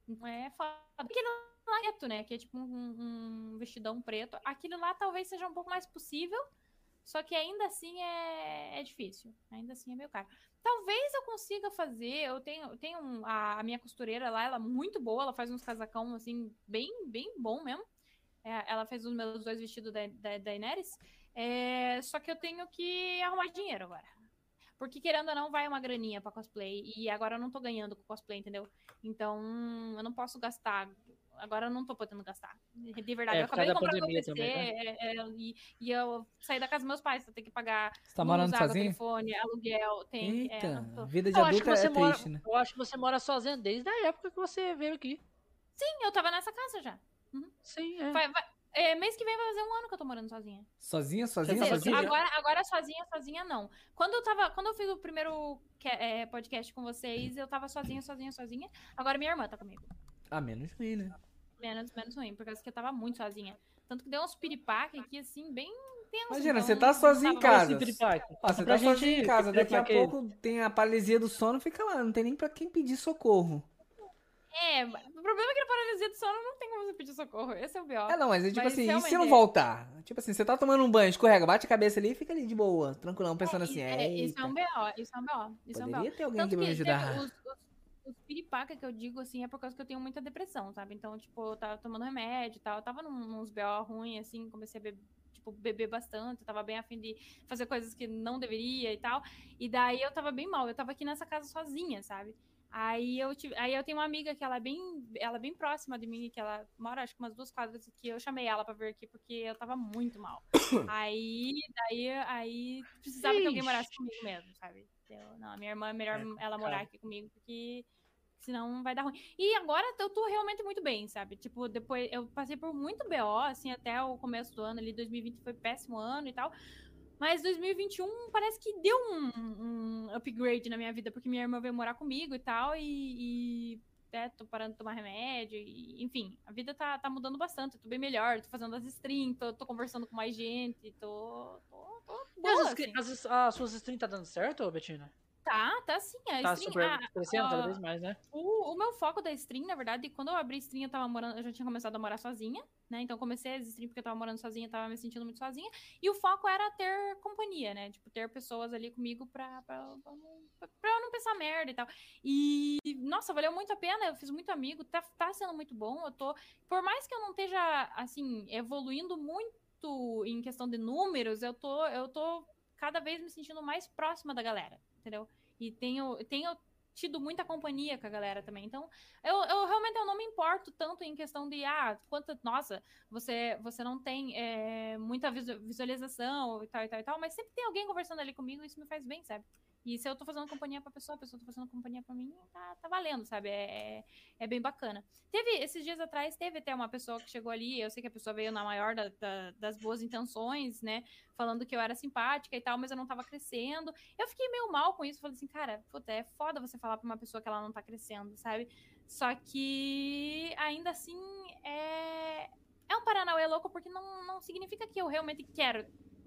[SPEAKER 3] Não é foda. Aquele lá é preto, né? Que é tipo um, um vestidão preto. Aquele lá talvez seja um pouco mais possível. Só que ainda assim é, é difícil. Ainda assim é meio caro. Talvez eu consiga fazer. Eu tenho, eu tenho um- a, a minha costureira lá, ela é muito boa. Ela faz uns casacão assim, bem, bem bom mesmo. É, ela fez os meus dois vestidos da, da, da Ineris. É, só que eu tenho que arrumar dinheiro agora. Porque querendo ou não, vai uma graninha pra cosplay. E agora eu não tô ganhando com cosplay, entendeu? Então eu não posso gastar. Agora eu não tô podendo gastar. De verdade,
[SPEAKER 1] É,
[SPEAKER 3] eu
[SPEAKER 1] por causa
[SPEAKER 3] acabei
[SPEAKER 1] da
[SPEAKER 3] de comprar meu
[SPEAKER 1] pandemia
[SPEAKER 3] PC.
[SPEAKER 1] também, né?
[SPEAKER 3] é, é, e, e eu saí da casa dos meus pais, eu tenho que pagar
[SPEAKER 2] Você tá
[SPEAKER 3] luz,
[SPEAKER 2] morando
[SPEAKER 3] água,
[SPEAKER 2] sozinho?
[SPEAKER 3] telefone, aluguel, tem. é,
[SPEAKER 2] Eita,
[SPEAKER 3] não tô-
[SPEAKER 2] vida de
[SPEAKER 1] Eu acho, que
[SPEAKER 2] adulta
[SPEAKER 1] você
[SPEAKER 2] é
[SPEAKER 1] mora,
[SPEAKER 2] triste, né?
[SPEAKER 1] eu acho que você mora sozinha desde a época que você veio aqui.
[SPEAKER 3] Sim, eu tava nessa casa já.
[SPEAKER 1] Sim, é.
[SPEAKER 3] Vai- vai- é, mês que vem vai fazer um ano que eu tô morando sozinha.
[SPEAKER 2] Sozinha,
[SPEAKER 3] Quer
[SPEAKER 2] sozinha,
[SPEAKER 3] dizer,
[SPEAKER 2] sozinha?
[SPEAKER 3] agora, agora tá sozinha, sozinha não. Quando eu tava, quando eu fiz o primeiro que- é, podcast com vocês, eu tava sozinha, sozinha, sozinha. Agora minha irmã tá comigo.
[SPEAKER 2] Ah, menos ruim, né?
[SPEAKER 3] Menos, menos ruim, por causa que eu tava muito sozinha. Tanto que deu uns piripaque aqui, assim, bem tenso.
[SPEAKER 2] Imagina,
[SPEAKER 3] então
[SPEAKER 2] você tá
[SPEAKER 3] não
[SPEAKER 2] sozinha em
[SPEAKER 3] tava-
[SPEAKER 2] casa.
[SPEAKER 1] Esse piripaque.
[SPEAKER 2] Ó,
[SPEAKER 3] É
[SPEAKER 2] você
[SPEAKER 1] Pra
[SPEAKER 2] tá sozinho
[SPEAKER 1] gente
[SPEAKER 2] em casa,
[SPEAKER 1] ter
[SPEAKER 2] daqui a
[SPEAKER 1] plaquete.
[SPEAKER 2] pouco tem a paralisia do sono, fica lá, não tem nem pra quem pedir socorro.
[SPEAKER 3] É, o problema é que na paralisia do sono não tem como você pedir socorro. Esse é o B.O.
[SPEAKER 2] É, não, mas é tipo
[SPEAKER 3] Mas
[SPEAKER 2] assim,
[SPEAKER 3] isso é
[SPEAKER 2] e
[SPEAKER 3] uma
[SPEAKER 2] se não
[SPEAKER 3] ideia.
[SPEAKER 2] voltar? Tipo assim, você tá tomando um banho, escorrega, bate a cabeça ali e fica ali de boa, tranquilão, pensando assim,
[SPEAKER 3] É,
[SPEAKER 2] é,
[SPEAKER 3] isso é um B.O., isso é um B.O., isso é um B.O.
[SPEAKER 2] poderia ter alguém
[SPEAKER 3] Tanto
[SPEAKER 2] aqui
[SPEAKER 3] que
[SPEAKER 2] pra me
[SPEAKER 3] teve
[SPEAKER 2] ajudar.
[SPEAKER 3] os, os, os piripaca que eu digo, assim, é por causa que eu tenho muita depressão, sabe? Então, tipo, eu tava tomando remédio e tal, eu tava num- nos BO ruim, assim, comecei a beber, tipo, beber bastante, eu tava bem afim de fazer coisas que não deveria e tal. E daí eu tava bem mal, eu tava aqui nessa casa sozinha, sabe? Aí eu, tive, aí eu tenho uma amiga que ela é bem, ela é bem próxima de mim, que ela mora acho que umas duas quadras aqui. Eu chamei ela pra vir aqui porque eu tava muito mal. aí, daí, aí precisava que alguém
[SPEAKER 1] Ixi.
[SPEAKER 3] morasse comigo mesmo, sabe? Eu, não, a minha irmã é melhor
[SPEAKER 1] É
[SPEAKER 3] ela
[SPEAKER 1] complicado.
[SPEAKER 3] morar aqui comigo porque senão vai dar ruim. E agora eu tô realmente muito bem, sabe? Tipo, depois eu passei por muito BO assim até o começo do ano ali, 2020 foi péssimo ano e tal. Mas 2021 parece que deu um, um upgrade na minha vida, porque minha irmã veio morar comigo e tal, e, e né, tô parando de tomar remédio, e, enfim, a vida tá, tá mudando bastante, eu tô bem melhor, tô fazendo as streams, tô, tô conversando com mais gente, tô. tô, tô boa,
[SPEAKER 1] Mas as,
[SPEAKER 3] assim.
[SPEAKER 1] as- as suas streams tá dando certo, ô, Betina?
[SPEAKER 3] Tá, tá sim. A
[SPEAKER 1] Tá
[SPEAKER 3] stream,
[SPEAKER 1] super
[SPEAKER 3] a-
[SPEAKER 1] crescendo cada
[SPEAKER 3] ah,
[SPEAKER 1] vez mais, né?
[SPEAKER 3] o, o meu foco da stream, na verdade, quando eu abri stream, eu tava morando, eu já tinha começado a morar sozinha, né? Então eu comecei as stream porque eu tava morando sozinha, tava me sentindo muito sozinha. E o foco era ter companhia, né? Tipo, ter pessoas ali comigo pra, pra, pra não- pra eu não pensar merda e tal. E, nossa, valeu muito a pena, eu fiz muito amigo, tá, tá sendo muito bom. Eu tô. Por mais que eu não esteja, assim, evoluindo muito em questão de números, eu tô, eu tô cada vez me sentindo mais próxima da galera, entendeu? E tenho, tenho tido muita companhia com a galera também. Então, eu, eu realmente eu não me importo tanto em questão de, ah, quanta, nossa, você, você não tem eh, é, muita visu- visualização e tal e tal e tal, mas sempre tem alguém conversando ali comigo e isso me faz bem, sabe? E se eu tô fazendo companhia pra pessoa, a pessoa tá fazendo companhia pra mim, tá, tá valendo, sabe? É, é- é bem bacana. Teve, esses dias atrás, teve até uma pessoa que chegou ali, eu sei que a pessoa veio na maior da- da- das boas intenções, né? Falando que eu era simpática e tal, mas eu não tava crescendo. Eu fiquei meio mal com isso, falei assim, cara, puta, é foda você falar pra uma pessoa que ela não tá crescendo, sabe? Só que, ainda assim, é... É um Paranauê louco porque não, não significa que eu realmente quero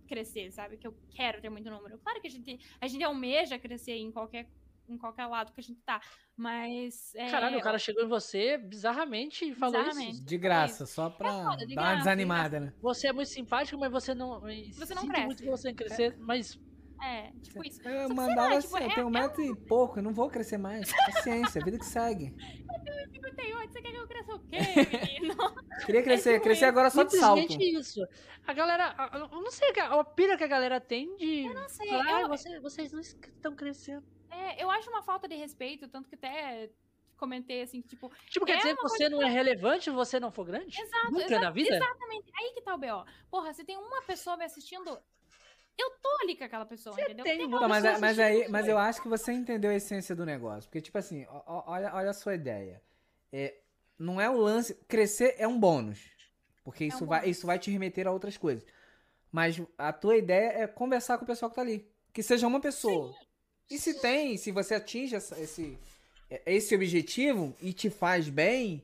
[SPEAKER 3] crescer, sabe? Que eu quero ter muito número. Claro que a gente a gente almeja crescer em qualquer, em qualquer lado que a gente tá. Mas. é,
[SPEAKER 1] Caralho, o cara chegou em você bizarramente e falou
[SPEAKER 3] Bizarramente.
[SPEAKER 1] isso.
[SPEAKER 2] De graça, só pra
[SPEAKER 3] tipo É foda, de
[SPEAKER 2] dar uma
[SPEAKER 3] graça,
[SPEAKER 2] desanimada, né?
[SPEAKER 1] Você é muito simpático, mas você não. Você
[SPEAKER 3] não É.
[SPEAKER 1] sinto
[SPEAKER 3] cresce.
[SPEAKER 1] muito que você tem que crescer, mas
[SPEAKER 2] Tá
[SPEAKER 3] É, tipo isso.
[SPEAKER 2] Eu
[SPEAKER 3] Só que sei
[SPEAKER 2] mandava
[SPEAKER 3] lá,
[SPEAKER 2] assim,
[SPEAKER 3] tipo,
[SPEAKER 2] eu
[SPEAKER 3] é-
[SPEAKER 2] tenho um metro e pouco, eu não vou crescer mais. Paciência, vida que segue.
[SPEAKER 3] 58, você quer que eu cresça o quê, menino?
[SPEAKER 2] Queria crescer,
[SPEAKER 3] tipo
[SPEAKER 2] crescer
[SPEAKER 3] isso.
[SPEAKER 2] agora só de salto.
[SPEAKER 1] simplesmente isso. A galera. a- a- eu não sei a, a pira que a galera tem de.
[SPEAKER 3] Não sei.
[SPEAKER 1] falar, "Ah,
[SPEAKER 3] Eu,
[SPEAKER 1] você- vocês não estão crescendo.
[SPEAKER 3] é, eu acho uma falta de respeito, tanto que até comentei assim, que, tipo,
[SPEAKER 1] Tipo, quer
[SPEAKER 3] É
[SPEAKER 1] dizer
[SPEAKER 3] uma
[SPEAKER 1] que você não é relevante se você não for grande?
[SPEAKER 3] exato,
[SPEAKER 1] Nunca
[SPEAKER 3] exato,
[SPEAKER 1] na vida?
[SPEAKER 3] exatamente. Aí que tá o B.O. Porra, se tem uma pessoa me assistindo, eu tô ali com aquela pessoa, entendeu?
[SPEAKER 1] tem
[SPEAKER 3] aquela
[SPEAKER 1] uma
[SPEAKER 2] Tá, mas,
[SPEAKER 1] pessoa
[SPEAKER 2] é- mas,
[SPEAKER 1] assistindo
[SPEAKER 2] aí,
[SPEAKER 1] isso,
[SPEAKER 2] mas
[SPEAKER 1] velho.
[SPEAKER 2] eu acho que você entendeu a essência do negócio. Porque, tipo assim, ó- ó- olha, olha a sua ideia. É, não é o lance. Crescer é um bônus. Porque isso,
[SPEAKER 3] um
[SPEAKER 2] vai,
[SPEAKER 3] bônus.
[SPEAKER 2] isso vai te remeter a outras coisas. Mas a tua ideia é conversar com o pessoal que tá ali. Que seja uma pessoa. E se tem, se você atinge essa- esse, é- esse objetivo e te faz bem,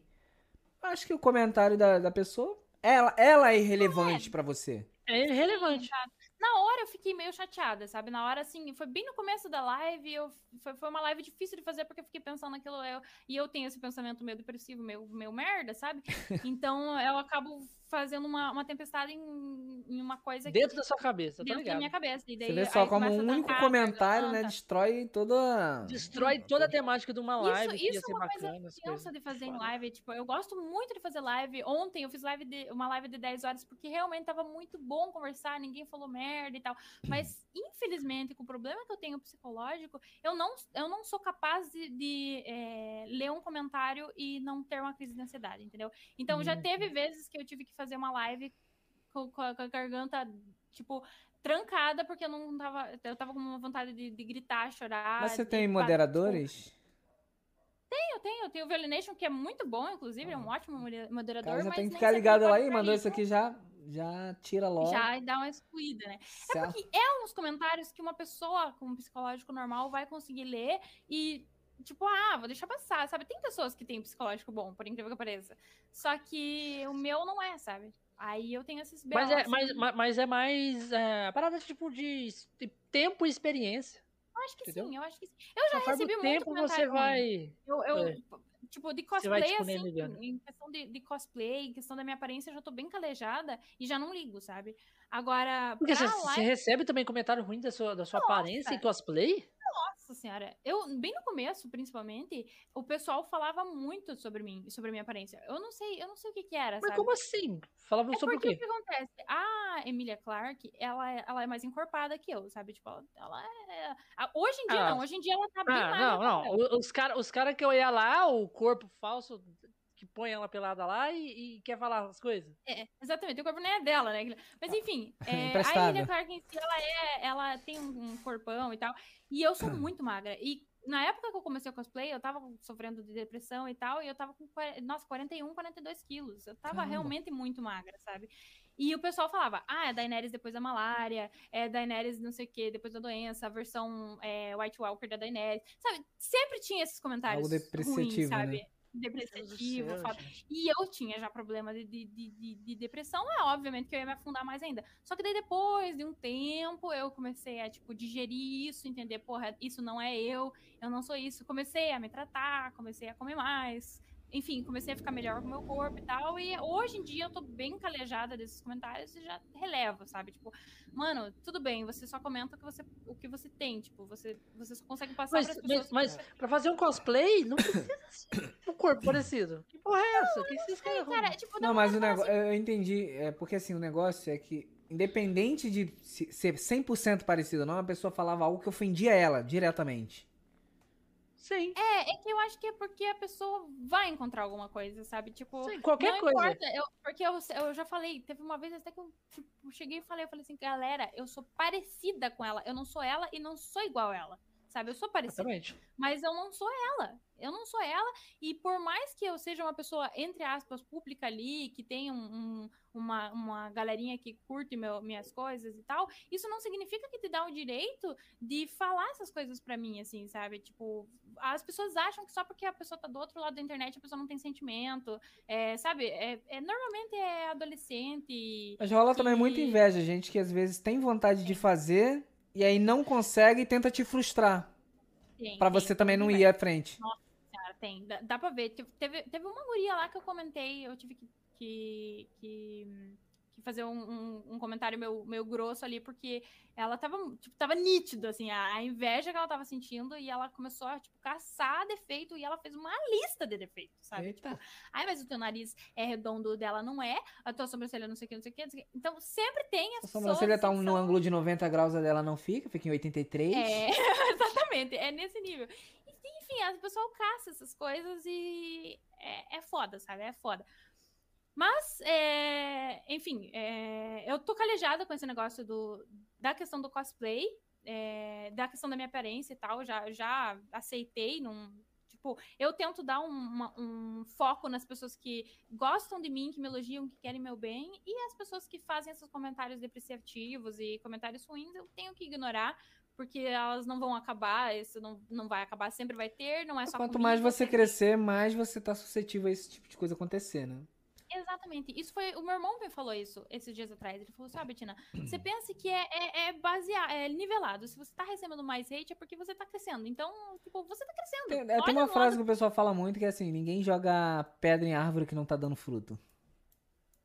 [SPEAKER 2] acho que o comentário da, da pessoa. Ela, ela é irrelevante pra você.
[SPEAKER 1] É irrelevante.
[SPEAKER 3] Na hora eu fiquei meio chateada, sabe? Na hora, assim, foi bem no começo da live, eu, foi, foi uma live difícil de fazer porque eu fiquei pensando naquilo, eu, e eu tenho esse pensamento meio depressivo, meio, meio merda, sabe? Então eu acabo fazendo uma, uma tempestade em, em uma coisa que-
[SPEAKER 1] Dentro da sua cabeça, tá
[SPEAKER 3] dentro da
[SPEAKER 1] ligado?
[SPEAKER 3] minha cabeça. E daí,
[SPEAKER 2] Você vê só
[SPEAKER 3] aí
[SPEAKER 2] como
[SPEAKER 3] começa a
[SPEAKER 2] um único
[SPEAKER 3] atacar a
[SPEAKER 2] comentário, né?
[SPEAKER 3] garganta.
[SPEAKER 2] Destrói toda.
[SPEAKER 1] Destrói toda a temática de uma
[SPEAKER 3] Isso-
[SPEAKER 1] live. que ia
[SPEAKER 3] isso é
[SPEAKER 1] ser
[SPEAKER 3] uma coisa
[SPEAKER 1] bacana, as coisas.
[SPEAKER 3] tenso de fazer em
[SPEAKER 1] Foda.
[SPEAKER 3] live. Tipo, eu gosto muito de fazer live. Ontem eu fiz live de- uma live de 10 horas porque realmente tava muito bom conversar, ninguém falou merda e tal. Mas, infelizmente, com o problema que eu tenho psicológico, eu não, eu não sou capaz de, de, eh, ler um comentário e não ter uma crise de ansiedade, entendeu? Então,
[SPEAKER 2] Uhum.
[SPEAKER 3] já teve vezes que eu tive que fazer uma live com, com a, com a garganta, tipo, trancada, porque eu não tava. Eu tava com uma vontade de, de gritar, chorar.
[SPEAKER 2] Mas você
[SPEAKER 3] de
[SPEAKER 2] tem
[SPEAKER 3] bater,
[SPEAKER 2] moderadores?
[SPEAKER 3] eu tenho, eu tenho o Violination, que é muito bom, inclusive, é um
[SPEAKER 1] Ah.
[SPEAKER 3] ótimo mode- moderador.
[SPEAKER 2] Cara, já
[SPEAKER 3] mas
[SPEAKER 2] tem
[SPEAKER 3] nem
[SPEAKER 2] que ficar
[SPEAKER 3] sempre
[SPEAKER 2] ligado
[SPEAKER 3] pode
[SPEAKER 2] lá e
[SPEAKER 3] ficar
[SPEAKER 2] mandou
[SPEAKER 3] ali.
[SPEAKER 2] isso aqui já, já tira logo.
[SPEAKER 3] Já dá uma excluída, né?
[SPEAKER 2] Se a-
[SPEAKER 3] Porque é uns comentários que uma pessoa com um psicológico normal vai conseguir ler e, tipo, ah, vou deixar passar, sabe? Tem pessoas que têm psicológico bom, por incrível que pareça. Só que o meu não é, sabe? Aí eu tenho esses
[SPEAKER 1] Mas é,
[SPEAKER 3] BOs,
[SPEAKER 1] mas,
[SPEAKER 3] assim.
[SPEAKER 1] ma- mas é mais. É, a parada tipo de es- de tempo e experiência.
[SPEAKER 3] Eu acho que
[SPEAKER 1] entendeu?
[SPEAKER 3] sim, eu acho que sim. Eu já
[SPEAKER 1] Conforme
[SPEAKER 3] recebi
[SPEAKER 1] o
[SPEAKER 3] muito
[SPEAKER 1] tempo você
[SPEAKER 3] comentário ruim.
[SPEAKER 1] vai.
[SPEAKER 3] Eu, eu,
[SPEAKER 1] É.
[SPEAKER 3] tipo, de
[SPEAKER 1] Você vai,
[SPEAKER 3] cosplay,
[SPEAKER 1] tipo, nem
[SPEAKER 3] assim,
[SPEAKER 1] ligando.
[SPEAKER 3] em questão de, de cosplay, em questão da minha aparência, eu já tô bem calejada e já não ligo, sabe? Agora,
[SPEAKER 1] Porque você,
[SPEAKER 3] pra
[SPEAKER 1] você
[SPEAKER 3] live,
[SPEAKER 1] recebe também comentário ruim da sua, da sua
[SPEAKER 3] Nossa.
[SPEAKER 1] aparência e cosplay?
[SPEAKER 3] nossa senhora, eu, bem no começo, principalmente, o pessoal falava muito sobre mim e sobre a minha aparência. Eu não sei, eu não sei o que que era,
[SPEAKER 1] Mas
[SPEAKER 3] sabe?
[SPEAKER 1] como assim? Falavam
[SPEAKER 3] É
[SPEAKER 1] sobre o
[SPEAKER 3] porque
[SPEAKER 1] quê?
[SPEAKER 3] o que acontece? A Emília Clark, ela, é- ela é mais encorpada que eu, sabe? Tipo, ela, ela é... ah, Hoje em dia
[SPEAKER 1] Ah.
[SPEAKER 3] não, hoje em dia ela tá bem
[SPEAKER 1] Ah,
[SPEAKER 3] mais
[SPEAKER 1] não, não.
[SPEAKER 3] né?
[SPEAKER 1] O- Os caras os cara que eu ia lá, o corpo falso que põe ela pelada lá e, e quer falar as coisas.
[SPEAKER 3] É, exatamente, o corpo nem é dela, né? Mas
[SPEAKER 2] Ah,
[SPEAKER 3] enfim, é, a
[SPEAKER 2] Emprestável.
[SPEAKER 3] Emilia Clarke em si, ela, é, ela tem um um corpão e tal. E eu sou muito magra. E na época que eu comecei o cosplay, eu tava sofrendo de depressão e tal. E eu tava com, quare- nossa, 41, 42 quilos. Eu tava
[SPEAKER 2] Caramba.
[SPEAKER 3] realmente muito magra, sabe? E o pessoal falava, ah, é Daenerys depois da malária, é Daenerys não sei o que, depois da doença, a versão é, White Walker da Daenerys. Sabe, sempre tinha esses comentários ruins,
[SPEAKER 2] depreciativo, né?
[SPEAKER 3] sabe?
[SPEAKER 1] Meu Deus do
[SPEAKER 3] Depreciativo,
[SPEAKER 1] céu,
[SPEAKER 3] falava,
[SPEAKER 1] gente.
[SPEAKER 3] e eu tinha já problema de, de, de- de- de depressão, é obviamente que eu ia me afundar mais ainda. Só que daí depois de um tempo, eu comecei a, tipo, digerir isso, entender, porra, isso não é eu, eu não sou isso. Comecei a me tratar, comecei a comer mais, enfim, comecei a ficar melhor com o meu corpo e tal. E hoje em dia eu tô bem calejada desses comentários e já relevo, sabe? Tipo, mano, tudo bem, você só comenta o que você, o que você tem, tipo, você, você só consegue passar
[SPEAKER 1] Mas,
[SPEAKER 3] pras pessoas.
[SPEAKER 1] mas, mas pra fazer um cosplay, não precisa ser um corpo parecido. Que porra é essa? O que vocês querem?
[SPEAKER 3] Cara, é, tipo, dá
[SPEAKER 2] Não,
[SPEAKER 3] uma
[SPEAKER 2] mas o
[SPEAKER 3] vontade de
[SPEAKER 2] negócio. Eu entendi. É porque assim, o negócio é que, independente de se- ser 100% parecido ou não, a pessoa falava algo que ofendia ela diretamente.
[SPEAKER 1] Sim,
[SPEAKER 3] É, é que eu acho que é porque a pessoa vai encontrar alguma coisa, sabe? Tipo,
[SPEAKER 1] sim, qualquer
[SPEAKER 3] não
[SPEAKER 1] coisa.
[SPEAKER 3] importa, eu- porque eu, eu já falei, teve uma vez até que eu tipo, cheguei e falei, eu falei assim, galera, eu sou parecida com ela, eu não sou ela e não sou igual a ela. sabe? Eu sou parecida,
[SPEAKER 1] Exatamente.
[SPEAKER 3] mas eu não sou ela. Eu não sou ela. E por mais que eu seja uma pessoa, entre aspas, pública ali, que tenha um- um- uma, uma galerinha que curte meu- minhas coisas e tal, isso não significa que te dá o direito de falar essas coisas pra mim, assim, sabe? Tipo, as pessoas acham que só porque a pessoa tá do outro lado da internet, a pessoa não tem sentimento, é, sabe? É, é- normalmente é adolescente.
[SPEAKER 2] Mas rola também muita
[SPEAKER 3] E-
[SPEAKER 2] inveja, gente, que às vezes tem vontade de fazer e aí não consegue e tenta te frustrar.
[SPEAKER 3] tem-
[SPEAKER 2] Pra
[SPEAKER 3] tem-
[SPEAKER 2] você também não
[SPEAKER 3] tem-
[SPEAKER 2] ir à frente.
[SPEAKER 3] Cara, tem. Dá, dá pra ver. Te- Teve, teve uma guria lá que eu comentei, eu tive que, que, que, que fazer um, um, um comentário meu, meu grosso ali, porque ela tava, tipo, tava nítido, assim, a, a inveja que ela tava sentindo, e ela começou a, tipo, caçar defeito, e ela fez uma lista de defeitos, sabe?
[SPEAKER 2] Eita.
[SPEAKER 3] Ai, mas o teu nariz é redondo, o dela não é, a tua sobrancelha não sei o que, não sei o que, não sei o que. Então, sempre tem as
[SPEAKER 2] A
[SPEAKER 3] pessoas...
[SPEAKER 2] sobrancelha tá
[SPEAKER 3] que
[SPEAKER 2] um- no
[SPEAKER 3] são-
[SPEAKER 2] ângulo de 90 graus, a dela não fica, fica em 83.
[SPEAKER 3] é, exatamente, é nesse nível. E, Enfim, as pessoas caça essas coisas e é, é foda, sabe? É foda. Mas, é, enfim, é, eu tô calejada com esse negócio do, da questão do cosplay, é, da questão da minha aparência e tal, já, já aceitei, não, tipo, eu tento dar um, uma- um foco nas pessoas que gostam de mim, que me elogiam, que querem meu bem, e as pessoas que fazem esses comentários depreciativos e comentários ruins, eu tenho que ignorar, porque elas não vão acabar, isso não, não vai acabar, sempre vai ter, não é só
[SPEAKER 2] Então, Quanto
[SPEAKER 3] comigo,
[SPEAKER 2] mais você
[SPEAKER 3] sempre-
[SPEAKER 2] crescer, mais você tá suscetível a esse tipo de coisa acontecer, né?
[SPEAKER 3] Exatamente. Isso foi. O meu irmão me falou isso esses dias atrás. Ele falou:
[SPEAKER 2] Uhum.
[SPEAKER 3] sabe, Tina, você pensa que é, é, é baseado, é nivelado. Se você tá recebendo mais hate, é porque você tá crescendo. Então, tipo, você tá crescendo.
[SPEAKER 2] Tem, é,
[SPEAKER 3] Olha
[SPEAKER 2] tem uma
[SPEAKER 3] no
[SPEAKER 2] frase
[SPEAKER 3] lado-
[SPEAKER 2] que o pessoal fala muito que é assim: ninguém joga pedra em árvore que não tá dando fruto.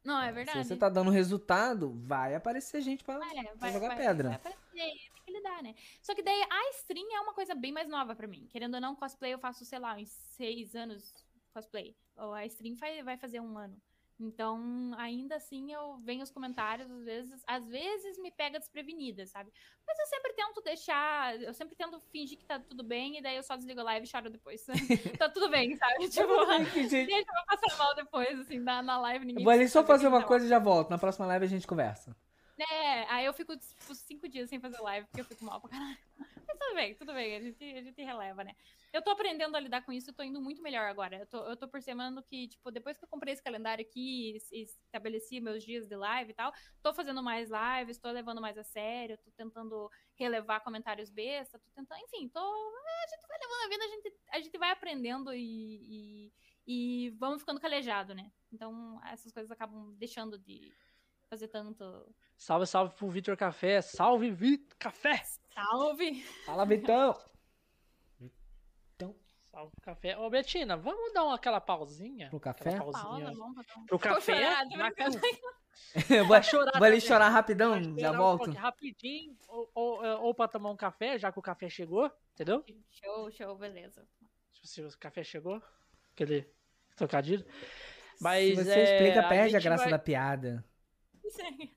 [SPEAKER 3] Não, é verdade.
[SPEAKER 2] Se você tá dando resultado, vai aparecer gente pra.
[SPEAKER 3] Ah, é, vai,
[SPEAKER 2] jogar
[SPEAKER 3] vai-
[SPEAKER 2] pedra.
[SPEAKER 3] vai aparecer, tem que lidar, né? Só que daí a stream é uma coisa bem mais nova pra mim. Querendo ou não, cosplay eu faço, sei lá, uns seis anos cosplay. Ou a stream vai, vai fazer um ano. Então, ainda assim, eu venho os comentários, às vezes, às vezes me pega desprevenida, sabe? Mas eu sempre tento deixar, eu sempre tento fingir que tá tudo bem, e daí eu só desligo a live e choro depois. tá tudo bem, sabe? Tipo,
[SPEAKER 2] gente,
[SPEAKER 3] deixa eu passar mal depois, assim, na, na live ninguém.
[SPEAKER 2] eu vou ali só
[SPEAKER 3] sabe
[SPEAKER 2] fazer
[SPEAKER 3] quem
[SPEAKER 2] uma
[SPEAKER 3] tá
[SPEAKER 2] coisa e já volto. Na próxima live a gente conversa.
[SPEAKER 3] é, aí eu fico tipo, cinco dias sem fazer live, porque eu fico mal pra caralho. Mas tudo bem, tudo bem, a gente, a gente releva, né? Eu tô aprendendo a lidar com isso, eu tô indo muito melhor agora. Eu tô, eu tô percebendo que, tipo, depois que eu comprei esse calendário aqui e- e estabeleci meus dias de live e tal, tô fazendo mais lives, tô levando mais a sério, tô tentando relevar comentários besta, tô tentando, enfim, tô. é, A gente vai levando a vida, a gente, a gente vai aprendendo e, e, e vamos ficando calejado, né? Então essas coisas acabam deixando de fazer tanto
[SPEAKER 1] Salve, salve pro Vitor Café. Salve, Vitor Café!
[SPEAKER 3] Salve!
[SPEAKER 2] Fala, Vitão!
[SPEAKER 1] Salve, Café. Ô, Betina, vamos dar uma, aquela pausinha?
[SPEAKER 2] Pro
[SPEAKER 1] Aquela
[SPEAKER 2] café?
[SPEAKER 1] pausinha.
[SPEAKER 3] Paola, vamos pra
[SPEAKER 1] Pro café?
[SPEAKER 3] chorar, tô
[SPEAKER 1] Vai
[SPEAKER 3] brincando.
[SPEAKER 2] Eu vou,
[SPEAKER 1] vai chorar.
[SPEAKER 2] vou ali
[SPEAKER 1] também.
[SPEAKER 2] chorar rapidão,
[SPEAKER 1] Vai
[SPEAKER 2] já
[SPEAKER 1] chorar um
[SPEAKER 2] volto.
[SPEAKER 1] pouquinho, Rapidinho, ou, ou, é, ou pra tomar um café, já que o café chegou, entendeu?
[SPEAKER 3] um
[SPEAKER 1] Tipo,
[SPEAKER 3] Show, show, beleza.
[SPEAKER 1] Se o café chegou, aquele trocadilho.
[SPEAKER 2] Se
[SPEAKER 1] Mas,
[SPEAKER 2] você
[SPEAKER 1] é,
[SPEAKER 2] explica,
[SPEAKER 1] a
[SPEAKER 2] perde a
[SPEAKER 1] gente
[SPEAKER 2] graça
[SPEAKER 1] vai-
[SPEAKER 2] da piada.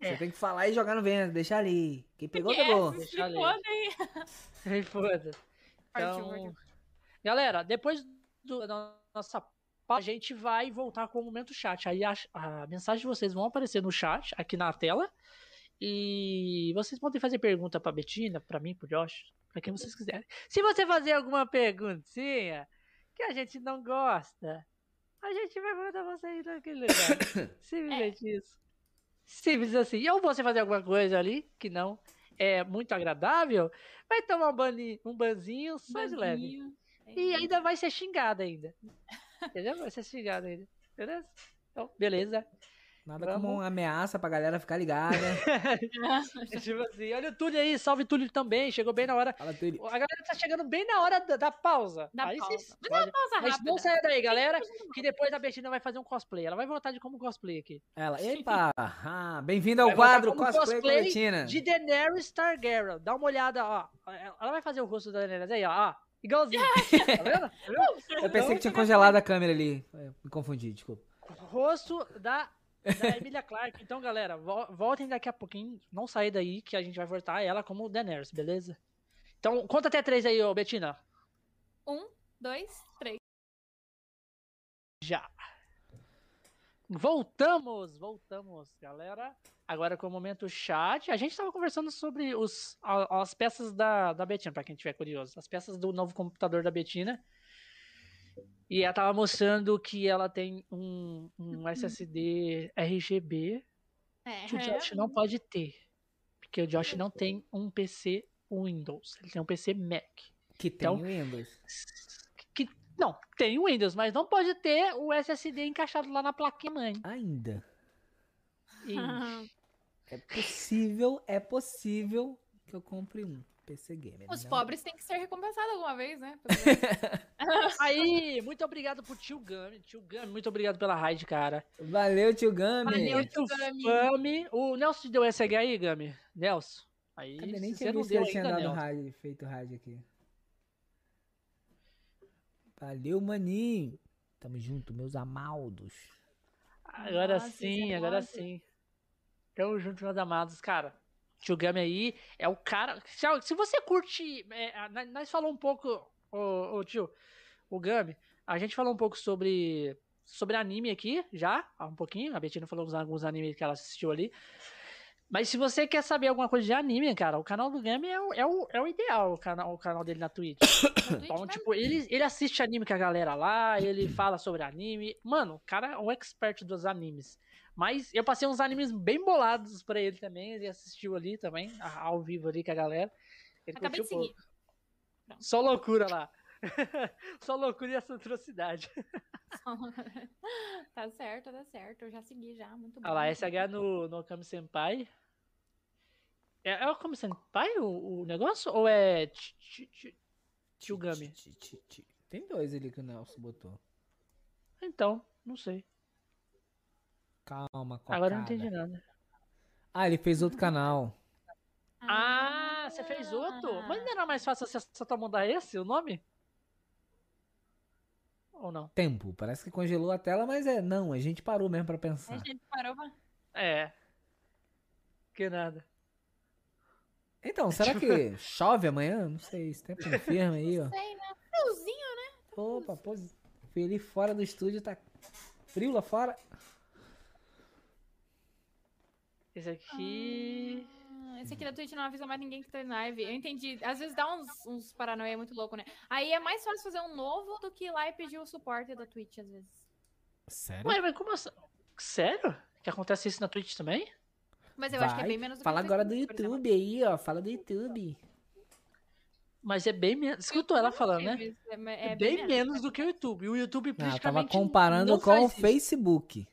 [SPEAKER 1] É.
[SPEAKER 2] Você tem que falar e jogar no vento, deixar ali. Quem pegou,
[SPEAKER 3] Yes,
[SPEAKER 2] pegou.
[SPEAKER 1] Deixa eu
[SPEAKER 3] explicou,
[SPEAKER 1] ler.
[SPEAKER 3] né?
[SPEAKER 1] Aí foda.
[SPEAKER 3] Partiu,
[SPEAKER 1] Então,
[SPEAKER 3] partiu.
[SPEAKER 1] galera, depois do- da nossa pausa, a gente vai voltar com o momento chat. Aí a, a mensagem de vocês vão aparecer no chat, aqui na tela. E vocês podem fazer pergunta pra Betina, pra mim, pro Josh, pra quem vocês quiserem. Se você fazer alguma perguntinha que a gente não gosta, a gente vai mandar vocês naquele lugar. Simplesmente isso. Simples assim. Ou você fazer alguma coisa ali que não é muito agradável, vai tomar um, bani, um banzinho só de leve.
[SPEAKER 3] Banzinho.
[SPEAKER 1] E ainda vai ser xingada ainda. Entendeu? Vai ser xingada ainda. Beleza? Então, beleza.
[SPEAKER 2] Nada
[SPEAKER 1] Vamos.
[SPEAKER 2] como uma ameaça pra galera ficar ligada.
[SPEAKER 1] É tipo assim, olha o Túlio aí, salve Túlio também, chegou bem na hora.
[SPEAKER 2] Fala, Túlio.
[SPEAKER 1] A galera tá chegando bem na hora da, da pausa.
[SPEAKER 3] Dá
[SPEAKER 1] aí
[SPEAKER 3] pausa.
[SPEAKER 1] vocês
[SPEAKER 3] Mas
[SPEAKER 1] podem-
[SPEAKER 3] dá uma pausa
[SPEAKER 1] Mas
[SPEAKER 3] rápida.
[SPEAKER 1] não saia daí, galera, que depois a Bettina vai fazer um cosplay. Ela vai voltar de como cosplay aqui.
[SPEAKER 2] Ela, epa! ah, Bem-vindo ao
[SPEAKER 1] Vai voltar
[SPEAKER 2] quadro
[SPEAKER 1] como
[SPEAKER 2] Cosplay
[SPEAKER 1] cosplay
[SPEAKER 2] Coletina.
[SPEAKER 1] De Daenerys Targaryen. Dá uma olhada, ó. Ela vai fazer o rosto da Daenerys aí, ó. ó. Igualzinho. tá vendo? Tá vendo?
[SPEAKER 2] Eu pensei que
[SPEAKER 1] né,
[SPEAKER 2] tinha congelado a câmera ali. É, Me confundi, desculpa.
[SPEAKER 1] Então, rosto da, da Emilia Clarke. Então, galera, vo- voltem daqui a pouquinho. Não sair daí, que a gente vai voltar ela como Daenerys, beleza? Então, conta até três aí, ô Betina.
[SPEAKER 3] Um, dois, três.
[SPEAKER 1] Já. Voltamos, voltamos, galera. A Agora com o momento chat, a gente tava conversando sobre os, a- as peças da, da Betina, pra quem tiver curioso. As peças do novo computador da Betina. E ela tava mostrando que ela tem um, um SSD RGB
[SPEAKER 3] É.
[SPEAKER 1] que o Josh não pode ter. Porque o Josh não tem um PC Windows, ele tem um PC Mac.
[SPEAKER 2] Que tem
[SPEAKER 1] Então-
[SPEAKER 2] Windows.
[SPEAKER 1] Que, não, tem o Windows, mas não pode ter o SSD encaixado lá na plaquinha mãe.
[SPEAKER 2] Ainda.
[SPEAKER 1] E-
[SPEAKER 2] É possível, é possível que eu compre um PC Gamer.
[SPEAKER 3] Os
[SPEAKER 2] não?
[SPEAKER 3] pobres têm que ser recompensados alguma vez, né? Pelo menos.
[SPEAKER 1] Aí, muito obrigado pro tio Gami. Tio Gami, muito obrigado pela raid, cara.
[SPEAKER 2] Valeu, tio Gami.
[SPEAKER 3] Valeu,
[SPEAKER 1] Muito
[SPEAKER 3] tio Gami.
[SPEAKER 1] Gami. O Nelson te deu SG aí, Gami? Nelson. Aí,
[SPEAKER 2] Cadê? Nem
[SPEAKER 1] se você
[SPEAKER 2] tinha
[SPEAKER 1] não
[SPEAKER 2] visto que
[SPEAKER 1] deu
[SPEAKER 2] eu tinha
[SPEAKER 1] ainda,
[SPEAKER 2] dado um
[SPEAKER 1] Nelson.
[SPEAKER 2] rádio, feito rádio aqui. Valeu, maninho. Tamo junto, meus amaldos.
[SPEAKER 1] Agora
[SPEAKER 3] Nossa,
[SPEAKER 1] sim,
[SPEAKER 3] esse é
[SPEAKER 1] agora
[SPEAKER 3] foda.
[SPEAKER 1] sim. Tamo junto, meus amados, cara. Tio Gami aí é o cara. Se, se você curte. é, a- na- nós falou um pouco, o, tio, o Gami. A gente falou um pouco sobre. Sobre anime aqui, já, há um pouquinho. A Betina falou uns- alguns animes que ela assistiu ali. Mas se você quer saber alguma coisa de anime, cara, o canal do Gami é o, é o, é o ideal, o canal, o canal dele na Twitch.
[SPEAKER 3] Na Twitch,
[SPEAKER 1] Então,
[SPEAKER 3] né?
[SPEAKER 1] tipo, ele, ele assiste anime com a galera lá, ele fala sobre anime. Mano, o cara é um expert dos animes. Mas eu passei uns animes bem bolados pra ele também, ele assistiu ali também, a- ao vivo ali com a galera. Ele
[SPEAKER 3] Acabei de
[SPEAKER 1] curtiu, pô.
[SPEAKER 3] seguir.
[SPEAKER 1] Só loucura lá. Só loucura e essa atrocidade.
[SPEAKER 3] tá certo, tá certo. Eu já segui já. Muito bom.
[SPEAKER 1] Olha Ah lá, é- SH no, no Okami Senpai. É, é o Okami Senpai o, o negócio? Ou é Chi- Chi- Chi- Tio Gami?
[SPEAKER 2] Ti, ti, ti, ti. Tem dois ali que o Nelson botou.
[SPEAKER 1] Então, não sei.
[SPEAKER 2] Calma, cocada.
[SPEAKER 1] Agora eu não entendi nada.
[SPEAKER 2] Ah, ele fez outro canal.
[SPEAKER 1] Ah, você fez outro? Mas não era mais fácil você só tá mudar esse, o nome? Ou não?
[SPEAKER 2] Tempo. Parece que congelou a tela, mas é não. A gente parou mesmo pra
[SPEAKER 3] A
[SPEAKER 2] pensar.
[SPEAKER 3] gente parou pra...
[SPEAKER 1] É. Que nada.
[SPEAKER 2] Então, será que chove amanhã? Não sei. Esse tempo não firme aí, ó.
[SPEAKER 3] Sei, né? Friozinho.
[SPEAKER 2] Opa, pô. Fui ali fora do estúdio, tá frio lá fora.
[SPEAKER 1] Esse aqui.
[SPEAKER 3] Ah, Esse aqui da Twitch não avisa mais ninguém que tá em live. Eu entendi. Às vezes dá uns, uns paranoia muito louco, né? Aí é mais fácil fazer um novo do que ir lá e pedir o suporte da Twitch, às vezes.
[SPEAKER 2] Sério?
[SPEAKER 1] Ué, mas como assim? Sério? Que acontece isso na Twitch também?
[SPEAKER 3] Mas eu acho que é
[SPEAKER 2] Vai.
[SPEAKER 3] bem menos do que
[SPEAKER 2] Fala
[SPEAKER 3] no
[SPEAKER 2] agora do
[SPEAKER 3] Facebook, por exemplo.
[SPEAKER 2] YouTube aí, ó. Fala do YouTube. Ah,
[SPEAKER 1] Mas é bem menos. Escutou ela falando, né?
[SPEAKER 3] É,
[SPEAKER 1] É,
[SPEAKER 3] é
[SPEAKER 1] bem, menos do que o YouTube. O YouTube
[SPEAKER 2] Ah, tava
[SPEAKER 1] praticamente.
[SPEAKER 2] comparando
[SPEAKER 1] não
[SPEAKER 2] com o
[SPEAKER 1] faz isso.
[SPEAKER 2] Facebook.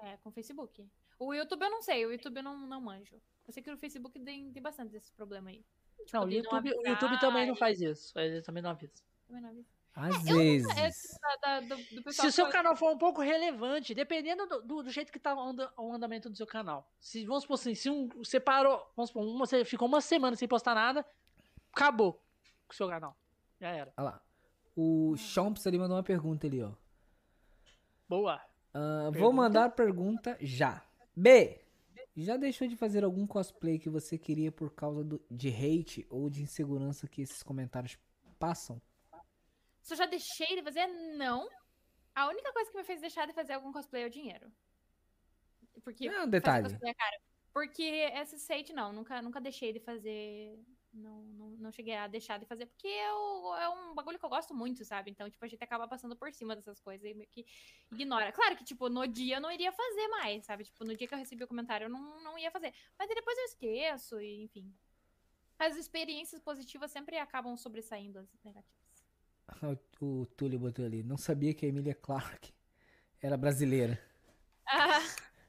[SPEAKER 3] É, com o Facebook. O YouTube eu não sei, o YouTube eu não, não manjo. Eu sei que no Facebook tem, tem bastante desse problema aí. Tipo,
[SPEAKER 1] Não, é o
[SPEAKER 3] de não
[SPEAKER 1] YouTube, o
[SPEAKER 3] avisar
[SPEAKER 1] YouTube também não faz isso. Ele também não avisa.
[SPEAKER 3] Também não avisa.
[SPEAKER 2] Às
[SPEAKER 3] É,
[SPEAKER 2] vezes.
[SPEAKER 3] tipo, da- da- do, do
[SPEAKER 1] Se
[SPEAKER 3] pessoal
[SPEAKER 1] o seu
[SPEAKER 3] que-
[SPEAKER 1] canal for um pouco relevante, dependendo do, do- do jeito que tá o anda- o andamento do seu canal. Se, vamos supor assim, se um, você parou, vamos supor, uma, você ficou uma semana sem postar nada, acabou com o seu canal. Já era.
[SPEAKER 2] Olha lá. O Chomps ali mandou uma pergunta ali, ó.
[SPEAKER 1] Boa.
[SPEAKER 2] Ah, vou
[SPEAKER 1] Pergunta?
[SPEAKER 2] mandar a pergunta já. B. Já deixou de fazer algum cosplay que você queria por causa do- de hate ou de insegurança que esses comentários passam?
[SPEAKER 3] Se eu já deixei de fazer, não. A única coisa que me fez deixar de fazer algum cosplay é o dinheiro. Porque
[SPEAKER 2] Não,
[SPEAKER 3] fazer
[SPEAKER 2] Ah, detalhe.
[SPEAKER 3] cosplay é caro. Porque esse site, não, nunca, nunca deixei de fazer. Não, não, não cheguei a deixar de fazer, porque eu, é um bagulho que eu gosto muito, sabe? Então, tipo, a gente acaba passando por cima dessas coisas e meio que ignora. Claro que, tipo, no dia eu não iria fazer mais, sabe? Tipo, no dia que eu recebi o comentário eu não, não ia fazer. Mas aí depois eu esqueço, e enfim. As experiências positivas sempre acabam sobressaindo as negativas.
[SPEAKER 2] O, o Túlio botou ali. Não sabia que a Emília Clark era brasileira.
[SPEAKER 3] Ah,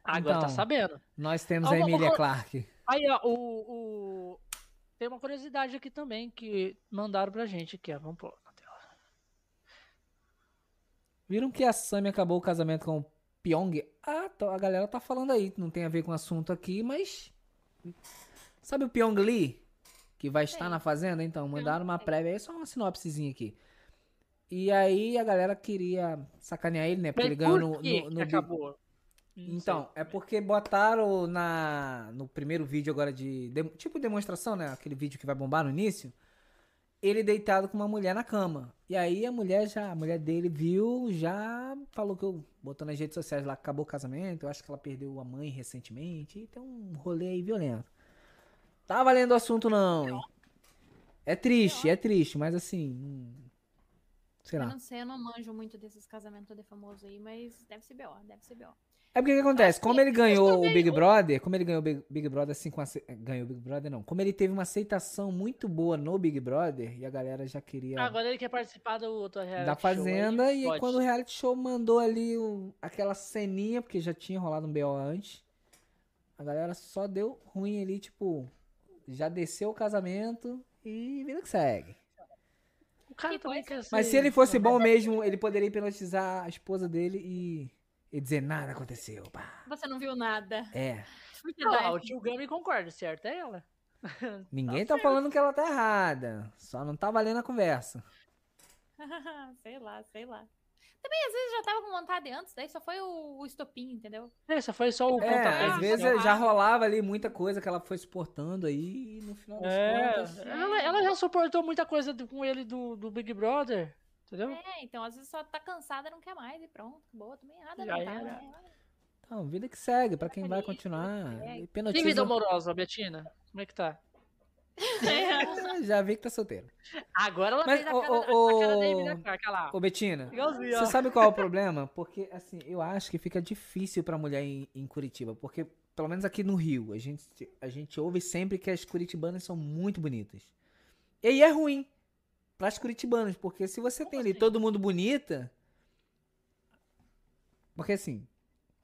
[SPEAKER 1] Agora tá
[SPEAKER 2] Então.
[SPEAKER 1] sabendo.
[SPEAKER 2] Nós temos
[SPEAKER 1] Ah,
[SPEAKER 2] a
[SPEAKER 1] uma- uma
[SPEAKER 2] Emília
[SPEAKER 1] co-
[SPEAKER 2] Clark.
[SPEAKER 1] Aí, ó, o, o- Tem uma curiosidade aqui também que mandaram pra gente aqui, ó. Vamos pôr na tela.
[SPEAKER 2] Viram que a Sammy acabou o casamento com o Pyong? Ah, tá, a galera tá falando aí, não tem a ver com o assunto aqui, mas. Sabe o Pyong Lee? Que vai estar
[SPEAKER 3] Sei.
[SPEAKER 2] na fazenda? Então, mandaram uma
[SPEAKER 3] sei.
[SPEAKER 2] prévia aí, só uma sinopsezinha aqui. E aí a galera queria sacanear ele, né? Porque ele ganhou no.
[SPEAKER 1] por que
[SPEAKER 2] no-
[SPEAKER 1] que
[SPEAKER 2] no Big-
[SPEAKER 1] acabou? Não
[SPEAKER 2] Então,
[SPEAKER 1] sei.
[SPEAKER 2] é porque botaram na no primeiro vídeo agora de. de- tipo demonstração, né? Aquele vídeo que vai bombar no início. ele deitado com uma mulher na cama. E aí a mulher já, a mulher dele viu, já falou que eu botou nas redes sociais lá, acabou o casamento, eu acho que ela perdeu a mãe recentemente, e tem um rolê aí violento. Tá valendo o assunto não. hein? É triste, é triste, mas assim, hum, sei
[SPEAKER 3] Eu
[SPEAKER 2] lá.
[SPEAKER 3] não sei, eu não manjo muito desses casamentos de famoso aí, mas deve ser B.O., deve ser B.O.
[SPEAKER 2] É porque o que acontece? Como ele
[SPEAKER 3] mas
[SPEAKER 2] ganhou o
[SPEAKER 3] também
[SPEAKER 2] Big
[SPEAKER 3] o-
[SPEAKER 2] Brother, como ele ganhou o Big, Big Brother assim com ace- ganhou o Big Brother não, como ele teve uma aceitação muito boa no Big Brother e a galera já queria
[SPEAKER 1] Agora ele quer participar do outro reality
[SPEAKER 2] da Fazenda
[SPEAKER 1] show, é
[SPEAKER 2] e aí quando o reality show mandou ali o- aquela ceninha, porque já tinha rolado um BO antes, a galera só deu ruim ali, tipo, já desceu o casamento e vida que segue.
[SPEAKER 1] O cara
[SPEAKER 3] Que
[SPEAKER 1] também
[SPEAKER 3] coisa.
[SPEAKER 1] quer ser...
[SPEAKER 2] Mas se ele fosse bom
[SPEAKER 1] é
[SPEAKER 2] mesmo, ele poderia hipnotizar a esposa dele e, e dizer nada aconteceu. pá.
[SPEAKER 3] Você não viu nada.
[SPEAKER 2] É,
[SPEAKER 1] Ah, o tio Gami concorda, certo? É ela.
[SPEAKER 2] ninguém tá falando que ela tá errada, só não tá valendo a conversa.
[SPEAKER 3] sei lá, sei lá. Também às vezes já tava com vontade antes, daí só foi o, o estopim, entendeu?
[SPEAKER 1] Essa foi só um Ah, o
[SPEAKER 2] É,
[SPEAKER 1] pontapé
[SPEAKER 2] às
[SPEAKER 1] inicial.
[SPEAKER 2] vezes já rolava ali muita coisa que ela foi suportando aí e no final das
[SPEAKER 1] É,
[SPEAKER 2] contas...
[SPEAKER 1] ela, ela já suportou muita coisa do- com ele do, do Big Brother, entendeu?
[SPEAKER 3] É, então às vezes só tá cansada, não quer mais e pronto, boa, também errada,
[SPEAKER 1] Já
[SPEAKER 3] não tá,
[SPEAKER 1] era.
[SPEAKER 3] né?
[SPEAKER 2] Então, vida que segue, pra quem vai
[SPEAKER 3] Vida que
[SPEAKER 2] continuar.
[SPEAKER 3] segue.
[SPEAKER 2] E
[SPEAKER 1] E vida
[SPEAKER 2] Hipnotiza.
[SPEAKER 1] amorosa, Betina? Como é que tá?
[SPEAKER 2] Ah, Já vi que tá solteiro.
[SPEAKER 1] Agora ela
[SPEAKER 2] Mas,
[SPEAKER 1] fez a
[SPEAKER 2] ô,
[SPEAKER 1] cara, da-
[SPEAKER 2] ô,
[SPEAKER 1] a cara da
[SPEAKER 2] ô,
[SPEAKER 1] Emília Clark, olha lá.
[SPEAKER 2] Ô, Betina,
[SPEAKER 1] Igualzinho, ó.
[SPEAKER 2] você sabe qual é o problema? Porque, assim, eu acho que fica difícil pra mulher em, em Curitiba. Porque, pelo menos aqui no Rio, a gente, a gente ouve sempre que as curitibanas são muito bonitas. E aí é ruim pras curitibanas, porque se você tem ali
[SPEAKER 1] assim?
[SPEAKER 2] todo mundo bonita. Porque, assim,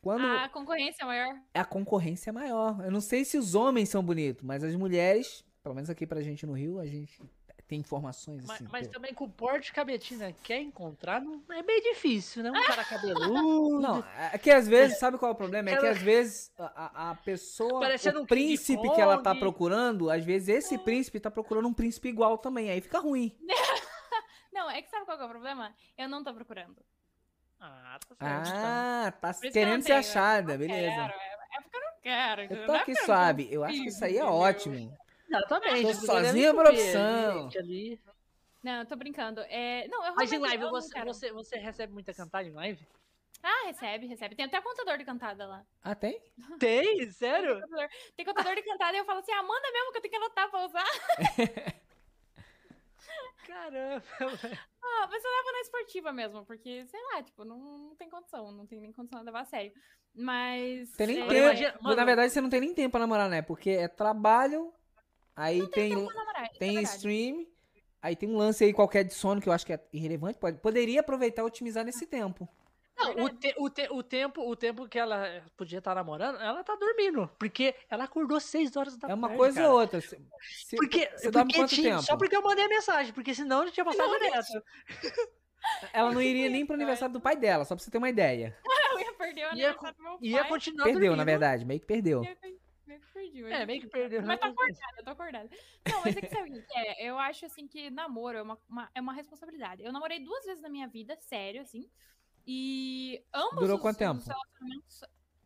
[SPEAKER 2] quando.
[SPEAKER 1] Ah.
[SPEAKER 3] A concorrência é maior.
[SPEAKER 2] a concorrência é maior. Eu não sei se os homens são bonitos, mas as mulheres, pelo menos aqui pra gente no Rio, a gente tem informações
[SPEAKER 1] Mas,
[SPEAKER 2] assim.
[SPEAKER 1] mas
[SPEAKER 2] pô.
[SPEAKER 1] também com o porte que a Betina quer encontrar, não, é bem difícil, né? Um cara cabeludo.
[SPEAKER 2] Não, é que às vezes, sabe qual é o problema? É que
[SPEAKER 1] Ela-
[SPEAKER 2] às vezes a, a- a pessoa,
[SPEAKER 1] Parecendo
[SPEAKER 2] o
[SPEAKER 1] um King
[SPEAKER 2] príncipe que ela tá
[SPEAKER 1] Kong.
[SPEAKER 2] procurando, às vezes esse príncipe tá procurando um príncipe igual também, aí fica ruim.
[SPEAKER 3] Não, é que sabe qual que é o problema? Eu não tô procurando.
[SPEAKER 1] Ah, tá certo. então.
[SPEAKER 2] Ah, tá
[SPEAKER 3] Por isso que eu
[SPEAKER 2] querendo
[SPEAKER 3] não
[SPEAKER 2] ser
[SPEAKER 3] tenho, eu
[SPEAKER 2] achada,
[SPEAKER 3] Quero,
[SPEAKER 2] beleza.
[SPEAKER 3] é, é porque eu não quero.
[SPEAKER 2] Eu
[SPEAKER 3] entendeu?
[SPEAKER 2] tô
[SPEAKER 3] Não é
[SPEAKER 2] aqui
[SPEAKER 3] porque eu não
[SPEAKER 2] suave, eu acho que isso aí é
[SPEAKER 3] consigo,
[SPEAKER 2] ótimo.
[SPEAKER 1] Exatamente.
[SPEAKER 2] Tô
[SPEAKER 1] tipo, querendo
[SPEAKER 2] sozinha
[SPEAKER 1] comer,
[SPEAKER 2] profissão.
[SPEAKER 1] gente, ali.
[SPEAKER 3] Não, eu tô brincando. É, não, eu
[SPEAKER 1] Mas em
[SPEAKER 3] realmente
[SPEAKER 1] live,
[SPEAKER 3] não
[SPEAKER 1] você,
[SPEAKER 3] quero.
[SPEAKER 1] você, você recebe muita cantada em live?
[SPEAKER 3] Ah, recebe, recebe. Tem até contador de cantada lá.
[SPEAKER 2] Ah, tem?
[SPEAKER 1] Tem? Sério?
[SPEAKER 3] Contador- Tem contador de cantada e eu falo assim, ah, manda mesmo que eu tenho que anotar pra usar.
[SPEAKER 1] Caramba, velho.
[SPEAKER 3] Ah, mas eu levo na esportiva mesmo, porque, sei lá, tipo, não, não tem condição, não tem nem condição de levar a sério. Mas...
[SPEAKER 2] Tem nem
[SPEAKER 3] é,
[SPEAKER 2] tempo.
[SPEAKER 1] imagina-
[SPEAKER 2] Na
[SPEAKER 1] mano-
[SPEAKER 2] verdade, você não tem nem tempo pra namorar, né? Porque é trabalho, aí tem um
[SPEAKER 3] Tem, pra namorar, isso é
[SPEAKER 2] Tem
[SPEAKER 3] verdade.
[SPEAKER 2] stream. Aí tem um lance aí qualquer de sono que eu acho que é irrelevante. Pode, poderia aproveitar e otimizar nesse tempo.
[SPEAKER 1] Não, o, te- o, te- o tempo, o tempo que ela podia estar namorando, ela tá dormindo. Porque ela acordou 6 horas da
[SPEAKER 2] É
[SPEAKER 1] tarde.
[SPEAKER 2] uma coisa
[SPEAKER 1] Tá cara.
[SPEAKER 2] ou outra. Se- se-
[SPEAKER 1] Porque,
[SPEAKER 2] você dorme
[SPEAKER 1] porque
[SPEAKER 2] quanto
[SPEAKER 1] tinha,
[SPEAKER 2] tempo?
[SPEAKER 1] só porque eu mandei a mensagem, porque senão eu tinha passado direto.
[SPEAKER 2] Ela não iria nem pro
[SPEAKER 3] né?
[SPEAKER 2] aniversário do pai dela, só pra você ter uma ideia.
[SPEAKER 3] Eu ia perder o
[SPEAKER 1] Ia
[SPEAKER 3] aniversário do meu
[SPEAKER 1] E ia
[SPEAKER 3] pai.
[SPEAKER 1] continuar
[SPEAKER 2] Perdeu,
[SPEAKER 1] dormindo.
[SPEAKER 2] na verdade. Meio que perdeu.
[SPEAKER 3] Ia- Meio que perdi. mas
[SPEAKER 1] É, meio que perdeu.
[SPEAKER 3] Mas tá acordada, tá acordada. Não, mas é que sabe o que que é? Eu acho, assim, que namoro é uma, uma- é uma responsabilidade. Eu namorei duas vezes na minha vida, sério, assim. E ambos
[SPEAKER 2] Durou
[SPEAKER 3] os,
[SPEAKER 2] quanto tempo?
[SPEAKER 3] os relacionamentos-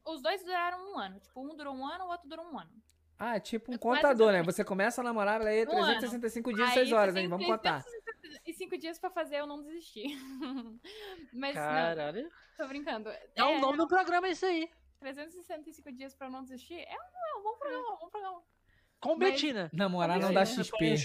[SPEAKER 3] os dois duraram um ano. Tipo, um durou um ano, o outro durou um ano.
[SPEAKER 2] Ah, é tipo um
[SPEAKER 3] Eu começo
[SPEAKER 2] contador, né?
[SPEAKER 3] também.
[SPEAKER 2] Você começa a namorar, ela aí é
[SPEAKER 3] Um ano.
[SPEAKER 2] 365 dias,
[SPEAKER 3] Aí,
[SPEAKER 2] 6 horas,
[SPEAKER 3] você
[SPEAKER 2] hein?
[SPEAKER 3] tem
[SPEAKER 2] Vamos contar.
[SPEAKER 3] 365 dias pra fazer, eu não desisti. mas não,
[SPEAKER 1] Caralho.
[SPEAKER 3] tô brincando. né? É,
[SPEAKER 1] É o nome do programa isso aí.
[SPEAKER 3] 365 dias pra eu não desistir é um, é um bom programa, é um bom programa.
[SPEAKER 1] Com
[SPEAKER 3] Mas-
[SPEAKER 1] Betina.
[SPEAKER 2] Namorar não dá XP.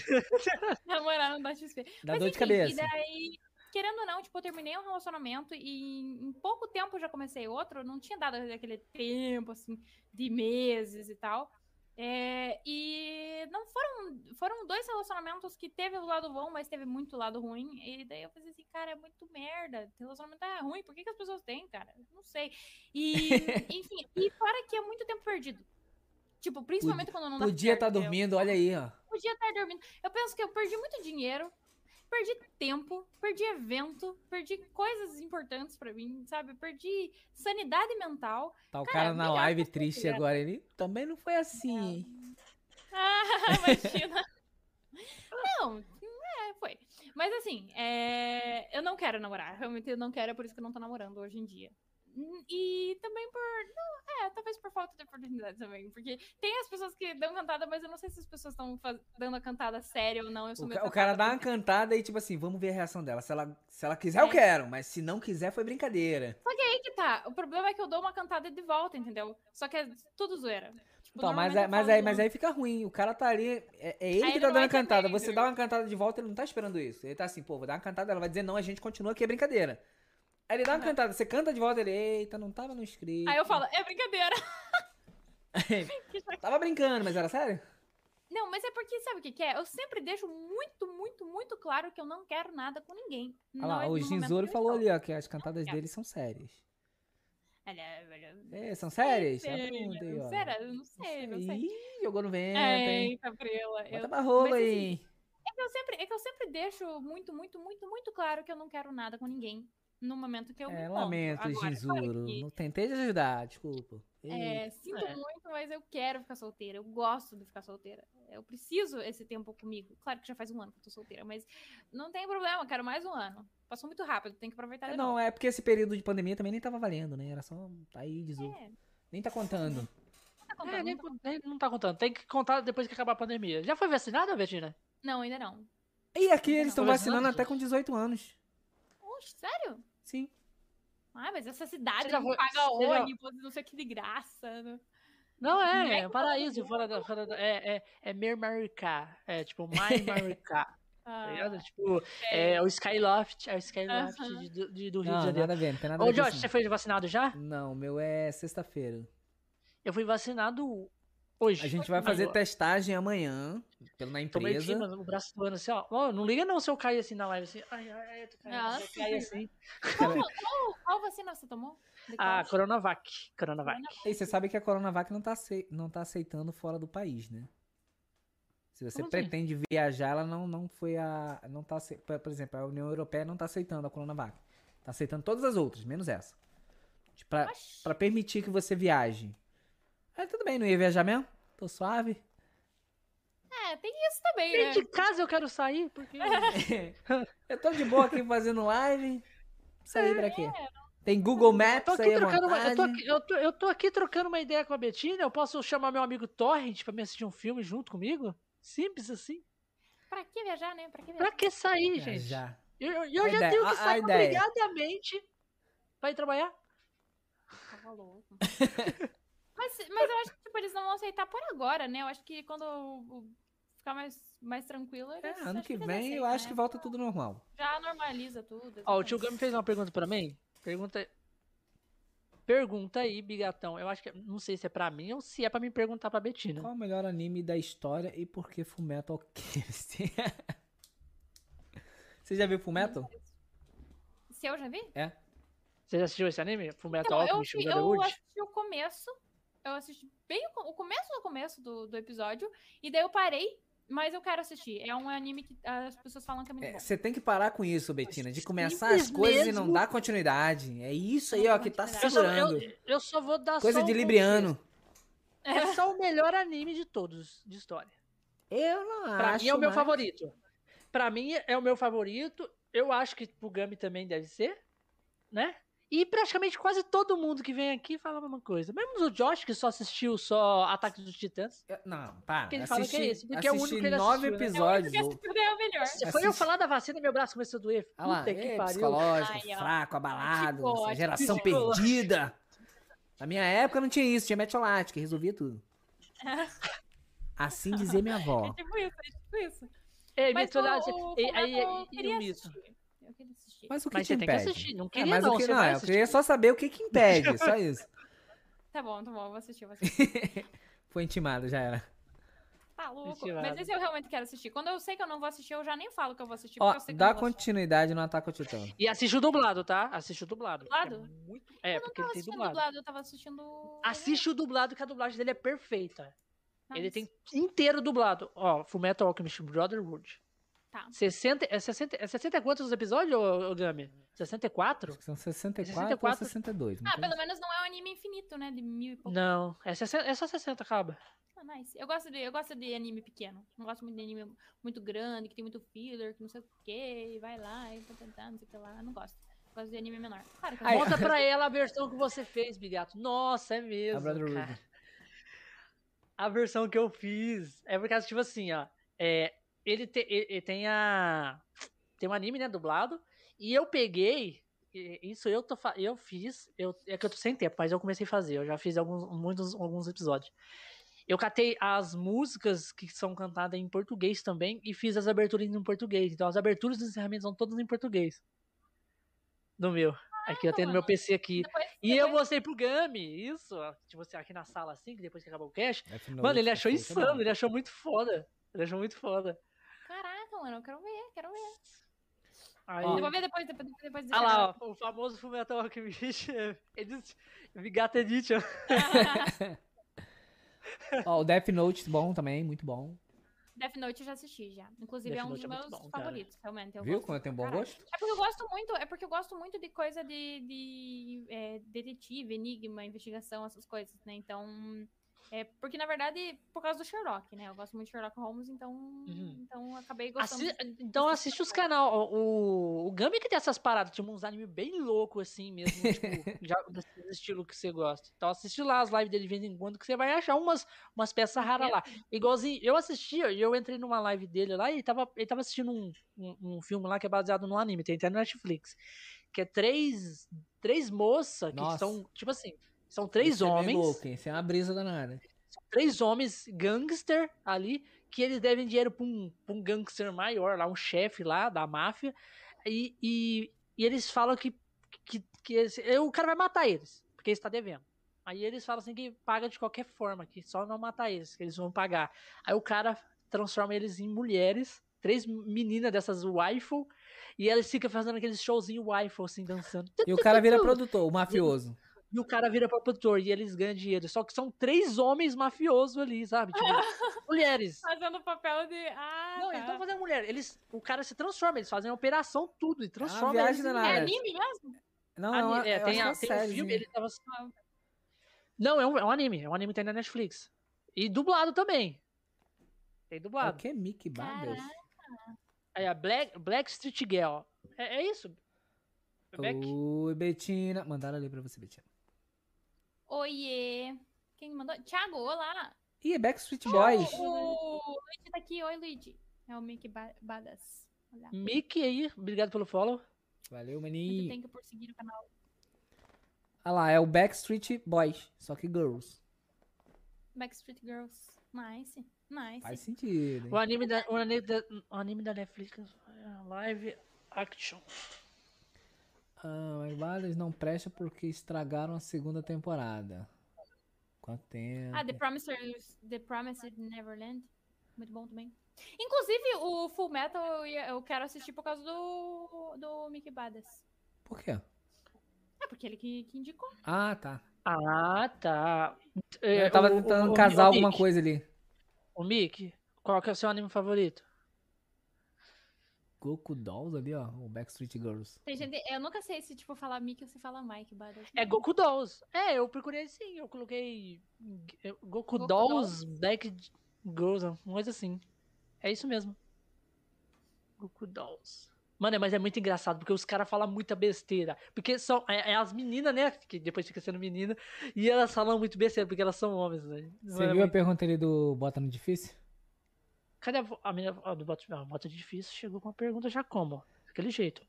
[SPEAKER 3] Namorar não dá XP.
[SPEAKER 2] Dá
[SPEAKER 3] Mas,
[SPEAKER 2] dor de
[SPEAKER 3] enfim, é E
[SPEAKER 2] cabeça.
[SPEAKER 3] daí, querendo ou não, tipo, eu terminei um relacionamento e em pouco tempo eu já comecei outro. Não tinha dado aquele tempo, assim, de meses e tal. É, e não foram foram dois relacionamentos que teve o lado bom, mas teve muito lado ruim. E daí eu pensei assim, cara, é muito merda. Relacionamento é ruim, por que, que as pessoas têm, cara? Eu Não sei. E, enfim, e fora que é muito tempo perdido. Tipo, principalmente quando não dá
[SPEAKER 2] Podia estar
[SPEAKER 3] certo, entendeu?
[SPEAKER 2] tá dormindo, olha aí, ó.
[SPEAKER 3] podia estar dormindo. Eu penso que eu perdi muito dinheiro, perdi tempo, perdi evento, perdi coisas importantes pra mim, sabe? Perdi sanidade mental.
[SPEAKER 2] Tá o
[SPEAKER 3] Cara,
[SPEAKER 2] cara na
[SPEAKER 3] melhor
[SPEAKER 2] live
[SPEAKER 3] que eu
[SPEAKER 2] triste
[SPEAKER 3] tivesse.
[SPEAKER 2] agora. Ele também não foi assim, hein?
[SPEAKER 3] Ah, imagina. Não, é, foi. Mas assim, é, eu não quero namorar. Realmente eu não quero, é por isso que eu não tô namorando hoje em dia. E também por. Não, é, talvez por falta de oportunidade também. Porque tem as pessoas que dão cantada, mas eu não sei se as pessoas estão faz- dando a cantada séria ou não. Eu sou
[SPEAKER 2] O,
[SPEAKER 3] meio
[SPEAKER 2] ca- o cara dá
[SPEAKER 3] cantada.
[SPEAKER 2] uma cantada e, tipo assim, vamos ver a reação dela. Se ela, se ela quiser, eu
[SPEAKER 3] É.
[SPEAKER 2] quero. Mas se não quiser, foi brincadeira.
[SPEAKER 3] Aí que tá. O problema é que eu dou uma cantada de volta, entendeu? Só que é tudo zoeira. Tipo,
[SPEAKER 2] Então, mas,
[SPEAKER 3] normalmente
[SPEAKER 2] aí-
[SPEAKER 3] eu
[SPEAKER 2] mas,
[SPEAKER 3] falo
[SPEAKER 2] aí,
[SPEAKER 3] de
[SPEAKER 2] mas
[SPEAKER 3] um-
[SPEAKER 2] aí fica ruim. O cara tá ali. É, é ele
[SPEAKER 3] Aí
[SPEAKER 2] que tá
[SPEAKER 3] ele não
[SPEAKER 2] dando
[SPEAKER 3] vai
[SPEAKER 2] a cantada.
[SPEAKER 3] também,
[SPEAKER 2] Você
[SPEAKER 3] entendeu?
[SPEAKER 2] dá uma cantada de volta, ele não tá esperando isso. Ele tá assim, pô, vou dar uma cantada, ela vai dizer não, a gente continua aqui, é brincadeira. Aí ele dá uma
[SPEAKER 3] Aham.
[SPEAKER 2] cantada, você canta de volta, ele, eita, não tava no script.
[SPEAKER 3] Aí eu falo, é brincadeira.
[SPEAKER 2] Tava brincando, mas era sério?
[SPEAKER 3] Não, mas é porque sabe o que, que é? Eu sempre deixo muito, muito, muito claro que eu não quero nada com ninguém.
[SPEAKER 2] Olha lá,
[SPEAKER 3] Não é
[SPEAKER 2] o
[SPEAKER 3] no momento
[SPEAKER 2] Ginzolo
[SPEAKER 3] que eu
[SPEAKER 2] falou
[SPEAKER 3] estou.
[SPEAKER 2] ali, ó, que as cantadas
[SPEAKER 3] é.
[SPEAKER 2] dele são sérias.
[SPEAKER 3] Olha, olha,
[SPEAKER 2] É, são sérias?
[SPEAKER 3] Sério?
[SPEAKER 2] Ela pergunta aí, ó.
[SPEAKER 3] Será? Eu não sei, não sei.
[SPEAKER 2] Ih, jogou no vento, hein?
[SPEAKER 3] Ei, Gabriela, eu...
[SPEAKER 2] Bota pra rola
[SPEAKER 3] mas assim,
[SPEAKER 2] aí.
[SPEAKER 3] É, que eu sempre, é que eu sempre deixo muito, muito, muito, muito claro que eu não quero nada com ninguém no momento que eu me
[SPEAKER 2] É,
[SPEAKER 3] encontro.
[SPEAKER 2] lamento,
[SPEAKER 3] Agora, claro
[SPEAKER 2] Ginzuro.
[SPEAKER 3] que,
[SPEAKER 2] Não tentei te ajudar, desculpa.
[SPEAKER 3] é, sinto
[SPEAKER 1] É.
[SPEAKER 3] muito, mas eu quero ficar solteira. Eu gosto de ficar solteira. Eu preciso esse tempo comigo. Claro que já faz um ano que eu tô solteira, mas não tem problema, eu quero mais um ano. Passou muito rápido, tem que aproveitar
[SPEAKER 2] É,
[SPEAKER 3] de
[SPEAKER 2] não,
[SPEAKER 3] novo.
[SPEAKER 2] é porque esse período de pandemia também nem tava valendo, né? Era só. Tá aí, desu.
[SPEAKER 3] É,
[SPEAKER 2] Nem tá contando.
[SPEAKER 3] tá
[SPEAKER 1] É,
[SPEAKER 3] contando,
[SPEAKER 1] nem,
[SPEAKER 3] não, tá-
[SPEAKER 1] con- nem- não tá contando. Tem que contar depois que acabar a pandemia. Já foi vacinada, Betina?
[SPEAKER 3] não, ainda não.
[SPEAKER 2] E aqui eles
[SPEAKER 3] Não,
[SPEAKER 2] estão
[SPEAKER 1] tô
[SPEAKER 2] vacinando
[SPEAKER 1] vacinando,
[SPEAKER 2] até com 18 anos.
[SPEAKER 3] Oxe, sério?
[SPEAKER 2] Sim.
[SPEAKER 3] Ah, mas essa
[SPEAKER 1] Você
[SPEAKER 3] cidade
[SPEAKER 1] já
[SPEAKER 3] não
[SPEAKER 1] foi-
[SPEAKER 3] paga
[SPEAKER 1] você já-
[SPEAKER 3] ônibus, não sei o que de graça. né?
[SPEAKER 1] Não,
[SPEAKER 3] Não
[SPEAKER 1] é,
[SPEAKER 3] é
[SPEAKER 1] é um paraíso fora da. Fora da é, é, é Mermaricá. É tipo Maimaricá.
[SPEAKER 3] Ah,
[SPEAKER 1] tá ligado? Tipo, é, o Skyloft. É o Skyloft
[SPEAKER 3] Aham.
[SPEAKER 1] de- do- de- do Rio de
[SPEAKER 2] Não,
[SPEAKER 1] Janeiro.
[SPEAKER 2] nada a ver, não tem nada a
[SPEAKER 1] Ô,
[SPEAKER 2] ver. com
[SPEAKER 1] Josh,
[SPEAKER 2] isso,
[SPEAKER 1] você foi vacinado já?
[SPEAKER 2] não. Não, o meu é sexta-feira.
[SPEAKER 1] Eu fui vacinado hoje.
[SPEAKER 2] A gente vai fazer
[SPEAKER 1] Agora.
[SPEAKER 2] testagem amanhã, pelo na
[SPEAKER 1] Tomei
[SPEAKER 2] empresa.
[SPEAKER 1] aqui, mano, o braço doando assim, ó. Ó, não liga não se eu cair assim na live, assim. Ai, ai, ai, eu tô caindo. se eu
[SPEAKER 3] Nossa.
[SPEAKER 1] cair assim.
[SPEAKER 3] Qual, qual, qual vacina você tomou? De
[SPEAKER 1] Ah,
[SPEAKER 3] qual?
[SPEAKER 1] Coronavac. Coronavac.
[SPEAKER 2] E você sabe que a Coronavac não tá, acei- não tá aceitando fora do país, né? Se você
[SPEAKER 1] Como assim?
[SPEAKER 2] pretende viajar, ela não, não foi a. Não tá, ace- por por exemplo, a União Europeia não tá aceitando a Coronavac. Tá aceitando todas as outras, menos essa. Tipo, Pra,
[SPEAKER 3] Oxi.
[SPEAKER 2] pra permitir que você viaje. Aí tudo bem, não ia viajar mesmo? Tô suave.
[SPEAKER 3] É, tem isso também,
[SPEAKER 1] Gente,
[SPEAKER 3] né?
[SPEAKER 1] de casa eu quero sair, porque...
[SPEAKER 2] Eu tô de boa aqui fazendo live. Sair pra quê? Tem Google
[SPEAKER 1] É, Eu tô
[SPEAKER 2] Maps
[SPEAKER 1] aqui,
[SPEAKER 2] aí é à
[SPEAKER 1] trocando uma, eu, tô
[SPEAKER 2] vontade.
[SPEAKER 1] aqui, eu, tô, eu tô aqui trocando uma ideia com a Betina. Eu posso chamar meu amigo Torrent pra me assistir um filme junto comigo? Simples assim.
[SPEAKER 3] Pra que viajar, né? Pra que viajar?
[SPEAKER 1] Pra que sair,
[SPEAKER 2] É,
[SPEAKER 1] gente?
[SPEAKER 2] Viajar.
[SPEAKER 1] Eu, eu- eu
[SPEAKER 2] A
[SPEAKER 1] já
[SPEAKER 2] ideia-
[SPEAKER 1] tenho
[SPEAKER 2] a- a
[SPEAKER 1] que sair
[SPEAKER 2] ideia.
[SPEAKER 1] obrigadamente pra ir trabalhar.
[SPEAKER 3] Tava louco. mas, mas eu acho que tipo, eles não vão aceitar por agora, né? Eu acho que quando o- o- ficar mais, mais tranquilo, eles,
[SPEAKER 2] É, ano
[SPEAKER 3] acho
[SPEAKER 2] que
[SPEAKER 3] eles
[SPEAKER 2] vem eu
[SPEAKER 3] aceitam,
[SPEAKER 2] acho que
[SPEAKER 3] né?
[SPEAKER 2] volta tudo normal.
[SPEAKER 3] Já normaliza tudo. assim.
[SPEAKER 1] Ó, o tio
[SPEAKER 3] exatamente.
[SPEAKER 1] Gami fez uma pergunta pra mim. Pergunta. Pergunta aí, bigatão. Eu acho que. Não sei se é pra mim ou se é pra me perguntar pra Betina.
[SPEAKER 2] Qual o melhor anime da história e por que Fullmetal Alchemist? Você já viu Fullmetal?
[SPEAKER 3] Se eu já vi?
[SPEAKER 1] Você já assistiu esse anime? Fullmetal
[SPEAKER 3] Então, eu,
[SPEAKER 1] Alchemist,
[SPEAKER 3] vi- eu
[SPEAKER 1] Brotherhood?
[SPEAKER 3] assisti o começo. Eu assisti bem o, co- o começo do começo do, do episódio. E daí eu parei, mas eu quero assistir. É um anime que as pessoas falam que é muito bom.
[SPEAKER 2] É, Você tem que parar com isso, Betina, de começar as coisas e não
[SPEAKER 1] mesmo.
[SPEAKER 2] dar continuidade. É isso aí, ó, que tá
[SPEAKER 3] Eu
[SPEAKER 1] só,
[SPEAKER 2] segurando.
[SPEAKER 1] eu- eu só vou dar
[SPEAKER 2] Coisa
[SPEAKER 1] só
[SPEAKER 2] de
[SPEAKER 1] um
[SPEAKER 2] libriano.
[SPEAKER 1] contexto. É só o melhor anime de todos, de história.
[SPEAKER 2] Eu não acho.
[SPEAKER 1] Pra mim é o meu
[SPEAKER 2] mas-
[SPEAKER 1] favorito. Pra mim é o meu favorito. Eu acho que pro Gami também deve ser, né? E praticamente quase todo mundo que vem aqui fala a mesma coisa. Menos o Josh, que só assistiu só Ataque dos Titãs.
[SPEAKER 2] Eu- Não, para.
[SPEAKER 1] Porque ele fala que é
[SPEAKER 2] assisti,
[SPEAKER 1] esse, porque é o único
[SPEAKER 2] assisti
[SPEAKER 1] que ele
[SPEAKER 2] nove
[SPEAKER 1] assistiu, né?
[SPEAKER 3] É o único
[SPEAKER 2] episódios.
[SPEAKER 3] que
[SPEAKER 2] ou-
[SPEAKER 3] assistiu, daí é o melhor.
[SPEAKER 1] Se Foi eu
[SPEAKER 2] Assiste.
[SPEAKER 1] falar da vacina, meu braço começou a doer.
[SPEAKER 2] Ah lá,
[SPEAKER 1] Puta que
[SPEAKER 2] é,
[SPEAKER 1] pariu.
[SPEAKER 2] psicológico,
[SPEAKER 3] Ai, ó.
[SPEAKER 2] fraco, abalado,
[SPEAKER 3] Psicótico,
[SPEAKER 2] essa geração
[SPEAKER 1] psicótico.
[SPEAKER 2] perdida. Na minha época não tinha isso, tinha metiolate, que resolvia tudo. Assim dizia minha
[SPEAKER 3] É
[SPEAKER 2] avó.
[SPEAKER 3] tipo isso, é tipo isso.
[SPEAKER 1] Ei,
[SPEAKER 3] Mas
[SPEAKER 1] Vitor,
[SPEAKER 3] o-
[SPEAKER 1] ah, você-
[SPEAKER 3] o
[SPEAKER 1] ei, aí,
[SPEAKER 3] Fullmetal eu
[SPEAKER 1] e
[SPEAKER 3] queria
[SPEAKER 1] o mito?
[SPEAKER 3] assistir. Eu queria assistir.
[SPEAKER 2] Mas o que
[SPEAKER 1] Mas
[SPEAKER 2] te
[SPEAKER 1] você tem que
[SPEAKER 2] impede?
[SPEAKER 1] assistir. Não
[SPEAKER 2] É,
[SPEAKER 1] queria,
[SPEAKER 2] mas
[SPEAKER 1] não.
[SPEAKER 2] o que,
[SPEAKER 1] Você
[SPEAKER 2] não,
[SPEAKER 1] vai
[SPEAKER 2] eu queria
[SPEAKER 1] assistir.
[SPEAKER 2] só saber o que que impede, só isso.
[SPEAKER 3] Tá bom, tá bom, eu vou assistir, eu vou assistir.
[SPEAKER 2] Foi intimado, já era.
[SPEAKER 3] Tá louco.
[SPEAKER 1] Intimado.
[SPEAKER 3] Mas esse eu realmente quero assistir. Quando eu sei que eu não vou assistir, eu já nem falo que eu vou assistir, porque
[SPEAKER 2] Ó,
[SPEAKER 3] eu sei que eu
[SPEAKER 2] dá
[SPEAKER 3] não vou assistir.
[SPEAKER 2] continuidade no Ataque ao Titã.
[SPEAKER 1] E assiste o dublado, tá? Assiste o dublado.
[SPEAKER 3] Dublado?
[SPEAKER 1] É, muito- é,
[SPEAKER 3] Eu não
[SPEAKER 1] porque
[SPEAKER 3] tava
[SPEAKER 1] ele tem
[SPEAKER 3] assistindo
[SPEAKER 1] dublado.
[SPEAKER 3] dublado. eu tava assistindo...
[SPEAKER 1] Assiste o dublado, que a dublagem dele é perfeita. Ele
[SPEAKER 3] Nice.
[SPEAKER 1] tem inteiro dublado. Ó, Fullmetal Alchemist Brotherhood.
[SPEAKER 3] Tá.
[SPEAKER 1] 60, é 60, é 60 e quantos episódios, ô, ô, Gami? 64?
[SPEAKER 2] Acho que são 64, ou
[SPEAKER 1] 64.
[SPEAKER 2] 62. não
[SPEAKER 3] Ah,
[SPEAKER 2] tem?
[SPEAKER 3] pelo menos não é um anime infinito, né? De mil e pouco.
[SPEAKER 1] Não, é, 60, é só 60, acaba.
[SPEAKER 3] Ah, nice. Eu gosto, de, eu gosto de anime pequeno. Não gosto muito de anime muito grande, que tem muito filler, que não sei o que, vai lá, e tá, tá, tá, não sei o que lá. Não gosto. Gosto de anime menor. Claro que eu
[SPEAKER 2] Aí-
[SPEAKER 3] gosto.
[SPEAKER 1] Conta pra ela a versão que você fez, Bigato. Nossa, é mesmo.
[SPEAKER 2] A Brother
[SPEAKER 1] cara.
[SPEAKER 2] Ruby.
[SPEAKER 1] A versão que eu fiz é porque, tipo assim, ó. É, ele, te- e- e tem a. Tem um anime, né? Dublado. E eu peguei. e- Isso eu, tô, fa- eu fiz. Eu, é que eu tô sem tempo, mas eu comecei a fazer. Eu já fiz alguns, muitos, alguns episódios. Eu catei as músicas que são cantadas em português também e fiz as aberturas em português. Então as aberturas dos encerramentos são todas em português. No meu. Aqui eu tenho no meu PC aqui.
[SPEAKER 3] Depois,
[SPEAKER 1] E eu
[SPEAKER 3] depois-
[SPEAKER 1] mostrei pro Gami, isso, ó, tipo assim, aqui na sala assim, que depois que acabou o cast.
[SPEAKER 2] F Note,
[SPEAKER 1] Mano, ele
[SPEAKER 2] F
[SPEAKER 1] achou
[SPEAKER 2] Note é bom.
[SPEAKER 1] insano, ele achou muito foda. Ele achou muito foda.
[SPEAKER 3] Caraca, mano, eu quero ver, quero ver.
[SPEAKER 1] Aí.
[SPEAKER 2] Ó.
[SPEAKER 3] Eu vou ver depois, depois, depois. depois
[SPEAKER 1] Ah lá, ó, o famoso Fullmetal Alchemist
[SPEAKER 2] é
[SPEAKER 1] Edit- Vigata Edition.
[SPEAKER 2] Ó, o Death Note bom também, muito bom.
[SPEAKER 3] Death Note eu já assisti já. Inclusive
[SPEAKER 1] Death
[SPEAKER 3] é um dos
[SPEAKER 1] Note é muito
[SPEAKER 3] meus
[SPEAKER 1] bom, cara.
[SPEAKER 3] favoritos, realmente. Eu
[SPEAKER 2] Viu
[SPEAKER 3] gosto
[SPEAKER 2] como eu tenho um bom
[SPEAKER 3] pra caralho.
[SPEAKER 2] gosto?
[SPEAKER 3] É porque eu gosto muito, é porque eu gosto muito de coisa de, de, é, detetive, enigma, investigação, essas coisas, né? Então. É porque, na verdade, por causa do Sherlock, né? Eu gosto muito de Sherlock Holmes, então, então eu acabei gostando.
[SPEAKER 1] Uhum. Assi- Então assiste os canal, ó, o, o Gami que tem essas paradas, tipo uns anime bem louco assim mesmo, tipo, já desse estilo que você gosta. Então assiste lá as lives dele de vez em quando que você vai achar umas, umas peças
[SPEAKER 2] é
[SPEAKER 1] raras lá.
[SPEAKER 2] assim.
[SPEAKER 1] Igualzinho, eu assistia e eu entrei numa live dele lá e tava, ele tava assistindo um, um, um filme lá que é baseado num anime, tem até no Netflix, que é três, três moças que
[SPEAKER 2] Nossa.
[SPEAKER 1] são, tipo assim, são três
[SPEAKER 2] Esse é meio
[SPEAKER 1] homens,
[SPEAKER 2] louco, hein? Esse é uma brisa danada.
[SPEAKER 1] três homens gangster ali, que eles devem dinheiro pra um, pra um gangster maior lá, um chefe lá da máfia, e, e, e eles falam que, que, que esse- eh, o cara vai matar eles, porque ele está devendo. Aí eles falam assim que paga de qualquer forma, que só não matar eles, que eles vão pagar. Aí o cara transforma eles em mulheres, três meninas dessas waifu, e elas ficam fazendo aqueles showzinho waifu, assim, dançando.
[SPEAKER 2] E o cara vira
[SPEAKER 1] Tutututu.
[SPEAKER 2] produtor, o mafioso.
[SPEAKER 1] E o cara vira produtor e eles ganham dinheiro. Só que são três homens mafiosos ali, sabe? Tipo, mulheres.
[SPEAKER 3] Fazendo papel de. Ah,
[SPEAKER 1] Não, então
[SPEAKER 3] tá.
[SPEAKER 1] eles estão fazendo mulher. Eles, o cara se transforma, eles fazem a operação, tudo. E transforma
[SPEAKER 2] viagem
[SPEAKER 1] eles em
[SPEAKER 2] danada.
[SPEAKER 3] É
[SPEAKER 1] mulher.
[SPEAKER 3] anime mesmo?
[SPEAKER 2] Não, é, uma,
[SPEAKER 1] É,
[SPEAKER 2] eu
[SPEAKER 1] tem, a-
[SPEAKER 2] acho que
[SPEAKER 1] tem
[SPEAKER 2] é
[SPEAKER 1] um
[SPEAKER 2] sériezinha.
[SPEAKER 1] filme, ele tava. Não, é um, é um anime. É um anime que tem na Netflix. E dublado também. Tem
[SPEAKER 2] É
[SPEAKER 1] dublado.
[SPEAKER 2] O que é Mickey Barber?
[SPEAKER 1] Aí a Black, Black Street Girl. É, é isso. Black?
[SPEAKER 2] Oi, Betina. Mandaram ali pra você, Betina.
[SPEAKER 3] Oiê. Quem mandou? Thiago, olá.
[SPEAKER 2] Ih, é
[SPEAKER 3] Oh!
[SPEAKER 2] Backstreet Boys.
[SPEAKER 3] O Luigi tá aqui. Oi, Luigi. É o Mickey Ba- Badas. Olá.
[SPEAKER 1] Mickey aí, obrigado pelo follow.
[SPEAKER 2] Valeu,
[SPEAKER 3] Muito
[SPEAKER 2] maninho.
[SPEAKER 3] tempo por seguir o canal.
[SPEAKER 2] Ah lá, é o Backstreet Boys, só que girls.
[SPEAKER 3] Backstreet Girls. Nice. Nice.
[SPEAKER 2] Faz sentido, hein?
[SPEAKER 1] O anime da, o anime da, o anime da Netflix. é, Live action.
[SPEAKER 2] Ah, mas Bardas não presta porque estragaram a segunda temporada. Quanto tempo?
[SPEAKER 3] Ah, The Promisers, The Promised Neverland. Muito bom também. Inclusive, o Full Metal eu, ia- eu quero assistir por causa do, do Mickey Badas.
[SPEAKER 2] Por quê?
[SPEAKER 3] É porque ele que, que indicou.
[SPEAKER 2] Ah, tá.
[SPEAKER 1] Ah, tá. É,
[SPEAKER 2] Eu tava
[SPEAKER 1] o- o-
[SPEAKER 2] tentando
[SPEAKER 1] o-
[SPEAKER 2] casar
[SPEAKER 1] o
[SPEAKER 2] alguma
[SPEAKER 1] Mickey,
[SPEAKER 2] coisa ali.
[SPEAKER 1] O Mickey, qual que é o seu anime favorito?
[SPEAKER 2] Goku Dolls ali, ó. O Backstreet Girls.
[SPEAKER 3] Tem gente, eu nunca sei se, tipo, falar Mickey ou se fala Mike Badas.
[SPEAKER 1] É Goku Dolls. É, eu procurei sim, eu coloquei é, Goku,
[SPEAKER 3] Goku
[SPEAKER 1] Dolls, Black Girls, uma coisa assim. É isso mesmo. Goku Dolls. Mano, é- mas é muito engraçado, porque os caras falam muita besteira. Porque são é, é as meninas, né? Que depois fica sendo menina. E elas falam muito besteira, porque elas são homens, né? Não
[SPEAKER 2] Você
[SPEAKER 1] é
[SPEAKER 2] viu a
[SPEAKER 1] muito-
[SPEAKER 2] pergunta ali do Bota no Difícil?
[SPEAKER 1] Cadê a, vo- a menina a do Bota, a Bota é Difícil? Chegou com uma pergunta já como? Daquele jeito.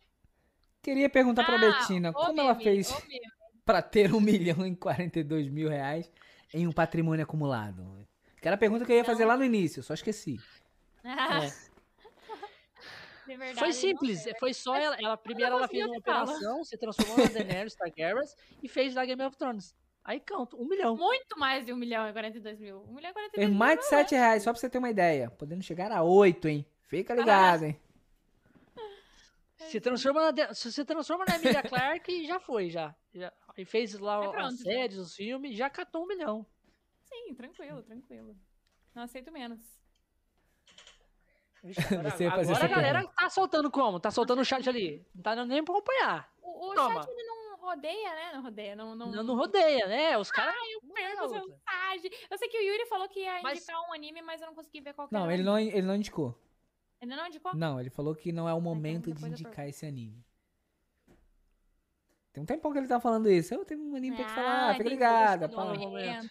[SPEAKER 2] Queria perguntar pra Betina como ela fez
[SPEAKER 3] Ah, Ô, meme.
[SPEAKER 2] pra ter um milhão e 42 mil reais em um patrimônio acumulado. Que era a pergunta que eu ia fazer lá no início, só esqueci.
[SPEAKER 1] É.
[SPEAKER 3] De verdade,
[SPEAKER 1] Foi
[SPEAKER 3] não
[SPEAKER 1] simples,
[SPEAKER 3] sei.
[SPEAKER 1] foi só ela. ela primeiro
[SPEAKER 3] não
[SPEAKER 1] ela
[SPEAKER 3] consegui
[SPEAKER 1] fez uma
[SPEAKER 3] acertá-la.
[SPEAKER 1] operação, se transformou na Daenerys Targaryen e fez da Game of Thrones. Aí conta, um milhão.
[SPEAKER 3] Muito mais de 1 milhão e 42 mil. 1 milhão e 42
[SPEAKER 2] É
[SPEAKER 3] mil.
[SPEAKER 2] mais de 7 reais, só pra você ter uma ideia. Podendo chegar a 8, hein? Fica ligado, hein?
[SPEAKER 3] é.
[SPEAKER 1] Se transforma na, Da- se se transforma na Emilia Clarke e já foi, já. Já- E fez lá
[SPEAKER 3] É pronto,
[SPEAKER 1] as séries, os filmes, já catou um milhão.
[SPEAKER 3] Sim, tranquilo, tranquilo. Não aceito menos.
[SPEAKER 1] Vixe,
[SPEAKER 2] Você ia
[SPEAKER 1] Agora,
[SPEAKER 2] fazer
[SPEAKER 1] agora a
[SPEAKER 2] essa
[SPEAKER 1] galera tá soltando como? Tá soltando o chat ali. Não tá dando nem pra acompanhar.
[SPEAKER 3] O, o
[SPEAKER 1] Toma.
[SPEAKER 3] chat ele não rodeia, né? Não rodeia, não. não...
[SPEAKER 1] Não, não rodeia, né? Os caras.
[SPEAKER 3] não perco essa é mensagem. Eu sei que o Yuri falou que ia
[SPEAKER 1] Mas-
[SPEAKER 3] indicar um anime, mas eu não né? consegui ver qual que
[SPEAKER 2] Não,
[SPEAKER 3] era o
[SPEAKER 2] ele
[SPEAKER 3] anime.
[SPEAKER 2] não, ele não indicou.
[SPEAKER 3] Ele não indicou? Tá, então
[SPEAKER 2] Não, ele falou que não é o momento de
[SPEAKER 3] depois eu
[SPEAKER 2] indicar esse anime. Tem um tempão que ele tava falando isso. Eu tenho um anime pra te
[SPEAKER 3] Ah,
[SPEAKER 2] falar, fica
[SPEAKER 3] tem
[SPEAKER 2] ligada. um
[SPEAKER 3] todo
[SPEAKER 2] Pá.
[SPEAKER 1] nome.
[SPEAKER 3] momento.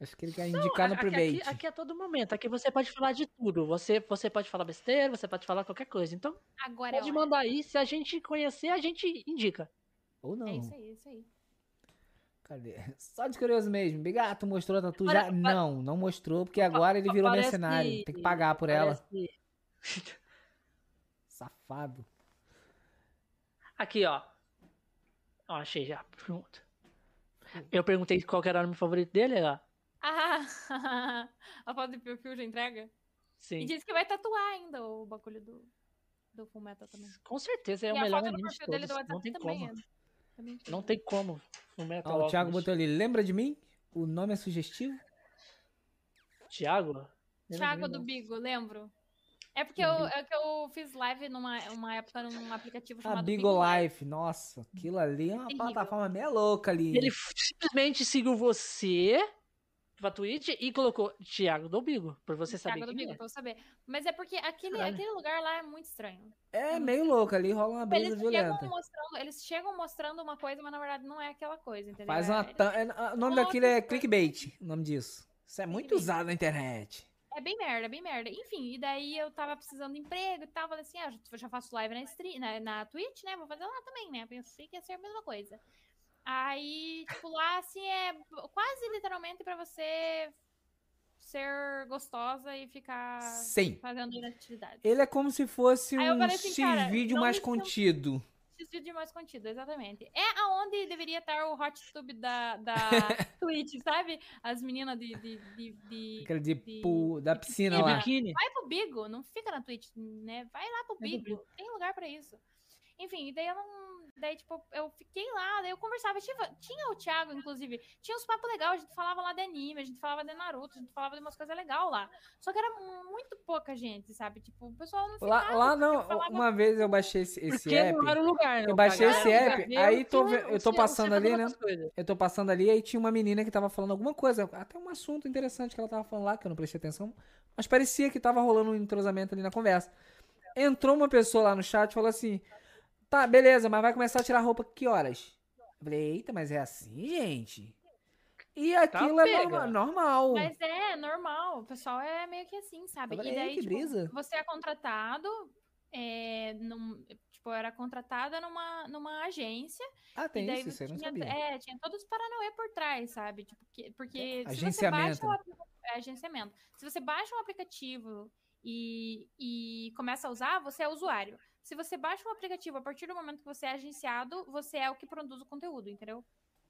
[SPEAKER 2] Acho que ele quer indicar no
[SPEAKER 1] aqui-
[SPEAKER 2] private.
[SPEAKER 1] Aqui, aqui é todo momento, aqui você pode falar de tudo. Você, você pode falar besteira, você pode falar qualquer coisa. Então,
[SPEAKER 3] Agora é
[SPEAKER 1] pode
[SPEAKER 3] hora.
[SPEAKER 1] mandar aí. Se a gente conhecer, a gente indica.
[SPEAKER 2] Ou não.
[SPEAKER 3] É isso aí, é isso aí.
[SPEAKER 2] Cadê? Só de curioso mesmo. Bigato mostrou a tatu
[SPEAKER 1] Para-
[SPEAKER 2] já?
[SPEAKER 1] pa-
[SPEAKER 2] Não, não mostrou, porque agora ele virou
[SPEAKER 1] parece
[SPEAKER 2] mercenário.
[SPEAKER 1] que-
[SPEAKER 2] Tem que pagar por ela.
[SPEAKER 1] Parece-
[SPEAKER 2] Safado.
[SPEAKER 1] Aqui, ó. Ó, achei já. Pronto. Eu perguntei qual que era o anime favorito dele, ó.
[SPEAKER 3] Ah, a foto do Piu Piu já entrega? E
[SPEAKER 1] Sim.
[SPEAKER 3] disse que vai tatuar ainda o bagulho do, do Fullmetal também.
[SPEAKER 1] Com certeza é o
[SPEAKER 3] e a
[SPEAKER 1] melhor
[SPEAKER 3] foto do
[SPEAKER 1] anime de
[SPEAKER 3] perfil dele do
[SPEAKER 1] todos. Não
[SPEAKER 3] WhatsApp
[SPEAKER 1] tem
[SPEAKER 3] também
[SPEAKER 1] como.
[SPEAKER 3] é. Também
[SPEAKER 1] Não tem como. O Metal
[SPEAKER 3] tá
[SPEAKER 2] Ó, o Thiago
[SPEAKER 1] Alchemist.
[SPEAKER 2] botou ali. Lembra de mim? O nome é sugestivo?
[SPEAKER 1] Thiago?
[SPEAKER 3] Thiago do Bigo, lembro. É porque eu, é que eu fiz live numa uma época num aplicativo
[SPEAKER 2] A
[SPEAKER 3] chamado
[SPEAKER 2] Ah, Bigo Life. Nossa, aquilo ali é uma
[SPEAKER 3] Terrível.
[SPEAKER 2] plataforma meio louca ali.
[SPEAKER 1] Ele f- simplesmente seguiu você pra Twitch e colocou Thiago do Bigo, pra você saber
[SPEAKER 3] Thiago do
[SPEAKER 1] quem
[SPEAKER 3] Bigo,
[SPEAKER 1] é.
[SPEAKER 3] pra eu saber. Mas é porque aquele,
[SPEAKER 1] Caralho.
[SPEAKER 3] aquele lugar lá é muito estranho.
[SPEAKER 2] É meio louco ali, rola uma brisa
[SPEAKER 3] Eles chegam,
[SPEAKER 2] violenta.
[SPEAKER 3] mostrando, eles chegam mostrando uma coisa, mas na verdade não é aquela coisa, entendeu?
[SPEAKER 2] Faz uma.
[SPEAKER 3] É-
[SPEAKER 2] tam- é- O nome
[SPEAKER 3] Nossa,
[SPEAKER 2] daquilo é
[SPEAKER 3] foi-
[SPEAKER 2] clickbait. O nome disso. Isso é muito
[SPEAKER 3] Clickbait.
[SPEAKER 2] usado na internet.
[SPEAKER 3] É bem merda, é bem merda. Enfim, e daí eu tava precisando de emprego e tal. Falei assim, ah, já- já faço live na, stream, na, na Twitch, né? Vou fazer lá também, né? Pensei que ia ser a mesma coisa. Aí, tipo, lá, assim, é quase literalmente pra você ser gostosa e ficar
[SPEAKER 2] Sim.
[SPEAKER 3] fazendo inatividade.
[SPEAKER 2] Ele é como se fosse
[SPEAKER 3] Ah. Aí eu
[SPEAKER 2] um
[SPEAKER 3] falei assim, cara,
[SPEAKER 2] X-vídeo
[SPEAKER 3] não
[SPEAKER 2] mais
[SPEAKER 3] me sinto-
[SPEAKER 2] contido.
[SPEAKER 3] Esses vídeos mais contidos, exatamente. É aonde deveria estar o hot tube da, da Twitch, sabe? As meninas de... de, de, de-
[SPEAKER 2] Aquele de
[SPEAKER 3] de-
[SPEAKER 2] pu- da
[SPEAKER 3] de
[SPEAKER 2] piscina
[SPEAKER 1] E
[SPEAKER 3] piscina.
[SPEAKER 2] lá.
[SPEAKER 1] biquíni?
[SPEAKER 3] Vai pro Bigo, não fica na Twitch, né? Vai lá pro
[SPEAKER 1] Vai pro
[SPEAKER 3] Bigo, tem lugar pra isso. Enfim, e daí eu não. Daí, tipo, eu fiquei lá, daí eu conversava. Tinha, tinha o Thiago, inclusive, tinha uns papos legais, a gente falava lá de anime, a gente falava de Naruto, a gente falava de umas coisas legais lá. Só que era muito pouca gente, sabe? Tipo, o pessoal não
[SPEAKER 2] Lá,
[SPEAKER 3] ficava,
[SPEAKER 2] lá não,
[SPEAKER 3] eu falava-
[SPEAKER 2] uma vez eu baixei esse, esse
[SPEAKER 1] Porque
[SPEAKER 2] app.
[SPEAKER 1] não era o lugar, né?
[SPEAKER 2] eu baixei
[SPEAKER 1] Cara,
[SPEAKER 2] esse
[SPEAKER 1] era o
[SPEAKER 2] app,
[SPEAKER 1] lugar.
[SPEAKER 2] aí
[SPEAKER 1] Eu
[SPEAKER 2] tô
[SPEAKER 1] tinha-
[SPEAKER 2] ve- eu tô
[SPEAKER 1] tinha-
[SPEAKER 2] passando
[SPEAKER 1] tinha
[SPEAKER 2] ali,
[SPEAKER 1] fazendo
[SPEAKER 2] né?
[SPEAKER 1] outras coisas.
[SPEAKER 2] Eu tô passando ali e tinha uma menina que tava falando alguma coisa, até um assunto interessante que ela tava falando lá, que eu não prestei atenção, mas parecia que tava rolando um entrosamento ali na conversa. Entrou uma pessoa lá no chat e falou assim: tá, beleza, mas vai começar a tirar roupa que horas? Eu falei: eita, mas é assim, gente? E aquilo é
[SPEAKER 1] pega.
[SPEAKER 2] norma- normal.
[SPEAKER 3] Tá Mas é normal, o pessoal é meio que assim, sabe?
[SPEAKER 2] Eu falei,
[SPEAKER 3] e daí,
[SPEAKER 2] "Ei, que
[SPEAKER 3] tipo,
[SPEAKER 2] brisa."
[SPEAKER 3] você é contratado, é, num- tipo, eu era contratada numa, numa agência.
[SPEAKER 2] Ah,
[SPEAKER 3] e
[SPEAKER 2] tem
[SPEAKER 3] daí
[SPEAKER 2] isso, isso
[SPEAKER 3] você
[SPEAKER 2] eu não
[SPEAKER 3] tinha,
[SPEAKER 2] sabia.
[SPEAKER 3] É, tinha todos os Paranauê por trás, sabe? Tipo, que- porque se você
[SPEAKER 2] Agenciamento,
[SPEAKER 3] baixa o
[SPEAKER 2] né?
[SPEAKER 3] apli- é, agenciamento. Se você baixa um aplicativo e, e começa a usar, você é usuário. Se você baixa um aplicativo a partir do momento que você é agenciado, você é o que produz o conteúdo, entendeu?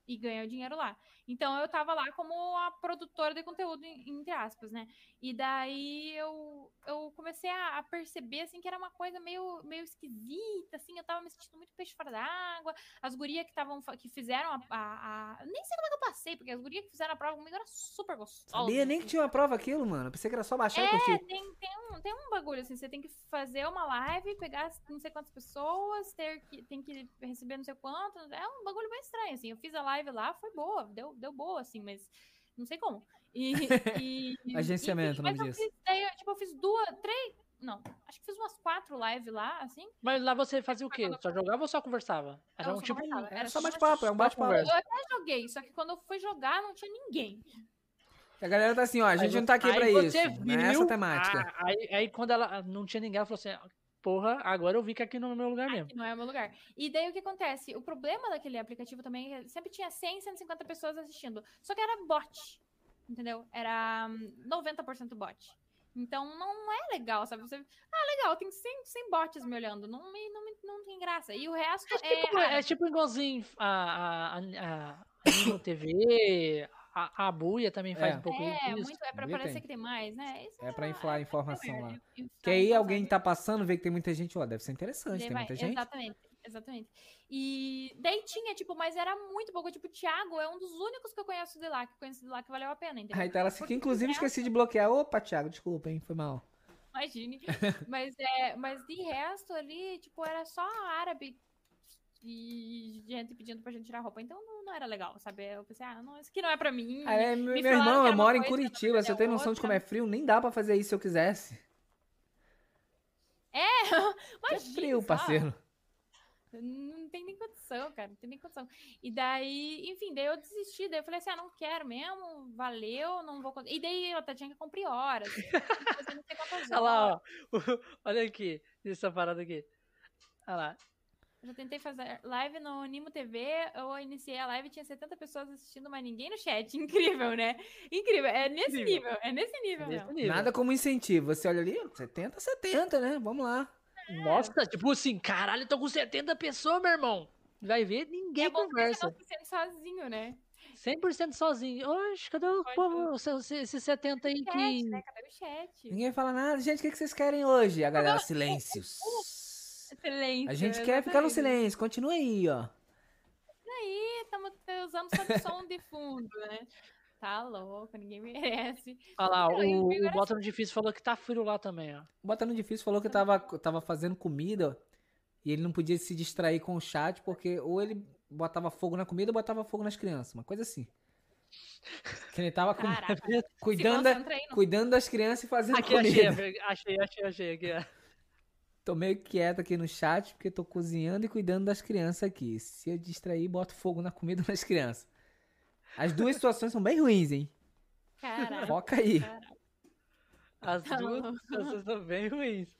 [SPEAKER 3] E ganha o dinheiro lá. Então eu tava lá como a produtora de conteúdo, en- entre aspas, né? E daí eu, eu comecei a, a perceber assim que era uma coisa meio, meio esquisita, assim, eu tava me sentindo muito peixe fora d'água as gurias que estavam fa- que fizeram a, a- a- Nem sei como é que eu passei, porque as gurias que fizeram a prova comigo era super gostosa.
[SPEAKER 2] Sabia nem que
[SPEAKER 3] assim.
[SPEAKER 2] tinha uma prova aquilo, mano. Eu pensei que era só baixar e
[SPEAKER 3] É,
[SPEAKER 2] curtir.
[SPEAKER 3] tem, tem, um, tem um bagulho assim, você tem que fazer uma live, pegar as- não sei quantas pessoas, ter que, tem que receber não sei quanto. É um bagulho bem estranho, assim. Eu fiz a live lá, foi boa, deu, deu boa, assim, mas não sei como. E, e- e-
[SPEAKER 2] Agenciamento,
[SPEAKER 3] enfim,
[SPEAKER 2] o nome
[SPEAKER 3] mas eu
[SPEAKER 2] disso.
[SPEAKER 3] fiz- daí eu, tipo, eu fiz duas, três. Não, acho que fiz umas quatro lives lá, assim.
[SPEAKER 1] Mas lá você fazia o quê? Só jogava ou só conversava? Era
[SPEAKER 3] Eu
[SPEAKER 1] um
[SPEAKER 3] só
[SPEAKER 1] tipo.
[SPEAKER 3] conversava,
[SPEAKER 2] Era
[SPEAKER 3] era
[SPEAKER 2] só
[SPEAKER 3] só uma
[SPEAKER 2] bate-papo, é um bate-papo.
[SPEAKER 1] conversa.
[SPEAKER 3] Eu até joguei, só que quando eu fui jogar, não tinha ninguém.
[SPEAKER 2] A galera tá assim, ó, a gente
[SPEAKER 1] Aí
[SPEAKER 2] não tá aqui
[SPEAKER 1] você-
[SPEAKER 2] pra
[SPEAKER 1] aí
[SPEAKER 2] isso.
[SPEAKER 1] você
[SPEAKER 2] Não é essa
[SPEAKER 1] viu-
[SPEAKER 2] temática.
[SPEAKER 1] Ah, aí, aí quando ela não tinha ninguém, ela falou assim: porra, agora eu vi que aqui não é o meu lugar mesmo.
[SPEAKER 3] que não é o meu lugar. E daí o que acontece? O problema daquele aplicativo também é que sempre tinha 100, 150 pessoas assistindo. Só que era bot, entendeu? Era hum, 90% bot. Então não é legal, sabe? Você, ah, legal, tem 100, 100 bots me olhando. Não, me, não, me, não tem graça. E o resto
[SPEAKER 1] É tipo,
[SPEAKER 3] é.
[SPEAKER 1] é tipo igualzinho a, a, a, a Anima TV, a, a Buia também faz
[SPEAKER 2] É.
[SPEAKER 1] um pouco
[SPEAKER 3] É,
[SPEAKER 1] isso.
[SPEAKER 3] muito, é pra
[SPEAKER 2] Também
[SPEAKER 3] parecer
[SPEAKER 2] tem.
[SPEAKER 3] que tem mais, né? Isso
[SPEAKER 2] É pra
[SPEAKER 3] uma-
[SPEAKER 2] inflar a informação
[SPEAKER 3] merda,
[SPEAKER 2] lá.
[SPEAKER 3] é inflar a
[SPEAKER 2] Que aí
[SPEAKER 3] informação.
[SPEAKER 2] alguém tá passando, vê que tem muita gente, ó, deve ser interessante,
[SPEAKER 3] Daí
[SPEAKER 2] tem
[SPEAKER 3] vai,
[SPEAKER 2] muita gente.
[SPEAKER 3] Exatamente, exatamente. E daí tinha, tipo, mas era muito pouco. Tipo, o Thiago é um dos únicos que eu conheço de lá, que eu conheço de lá que valeu a pena, entendeu?
[SPEAKER 2] Aí tá ela assim, que
[SPEAKER 3] Porque
[SPEAKER 2] inclusive
[SPEAKER 3] de
[SPEAKER 2] esqueci de bloquear. Opa, Thiago, desculpa, hein, foi mal.
[SPEAKER 3] Imagine. Mas, é, mas de resto ali, tipo, era só árabe e gente pedindo pra gente tirar roupa. Então não, não era legal, sabe? Eu pensei, ah, não, isso aqui não é pra mim.
[SPEAKER 2] Aí, é, meu meu
[SPEAKER 3] me falaram que
[SPEAKER 2] irmão,
[SPEAKER 3] era
[SPEAKER 2] eu
[SPEAKER 3] uma
[SPEAKER 2] moro em
[SPEAKER 3] coisa, na
[SPEAKER 2] Curitiba,
[SPEAKER 3] verdade
[SPEAKER 2] você
[SPEAKER 3] é
[SPEAKER 2] tem noção de
[SPEAKER 3] outra.
[SPEAKER 2] como é frio? Nem dá pra fazer isso se eu quisesse.
[SPEAKER 3] Imagina
[SPEAKER 2] é frio,
[SPEAKER 3] só.
[SPEAKER 2] parceiro.
[SPEAKER 3] Não tem nem condição, cara, não tem nem condição. E daí, enfim, daí eu desisti, daí eu falei assim, ah, não quero mesmo, valeu, não vou... con- E daí eu até tinha que cumprir horas. fazer não sei quantas
[SPEAKER 1] Olha lá,
[SPEAKER 3] horas.
[SPEAKER 1] ó. Olha aqui, essa parada aqui. Olha lá.
[SPEAKER 3] Eu Já tentei fazer live no Nimo TV, eu iniciei a live, tinha 70 pessoas assistindo, mas ninguém no chat. Incrível, né? Incrível, é nesse
[SPEAKER 1] Incrível.
[SPEAKER 3] nível, é nesse nível
[SPEAKER 1] Nesse
[SPEAKER 3] mesmo.
[SPEAKER 1] nível.
[SPEAKER 2] Nada como incentivo. Você olha ali, 70, 70, né? Vamos lá.
[SPEAKER 3] É.
[SPEAKER 1] Nossa, tipo assim, caralho, tô com 70 pessoas, meu irmão. Vai ver, ninguém
[SPEAKER 3] é bom que você não
[SPEAKER 1] conversa.
[SPEAKER 3] se sente sozinho, né?
[SPEAKER 1] 100% sozinho. Oxe, cadê o
[SPEAKER 3] Pode
[SPEAKER 1] povo, os- os- esses 70 aí
[SPEAKER 3] Chat,
[SPEAKER 1] que...
[SPEAKER 3] né? Cadê o chat?
[SPEAKER 2] Ninguém fala nada. Gente, o que que vocês querem hoje? A galera, silêncios.
[SPEAKER 3] Excelente.
[SPEAKER 2] A gente quer ficar no
[SPEAKER 3] exatamente.
[SPEAKER 2] silêncio. Continua aí, ó.
[SPEAKER 3] aí, estamos É, usando só o som de fundo, né? Tá louco, ninguém merece.
[SPEAKER 1] Olha lá,
[SPEAKER 3] Não, e o
[SPEAKER 1] o,
[SPEAKER 3] pior
[SPEAKER 1] o
[SPEAKER 3] é
[SPEAKER 1] Bota no Difícil falou que tá frio lá também, ó.
[SPEAKER 2] Bota no difícil falou que tava, tava fazendo comida e ele não podia se distrair com o chat porque ou ele botava fogo na comida ou botava fogo nas crianças. Uma coisa assim. Que ele tava com-
[SPEAKER 3] Caraca, se
[SPEAKER 2] cuidando, da-
[SPEAKER 3] concentra aí no
[SPEAKER 2] cuidando das crianças e
[SPEAKER 3] Tá
[SPEAKER 2] fazendo
[SPEAKER 1] Aqui, achei,
[SPEAKER 2] comida.
[SPEAKER 1] achei, achei, achei. Aqui, ó.
[SPEAKER 2] Tô meio quieto aqui no chat porque tô cozinhando e cuidando das crianças aqui. Se eu distrair, boto fogo na comida ou nas crianças. As duas situações são bem ruins, hein?
[SPEAKER 3] cara.
[SPEAKER 2] Foca aí.
[SPEAKER 1] As
[SPEAKER 3] Tá
[SPEAKER 1] duas
[SPEAKER 3] louco.
[SPEAKER 1] pessoas são bem ruins.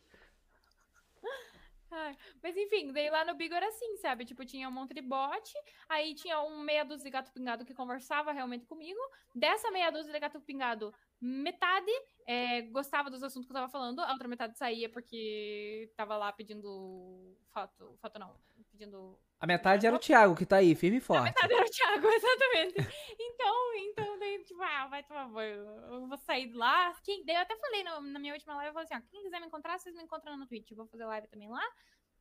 [SPEAKER 3] Ai, Mas enfim, daí lá no Bigo era assim, sabe? Tipo, tinha um monte de bot, aí tinha um meia dúzia de gato pingado que conversava realmente comigo. Dessa meia dúzia de gato pingado, metade eh, gostava dos assuntos que eu tava falando, a outra metade saía porque tava lá pedindo foto, foto não, pedindo
[SPEAKER 2] A metade era o Thiago, que tá aí, firme e forte.
[SPEAKER 3] Cadê o Thiago? Exatamente. Então, então, daí, tipo, ah, vai tomar banho. Eu vou sair de lá. Quem, daí eu até falei na, na minha última live, eu falei assim, ó, quem quiser me encontrar, vocês me encontram no Twitch. Eu vou fazer live também lá.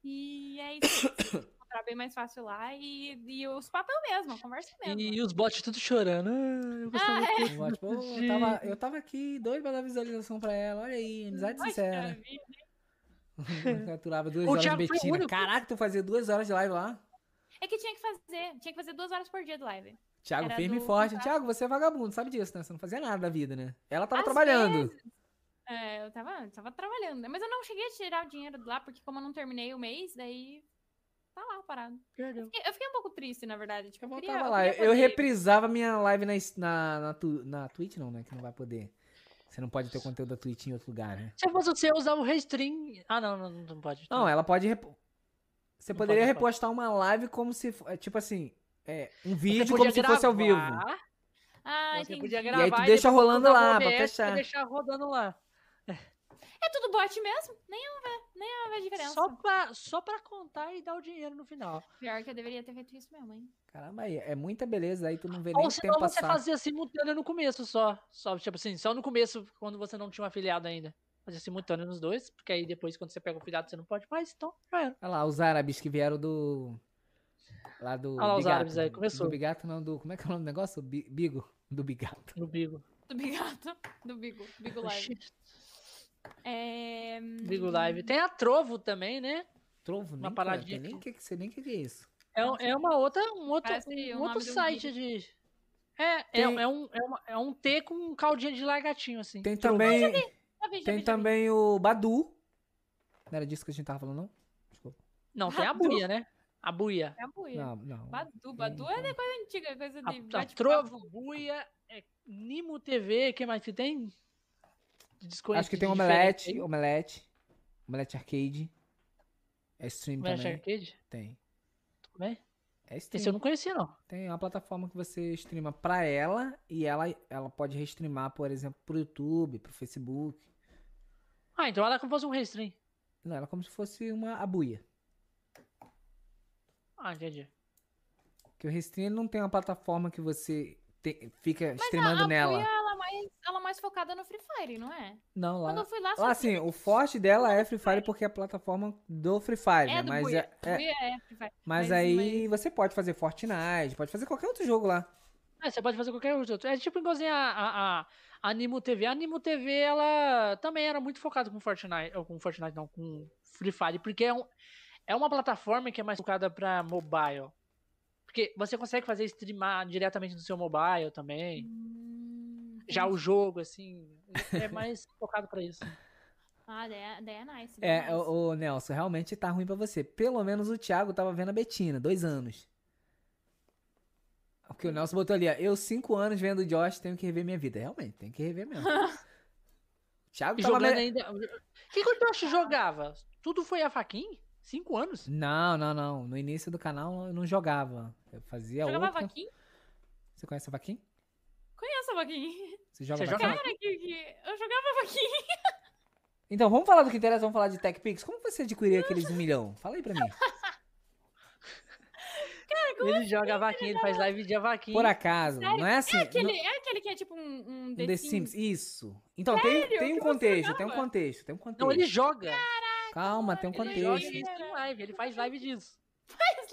[SPEAKER 3] E é isso. Vocês me encontrar bem mais fácil lá. E, e os papel mesmo, a conversa mesmo.
[SPEAKER 1] E os bots tudo chorando. Ah, eu gostava
[SPEAKER 3] Tá Ah,
[SPEAKER 1] muito.
[SPEAKER 2] Eu, gosto, um pô, eu tava, eu tava aqui, dois pra dar visualização pra ela. Olha aí, amizade
[SPEAKER 3] Poxa
[SPEAKER 2] sincera.
[SPEAKER 3] vida.
[SPEAKER 2] Eu durava duas
[SPEAKER 1] O
[SPEAKER 2] horas de
[SPEAKER 1] Thiago foi o
[SPEAKER 2] Betina.
[SPEAKER 1] único.
[SPEAKER 2] Caraca, tu fazia duas horas de live lá?
[SPEAKER 3] É que tinha que fazer. Tinha que fazer duas horas por dia de live.
[SPEAKER 2] Thiago,
[SPEAKER 3] Era
[SPEAKER 2] firme e
[SPEAKER 3] do-
[SPEAKER 2] forte. Thiago, você é vagabundo, sabe disso, né? Você não fazia nada da vida, né? Ela tava
[SPEAKER 3] Às
[SPEAKER 2] trabalhando.
[SPEAKER 3] É, eu tava, tava trabalhando. né? Mas eu não cheguei a tirar o dinheiro de lá, porque como eu não terminei o mês, daí tá lá parado.
[SPEAKER 1] Perdão.
[SPEAKER 3] Eu fiquei um pouco triste, na verdade. Tipo,
[SPEAKER 2] Eu
[SPEAKER 3] eu
[SPEAKER 2] voltava
[SPEAKER 3] queria- eu
[SPEAKER 2] lá. Eu,
[SPEAKER 3] queria
[SPEAKER 2] eu
[SPEAKER 3] poder-
[SPEAKER 2] reprisava minha live na, na, na, tu- na Twitch, não, né? Que não vai poder. Você não pode ter o conteúdo da Twitch em outro lugar, né?
[SPEAKER 1] Se eu fosse você, eu usava o Restream. Ah, não, não, não pode.
[SPEAKER 2] Não, é ela pode. repo- Você
[SPEAKER 1] Não
[SPEAKER 2] poderia
[SPEAKER 1] pode, não pode.
[SPEAKER 2] repostar uma live como se. fo- é, Tipo assim. É, um
[SPEAKER 1] Você
[SPEAKER 2] vídeo como
[SPEAKER 1] podia
[SPEAKER 2] se fosse ao vivo.
[SPEAKER 1] gravar,
[SPEAKER 3] Ah,
[SPEAKER 1] Você
[SPEAKER 3] entendi.
[SPEAKER 1] podia
[SPEAKER 2] E aí tu
[SPEAKER 1] gravar
[SPEAKER 2] deixa
[SPEAKER 1] depois
[SPEAKER 2] rolando
[SPEAKER 1] usar o
[SPEAKER 2] lá, pra
[SPEAKER 1] OBS
[SPEAKER 2] fechar.
[SPEAKER 1] deixar rodando lá.
[SPEAKER 3] É tudo bot mesmo? Nem eu ver, nem eu ver a diferença.
[SPEAKER 1] Só pra, só pra contar e dar o dinheiro no final.
[SPEAKER 3] Pior que eu deveria ter feito isso mesmo, hein?
[SPEAKER 2] Caramba, aí é muita beleza. Aí tu não vê nem
[SPEAKER 1] Ou
[SPEAKER 2] o
[SPEAKER 1] senão
[SPEAKER 2] tempo
[SPEAKER 1] você
[SPEAKER 2] passar.
[SPEAKER 1] fazia simultânea no começo só. Só, tipo assim, só no começo, quando você não tinha um afiliado ainda. Fazia simultâneo nos dois, porque aí depois, quando você pega o afiliado, você não pode mais, então já era.
[SPEAKER 2] Olha lá, os árabes que vieram do. Lá do.
[SPEAKER 1] Olha lá os
[SPEAKER 2] Bigato. né?
[SPEAKER 1] árabes aí, começou.
[SPEAKER 2] Do Bigato, não, do. Como é que é o nome do negócio? Bi- Bigo. Do Bigato.
[SPEAKER 1] No Bigo.
[SPEAKER 3] Do Bigato, do Bigo, Bigo Live. É...
[SPEAKER 1] Bigo Live. Tem a Trovo também, né?
[SPEAKER 2] Trovo, nem,
[SPEAKER 1] Uma
[SPEAKER 2] uma
[SPEAKER 1] paradinha
[SPEAKER 2] nem,
[SPEAKER 1] aqui.
[SPEAKER 2] que, que- sei nem o que, que é isso.
[SPEAKER 1] É, um- é uma outra, um outro,
[SPEAKER 3] Parece o
[SPEAKER 1] um
[SPEAKER 3] nome
[SPEAKER 1] outro
[SPEAKER 3] de um
[SPEAKER 1] site de. É, é,
[SPEAKER 2] Tem-
[SPEAKER 1] é um, é, uma- é um T com um caldinho de lagartinho, assim.
[SPEAKER 2] Tem
[SPEAKER 1] Trovo.
[SPEAKER 2] também.
[SPEAKER 3] Já vi, já
[SPEAKER 2] Tem
[SPEAKER 3] vi, já vi.
[SPEAKER 2] também o Badu. Não era disso que a gente tava falando, não? Desculpa.
[SPEAKER 1] Não, tem a buia, né? A buia.
[SPEAKER 3] É a buia.
[SPEAKER 2] Não, Ah, tá não.
[SPEAKER 3] Badu, Badu é de coisa antiga, é coisa
[SPEAKER 1] A,
[SPEAKER 3] de...
[SPEAKER 1] a
[SPEAKER 3] bate-papo.
[SPEAKER 1] Trovo, buia, é, Nimo TV, o que mais que tem? De desconhe-
[SPEAKER 2] Acho que tem
[SPEAKER 1] de
[SPEAKER 2] Omelete,
[SPEAKER 1] diferente
[SPEAKER 2] Omelete. Omelete Arcade. É
[SPEAKER 1] aí.
[SPEAKER 2] stream
[SPEAKER 1] Omelete
[SPEAKER 2] também.
[SPEAKER 1] Arcade?
[SPEAKER 2] Tem.
[SPEAKER 1] Tudo bem?
[SPEAKER 2] É
[SPEAKER 1] Esse eu
[SPEAKER 2] stream.
[SPEAKER 1] não conhecia, não.
[SPEAKER 2] Tem uma plataforma que você streama pra ela e ela, ela pode restreamar, por exemplo, pro YouTube, pro Facebook.
[SPEAKER 1] Ah, então ela é como se fosse um restream.
[SPEAKER 2] Não, ela é como se fosse uma abuia.
[SPEAKER 1] Ah, entendi.
[SPEAKER 2] Que o Restream ele não tem uma plataforma que você te- fica
[SPEAKER 3] Ah, A
[SPEAKER 2] streamando
[SPEAKER 3] buia,
[SPEAKER 2] nela.
[SPEAKER 3] ela mais, ela mais focada no Free Fire, não é?
[SPEAKER 2] Não, lá.
[SPEAKER 3] Quando eu fui lá... só
[SPEAKER 2] Lá sim, o forte dela é Free Fire porque é a plataforma do Free Fire,
[SPEAKER 3] É
[SPEAKER 2] né?
[SPEAKER 3] do
[SPEAKER 2] Mas,
[SPEAKER 3] buia.
[SPEAKER 2] é- é-
[SPEAKER 3] Buia é Free Fire.
[SPEAKER 2] mas
[SPEAKER 3] mas-
[SPEAKER 2] aí você pode fazer Fortnite, pode fazer qualquer outro jogo lá.
[SPEAKER 1] Ah, você pode fazer qualquer outro. É tipo igualzinho a, a, a Animo TV. A Animo TV, ela também era muito focada com Fortnite. Ou com Fortnite, não, com Free Fire. Porque é, um, é uma plataforma que é mais focada pra mobile. Porque você consegue fazer streamar diretamente no seu mobile também.
[SPEAKER 3] Hum,
[SPEAKER 1] Já o jogo, assim, é mais focado pra isso.
[SPEAKER 3] Ah, daí é, daí é nice. bem nice.
[SPEAKER 2] É, ô, ô, Nelson, realmente tá ruim pra você. Pelo menos o Thiago tava vendo a Betina, dois anos. O que o
[SPEAKER 3] é.
[SPEAKER 2] Nelson botou ali, ó. Eu, cinco anos vendo o Josh, tenho que rever minha vida. Realmente, tem que rever mesmo. O Thiago tava
[SPEAKER 1] Jogando
[SPEAKER 2] me-
[SPEAKER 1] ainda. O que, que o Josh jogava? Tudo foi a faquinha? Cinco anos?
[SPEAKER 2] Não, não, não. No início do canal eu não jogava. Eu fazia
[SPEAKER 3] Jogava
[SPEAKER 2] outra.
[SPEAKER 3] vaquinha?
[SPEAKER 2] Você conhece a vaquinha?
[SPEAKER 3] Conheço a vaquinha.
[SPEAKER 2] Você joga
[SPEAKER 1] Você joga?
[SPEAKER 2] vaquinha?
[SPEAKER 3] Cara, que, que- eu jogava vaquinha.
[SPEAKER 2] Então, vamos falar do que interessa, vamos falar de TechPix. Como você adquiriu aqueles um milhão? Fala aí pra mim.
[SPEAKER 1] Ele joga a vaquinha, ele faz live de a vaquinha.
[SPEAKER 2] Por acaso, não é assim.
[SPEAKER 3] Aquele, é aquele que é tipo um, um
[SPEAKER 2] não- The Sims. Isso. Então, tem, tem um
[SPEAKER 3] Que você
[SPEAKER 2] contexto, tem um
[SPEAKER 3] jogava? É
[SPEAKER 2] contexto, tem um contexto.
[SPEAKER 1] Não, ele joga.
[SPEAKER 2] Calma, tem um
[SPEAKER 3] Ele
[SPEAKER 1] Ele joga
[SPEAKER 2] contexto.
[SPEAKER 1] isso em live, ele faz live disso.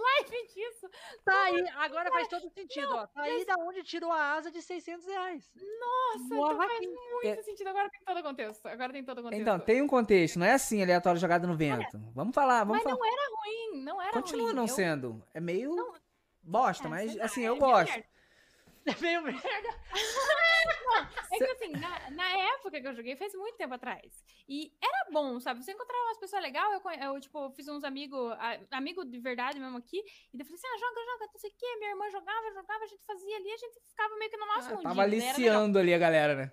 [SPEAKER 3] Live disso.
[SPEAKER 1] Tá aí, agora faz todo sentido, ó. Tá aí da onde tirou a asa de 600 reais.
[SPEAKER 3] Nossa,
[SPEAKER 1] Uma
[SPEAKER 3] então faz
[SPEAKER 1] vaquinha.
[SPEAKER 3] muito
[SPEAKER 2] É.
[SPEAKER 3] sentido. Agora tem todo o contexto. Agora tem todo o contexto.
[SPEAKER 2] Então, tem um contexto, não é assim aleatório jogado no vento. Vamos falar, vamos
[SPEAKER 3] Mas
[SPEAKER 2] falar.
[SPEAKER 3] não era ruim, não era
[SPEAKER 2] Continua
[SPEAKER 3] ruim.
[SPEAKER 2] não
[SPEAKER 3] Eu-
[SPEAKER 2] sendo. É meio bosta, mas
[SPEAKER 3] sei lá,
[SPEAKER 2] assim,
[SPEAKER 3] é
[SPEAKER 2] eu
[SPEAKER 3] meio
[SPEAKER 2] gosto.
[SPEAKER 3] merda.
[SPEAKER 1] É meio merda.
[SPEAKER 3] É que assim, na, na época que eu joguei, fez muito tempo atrás. E era bom, sabe? Você encontrava umas pessoas legais, eu, conhe- eu, tipo, fiz uns amigos, amigo de verdade mesmo aqui, e daí eu falei assim, ah, joga, joga, não sei o quê. Minha irmã jogava, jogava, a gente fazia ali, a gente ficava meio que no nosso
[SPEAKER 2] Ah,
[SPEAKER 3] mundinho.
[SPEAKER 2] tava
[SPEAKER 3] né? Era legal.
[SPEAKER 2] aliciando ali a galera, né?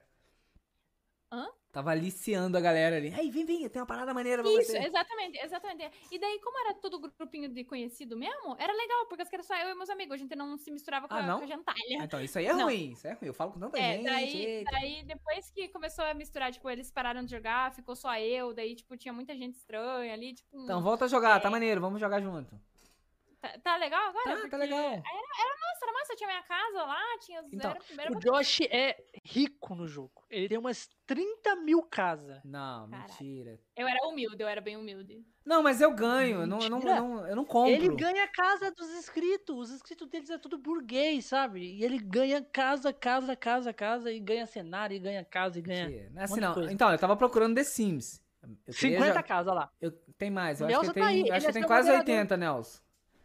[SPEAKER 3] Hã?
[SPEAKER 2] Tava aliciando a galera ali. Aí, vem, vem, tem uma parada maneira pra
[SPEAKER 3] Isso, é
[SPEAKER 2] você.
[SPEAKER 3] exatamente, exatamente. E daí, como era todo grupinho de conhecido mesmo, era legal, porque era só eu e meus amigos, a gente não se misturava com,
[SPEAKER 2] Ah,
[SPEAKER 3] a,
[SPEAKER 2] não?
[SPEAKER 3] com a gentalha.
[SPEAKER 2] Então, isso aí é
[SPEAKER 3] Não.
[SPEAKER 2] ruim, isso aí é ruim. Eu falo com tanta
[SPEAKER 3] É,
[SPEAKER 2] gente.
[SPEAKER 3] daí,
[SPEAKER 2] eita.
[SPEAKER 3] daí depois que começou a misturar, tipo, eles pararam de jogar, ficou só eu, daí, tipo, tinha muita gente estranha ali, tipo,
[SPEAKER 2] Então, volta a jogar, tá maneiro, vamos jogar junto.
[SPEAKER 3] tá, tá legal agora?
[SPEAKER 2] Tá,
[SPEAKER 3] Porque- é
[SPEAKER 2] tá legal.
[SPEAKER 3] Nossa, era massa, tinha minha casa lá, tinha os...
[SPEAKER 2] Então,
[SPEAKER 3] era a primeira
[SPEAKER 1] O Josh é rico no jogo. Ele tem umas 30 mil casas.
[SPEAKER 2] Não,
[SPEAKER 3] Caralho.
[SPEAKER 2] mentira.
[SPEAKER 3] Eu era humilde, eu era bem humilde.
[SPEAKER 2] Não, mas eu ganho, eu não, eu não,
[SPEAKER 1] Mentira.
[SPEAKER 2] eu não, eu não compro.
[SPEAKER 1] Ele ganha a casa dos inscritos. Os inscritos deles é tudo burguês, sabe? E ele ganha casa, casa, casa, casa, e ganha cenário, e ganha casa, e ganha.
[SPEAKER 2] Mentira. Não é assim,
[SPEAKER 1] Um monte de
[SPEAKER 2] não.
[SPEAKER 1] coisa.
[SPEAKER 2] Então, eu tava procurando The Sims. Eu queria
[SPEAKER 1] 50
[SPEAKER 2] jo-
[SPEAKER 1] casas lá.
[SPEAKER 2] eu- Tem mais, eu
[SPEAKER 1] Nelson
[SPEAKER 2] acho que
[SPEAKER 1] tá
[SPEAKER 2] tem,
[SPEAKER 1] aí, ele
[SPEAKER 2] acho que
[SPEAKER 1] é
[SPEAKER 2] tem
[SPEAKER 1] seu
[SPEAKER 2] quase
[SPEAKER 1] moderador. Ah, é.
[SPEAKER 2] 80, Nelson.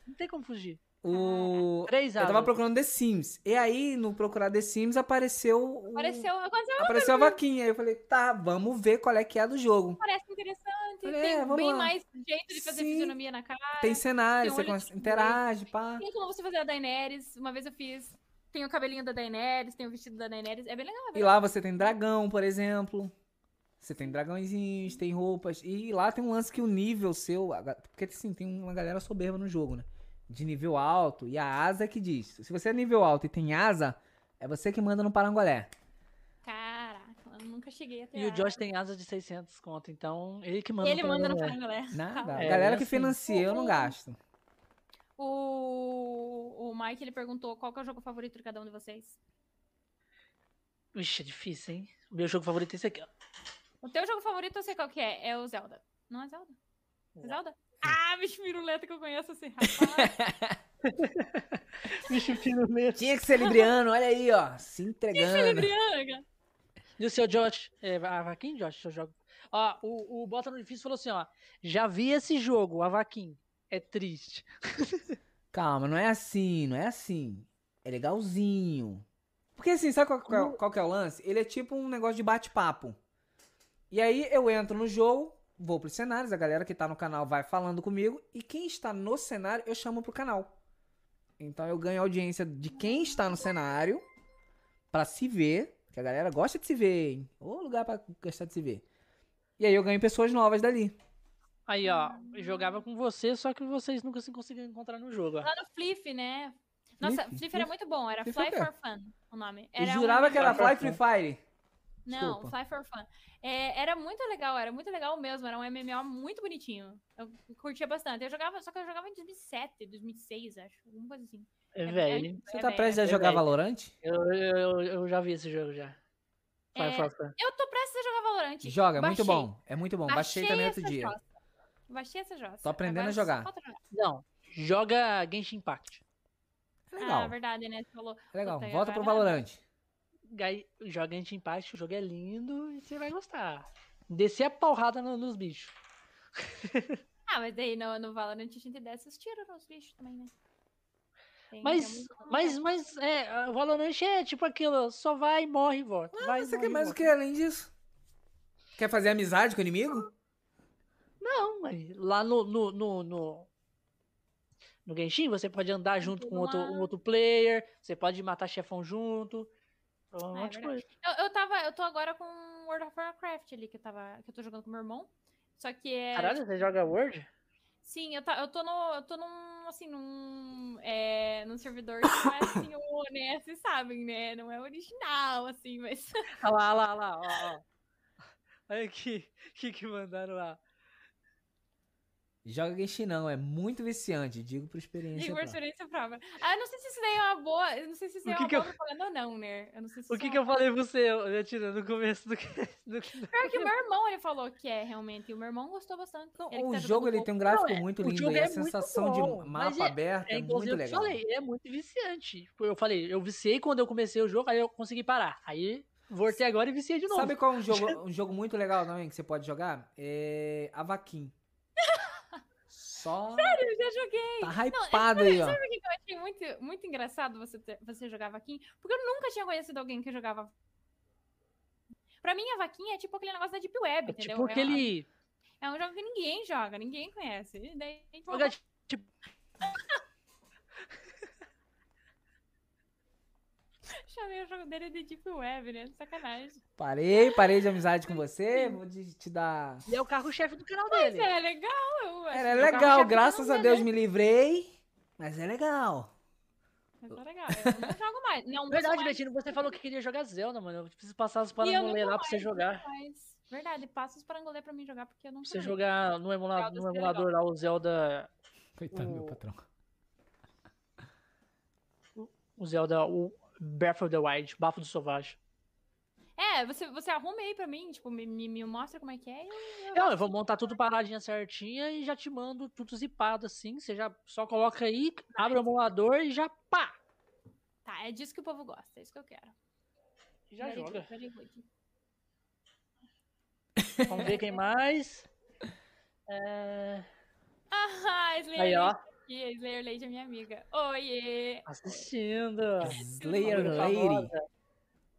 [SPEAKER 1] Não tem como fugir.
[SPEAKER 2] O...
[SPEAKER 1] Três
[SPEAKER 2] Eu
[SPEAKER 1] asas.
[SPEAKER 2] tava procurando The Sims. E aí, no procurar The Sims, apareceu. o-
[SPEAKER 3] Apareceu, aconteceu,
[SPEAKER 2] Apareceu a vaquinha. Aí eu falei, tá, vamos ver qual é que é do jogo.
[SPEAKER 3] parece interessante,
[SPEAKER 2] Olha,
[SPEAKER 3] tem
[SPEAKER 2] É, vamos
[SPEAKER 3] bem
[SPEAKER 2] lá.
[SPEAKER 3] mais jeito de fazer
[SPEAKER 2] Sim.
[SPEAKER 3] fisionomia na casa.
[SPEAKER 1] Ah, é?
[SPEAKER 2] Tem cenário,
[SPEAKER 1] um
[SPEAKER 3] tem
[SPEAKER 2] você
[SPEAKER 3] olho
[SPEAKER 2] cons-
[SPEAKER 3] de-
[SPEAKER 2] interage, pá.
[SPEAKER 3] Tem como você fazer a Daenerys, uma vez eu fiz, tem o cabelinho da Daenerys, tem o vestido da Daenerys, é bem legal, é
[SPEAKER 2] E
[SPEAKER 3] bem
[SPEAKER 2] lá você tem dragão, por exemplo. Você tem dragõezinhos, tem roupas. E lá tem um lance que o nível seu. a ga- Porque assim, tem uma galera soberba no jogo, né? De nível alto. E a asa que diz. Se você é nível alto e tem asa, é você que manda no parangolé.
[SPEAKER 3] Caraca, eu nunca cheguei até
[SPEAKER 1] E o
[SPEAKER 3] lá.
[SPEAKER 1] Josh tem asa de 600 conto, então ele que manda.
[SPEAKER 3] É. Ele
[SPEAKER 1] pra
[SPEAKER 3] manda no
[SPEAKER 1] galera.
[SPEAKER 3] parangolé.
[SPEAKER 2] Nada.
[SPEAKER 1] É,
[SPEAKER 2] galera
[SPEAKER 1] é
[SPEAKER 2] que
[SPEAKER 1] assim.
[SPEAKER 2] financia, eu não gasto.
[SPEAKER 3] O, o Mike, ele perguntou qual que é o jogo favorito de cada um de vocês.
[SPEAKER 1] Ixi, é difícil, hein? O meu jogo favorito é esse aqui, ó.
[SPEAKER 3] O teu jogo favorito, eu sei qual que é, é o Zelda. Não é Zelda? É
[SPEAKER 1] Não.
[SPEAKER 3] Zelda? Ah, bicho miruleta que eu conheço assim, rapaz.
[SPEAKER 1] Bicho piruleta.
[SPEAKER 2] Tinha que ser libriano, olha aí, ó. Se entregando.
[SPEAKER 3] Librianga.
[SPEAKER 1] E o seu Josh? É, a Vaquim, Josh, seu jogo. Ó, o, o Bota no Difícil falou assim, ó. Já vi esse jogo, a Vaquim. É triste.
[SPEAKER 2] Calma, não é assim, não é assim. É legalzinho. Porque assim, sabe qual, qual- qual que é o lance? Ele é tipo um negócio de bate-papo. E aí eu entro no jogo, vou pros cenários, a galera que tá no canal vai falando comigo, e quem está no cenário eu chamo pro canal. Então eu ganho audiência de quem está no cenário pra se ver, que a galera gosta de se ver, hein? Ô lugar pra gostar de se ver. E aí eu ganho pessoas novas dali.
[SPEAKER 1] Aí, ó, eu jogava com você, só que vocês nunca se conseguiram encontrar no jogo, ó.
[SPEAKER 3] Lá no Flip, né? Nossa,
[SPEAKER 2] Flip,
[SPEAKER 3] Flip,
[SPEAKER 2] Flip.
[SPEAKER 3] era muito bom, era
[SPEAKER 2] Flip é o
[SPEAKER 3] Fly
[SPEAKER 2] quê?
[SPEAKER 3] for Fun o nome.
[SPEAKER 2] Eu
[SPEAKER 3] Era um-
[SPEAKER 2] jurava que era
[SPEAKER 1] Fly for
[SPEAKER 2] Fly Free Fire.
[SPEAKER 3] Não,
[SPEAKER 2] Desculpa.
[SPEAKER 3] Fly for Fun. É, era muito legal, era muito legal mesmo. Era um MMO muito bonitinho. Eu curtia bastante. Eu jogava, só que eu jogava em 2007, 2006, acho. Alguma coisa assim.
[SPEAKER 1] É,
[SPEAKER 3] É
[SPEAKER 1] velho.
[SPEAKER 2] Você
[SPEAKER 3] É
[SPEAKER 2] tá
[SPEAKER 3] velho.
[SPEAKER 2] prestes a
[SPEAKER 1] É
[SPEAKER 2] jogar
[SPEAKER 1] velho.
[SPEAKER 2] Valorant?
[SPEAKER 1] Eu, eu, eu já vi esse jogo já. Fala,
[SPEAKER 3] É,
[SPEAKER 1] fala, fala.
[SPEAKER 3] Eu tô prestes a jogar Valorant.
[SPEAKER 2] Joga, é muito
[SPEAKER 3] Baixei.
[SPEAKER 2] bom. É muito bom. Baixei, também outro
[SPEAKER 3] essa
[SPEAKER 2] dia.
[SPEAKER 3] jossa. Baixei essa jossa.
[SPEAKER 2] Tô aprendendo
[SPEAKER 3] Agora
[SPEAKER 2] a jogar.
[SPEAKER 3] só falta jogar.
[SPEAKER 1] Não, joga Genshin Impact.
[SPEAKER 2] É legal.
[SPEAKER 3] Ah, verdade, né? Você falou.
[SPEAKER 2] é legal.
[SPEAKER 3] Puta,
[SPEAKER 2] Volta pro
[SPEAKER 3] agora-
[SPEAKER 2] Valorant.
[SPEAKER 1] Gai- Joga Genshin Impact, o jogo é lindo e você vai gostar. Descer a porrada no- nos bichos.
[SPEAKER 3] Ah, mas daí no, no Valorant a gente desce os tiros nos bichos também, né? Tem- tem
[SPEAKER 1] Mas,
[SPEAKER 3] muito-
[SPEAKER 1] mas, mas, é, o Valorant é tipo aquilo, só vai e morre e volta. vai,
[SPEAKER 2] Mas você
[SPEAKER 1] morre
[SPEAKER 2] quer
[SPEAKER 1] e
[SPEAKER 2] mais o
[SPEAKER 1] volta.
[SPEAKER 2] que além disso? Quer fazer amizade com o inimigo?
[SPEAKER 1] Não, mas lá no, no, no, no, no Genshin você pode andar junto com outro, um outro player, você pode matar chefão junto. Um
[SPEAKER 3] É
[SPEAKER 1] monte de
[SPEAKER 3] verdade.
[SPEAKER 1] coisa.
[SPEAKER 3] Eu, eu tava, eu tô agora com World of Warcraft ali, que eu, tava, que eu tô jogando com meu irmão. Só que é.
[SPEAKER 1] Caralho, você joga Word?
[SPEAKER 3] Sim, eu, tá, eu tô no. Eu tô num, assim, num. É, num servidor que não é assim, o né, vocês sabem, né? Não é original, assim, mas.
[SPEAKER 1] Olha lá, olha lá, olha lá. Ó, ó. Olha aqui, o que, que mandaram lá.
[SPEAKER 2] Joga Genshin não, é muito viciante, digo por experiência.
[SPEAKER 3] Digo por
[SPEAKER 2] própria.
[SPEAKER 3] experiência própria. Ah, eu não sei se isso daí é uma boa. Eu não sei se isso
[SPEAKER 1] O
[SPEAKER 3] daí é
[SPEAKER 1] que
[SPEAKER 3] uma
[SPEAKER 1] que eu-
[SPEAKER 3] boa propaganda ou não, né? Eu não sei se
[SPEAKER 1] O
[SPEAKER 3] isso é
[SPEAKER 1] que,
[SPEAKER 3] uma
[SPEAKER 1] que eu falei pra você, Letina, no começo do que. Do que...
[SPEAKER 3] Pior que o meu irmão, ele falou que é, realmente. E o meu irmão gostou bastante.
[SPEAKER 2] Não,
[SPEAKER 3] que
[SPEAKER 2] o jogo
[SPEAKER 3] tá jogando
[SPEAKER 2] ele
[SPEAKER 3] pouco.
[SPEAKER 2] tem um gráfico
[SPEAKER 1] Não, é-
[SPEAKER 2] muito
[SPEAKER 1] o
[SPEAKER 2] lindo
[SPEAKER 1] jogo
[SPEAKER 2] e a
[SPEAKER 1] é muito
[SPEAKER 2] sensação
[SPEAKER 1] bom,
[SPEAKER 2] de
[SPEAKER 1] mas
[SPEAKER 2] mapa
[SPEAKER 1] é-
[SPEAKER 2] aberto é,
[SPEAKER 1] É
[SPEAKER 2] muito
[SPEAKER 1] igualzinho que eu
[SPEAKER 2] legal.
[SPEAKER 1] falei, é muito viciante. Tipo, Eu falei, eu viciei quando eu comecei o jogo, aí eu consegui parar. Aí voltei agora e viciei de novo.
[SPEAKER 2] Sabe qual é um jogo, um jogo muito legal também que você pode jogar? É Avakin. Só
[SPEAKER 3] Eu já joguei.
[SPEAKER 1] é
[SPEAKER 2] tá hypado aí, ó.
[SPEAKER 3] Sabe o que eu achei muito, muito engraçado você, ter- você jogar vaquinha? Porque eu nunca tinha conhecido alguém que jogava. Pra mim, a vaquinha é tipo aquele negócio da Deep Web,
[SPEAKER 1] É
[SPEAKER 3] entendeu?
[SPEAKER 1] tipo
[SPEAKER 3] É-
[SPEAKER 1] aquele.
[SPEAKER 3] É, um jogo que ninguém joga, ninguém conhece. E daí, tipo,
[SPEAKER 1] Joga, tipo,
[SPEAKER 3] chamei o jogo dele de Deep Web, né? Sacanagem.
[SPEAKER 2] Parei, parei de amizade com você, vou de- te dar.
[SPEAKER 1] ele é o carro-chefe do canal
[SPEAKER 3] Mas
[SPEAKER 1] dele.
[SPEAKER 3] é legal. Eu acho
[SPEAKER 2] Era é
[SPEAKER 3] que eu
[SPEAKER 2] legal,
[SPEAKER 3] já
[SPEAKER 2] graças a
[SPEAKER 3] não
[SPEAKER 2] Deus
[SPEAKER 3] né?
[SPEAKER 2] me livrei, mas é legal.
[SPEAKER 3] Mas é legal. Eu não jogo mais. Não, é
[SPEAKER 1] Verdade,
[SPEAKER 3] mas-
[SPEAKER 1] Betinho, você falou que queria jogar Zelda, mano. Eu preciso passar os
[SPEAKER 3] E eu
[SPEAKER 1] parangolê
[SPEAKER 3] nunca
[SPEAKER 1] lá pra você
[SPEAKER 3] mais,
[SPEAKER 1] jogar.
[SPEAKER 3] nunca mais. Verdade, passa os parangolê pra mim jogar, porque eu não
[SPEAKER 1] Pra você jogar no, emula-
[SPEAKER 3] Zelda
[SPEAKER 1] no
[SPEAKER 3] seria
[SPEAKER 1] emulador lá, o Zelda.
[SPEAKER 2] Coitado,
[SPEAKER 1] O-
[SPEAKER 2] meu patrão.
[SPEAKER 1] O Zelda, o Breath of the Wild, Bafo do Selvagem.
[SPEAKER 3] É, você, você arruma aí pra mim, tipo, me, me, me mostra como é que é. e eu- eu
[SPEAKER 1] Não, eu vou montar tudo paradinha certinha e já te mando tudo zipado assim. Você já só coloca aí, abre o emulador e já pá!
[SPEAKER 3] Tá, é disso que o povo gosta, é isso que eu quero.
[SPEAKER 1] E Já
[SPEAKER 3] Very
[SPEAKER 1] joga.
[SPEAKER 3] good, very good.
[SPEAKER 1] Vamos ver quem mais. É...
[SPEAKER 3] Ah, Slayer
[SPEAKER 1] Aí, ó.
[SPEAKER 3] Lady aqui, a Slayer Lady é minha amiga. Oiê!
[SPEAKER 1] Assistindo.
[SPEAKER 2] Slayer
[SPEAKER 1] Amiga
[SPEAKER 2] Lady.
[SPEAKER 1] famosa.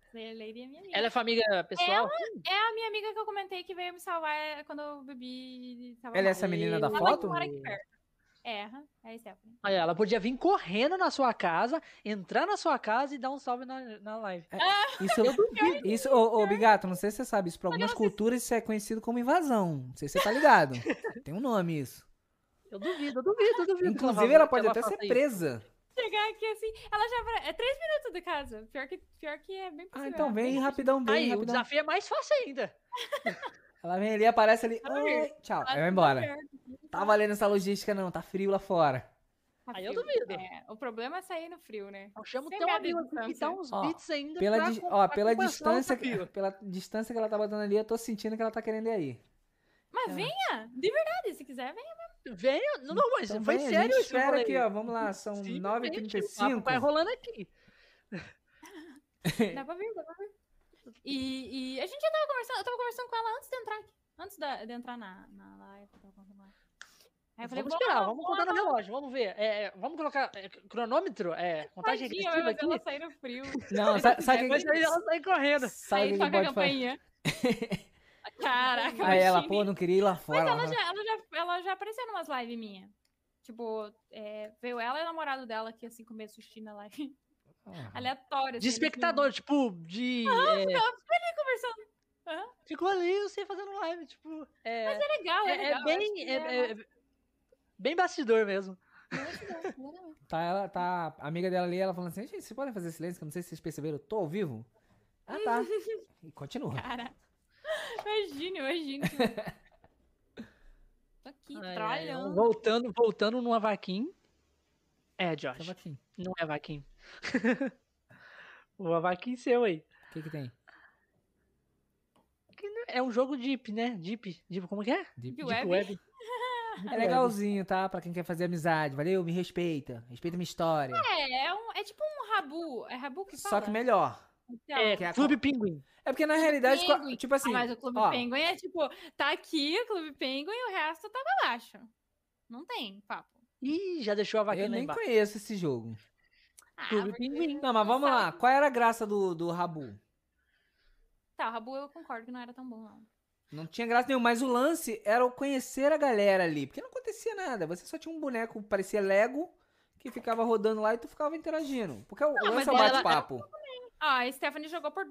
[SPEAKER 3] Slayer Lady é minha amiga.
[SPEAKER 1] Ela é família pessoal?
[SPEAKER 3] É a minha amiga que eu comentei que veio me salvar é quando eu bebi. Tava
[SPEAKER 2] Ela é
[SPEAKER 3] mal.
[SPEAKER 2] essa menina da
[SPEAKER 1] Eu-
[SPEAKER 3] Ela
[SPEAKER 2] foto?
[SPEAKER 3] mora aqui perto. É, aham, é a Stephanie.
[SPEAKER 1] Aí ela podia vir correndo na sua casa, entrar na sua casa e dar um salve na, na live.
[SPEAKER 2] Isso, isso ô, ô, Bigato, não sei se você sabe, isso pra
[SPEAKER 3] Olha,
[SPEAKER 1] assim,
[SPEAKER 2] algumas
[SPEAKER 3] vocês-
[SPEAKER 2] culturas isso é conhecido como invasão. Não sei se você tá ligado. Tem um nome isso.
[SPEAKER 1] Eu duvido, eu duvido, eu duvido. que
[SPEAKER 2] Inclusive,
[SPEAKER 1] faça-
[SPEAKER 2] ela
[SPEAKER 1] que
[SPEAKER 2] pode até
[SPEAKER 1] faça
[SPEAKER 2] ser
[SPEAKER 1] isso.
[SPEAKER 2] presa.
[SPEAKER 3] Chegar aqui assim, ela já. vai- É três minutos de casa. Pior que, pior que é bem
[SPEAKER 2] Ah,
[SPEAKER 3] possível.
[SPEAKER 2] então
[SPEAKER 3] ela
[SPEAKER 2] vem
[SPEAKER 3] vai-
[SPEAKER 2] rapidão, vem
[SPEAKER 1] Aí, o
[SPEAKER 2] rapidão.
[SPEAKER 1] desafio é mais fácil ainda.
[SPEAKER 2] Ela vem ali, aparece ali. Oi, tchau. Aí vai embora. Tá valendo essa logística, não. Tá frio lá fora.
[SPEAKER 3] Tá
[SPEAKER 1] Aí eu
[SPEAKER 3] frio.
[SPEAKER 1] duvido.
[SPEAKER 3] É, o problema é sair no frio, né?
[SPEAKER 1] Eu chamo
[SPEAKER 3] Sem
[SPEAKER 1] Então, teu
[SPEAKER 3] medo
[SPEAKER 1] amigo
[SPEAKER 3] de
[SPEAKER 1] aqui que dá uns
[SPEAKER 2] Ó,
[SPEAKER 1] bits ainda.
[SPEAKER 2] Pela,
[SPEAKER 1] pra
[SPEAKER 2] di-
[SPEAKER 1] tá com- tá
[SPEAKER 2] ó,
[SPEAKER 1] pra
[SPEAKER 2] pela
[SPEAKER 1] compensar o
[SPEAKER 2] distância, que-
[SPEAKER 1] desafio.
[SPEAKER 2] pela distância que ela tá botando ali, eu tô sentindo que ela tá querendo ir aí.
[SPEAKER 3] Mas
[SPEAKER 2] É.
[SPEAKER 3] venha! De verdade, se quiser, venha.
[SPEAKER 1] Venha, não, não, mas
[SPEAKER 2] Então
[SPEAKER 1] foi
[SPEAKER 2] vem, a
[SPEAKER 1] sério
[SPEAKER 2] gente
[SPEAKER 1] isso. que eu
[SPEAKER 2] Espera
[SPEAKER 1] falei.
[SPEAKER 2] aqui, ó. um Vamos lá, são
[SPEAKER 1] Simplesmente, O papo vai
[SPEAKER 2] 9h35.
[SPEAKER 1] rolando aqui.
[SPEAKER 3] Dá pra vir, dá pra vir. E, e a gente já tava conversando, eu tava conversando com ela antes de entrar aqui. Antes da- de entrar na, na live. eu tava conversando com ela. Aí eu falei,
[SPEAKER 1] vamos
[SPEAKER 3] "Vou
[SPEAKER 1] esperar,
[SPEAKER 3] lá,
[SPEAKER 1] vamos
[SPEAKER 3] vou lá,
[SPEAKER 1] contar no
[SPEAKER 3] vou lá."
[SPEAKER 1] relógio, vamos ver. É, é, vamos colocar é, cronômetro, é, contagem
[SPEAKER 3] Tadinha, vai
[SPEAKER 1] regressiva
[SPEAKER 3] fazer
[SPEAKER 1] aqui.
[SPEAKER 3] ela
[SPEAKER 1] É,
[SPEAKER 3] sair no frio.
[SPEAKER 2] Não, sa- sabe o
[SPEAKER 1] Mas aí ela
[SPEAKER 2] que
[SPEAKER 1] sai correndo.
[SPEAKER 2] sabe o
[SPEAKER 3] Aí
[SPEAKER 2] que
[SPEAKER 3] toca
[SPEAKER 2] pode
[SPEAKER 3] a
[SPEAKER 2] fazer?
[SPEAKER 3] campainha. Caraca,
[SPEAKER 2] Aí ela,
[SPEAKER 3] imagina.
[SPEAKER 2] pô, não queria ir lá fora.
[SPEAKER 3] Mas
[SPEAKER 2] lá
[SPEAKER 3] ela
[SPEAKER 2] fora.
[SPEAKER 3] já, ela, já, ela já apareceu numas lives minhas. Tipo, é, veio ela e o namorado dela aqui, assim, comer sushi na live.
[SPEAKER 2] Ah.
[SPEAKER 3] Aleatório.
[SPEAKER 1] De
[SPEAKER 3] assim, eles não-
[SPEAKER 1] espectador, tipo, de. é,
[SPEAKER 3] conversando.
[SPEAKER 1] ficou ali, eu sei, fazendo live, tipo. É,
[SPEAKER 3] É legal,
[SPEAKER 1] é-
[SPEAKER 3] é,
[SPEAKER 1] é
[SPEAKER 3] legal, eu acho
[SPEAKER 1] bem.
[SPEAKER 3] que
[SPEAKER 1] É, é-
[SPEAKER 3] é-
[SPEAKER 1] é bem bastidor mesmo.
[SPEAKER 2] Tá, ela, tá, a amiga dela ali, ela falando assim, gente, vocês podem fazer silêncio, que eu não sei se vocês perceberam, eu tô ao vivo. Ah, tá. E continua.
[SPEAKER 3] Cara, imagina, imagina. tipo, Tô aqui,
[SPEAKER 1] Ai, ai,
[SPEAKER 3] trabalhando.
[SPEAKER 1] voltando, voltando numa vaquinha. É,
[SPEAKER 2] Tava
[SPEAKER 1] Josh.
[SPEAKER 2] aqui.
[SPEAKER 1] Não é vaquinha. Uma vaquinha seu aí.
[SPEAKER 2] O que que tem?
[SPEAKER 1] Que não- É um jogo Deep, né? Deep. Deep, como que é?
[SPEAKER 2] Deep-
[SPEAKER 3] Deep
[SPEAKER 1] Deep
[SPEAKER 3] Web. então.
[SPEAKER 1] Web.
[SPEAKER 2] É legalzinho, tá? Pra quem quer fazer amizade. Valeu, me respeita. Respeita minha história.
[SPEAKER 3] É, é, um, é tipo um rabu. É rabu que fala?
[SPEAKER 2] Só que melhor.
[SPEAKER 3] Então,
[SPEAKER 1] É,
[SPEAKER 2] Que é a
[SPEAKER 1] Clube Pinguim.
[SPEAKER 2] É porque na realidade, co-
[SPEAKER 3] Penguin.
[SPEAKER 2] tipo
[SPEAKER 3] ah,
[SPEAKER 2] assim.
[SPEAKER 3] mas o Clube
[SPEAKER 2] ó,
[SPEAKER 3] Penguin é tipo, tá aqui o Clube Penguin e o resto tá pra baixo. Não tem papo.
[SPEAKER 1] Ih, já deixou a vaquinha
[SPEAKER 2] eu
[SPEAKER 1] lá
[SPEAKER 2] nem
[SPEAKER 1] embaixo.
[SPEAKER 2] conheço esse jogo.
[SPEAKER 3] Ah,
[SPEAKER 1] Clube
[SPEAKER 3] porque-
[SPEAKER 1] Pinguim.
[SPEAKER 2] Não, mas vamos lá. Qual era a graça do, do Rabu?
[SPEAKER 3] Tá, o Rabu eu concordo que não era tão bom, não.
[SPEAKER 2] Não tinha graça nenhuma, mas o lance era o conhecer a galera ali, porque não acontecia nada. Você só tinha um boneco, que parecia Lego, que ficava rodando lá e tu ficava interagindo. Porque o
[SPEAKER 3] mas
[SPEAKER 2] lance é o
[SPEAKER 3] ela-
[SPEAKER 2] bate-papo.
[SPEAKER 3] Ah, a Stephanie jogou por...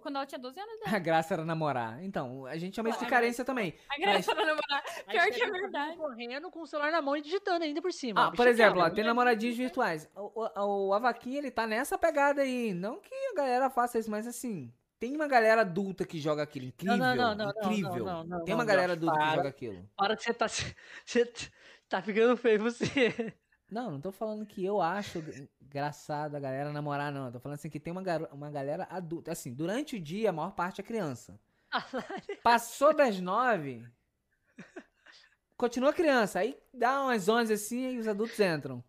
[SPEAKER 3] quando ela tinha 12 anos. né?
[SPEAKER 2] A graça era namorar. Então, a gente chama isso de
[SPEAKER 1] Não,
[SPEAKER 2] carência também.
[SPEAKER 3] A graça era namorar.
[SPEAKER 1] Aí
[SPEAKER 3] Pior
[SPEAKER 1] você
[SPEAKER 3] que é
[SPEAKER 1] viu todo mundo
[SPEAKER 3] verdade.
[SPEAKER 1] Correndo com o celular na mão e digitando ainda por cima.
[SPEAKER 2] Ah,
[SPEAKER 1] O
[SPEAKER 2] por
[SPEAKER 1] bicho
[SPEAKER 2] exemplo,
[SPEAKER 1] é
[SPEAKER 2] ó,
[SPEAKER 1] brabo.
[SPEAKER 2] tem namoradinhos virtuais. O, o, o Avaquinha, ele tá nessa pegada aí. Não que a galera faça isso, mas assim, tem uma galera adulta que joga aquilo. Incrível.
[SPEAKER 1] não, não, não, não,
[SPEAKER 2] incrível.
[SPEAKER 1] não, não,
[SPEAKER 2] tem
[SPEAKER 1] não,
[SPEAKER 2] uma galera
[SPEAKER 1] Jorge,
[SPEAKER 2] adulta que
[SPEAKER 1] para.
[SPEAKER 2] joga aquilo.
[SPEAKER 1] Para que você tá. Você t- tá ficando feio você.
[SPEAKER 2] Não, não tô falando que eu acho gra- engraçado a galera namorar, não. Eu Tô falando assim que tem uma, garo- uma galera adulta. Assim, durante o dia, a maior parte é criança. Passou das nove, continua criança. Aí dá umas onze assim e os adultos entram.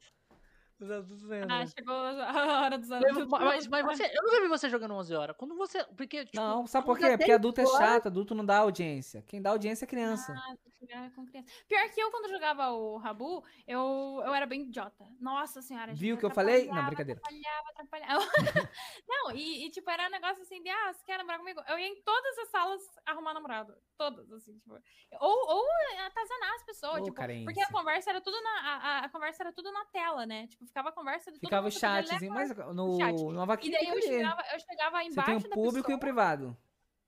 [SPEAKER 1] Os adultos lembram.
[SPEAKER 3] Ah, chegou a hora dos anos.
[SPEAKER 1] Mas- Mas, mas você, eu nunca vi você jogando 11 horas. Quando você. Porque, tipo,
[SPEAKER 2] Não, sabe por
[SPEAKER 1] quando
[SPEAKER 2] quê?
[SPEAKER 1] dá
[SPEAKER 2] Porque
[SPEAKER 1] 10
[SPEAKER 2] adulto é chato, adulto não dá audiência. Quem dá audiência é criança.
[SPEAKER 3] Jogar né, com criança. Pior que eu, quando jogava o Rabu, eu, eu era bem idiota. Nossa senhora.
[SPEAKER 2] Viu
[SPEAKER 3] gente, tá
[SPEAKER 2] o que eu falei? Não,
[SPEAKER 3] atrapalhava,
[SPEAKER 2] brincadeira.
[SPEAKER 3] Atrapalhava, atrapalhava. Não, e, e, tipo, era um negócio assim de, ah, você quer namorar comigo? Eu ia em todas as salas arrumar namorado. Todas, assim, tipo. Ou, ou atazanar as pessoas,
[SPEAKER 2] Ô,
[SPEAKER 3] tipo. Porque
[SPEAKER 2] carência.
[SPEAKER 3] a conversa era tudo na. a- A, a conversa era tudo na tela, né? Tipo, ficava a conversa de todo
[SPEAKER 2] Ficava o assim,
[SPEAKER 3] mundo, você podia
[SPEAKER 2] chatzinho,
[SPEAKER 3] ler a
[SPEAKER 2] mas no,
[SPEAKER 3] é chat.
[SPEAKER 2] no
[SPEAKER 3] E
[SPEAKER 2] Avaquinha
[SPEAKER 3] daí eu
[SPEAKER 2] fica ali.
[SPEAKER 3] chegava, eu chegava
[SPEAKER 2] Você tem
[SPEAKER 3] embaixo
[SPEAKER 2] o público
[SPEAKER 3] da
[SPEAKER 2] e
[SPEAKER 3] pessoa.
[SPEAKER 2] o privado.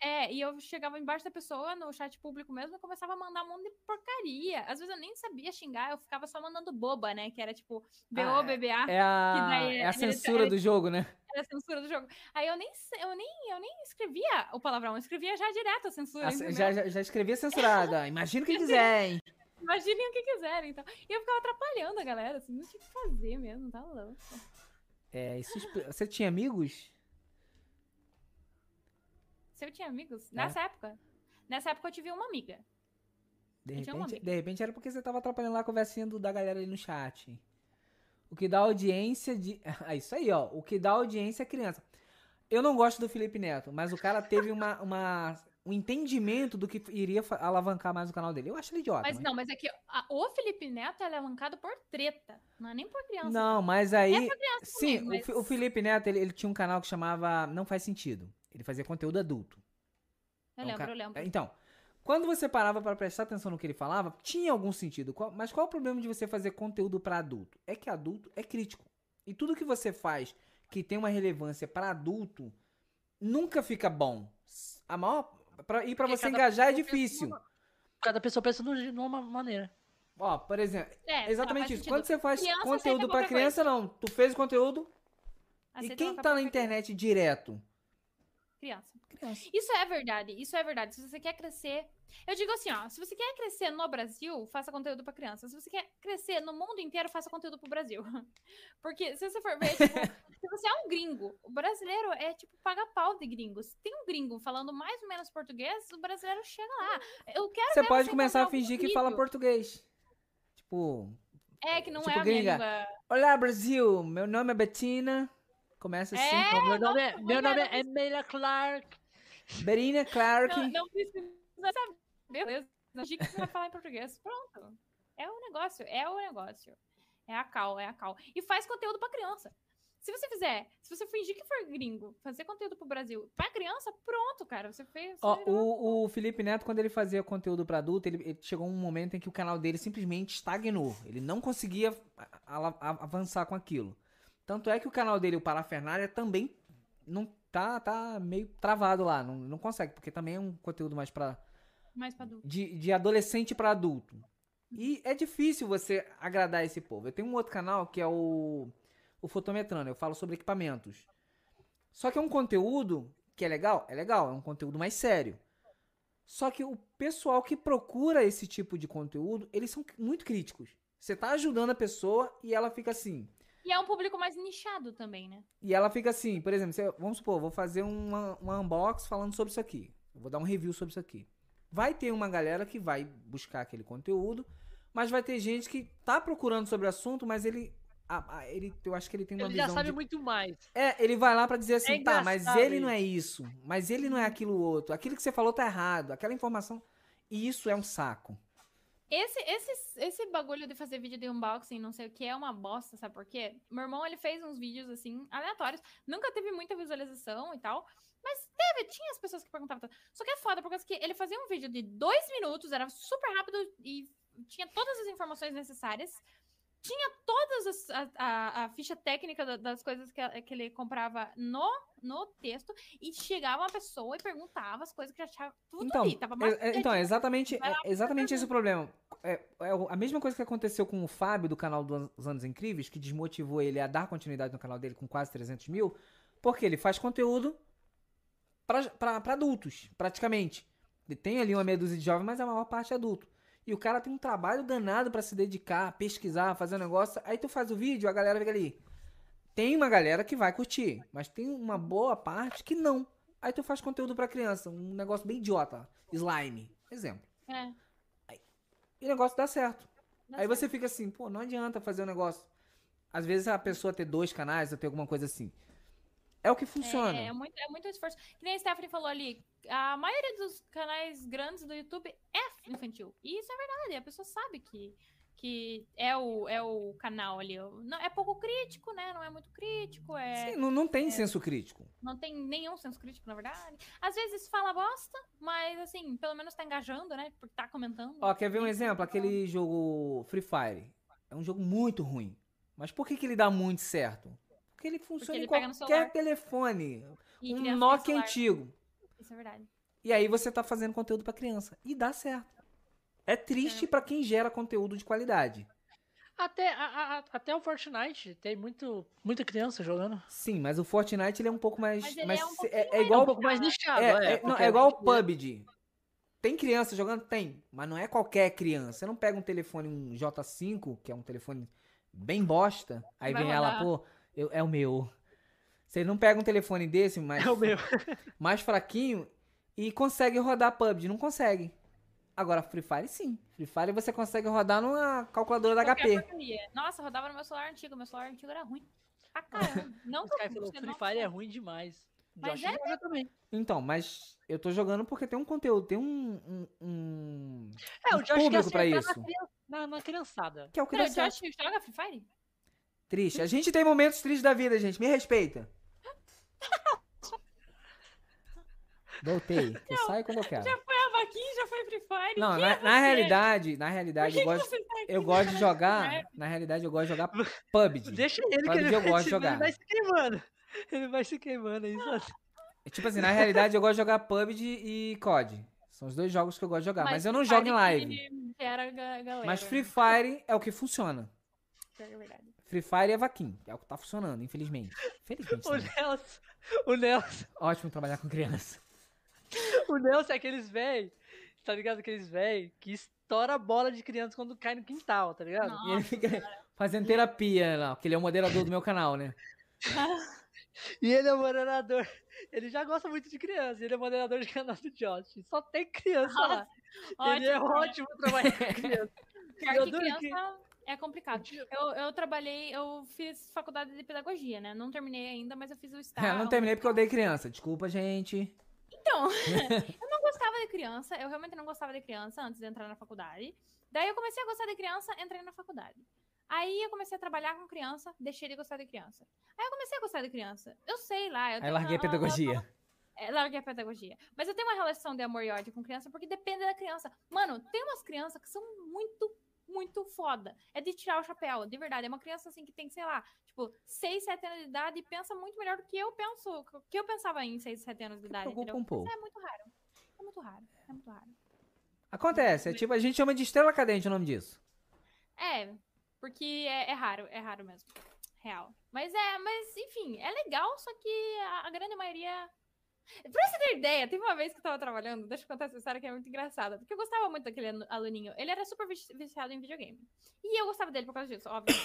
[SPEAKER 3] É, e eu chegava embaixo da pessoa no chat público mesmo e começava a mandar um monte de porcaria. Às vezes eu nem sabia xingar, eu ficava só mandando boba, né? Que era tipo
[SPEAKER 2] Ah,
[SPEAKER 3] BO, BBA,
[SPEAKER 2] É a, é a
[SPEAKER 3] daí ele- tá,
[SPEAKER 2] censura
[SPEAKER 3] ele-
[SPEAKER 2] do jogo, né?
[SPEAKER 3] era a censura do jogo. Aí eu nem, se- eu nem, eu nem escrevia o palavrão, eu escrevia já direto a censura.
[SPEAKER 2] Ah,
[SPEAKER 3] entendeu?
[SPEAKER 2] já, já, já escrevia censurada. Imagina o que quiser, hein?
[SPEAKER 3] Imaginem o que quiserem, então. E eu ficava atrapalhando a galera, assim, não tinha o que fazer mesmo, tá louco.
[SPEAKER 2] É, isso expli- Você tinha amigos?
[SPEAKER 3] Se eu tinha amigos,
[SPEAKER 2] É.
[SPEAKER 3] nessa época, nessa época eu tive uma amiga.
[SPEAKER 2] De
[SPEAKER 3] Eu tinha um
[SPEAKER 2] repente,
[SPEAKER 3] amigo.
[SPEAKER 2] de repente era porque você tava atrapalhando lá a conversinha do- da galera ali no chat. O que dá audiência de. Ah, isso aí, ó. O que dá audiência é criança. Eu não gosto do Felipe Neto, mas o cara teve uma, uma- um entendimento do que iria fa- alavancar mais o canal dele. Eu acho ele idiota. né?
[SPEAKER 3] Mas
[SPEAKER 2] mas-
[SPEAKER 3] não, mas é que a- o Felipe Neto é alavancado por treta, não é nem por criança.
[SPEAKER 2] Não, mas aí.
[SPEAKER 3] É pra criança
[SPEAKER 2] Sim,
[SPEAKER 3] também,
[SPEAKER 2] o, Fi-
[SPEAKER 3] mas-
[SPEAKER 2] o Felipe Neto, ele, ele tinha um canal que chamava Não Faz Sentido. Ele fazia conteúdo adulto.
[SPEAKER 3] Eu
[SPEAKER 2] É um
[SPEAKER 3] lembro,
[SPEAKER 2] ca-
[SPEAKER 3] eu lembro.
[SPEAKER 2] Então, quando você parava pra prestar atenção no que ele falava, tinha algum sentido. Qual- Mas qual o problema de você fazer conteúdo pra adulto? É que adulto é crítico. E tudo que você faz que tem uma relevância pra adulto nunca fica bom. A maior pra- e pra
[SPEAKER 1] Porque
[SPEAKER 2] você
[SPEAKER 1] cada
[SPEAKER 2] engajar é
[SPEAKER 1] pessoa pensa
[SPEAKER 2] difícil.
[SPEAKER 1] numa- Cada pessoa pensa de uma- de uma maneira.
[SPEAKER 2] Ó, por exemplo,
[SPEAKER 3] É,
[SPEAKER 2] exatamente
[SPEAKER 3] faz
[SPEAKER 2] isso.
[SPEAKER 3] sentido.
[SPEAKER 2] Quando você faz
[SPEAKER 3] Criança aceita
[SPEAKER 2] conteúdo pra
[SPEAKER 3] qualquer
[SPEAKER 2] criança, não. Tu fez o conteúdo
[SPEAKER 3] Aceita
[SPEAKER 2] e quem
[SPEAKER 3] qualquer
[SPEAKER 2] tá na
[SPEAKER 3] coisa,
[SPEAKER 2] internet direto?
[SPEAKER 3] Criança.
[SPEAKER 2] Criança.
[SPEAKER 3] Isso é verdade, isso é verdade. Se você quer crescer. Eu digo assim, ó, se você quer crescer no Brasil, faça conteúdo pra criança. Se você quer crescer no mundo inteiro, faça conteúdo pro Brasil. Porque se você for ver, tipo, se você é um gringo, o brasileiro é tipo paga pau de gringos. Se Tem um gringo falando mais ou menos português, o brasileiro chega lá. Eu quero
[SPEAKER 2] Você
[SPEAKER 3] ver
[SPEAKER 2] pode começar a
[SPEAKER 3] encontrar algum
[SPEAKER 2] fingir que fala
[SPEAKER 3] vídeo.
[SPEAKER 2] português. Tipo,
[SPEAKER 3] É, que não
[SPEAKER 2] tipo
[SPEAKER 3] é a
[SPEAKER 2] gringa.
[SPEAKER 3] mesma.
[SPEAKER 2] Olá, Brasil! Meu nome é Bettina. Começa assim.
[SPEAKER 3] É,
[SPEAKER 1] meu nome é, meu
[SPEAKER 3] não
[SPEAKER 1] nome
[SPEAKER 3] quero
[SPEAKER 1] é Emilia Clark.
[SPEAKER 2] Berina Clark.
[SPEAKER 3] Não, não precisa saber. Beleza. Não diga que você vai falar em português. Pronto. É o negócio, é o negócio. É a cal, é a cal. E faz conteúdo pra criança. Se você fizer, se você fingir que for gringo, fazer conteúdo pro Brasil pra criança, pronto, cara. Você fez.
[SPEAKER 2] Ó,
[SPEAKER 3] você é virou-
[SPEAKER 2] o, o Felipe Neto, quando ele fazia conteúdo pra adulto, ele, ele chegou um momento em que o canal dele simplesmente estagnou. Ele não conseguia a- a- a- avançar com aquilo. Tanto é que o canal dele, o Parafernália, também não tá, tá meio travado lá. Não, não consegue, porque também é um conteúdo mais pra,
[SPEAKER 3] Mais pra adulto.
[SPEAKER 2] de, de adolescente pra adulto. E é difícil você agradar esse povo. Eu tenho um outro canal que é o, o Fotometrano, eu falo sobre equipamentos. Só que é um conteúdo que é legal, é legal, é um conteúdo mais sério. Só que o pessoal que procura esse tipo de conteúdo, eles são muito críticos. Você tá ajudando a pessoa e ela fica assim.
[SPEAKER 3] E é um público mais nichado também, né?
[SPEAKER 2] E ela fica assim, por exemplo, você- vamos supor, vou fazer uma, um unbox falando sobre isso aqui. Eu vou dar um review sobre isso aqui. Vai ter uma galera que vai buscar aquele conteúdo, mas vai ter gente que tá procurando sobre o assunto, mas ele. a- a- ele eu acho que ele tem uma
[SPEAKER 1] Ele já
[SPEAKER 2] visão.
[SPEAKER 1] sabe
[SPEAKER 2] de-
[SPEAKER 1] muito mais.
[SPEAKER 2] É, ele vai lá pra dizer assim, tá, mas
[SPEAKER 1] engraçado
[SPEAKER 2] ele não é isso, mas ele não é aquilo outro, aquilo que você falou tá errado, aquela informação. E isso é um saco.
[SPEAKER 3] Esse, esse, esse bagulho de fazer vídeo de unboxing, não sei o que, é uma bosta, sabe por quê? Meu irmão, ele fez uns vídeos, assim, aleatórios. Nunca teve muita visualização e tal. Mas teve, tinha as pessoas que perguntavam. Só que é foda, porque ele fazia um vídeo de dois minutos, era super rápido e tinha todas as informações necessárias. Tinha todas as, a, a, a ficha técnica da- das coisas que, que ele comprava no, no texto. E chegava uma pessoa e perguntava as coisas que já achava tudo
[SPEAKER 2] Então,
[SPEAKER 3] ali. Tava
[SPEAKER 2] É, é, então, é
[SPEAKER 3] mastigadinho.
[SPEAKER 2] exatamente,
[SPEAKER 3] Vai lá,
[SPEAKER 2] é exatamente esse o problema. É, é o- a mesma coisa que aconteceu com o Fábio do canal dos Anos Incríveis, que desmotivou ele a dar continuidade no canal dele com quase 300 mil, porque ele faz conteúdo pra- pra pra adultos, praticamente. Ele tem ali uma meia dúzia de jovens, mas a maior parte é adulto. E o cara tem um trabalho danado pra se dedicar, pesquisar, fazer um negócio. Aí tu faz o vídeo, a galera fica ali. Tem uma galera que vai curtir, mas tem uma boa parte que não. Aí tu faz conteúdo pra criança, um negócio bem idiota. Slime, exemplo.
[SPEAKER 3] É,
[SPEAKER 2] E o negócio dá certo.
[SPEAKER 3] dá
[SPEAKER 2] Aí
[SPEAKER 3] certo.
[SPEAKER 2] você fica assim, pô, não adianta fazer um negócio. Às vezes a pessoa ter dois canais ou ter alguma coisa assim. É o que funciona.
[SPEAKER 3] É, é muito, é muito esforço. Que nem a Stephanie falou ali, a maioria dos canais grandes do YouTube é infantil. E isso é verdade, a pessoa sabe que, que é, o, é o canal ali. Não, é pouco crítico, né? Não é muito crítico, é,
[SPEAKER 2] Sim, não, não tem senso crítico.
[SPEAKER 3] não tem nenhum senso crítico, na verdade. Às vezes fala bosta, mas assim, pelo menos tá engajando, né? Porque tá comentando.
[SPEAKER 2] Ó, quer ver um exemplo? Aquele jogo Free Fire. É um jogo muito ruim. Mas por que, que ele dá muito certo? Porque ele funciona
[SPEAKER 3] ele
[SPEAKER 2] em
[SPEAKER 3] pega no
[SPEAKER 2] qualquer
[SPEAKER 3] celular.
[SPEAKER 2] telefone.
[SPEAKER 3] E
[SPEAKER 2] um
[SPEAKER 3] criança
[SPEAKER 2] Nokia
[SPEAKER 3] tem celular.
[SPEAKER 2] antigo.
[SPEAKER 3] Isso é verdade.
[SPEAKER 2] E aí você tá fazendo conteúdo pra criança. E dá certo. É triste pra quem gera conteúdo de qualidade.
[SPEAKER 1] Até, a- a- a- até o Fortnite tem muito, muita criança jogando.
[SPEAKER 2] Sim, mas o Fortnite ele é um pouco mais.
[SPEAKER 3] Mas ele
[SPEAKER 2] mais-
[SPEAKER 3] é um pouquinho
[SPEAKER 2] é,
[SPEAKER 1] É um
[SPEAKER 2] igual.
[SPEAKER 1] pouco mais nichado.
[SPEAKER 2] É, é- não,
[SPEAKER 1] porque
[SPEAKER 2] é igual o
[SPEAKER 1] gente-
[SPEAKER 2] PUBG. Tem criança jogando? Tem. Mas não é qualquer criança. Você não pega um telefone, um J5, que é um telefone bem bosta. Aí
[SPEAKER 3] Vai
[SPEAKER 2] vem ela,
[SPEAKER 3] rodar.
[SPEAKER 2] pô, eu- é o meu. Você não pega um telefone desse, mas.
[SPEAKER 1] É o meu.
[SPEAKER 2] mais fraquinho e consegue rodar PUBG. Não consegue. Agora, Free Fire sim. Free Fire você consegue rodar numa calculadora da
[SPEAKER 3] Qualquer
[SPEAKER 2] HP.
[SPEAKER 3] porcaria. Nossa, rodava no meu celular antigo. Meu celular antigo era ruim. Pra caramba. Não
[SPEAKER 1] Os caras falaram,
[SPEAKER 3] você não
[SPEAKER 1] Free Fire é ruim demais.
[SPEAKER 3] Mas
[SPEAKER 1] Josh
[SPEAKER 3] é
[SPEAKER 1] joga também.
[SPEAKER 2] Então, mas eu tô jogando porque tem um conteúdo, tem um. um, um-
[SPEAKER 1] É, o
[SPEAKER 2] um
[SPEAKER 1] Josh quer
[SPEAKER 2] público pra
[SPEAKER 1] acertar
[SPEAKER 2] isso.
[SPEAKER 1] Na, criança- né? na, na criançada.
[SPEAKER 2] Que é o que
[SPEAKER 3] Pera,
[SPEAKER 2] dá
[SPEAKER 3] o
[SPEAKER 2] certo.
[SPEAKER 3] Josh joga Free Fire?
[SPEAKER 2] Triste. A gente tem momentos tristes da vida, gente. Me respeita. Voltei. Eu saio quando eu quero.
[SPEAKER 3] Já foi a vaquinha, já foi Free Fire.
[SPEAKER 2] Não,
[SPEAKER 3] Quem
[SPEAKER 2] na,
[SPEAKER 3] é
[SPEAKER 2] na
[SPEAKER 3] você?
[SPEAKER 2] realidade, na
[SPEAKER 3] Por
[SPEAKER 2] realidade,
[SPEAKER 3] que
[SPEAKER 2] eu
[SPEAKER 3] que
[SPEAKER 2] gosto,
[SPEAKER 3] você tá aqui
[SPEAKER 2] eu gosto de
[SPEAKER 3] nessa
[SPEAKER 2] jogar.
[SPEAKER 3] merda?
[SPEAKER 2] Na realidade, eu gosto de jogar PUBG.
[SPEAKER 1] Deixa ele que
[SPEAKER 2] PUBG
[SPEAKER 1] ele
[SPEAKER 2] eu
[SPEAKER 1] vai,
[SPEAKER 2] gosto de
[SPEAKER 1] se-
[SPEAKER 2] jogar.
[SPEAKER 1] ele vai se queimando. Ele vai se queimando, é isso assim.
[SPEAKER 2] Tipo assim, na realidade eu gosto de jogar PUBG e COD. São os dois jogos que eu gosto de jogar, tá, mas, eu não
[SPEAKER 3] Free
[SPEAKER 2] jogo em
[SPEAKER 3] Fire né?
[SPEAKER 2] live.
[SPEAKER 3] que Era ga- galera.
[SPEAKER 2] Mas Free Fire é o que funciona.
[SPEAKER 3] É verdade.
[SPEAKER 2] Free Fire é vaquinho, é o que tá funcionando, infelizmente. Infelizmente.
[SPEAKER 1] O
[SPEAKER 2] né?
[SPEAKER 1] Nelson, o Nelson,
[SPEAKER 2] Ótimo trabalhar com criança.
[SPEAKER 1] o Nelson é aqueles véi, tá ligado? Aqueles véi que estoura a bola de criança quando cai no quintal, tá ligado?
[SPEAKER 2] E ele fica fazendo terapia lá, porque ele é o moderador do meu canal, né?
[SPEAKER 1] E ele é moderador, ele já gosta muito de criança, ele é moderador de canal do Josh. Só tem criança
[SPEAKER 3] Olha
[SPEAKER 1] lá.
[SPEAKER 3] lá. Ótimo,
[SPEAKER 1] ele é
[SPEAKER 3] né?
[SPEAKER 1] ótimo trabalhar com criança.
[SPEAKER 3] Pior
[SPEAKER 1] Eu
[SPEAKER 3] que
[SPEAKER 1] adoro que-
[SPEAKER 3] criança é complicado. Eu, eu trabalhei, eu fiz faculdade de pedagogia, né? Não terminei ainda, mas eu fiz Tá, o estágio.
[SPEAKER 2] É, não terminei porque eu odeio criança. Desculpa, gente.
[SPEAKER 3] Então, eu não gostava de criança, eu realmente não gostava de criança antes de entrar na faculdade. Daí eu comecei a gostar de criança, entrei na faculdade. Aí eu comecei a trabalhar com criança, deixei de gostar de criança. Aí eu comecei a gostar de criança. Eu sei lá, eu
[SPEAKER 2] Aí
[SPEAKER 3] tenho
[SPEAKER 2] larguei a
[SPEAKER 3] uma- uma-
[SPEAKER 2] pedagogia.
[SPEAKER 3] É, larguei a pedagogia. Mas eu tenho uma relação de amor e ódio com criança, porque depende da criança. Mano, tem umas crianças que são muito, muito foda. É de tirar o chapéu, de verdade. É uma criança assim que tem, sei lá, tipo, 6, 7 anos de idade e pensa muito melhor do que eu penso, que eu pensava em 6, 7 anos de idade.
[SPEAKER 2] preocupa
[SPEAKER 3] entendeu?
[SPEAKER 2] um pouco.
[SPEAKER 3] Mas é muito raro. É muito raro. É muito raro.
[SPEAKER 2] Acontece, é tipo, a gente chama de estrela cadente o nome disso.
[SPEAKER 3] É, porque é, é raro, é raro mesmo. Real. Mas é, mas enfim, é legal, só que a, a grande maioria. Pra você ter ideia, teve uma vez que eu tava trabalhando, deixa eu contar essa história que é muito engraçada, porque eu gostava muito daquele anu- aluninho. Ele era super vici- viciado em videogame. E eu gostava dele por causa disso, óbvio.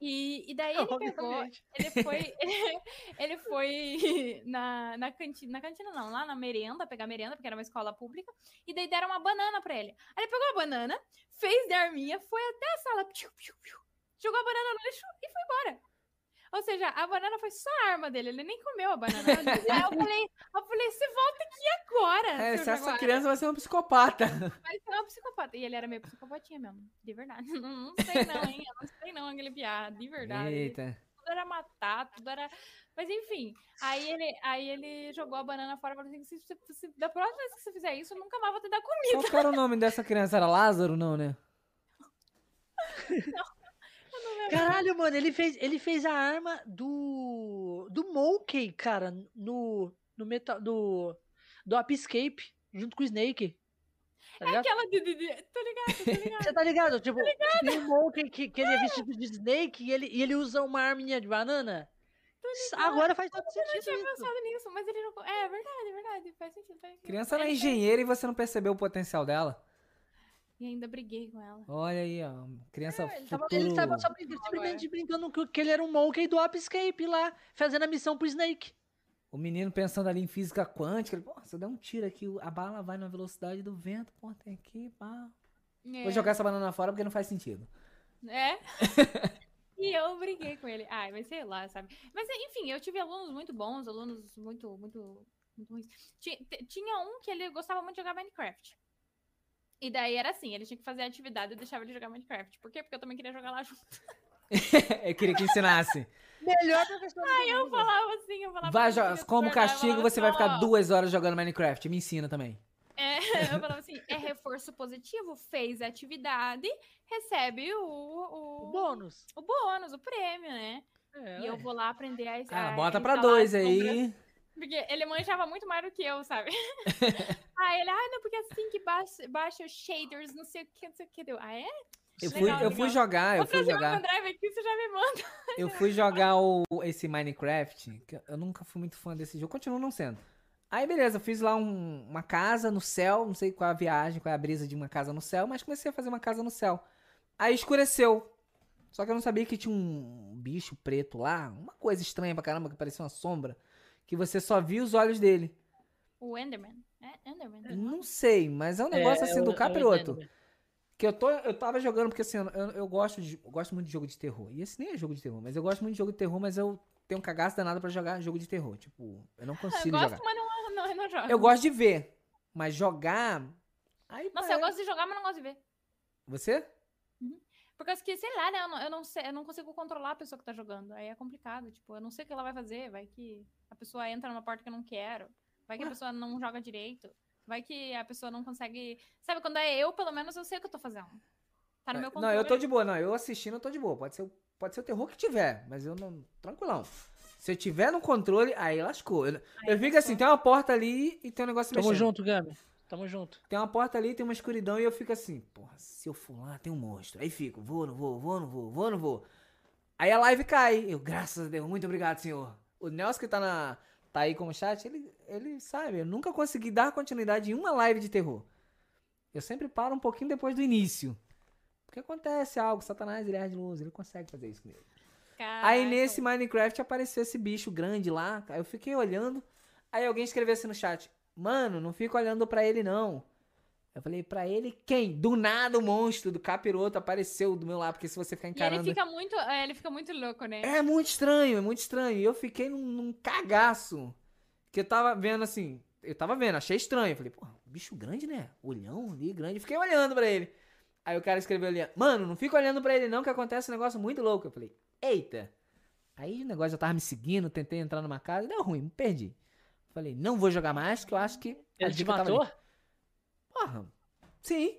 [SPEAKER 3] E, e daí
[SPEAKER 1] é
[SPEAKER 3] ele pegou,
[SPEAKER 1] Obviamente.
[SPEAKER 3] ele foi, ele, foi na, na cantina, na cantina não, lá na merenda, pegar merenda, porque era uma escola pública, e daí deram uma banana pra ele. Aí ele pegou a banana, fez de arminha, foi até a sala, piu, piu, piu, jogou a banana no lixo e foi embora. Ou seja, a banana foi só a arma dele, ele nem comeu a banana. Aí eu falei, eu falei, você volta aqui agora.
[SPEAKER 2] É,
[SPEAKER 3] seu
[SPEAKER 2] se essa
[SPEAKER 3] jaguar."
[SPEAKER 2] criança vai ser uma psicopata.
[SPEAKER 3] Mas é um psicopata. E ele era meio psicopatinha mesmo, de verdade. Não, não sei não, hein? Eu não sei não, aquele piada, de verdade. Ele
[SPEAKER 2] Eita.
[SPEAKER 3] tudo era matar, tudo era. Mas enfim, aí ele, aí ele jogou a banana fora e falou assim: se, se, se- da próxima vez que você fizer isso, eu nunca mais vou te dar comida.
[SPEAKER 2] Qual que era o nome dessa criança? Era Lázaro, não, né?
[SPEAKER 1] Caralho, mano, ele fez, ele fez a arma do. do Monkey, cara, no. no metal. do. do Apscape, junto com o Snake. Tá ligado?
[SPEAKER 3] Aquela de, de, de. Tô ligado, tô ligado.
[SPEAKER 1] Você tá ligado? Tipo, tem um Monkey que, que ele é vestido de Snake e ele, e ele usa uma arminha de banana. S- Agora faz todo
[SPEAKER 3] Eu não
[SPEAKER 1] sentido
[SPEAKER 3] tinha
[SPEAKER 1] isso.
[SPEAKER 3] pensado nisso, mas ele jogou. É, é verdade, é verdade. Faz sentido. Faz sentido.
[SPEAKER 2] Criança ela é
[SPEAKER 3] Aí-
[SPEAKER 2] engenheira e você não percebeu o potencial dela.
[SPEAKER 3] E ainda briguei com ela.
[SPEAKER 2] Olha aí, ó. Criança
[SPEAKER 3] É, ele tava-
[SPEAKER 2] futuro...
[SPEAKER 1] Ele tava só brin- simplesmente brincando que, que ele era um Monkey do Apscape lá, fazendo a missão pro Snake.
[SPEAKER 2] O menino pensando ali em física quântica. Ele, pô, se eu der um tiro aqui, o- a bala vai na velocidade do vento. Pô, tem aqui, pá.
[SPEAKER 3] É.
[SPEAKER 2] Vou jogar essa banana fora porque não faz sentido.
[SPEAKER 3] É. E eu briguei com ele. Ai, mas sei lá, sabe? Mas enfim, eu tive alunos muito bons, alunos muito, muito, muito ruins. Ti- te- Tinha um que ele gostava muito de jogar Minecraft. E daí era assim, ele tinha que fazer a atividade e deixava ele jogar Minecraft. Por quê? Porque eu também queria jogar lá junto.
[SPEAKER 2] eu queria que ensinasse.
[SPEAKER 1] Melhor professor do
[SPEAKER 3] Eu
[SPEAKER 1] mundo.
[SPEAKER 3] falava assim, eu falava
[SPEAKER 2] Vai,
[SPEAKER 3] assim,
[SPEAKER 2] jo-
[SPEAKER 3] professor,
[SPEAKER 2] como
[SPEAKER 3] eu falava
[SPEAKER 2] castigo, você vai
[SPEAKER 3] assim,
[SPEAKER 2] ficar
[SPEAKER 3] ó,
[SPEAKER 2] duas horas jogando Minecraft. Me ensina também.
[SPEAKER 3] É, eu falava assim, é reforço positivo, fez a atividade, recebe o,
[SPEAKER 1] O
[SPEAKER 3] o,
[SPEAKER 1] bônus.
[SPEAKER 3] o bônus, o prêmio, né?
[SPEAKER 1] É,
[SPEAKER 3] E eu
[SPEAKER 1] ué.
[SPEAKER 3] vou lá aprender a.
[SPEAKER 2] Ah,
[SPEAKER 3] a tá
[SPEAKER 2] bota pra
[SPEAKER 3] instalar
[SPEAKER 2] dois
[SPEAKER 3] as sombras.
[SPEAKER 2] aí.
[SPEAKER 3] Porque ele manjava muito mais do que eu, sabe? aí ele, ah, não, porque assim que baixa, baixa os shaders, não sei o que, não sei o que. Deu, ah, é?
[SPEAKER 2] Eu
[SPEAKER 3] Legal,
[SPEAKER 2] fui, eu fui
[SPEAKER 3] legal.
[SPEAKER 2] jogar, eu
[SPEAKER 3] Vou
[SPEAKER 2] fui
[SPEAKER 3] trazer
[SPEAKER 2] jogar.
[SPEAKER 3] um pendrive aqui, você já me manda.
[SPEAKER 2] Eu fui jogar o, esse Minecraft, que eu nunca fui muito fã desse jogo, continuo não sendo. Aí beleza, eu fiz lá um- uma casa no céu, não sei qual é a viagem, qual é a brisa de uma casa no céu, mas comecei a fazer uma casa no céu. Aí escureceu. Só que eu não sabia que tinha um bicho preto lá, uma coisa estranha pra caramba, que parecia uma sombra, que você só via os olhos dele.
[SPEAKER 3] O Enderman. É, Enderman.
[SPEAKER 2] Não sei, mas é um negócio assim
[SPEAKER 1] eu-
[SPEAKER 2] do
[SPEAKER 1] eu
[SPEAKER 2] capiroto.
[SPEAKER 1] entendo.
[SPEAKER 2] Que eu, tô, eu tava jogando, porque assim, eu, eu gosto, de- eu gosto muito de jogo de terror. E esse nem é jogo de terror, mas eu gosto muito de jogo de terror, mas eu tenho um cagaço danado pra jogar jogo de terror. Tipo, eu não
[SPEAKER 3] Ah, Eu
[SPEAKER 2] consigo
[SPEAKER 3] gosto,
[SPEAKER 2] jogar.
[SPEAKER 3] mas não, não, não jogo.
[SPEAKER 2] Eu gosto de ver, mas jogar. Aí,
[SPEAKER 3] Nossa,
[SPEAKER 2] pá,
[SPEAKER 3] eu gosto de jogar, mas não gosto de ver.
[SPEAKER 2] Você?
[SPEAKER 3] Por causa que, sei lá, né? Eu não, eu não sei, eu não consigo controlar a pessoa que tá jogando. Aí é complicado. Tipo, eu não sei o que ela vai fazer. Vai que a pessoa entra numa porta que eu não quero. Vai que a
[SPEAKER 2] Ué.
[SPEAKER 3] pessoa não joga direito. Vai que a pessoa não consegue. Sabe, quando é eu, pelo menos eu sei o que eu tô fazendo. Tá no
[SPEAKER 2] É,
[SPEAKER 3] meu
[SPEAKER 2] não,
[SPEAKER 3] controle.
[SPEAKER 2] eu tô de boa, não. Eu assistindo, eu tô de boa. Pode ser, o- pode ser o terror que tiver, mas eu não. Tranquilão. Se eu tiver no controle, aí lascou. Eu, eu vi que assim, tem uma porta ali e tem um negócio
[SPEAKER 1] Tamo
[SPEAKER 2] mexendo.
[SPEAKER 1] junto, Gabi. Tamo junto.
[SPEAKER 2] Tem uma porta ali, tem uma escuridão e eu fico assim, porra, se eu for lá, tem um monstro. Aí fico, vou, não vou, vou, não vou, vou, não vou. Aí a live cai. Eu, graças a Deus, muito obrigado, senhor. O Nelson que tá, na, tá aí como chat, ele, ele sabe, eu nunca consegui dar continuidade em uma live de terror. Eu sempre paro um pouquinho depois do início. Porque acontece algo, Satanás, ele é de luz, ele consegue fazer isso comigo.
[SPEAKER 3] Caraca.
[SPEAKER 2] Aí nesse Minecraft apareceu esse bicho grande lá. Aí eu fiquei olhando. Aí alguém escreveu assim no chat: Mano, não fica olhando pra ele não. Eu falei: Pra ele quem? Do nada o monstro do capiroto apareceu do meu lado. Porque se você ficar
[SPEAKER 3] E ele
[SPEAKER 2] encarando.
[SPEAKER 3] fica muito. é, Ele fica muito louco, né?
[SPEAKER 2] É muito estranho, é muito estranho. E eu fiquei num, num cagaço. Que eu tava vendo assim. Eu tava vendo, achei estranho. Eu Falei, pô, bicho grande, né? Olhão ali, grande. Fiquei olhando pra ele. Aí o cara escreveu ali, mano, não fica olhando pra ele não, que acontece um negócio muito louco. Eu falei, eita. Aí o negócio já tava me seguindo, tentei entrar numa casa, deu ruim, me perdi. Falei, não vou jogar mais, que eu acho que. a
[SPEAKER 1] Ele te
[SPEAKER 2] dica tava ali.
[SPEAKER 1] matou?
[SPEAKER 2] Porra, sim.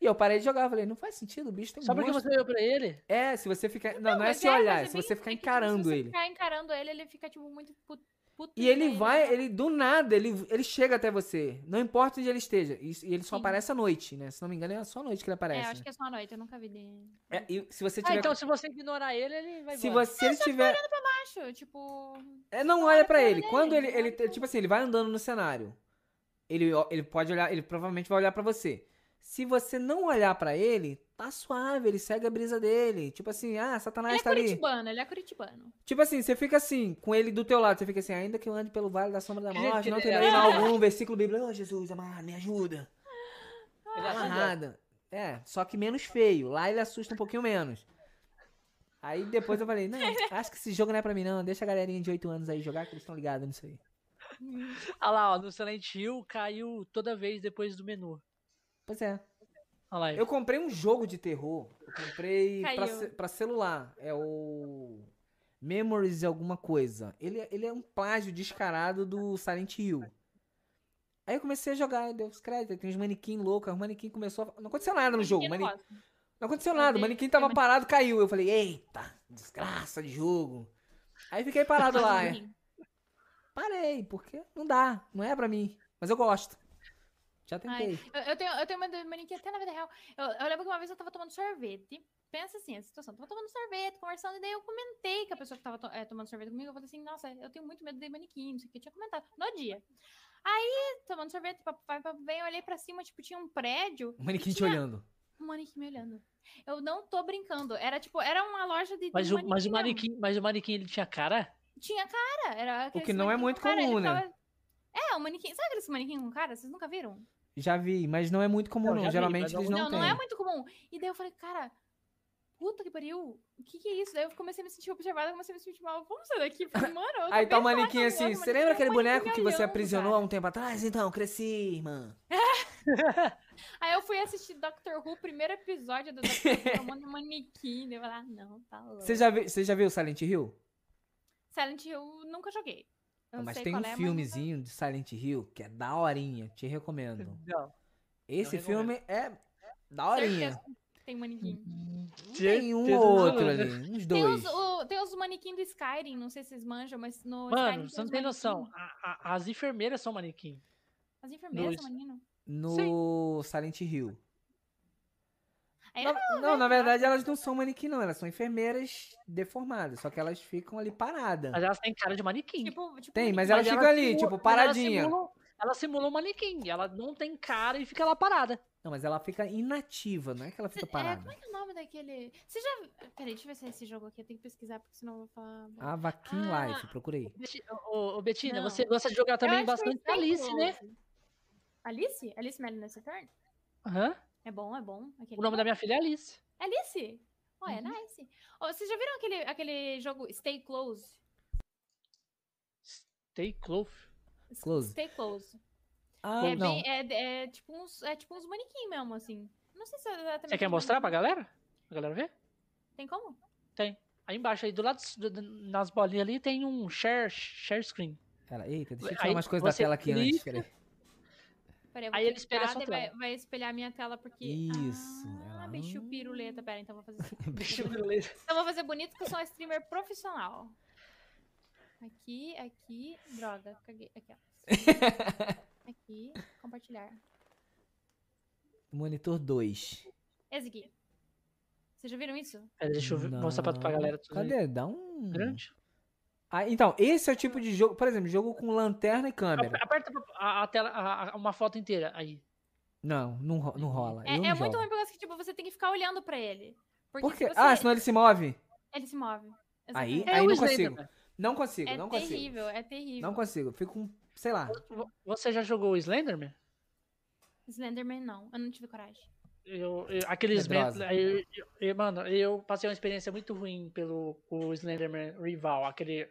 [SPEAKER 2] E eu parei de jogar, falei, não faz sentido, o bicho tem um
[SPEAKER 1] Só porque
[SPEAKER 2] monstro.
[SPEAKER 1] você olhou pra ele?
[SPEAKER 2] É, se você ficar. Não, não, é
[SPEAKER 3] mas
[SPEAKER 2] se
[SPEAKER 3] é, mas
[SPEAKER 2] olhar,
[SPEAKER 3] é
[SPEAKER 2] é se
[SPEAKER 3] bem-
[SPEAKER 2] você ficar
[SPEAKER 3] é que, tipo, se
[SPEAKER 2] encarando
[SPEAKER 3] você
[SPEAKER 2] ele.
[SPEAKER 3] ficar encarando ele, ele fica, tipo, muito puto. puto É,
[SPEAKER 2] E ele
[SPEAKER 3] daí
[SPEAKER 2] vai, ele do nada, ele, ele chega até você. Não importa onde ele esteja. E, e ele só
[SPEAKER 3] Sim.
[SPEAKER 2] aparece à noite, né? Se não me engano, é só à noite que ele
[SPEAKER 3] É,
[SPEAKER 2] aparece.
[SPEAKER 3] acho que é só à noite, eu nunca vi dele.
[SPEAKER 2] né? É, e se você
[SPEAKER 1] Ah,
[SPEAKER 2] tiver.
[SPEAKER 1] então se você ignorar ele, ele vai
[SPEAKER 2] se
[SPEAKER 1] embora.
[SPEAKER 2] você ele tiver.
[SPEAKER 3] Acho, tipo.
[SPEAKER 2] É, não
[SPEAKER 3] Não,
[SPEAKER 2] olha
[SPEAKER 3] olha
[SPEAKER 2] pra
[SPEAKER 3] pra
[SPEAKER 2] ele.
[SPEAKER 3] ele,
[SPEAKER 2] Quando ele,
[SPEAKER 3] não
[SPEAKER 2] ele,
[SPEAKER 3] olha pra ele.
[SPEAKER 2] tipo assim, ele vai andando no cenário. Ele, ó- ele pode olhar, ele provavelmente vai olhar pra você. Se você não olhar pra ele, tá suave, ele segue a brisa dele. Tipo assim, ah, Satanás
[SPEAKER 3] Ele é
[SPEAKER 2] tá ali.
[SPEAKER 3] curitibano, ele é curitibano.
[SPEAKER 2] Tipo assim, você fica assim, com ele do teu lado, você fica assim, ainda que eu ande pelo vale da sombra da
[SPEAKER 1] Que jeito
[SPEAKER 2] morte,
[SPEAKER 1] que
[SPEAKER 2] não
[SPEAKER 1] ele
[SPEAKER 2] temerei
[SPEAKER 1] é.
[SPEAKER 2] mal algum, versículo bíblico, oh, Jesus, amado, me ajuda.
[SPEAKER 1] Ele Ah,
[SPEAKER 2] Amarrada. É, só que menos feio. Lá ele assusta um pouquinho menos. Aí depois eu falei, não, acho que esse jogo não é pra mim não, deixa a galerinha de 8 anos aí jogar que eles estão ligados nisso aí.
[SPEAKER 1] Olha lá, ó, no Silent Hill caiu toda vez depois do menu.
[SPEAKER 2] Pois é.
[SPEAKER 1] Olha lá.
[SPEAKER 2] Eu comprei um jogo de terror. Eu comprei pra,
[SPEAKER 3] Caiu.
[SPEAKER 2] ce- pra celular. É o Memories de alguma coisa. Ele, é- ele é um plágio descarado do Silent Hill. Aí eu comecei a jogar, e deu os créditos, aí tem uns manequim loucos, os manequim começou a... Não aconteceu nada no jogo,
[SPEAKER 3] Ninguém
[SPEAKER 2] mane-
[SPEAKER 3] gosta.
[SPEAKER 2] não aconteceu nada, o
[SPEAKER 3] Mas ele
[SPEAKER 2] manequim
[SPEAKER 3] tem
[SPEAKER 2] tava
[SPEAKER 3] mane-
[SPEAKER 2] parado, caiu. Eu falei, eita, desgraça de jogo. Aí fiquei parado lá, é. parei, porque não dá, não é pra mim, mas eu gosto. Já tentei.
[SPEAKER 3] Eu, eu tenho, eu tenho medo de manequim até na vida real. Eu, eu lembro que uma vez eu tava tomando sorvete. Pensa assim, a situação. Tava tomando sorvete, conversando, e daí eu comentei que a pessoa que tava to- eh, tomando sorvete comigo, eu falei assim, nossa, eu tenho muito medo de manequim, não sei o que, eu tinha comentado, no dia. Aí, tomando sorvete, papo vai, papo vem, eu olhei pra cima, tipo, tinha um prédio,
[SPEAKER 2] O manequim te
[SPEAKER 3] Tinha-
[SPEAKER 2] olhando.
[SPEAKER 3] um manequim me olhando. Eu não tô brincando, era tipo, era uma loja de de
[SPEAKER 1] Mas o, mas, o
[SPEAKER 3] mesmo.
[SPEAKER 1] um, manequim, mas o manequim ele tinha cara?
[SPEAKER 3] Tinha cara, era aquele
[SPEAKER 2] que não é
[SPEAKER 3] manequim
[SPEAKER 2] muito
[SPEAKER 3] com cara, ele
[SPEAKER 2] comum, né?
[SPEAKER 3] ficava- É, o manequim, sabe aquele manequim com cara? Vocês nunca viram?
[SPEAKER 2] Já vi, mas não é muito comum,
[SPEAKER 1] Eu
[SPEAKER 2] não.
[SPEAKER 1] já vi,
[SPEAKER 2] Geralmente
[SPEAKER 1] mas
[SPEAKER 2] eles
[SPEAKER 1] algum-
[SPEAKER 2] não,
[SPEAKER 3] Não,
[SPEAKER 2] têm.
[SPEAKER 3] não é muito comum. E daí eu falei, cara, puta que pariu, o que que é isso? Daí eu comecei a me sentir observada, comecei a me sentir mal. Vamos sair daqui, porque, mano. eu
[SPEAKER 2] Aí
[SPEAKER 3] acabei
[SPEAKER 2] tá o
[SPEAKER 3] de falar
[SPEAKER 2] manequim
[SPEAKER 3] com a
[SPEAKER 2] assim,
[SPEAKER 3] mulher,
[SPEAKER 2] você
[SPEAKER 3] o
[SPEAKER 2] lembra aquele
[SPEAKER 3] manequim tá
[SPEAKER 2] boneco
[SPEAKER 3] me
[SPEAKER 2] que você
[SPEAKER 3] olhando,
[SPEAKER 2] aprisionou há
[SPEAKER 3] cara?"
[SPEAKER 2] um tempo atrás? Então, cresci, irmã.
[SPEAKER 3] Aí eu fui assistir Doctor Who, o primeiro episódio do Doctor Who, tomando um manequim. Daí eu falei, ah, não, tá louco.
[SPEAKER 2] Você já, viu, você já viu Silent Hill?
[SPEAKER 3] Silent Hill, nunca joguei. Eu não
[SPEAKER 2] mas
[SPEAKER 3] sei
[SPEAKER 2] tem um
[SPEAKER 3] qual é, mas nunca-
[SPEAKER 2] filmezinho de Silent Hill que é daorinha, te recomendo.
[SPEAKER 1] Não.
[SPEAKER 2] Esse
[SPEAKER 1] Eu
[SPEAKER 2] filme é daorinha.
[SPEAKER 3] Certeza que Tem um manequim.
[SPEAKER 1] Hum.
[SPEAKER 2] Tem um ou outro ali, uns
[SPEAKER 3] Tem os,
[SPEAKER 2] Um, dois.
[SPEAKER 3] o- tem os manequim do Skyrim, não sei se vocês manjam, mas no Skyrim
[SPEAKER 1] Mano, você
[SPEAKER 3] uns
[SPEAKER 1] não tem
[SPEAKER 3] manequim.
[SPEAKER 1] noção. a- a- as enfermeiras são manequim.
[SPEAKER 3] As enfermeiras,
[SPEAKER 1] Dois.
[SPEAKER 3] menino.
[SPEAKER 2] No Silent Hill.
[SPEAKER 3] Aí
[SPEAKER 2] Na- não, na verdade elas não são manequim, não. Elas são enfermeiras deformadas. Só que elas ficam ali paradas.
[SPEAKER 1] Mas elas têm cara de manequim.
[SPEAKER 3] Tipo, tipo
[SPEAKER 2] Tem, mas
[SPEAKER 3] manequim.
[SPEAKER 2] elas ficam ali, tipo, paradinha.
[SPEAKER 1] Ela simulou, ela simulou um manequim. Ela não tem cara e fica lá parada.
[SPEAKER 2] Não, mas ela fica inativa, não é que ela fica
[SPEAKER 3] É, como
[SPEAKER 2] parada.
[SPEAKER 3] é que é o nome daquele. Você já. Peraí, deixa eu ver se é esse jogo aqui. Eu tenho que pesquisar, porque senão eu vou falar.
[SPEAKER 2] A Vaquin
[SPEAKER 1] Ah,
[SPEAKER 2] Life,
[SPEAKER 3] É,
[SPEAKER 2] procurei.
[SPEAKER 1] Beti- Ô, ô, Betina,
[SPEAKER 3] Não.
[SPEAKER 1] você gosta de jogar
[SPEAKER 3] Eu
[SPEAKER 1] também
[SPEAKER 3] acho que eu
[SPEAKER 1] tá bastante Alice, né?
[SPEAKER 3] sei qual. Alice? Alice Madness Return?
[SPEAKER 1] Aham.
[SPEAKER 3] É bom, é bom. Aquele
[SPEAKER 1] O nome da Uhum. minha filha é Alice.
[SPEAKER 3] Alice? Oh, é nice. Ó, vocês já viram aquele, aquele jogo Stay Close?
[SPEAKER 1] Stay close.
[SPEAKER 3] S-
[SPEAKER 2] Close.
[SPEAKER 3] Stay Close.
[SPEAKER 2] Ah,
[SPEAKER 3] é,
[SPEAKER 2] não.
[SPEAKER 3] bem, é, é tipo uns, é tipo uns manequim mesmo, assim. Não sei se é exatamente.
[SPEAKER 1] Você quer
[SPEAKER 3] um
[SPEAKER 1] mostrar pra
[SPEAKER 3] manequim.
[SPEAKER 1] galera? Pra galera ver?
[SPEAKER 3] Tem como?
[SPEAKER 1] Aí embaixo, aí do lado, do- do- nas bolinhas ali, tem um share, share screen.
[SPEAKER 2] Pera, eita, deixa eu
[SPEAKER 1] Aí
[SPEAKER 2] tirar umas coisas da
[SPEAKER 1] você
[SPEAKER 2] tela aqui
[SPEAKER 1] clica-
[SPEAKER 2] antes. Peraí.
[SPEAKER 3] Peraí, eu vou
[SPEAKER 1] Aí ele espelha a
[SPEAKER 3] clicar,
[SPEAKER 1] sua
[SPEAKER 3] daí
[SPEAKER 1] tela.
[SPEAKER 3] Vai, vai espelhar a minha tela, porque.
[SPEAKER 2] Isso,
[SPEAKER 3] Ah,
[SPEAKER 2] ela-
[SPEAKER 3] bicho piruleta. Pera, então vou fazer assim.
[SPEAKER 1] Bicho beleza.
[SPEAKER 3] Então vou fazer bonito que eu sou uma streamer profissional. Aqui, aqui, droga, caguei. Aqui, ó. Aqui, compartilhar.
[SPEAKER 2] Monitor 2.
[SPEAKER 3] Esse aqui. Vocês já viram isso?
[SPEAKER 1] Pera, deixa eu ver- mostrar pra, pra
[SPEAKER 2] Não.
[SPEAKER 1] galera tudo. aí.
[SPEAKER 2] Cadê? Dá um.
[SPEAKER 1] Grande.
[SPEAKER 2] Ah, então, esse é o tipo de jogo. Por exemplo, jogo com lanterna e câmera.
[SPEAKER 1] A- Aperta pra- a, a tela, a- a- uma foto inteira aí.
[SPEAKER 2] Não, não, ro- não rola.
[SPEAKER 3] É,
[SPEAKER 2] eu não
[SPEAKER 3] é muito
[SPEAKER 2] jogo.
[SPEAKER 3] ruim porque tipo, você tem que ficar olhando pra ele. Porque
[SPEAKER 2] Por quê?
[SPEAKER 3] se você-
[SPEAKER 2] Ah, senão ele se move?
[SPEAKER 3] ele se move.
[SPEAKER 2] Aí-
[SPEAKER 3] Exatamente.
[SPEAKER 1] É
[SPEAKER 2] não
[SPEAKER 1] o Slender.
[SPEAKER 2] consigo. Não consigo,
[SPEAKER 3] é
[SPEAKER 2] não consigo.
[SPEAKER 3] terrível, é terrível.
[SPEAKER 2] Não consigo. Fico com. Sei lá.
[SPEAKER 1] Vo- Você já jogou o Slenderman?
[SPEAKER 3] Slenderman não, eu não tive coragem.
[SPEAKER 1] Eu, eu- aqueles
[SPEAKER 2] Medrosa.
[SPEAKER 1] men- eu- eu- eu- mano, eu passei uma experiência muito ruim pelo o Slenderman Rival, aquele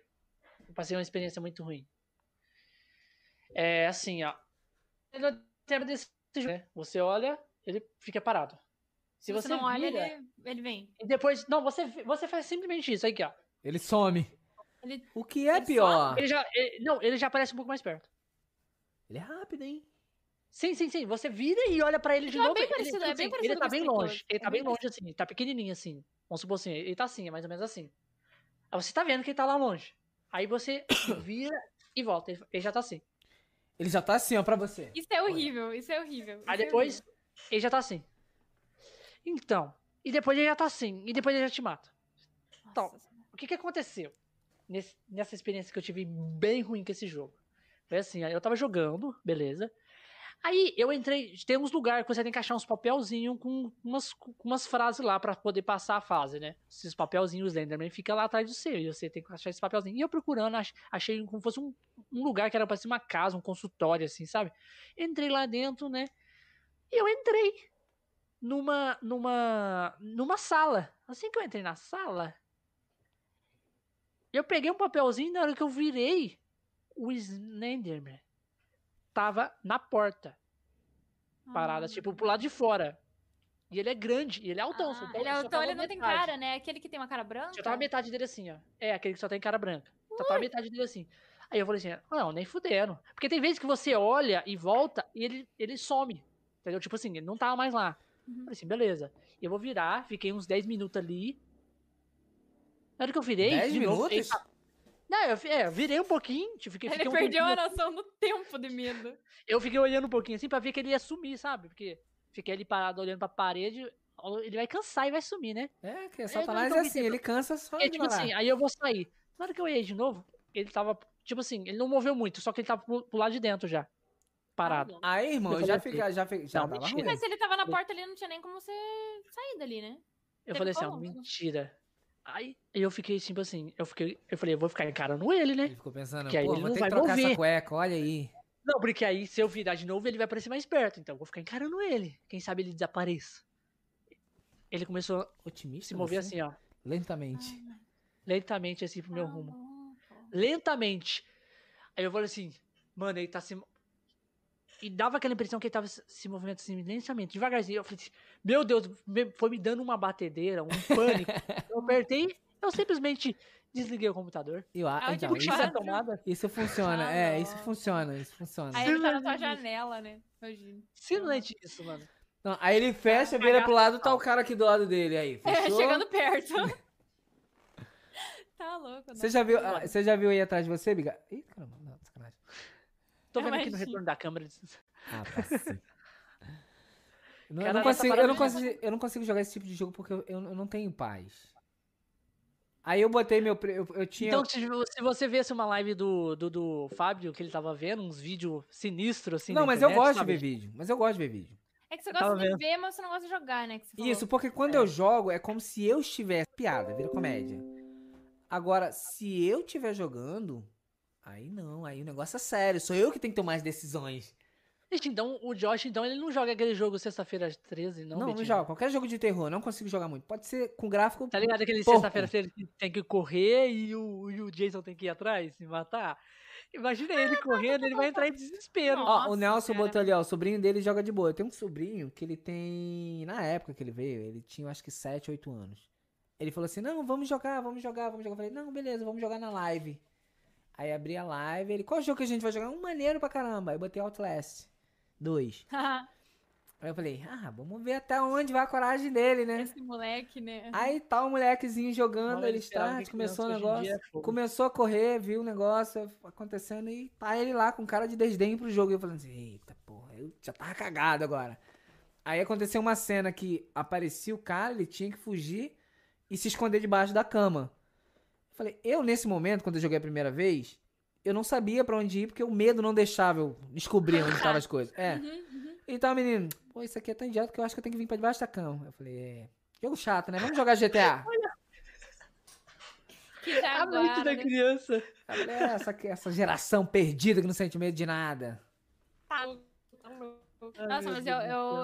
[SPEAKER 1] eu passei uma experiência muito ruim. É assim, ó. Ele não tem a desse jeito, né? Você olha, ele fica parado. Se,
[SPEAKER 3] Se,
[SPEAKER 1] você,
[SPEAKER 3] não olha,
[SPEAKER 1] vira,
[SPEAKER 3] ele, ele vem.
[SPEAKER 1] e depois, não, você você faz simplesmente isso aí aqui, ó.
[SPEAKER 2] Ele some.
[SPEAKER 3] Ele-
[SPEAKER 2] O que é
[SPEAKER 3] ele
[SPEAKER 2] pior?
[SPEAKER 1] Ele já ele- não, ele já aparece um pouco mais perto.
[SPEAKER 2] Ele é rápido, hein?
[SPEAKER 1] Sim, sim, sim. Você vira e olha pra ele de
[SPEAKER 3] Então é
[SPEAKER 1] novo.
[SPEAKER 3] bem
[SPEAKER 1] ele-
[SPEAKER 3] parecido,
[SPEAKER 1] tipo
[SPEAKER 3] é bem
[SPEAKER 1] assim,
[SPEAKER 3] parecido
[SPEAKER 1] Ele tá
[SPEAKER 3] com
[SPEAKER 1] bem
[SPEAKER 3] Star Wars.
[SPEAKER 1] longe. Ele tá
[SPEAKER 3] É bem
[SPEAKER 1] bem longe, assim. Tá pequenininho, assim. Vamos supor assim. Ele tá assim, é mais ou menos assim. Aí você tá vendo que ele tá lá longe. Aí você vira e volta. Ele ele já tá assim.
[SPEAKER 2] Ele já tá assim, ó, pra você.
[SPEAKER 3] Isso é horrível, isso é horrível. isso é
[SPEAKER 1] Aí depois, ele já tá assim. Então. E depois ele já tá assim. E depois ele já te mata.
[SPEAKER 3] horrível.
[SPEAKER 2] então,
[SPEAKER 1] tal.
[SPEAKER 3] Nossa,
[SPEAKER 1] O que que aconteceu? Nesse- nessa experiência que eu tive bem ruim com esse jogo. Foi assim, aí eu tava jogando, beleza. Aí eu entrei, tem uns lugares que você tem que achar uns papelzinhos com umas, com umas frases lá pra poder passar a fase, né? Esses papelzinhos, o Slenderman fica lá atrás do seu e você tem que achar esse papelzinho. E eu procurando, ach- achei como fosse um, um lugar que era parecia uma casa, um consultório, assim, sabe? Entrei lá dentro, né? E eu entrei numa, numa, numa sala. Assim que eu entrei na sala, Eu peguei um papelzinho e na hora que eu virei, o Slenderman tava na porta. Parada,
[SPEAKER 3] Ah.
[SPEAKER 1] tipo, pro lado de fora. E ele é grande, e
[SPEAKER 2] tipo,
[SPEAKER 1] ele é
[SPEAKER 2] um
[SPEAKER 1] altão.
[SPEAKER 3] Ah,
[SPEAKER 1] só-
[SPEAKER 3] ele é
[SPEAKER 1] só
[SPEAKER 3] altão,
[SPEAKER 1] tava
[SPEAKER 3] ele não tem
[SPEAKER 1] metade.
[SPEAKER 3] cara, né? Aquele que tem uma cara branca.
[SPEAKER 1] Só tava metade dele assim, ó. É, aquele que só tem cara branca. Só tava metade dele assim. Aí eu falei assim, não, nem fuderam. Porque tem vezes que você olha e volta e ele, ele some. Entendeu? Tipo assim, ele não tava mais lá.
[SPEAKER 3] Uhum.
[SPEAKER 1] Falei assim, beleza. Eu vou virar, fiquei uns 10 minutos ali. Na hora que eu virei.
[SPEAKER 2] 10
[SPEAKER 1] de novo,
[SPEAKER 2] minutos?
[SPEAKER 1] fiquei- Não, eu, fi- é, eu virei um pouquinho. tipo, Fiquei,
[SPEAKER 3] Ele
[SPEAKER 1] fiquei um
[SPEAKER 3] perdeu
[SPEAKER 1] tempinho
[SPEAKER 3] a noção do tempo de medo.
[SPEAKER 1] eu fiquei olhando um pouquinho assim pra ver que ele ia sumir, sabe? Porque fiquei ali parado olhando pra parede, ele vai cansar e vai sumir, né?
[SPEAKER 2] É, que
[SPEAKER 1] não,
[SPEAKER 2] Satanás
[SPEAKER 1] então
[SPEAKER 2] é
[SPEAKER 1] me
[SPEAKER 2] assim, ele cansa só
[SPEAKER 1] E,
[SPEAKER 2] de
[SPEAKER 1] tipo
[SPEAKER 2] falar.
[SPEAKER 1] assim, aí eu vou sair. Na hora que eu olhei de novo, ele tava, tipo assim, ele não moveu muito, só que ele tava pro, pro lado de dentro já, parado.
[SPEAKER 2] Aí, irmão,
[SPEAKER 1] Eu
[SPEAKER 2] já
[SPEAKER 1] falei
[SPEAKER 2] fica, já fica, já
[SPEAKER 1] Não,
[SPEAKER 2] tava
[SPEAKER 1] mentira.
[SPEAKER 2] ruim.
[SPEAKER 3] Mas se ele tava na porta ali, não tinha nem como você sair dali, né?
[SPEAKER 1] Eu
[SPEAKER 3] Teve
[SPEAKER 1] falei assim, ó,
[SPEAKER 3] como?
[SPEAKER 1] mentira. Aí eu fiquei, tipo assim, eu fiquei, eu falei, eu vou ficar encarando ele, né?
[SPEAKER 2] Ele ficou pensando,
[SPEAKER 1] Que aí
[SPEAKER 2] pô,
[SPEAKER 1] ele
[SPEAKER 2] vou
[SPEAKER 1] não
[SPEAKER 2] ter que
[SPEAKER 1] vai
[SPEAKER 2] trocar essa
[SPEAKER 1] mover.
[SPEAKER 2] cueca, olha aí.
[SPEAKER 1] Não, porque aí se eu virar de novo, ele vai parecer mais perto, então eu vou ficar encarando ele. Quem sabe ele desapareça. Ele começou a
[SPEAKER 2] Otimista
[SPEAKER 1] se mover
[SPEAKER 2] você?
[SPEAKER 1] assim, ó,
[SPEAKER 2] Lentamente.
[SPEAKER 1] lentamente assim pro meu
[SPEAKER 3] Ah,
[SPEAKER 1] rumo.
[SPEAKER 3] louco.
[SPEAKER 1] lentamente. Aí eu falei assim, mano, ele tá se. E dava aquela impressão que ele tava se- se movimentando assim, lentamente, devagarzinho. Eu falei assim, meu Deus, me- foi me dando uma batedeira, um pânico. eu apertei, eu simplesmente desliguei o computador.
[SPEAKER 2] Eu, a-
[SPEAKER 3] Ah,
[SPEAKER 2] então,
[SPEAKER 3] tipo,
[SPEAKER 1] Puxei a
[SPEAKER 2] isso,
[SPEAKER 3] quatro.
[SPEAKER 1] tomada,
[SPEAKER 2] isso funciona,
[SPEAKER 3] Ah,
[SPEAKER 2] é,
[SPEAKER 3] não.
[SPEAKER 2] isso funciona, isso funciona.
[SPEAKER 3] Aí ele tá na tua janela, né? Imagina.
[SPEAKER 1] simplesmente isso, mano.
[SPEAKER 2] Não, aí ele fecha, vira pro lado, tá o cara aqui do lado dele aí.
[SPEAKER 3] É,
[SPEAKER 2] Fechou?
[SPEAKER 3] chegando perto. tá louco.
[SPEAKER 2] Você
[SPEAKER 3] nossa.
[SPEAKER 2] já viu, ah, você já viu aí atrás de você, biga? Ih, caramba, não, sacanagem.
[SPEAKER 1] Tô
[SPEAKER 3] É,
[SPEAKER 1] vendo aqui no
[SPEAKER 3] mas-
[SPEAKER 1] retorno da câmera.
[SPEAKER 2] Ah, cacete. Eu não- eu
[SPEAKER 1] Cara,
[SPEAKER 2] não
[SPEAKER 1] essa
[SPEAKER 2] consigo-
[SPEAKER 1] parada
[SPEAKER 2] eu não
[SPEAKER 1] já-
[SPEAKER 2] consigo- eu não consigo jogar esse tipo de jogo porque eu, eu- eu não tenho paz. Aí eu botei meu. pre- Eu, eu tinha.
[SPEAKER 1] Então, se vo- se você visse uma live do, do, do Fábio, que ele tava vendo, uns vídeos sinistros assim.
[SPEAKER 2] não,
[SPEAKER 1] na
[SPEAKER 2] mas eu
[SPEAKER 1] internet,
[SPEAKER 2] gosto
[SPEAKER 1] sabe?
[SPEAKER 2] de ver vídeo. Mas eu gosto de ver vídeo.
[SPEAKER 3] É que você
[SPEAKER 1] Tava
[SPEAKER 3] gosta de
[SPEAKER 1] vendo.
[SPEAKER 3] ver, mas você não gosta de jogar, né? que você falou.
[SPEAKER 2] Isso, porque quando eu jogo é como se eu estivesse. Piada, vira comédia. Agora, se eu estiver jogando. Aí não, aí o negócio é sério. Sou eu que tenho que tomar as decisões.
[SPEAKER 1] Gente, então o Josh, então, ele não joga aquele jogo sexta-feira 13, não?
[SPEAKER 2] Não, não,
[SPEAKER 1] Betinho?
[SPEAKER 2] jogo. Qualquer jogo de terror, não consigo jogar muito. Pode ser com gráfico.
[SPEAKER 1] Tá ligado aquele
[SPEAKER 2] Porco.
[SPEAKER 1] sexta-feira que ele tem que correr e o, e o Jason tem que ir atrás, se matar? Imagina ele correndo, ele vai entrar em desespero.
[SPEAKER 3] Nossa,
[SPEAKER 2] ó, o Nelson
[SPEAKER 3] cara.
[SPEAKER 2] botou ali, ó. O sobrinho dele joga de boa. Eu tenho um sobrinho que ele tem. Na época que ele veio, ele tinha acho que 7, 8 anos. Ele falou assim: não, vamos jogar, vamos jogar, vamos jogar. Eu falei: não, beleza, vamos jogar na live. Aí abri a live, ele: qual jogo que a gente vai jogar? Um maneiro pra caramba. Aí eu botei Outlast 2. Aí eu falei: ah, vamos ver até onde vai a coragem dele, né?
[SPEAKER 3] Esse moleque, né?
[SPEAKER 2] Aí tá o molequezinho jogando,
[SPEAKER 1] Mano,
[SPEAKER 2] ele
[SPEAKER 1] ele esperava
[SPEAKER 2] está,
[SPEAKER 1] que
[SPEAKER 2] começou o
[SPEAKER 1] criança hoje em
[SPEAKER 2] negócio.
[SPEAKER 1] dia é fogo.
[SPEAKER 2] começou a correr, viu o negócio acontecendo e tá ele lá com cara de desdém pro jogo. E eu falando assim, eita porra, eu já tava cagado agora. Aí aconteceu uma cena que aparecia o cara, ele tinha que fugir e se esconder debaixo da cama. Eu falei, eu nesse momento, quando eu joguei a primeira vez, eu não sabia pra onde ir, porque o medo não deixava eu descobrir onde estavam as coisas. É.
[SPEAKER 3] Uhum,
[SPEAKER 2] Então, menino, pô, isso aqui é tão idiota que eu acho que eu tenho que vir pra debaixo da cama. Eu falei, é. Jogo chato, né? Vamos jogar GTA.
[SPEAKER 3] Que
[SPEAKER 2] Ah,
[SPEAKER 3] né?
[SPEAKER 1] A noite da
[SPEAKER 3] jaguara.
[SPEAKER 1] criança.
[SPEAKER 2] Eu falei, é, essa, essa geração perdida que não sente medo de nada.
[SPEAKER 3] Tá louco.
[SPEAKER 1] Ai,
[SPEAKER 3] Nossa,
[SPEAKER 1] meu
[SPEAKER 3] mas
[SPEAKER 1] Deus do
[SPEAKER 3] eu, eu,
[SPEAKER 1] céu.
[SPEAKER 3] eu,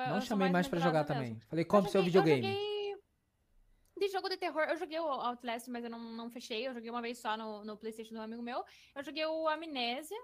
[SPEAKER 3] eu
[SPEAKER 2] Não
[SPEAKER 3] sou
[SPEAKER 2] chamei mais pra jogar
[SPEAKER 3] medrosa
[SPEAKER 2] também.
[SPEAKER 3] mesmo.
[SPEAKER 2] Falei, compre
[SPEAKER 3] Eu
[SPEAKER 2] seu
[SPEAKER 3] joguei- eu
[SPEAKER 2] videogame.
[SPEAKER 3] joguei- De jogo de terror, eu joguei o Outlast, mas eu não, não fechei. Eu joguei uma vez só no, no Playstation de um amigo meu. Eu joguei o Amnésia.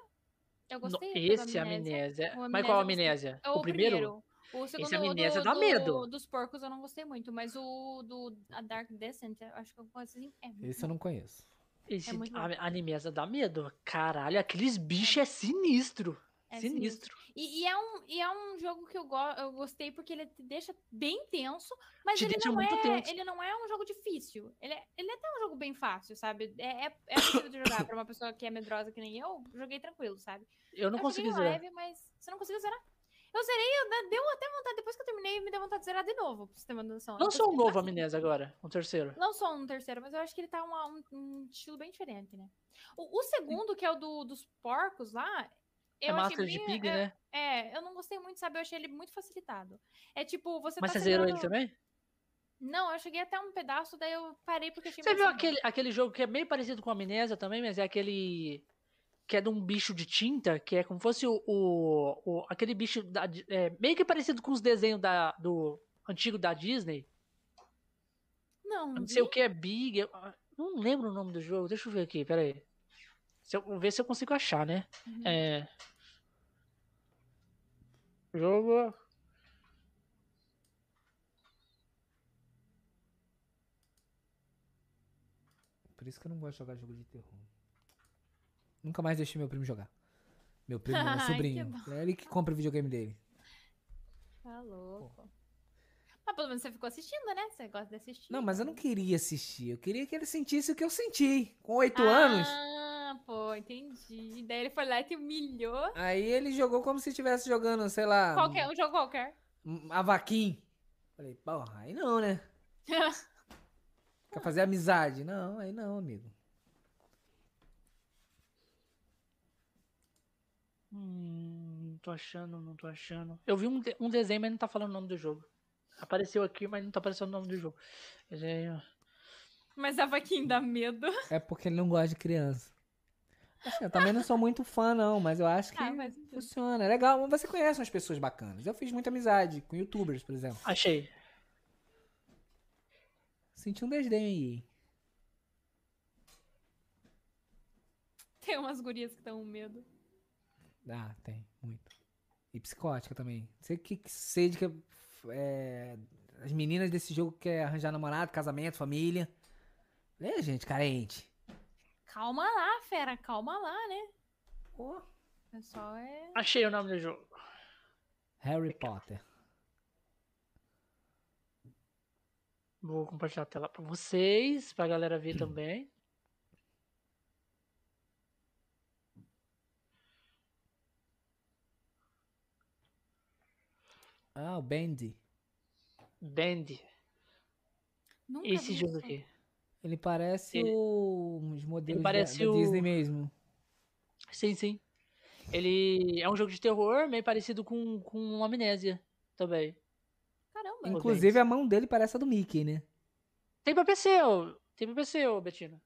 [SPEAKER 3] Eu
[SPEAKER 1] No-
[SPEAKER 3] gostei. do
[SPEAKER 1] Esse é amnésia.
[SPEAKER 3] O
[SPEAKER 1] Mas qual
[SPEAKER 3] Amnésia eu
[SPEAKER 1] amnésia?
[SPEAKER 3] É
[SPEAKER 1] O primeiro?
[SPEAKER 3] O segundo
[SPEAKER 1] Amnésia
[SPEAKER 3] do,
[SPEAKER 1] dá
[SPEAKER 3] do-
[SPEAKER 1] medo.
[SPEAKER 3] dos porcos eu não gostei muito, mas o do a Dark Descent, eu acho que eu gosto assim. É muito
[SPEAKER 2] Esse eu não conheço.
[SPEAKER 1] Esse
[SPEAKER 3] É muito bom.
[SPEAKER 1] a- amnésia dá medo. Caralho, aqueles bichos é sinistro.
[SPEAKER 3] É
[SPEAKER 1] sinistro.
[SPEAKER 3] E, e é um, e é um jogo que eu, go eu gostei porque ele te deixa bem tenso, mas
[SPEAKER 1] Te
[SPEAKER 3] ele,
[SPEAKER 1] deixa
[SPEAKER 3] não
[SPEAKER 1] muito
[SPEAKER 3] é,
[SPEAKER 1] tenso.
[SPEAKER 3] ele não é um jogo difícil. Ele é, ele é até um jogo bem fácil, sabe? É, é, é possível de jogar pra uma pessoa que é medrosa que nem eu. Joguei tranquilo, sabe?
[SPEAKER 1] Eu não
[SPEAKER 3] eu
[SPEAKER 1] consegui
[SPEAKER 3] joguei
[SPEAKER 1] zerar.
[SPEAKER 3] live, mas você não conseguiu zerar. Eu zerei, eu, né, deu até vontade. Depois que eu terminei, me deu vontade de zerar de novo, pra você ter uma noção. Eu assim.
[SPEAKER 1] Lançou um
[SPEAKER 3] consegui
[SPEAKER 1] novo
[SPEAKER 3] fazer.
[SPEAKER 1] amnésia agora, um terceiro.
[SPEAKER 3] tá Lançou um terceiro, mas eu acho que ele tá uma- um, um estilo bem diferente, né? O, o segundo, que é o do- dos porcos lá,
[SPEAKER 1] É
[SPEAKER 3] eu achei
[SPEAKER 1] Master de
[SPEAKER 3] bem,
[SPEAKER 1] Pig,
[SPEAKER 3] eu-
[SPEAKER 1] né?
[SPEAKER 3] é, eu não gostei muito, sabe? Eu achei ele muito facilitado. É tipo, você
[SPEAKER 1] Mas
[SPEAKER 3] tá
[SPEAKER 1] você zerou ele
[SPEAKER 3] segurando-
[SPEAKER 1] também?
[SPEAKER 3] Não, eu cheguei até um pedaço, daí eu parei porque achei
[SPEAKER 1] Você
[SPEAKER 3] muito
[SPEAKER 1] viu
[SPEAKER 3] sem graça.
[SPEAKER 1] aquele, aquele jogo que é meio parecido com a Amnésia também, mas é aquele. Que é de um bicho de tinta, que é como fosse o. o- o- aquele bicho. da Di- é, meio que parecido com os desenhos da, do antigo da Disney.
[SPEAKER 3] Não,
[SPEAKER 1] Não
[SPEAKER 3] vi.
[SPEAKER 1] sei o que é Big. eu- Não lembro o nome do jogo. Deixa eu ver aqui, peraí. Se eu, vou ver se eu consigo achar, né?
[SPEAKER 3] Uhum.
[SPEAKER 1] É. Jogo.
[SPEAKER 2] Por isso que eu não gosto de jogar jogo de terror. Nunca mais deixei meu primo jogar. Meu primo, meu
[SPEAKER 3] Ai, que
[SPEAKER 2] sobrinho. é ele que compra o videogame dele.
[SPEAKER 3] Tá louco. Mas pelo menos você ficou assistindo, né? Você gosta de assistir.
[SPEAKER 2] Não, mas eu não queria assistir. Eu queria que ele sentisse o que eu senti. Com oito
[SPEAKER 3] ah,
[SPEAKER 2] anos,
[SPEAKER 3] pô, entendi. Daí ele foi lá e te humilhou.
[SPEAKER 2] aí ele jogou como se estivesse jogando, sei lá,
[SPEAKER 3] Qualquer, um jogo qualquer.
[SPEAKER 2] um- a vaquinha. Falei, porra, aí não, né?
[SPEAKER 3] Ah.
[SPEAKER 2] Quer fazer amizade? Não, aí não, amigo.
[SPEAKER 1] Hum, não tô achando, não tô achando. Eu vi um, de- um desenho, mas não tá falando o nome do jogo. Apareceu aqui, mas não tá aparecendo o nome do jogo. Desenho.
[SPEAKER 3] Mas a vaquinha dá medo.
[SPEAKER 2] É porque ele não gosta de criança. Assim, eu também não sou muito fã, não, mas eu acho que
[SPEAKER 1] Tá.
[SPEAKER 3] Ah, faz sentido.
[SPEAKER 2] funciona. É legal, mas você conhece umas pessoas bacanas. Eu fiz muita amizade com youtubers, por exemplo.
[SPEAKER 1] Achei.
[SPEAKER 2] Senti um desdém aí. hein?
[SPEAKER 3] Tem umas gurias que estão com medo.
[SPEAKER 2] Ah, tem, muito. E psicótica também. Não sei que, que sede que é, as meninas desse jogo querem arranjar namorado, casamento, família. É, gente, carente.
[SPEAKER 3] Calma lá, fera, calma lá, né?
[SPEAKER 2] Pô,
[SPEAKER 3] O pessoal é.
[SPEAKER 1] Achei o nome do jogo.
[SPEAKER 2] Harry Potter.
[SPEAKER 1] Vou compartilhar a tela pra vocês, pra galera ver também.
[SPEAKER 2] Ah, o Bendy.
[SPEAKER 1] Band.
[SPEAKER 3] Nunca
[SPEAKER 1] Esse
[SPEAKER 3] vi
[SPEAKER 1] jogo
[SPEAKER 3] isso.
[SPEAKER 1] aqui.
[SPEAKER 2] Ele parece
[SPEAKER 1] Ele-
[SPEAKER 2] o- os modelos da-
[SPEAKER 1] parece
[SPEAKER 2] da,
[SPEAKER 1] o-
[SPEAKER 2] Disney mesmo.
[SPEAKER 1] Sim, sim. Ele é um jogo de terror, meio parecido com, com Amnésia também.
[SPEAKER 3] Caramba.
[SPEAKER 1] Inclu-
[SPEAKER 2] Inclusive, a mão dele parece a do Mickey, né?
[SPEAKER 1] Tem pra PC, ô. Tem pra PC, ô, Betina.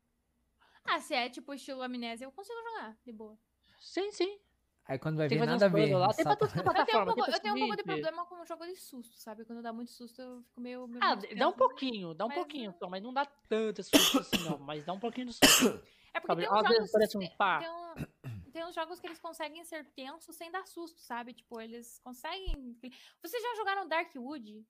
[SPEAKER 3] Ah, se é tipo estilo amnésia, eu consigo jogar, de boa.
[SPEAKER 1] Sim, sim.
[SPEAKER 2] Aí quando vai
[SPEAKER 1] Tem que
[SPEAKER 2] ver,
[SPEAKER 1] fazer
[SPEAKER 2] nada a
[SPEAKER 1] uns
[SPEAKER 2] ver.
[SPEAKER 1] puzzles lá. Tem
[SPEAKER 2] só
[SPEAKER 1] pra todas as
[SPEAKER 3] Eu tenho um
[SPEAKER 1] plataformas. tem
[SPEAKER 3] pouco,
[SPEAKER 1] pra
[SPEAKER 3] eu tenho um pouco de
[SPEAKER 1] Switch.
[SPEAKER 3] problema com jogo de susto, sabe? Quando dá muito susto, eu fico meio. meio
[SPEAKER 1] Ah,
[SPEAKER 3] meio
[SPEAKER 1] dá um
[SPEAKER 3] tensa.
[SPEAKER 1] pouquinho, dá um
[SPEAKER 3] Mas
[SPEAKER 1] pouquinho só, mas não dá tanto susto assim, não. Mas dá um pouquinho de susto.
[SPEAKER 3] É porque
[SPEAKER 1] Sabe?
[SPEAKER 3] tem uns,
[SPEAKER 1] Às
[SPEAKER 3] jogos,
[SPEAKER 1] vezes parece um
[SPEAKER 3] tem-
[SPEAKER 1] pá.
[SPEAKER 3] tem um- tem uns jogos que eles conseguem ser tensos sem dar susto, sabe? Tipo, eles conseguem. Vocês já jogaram Darkwood?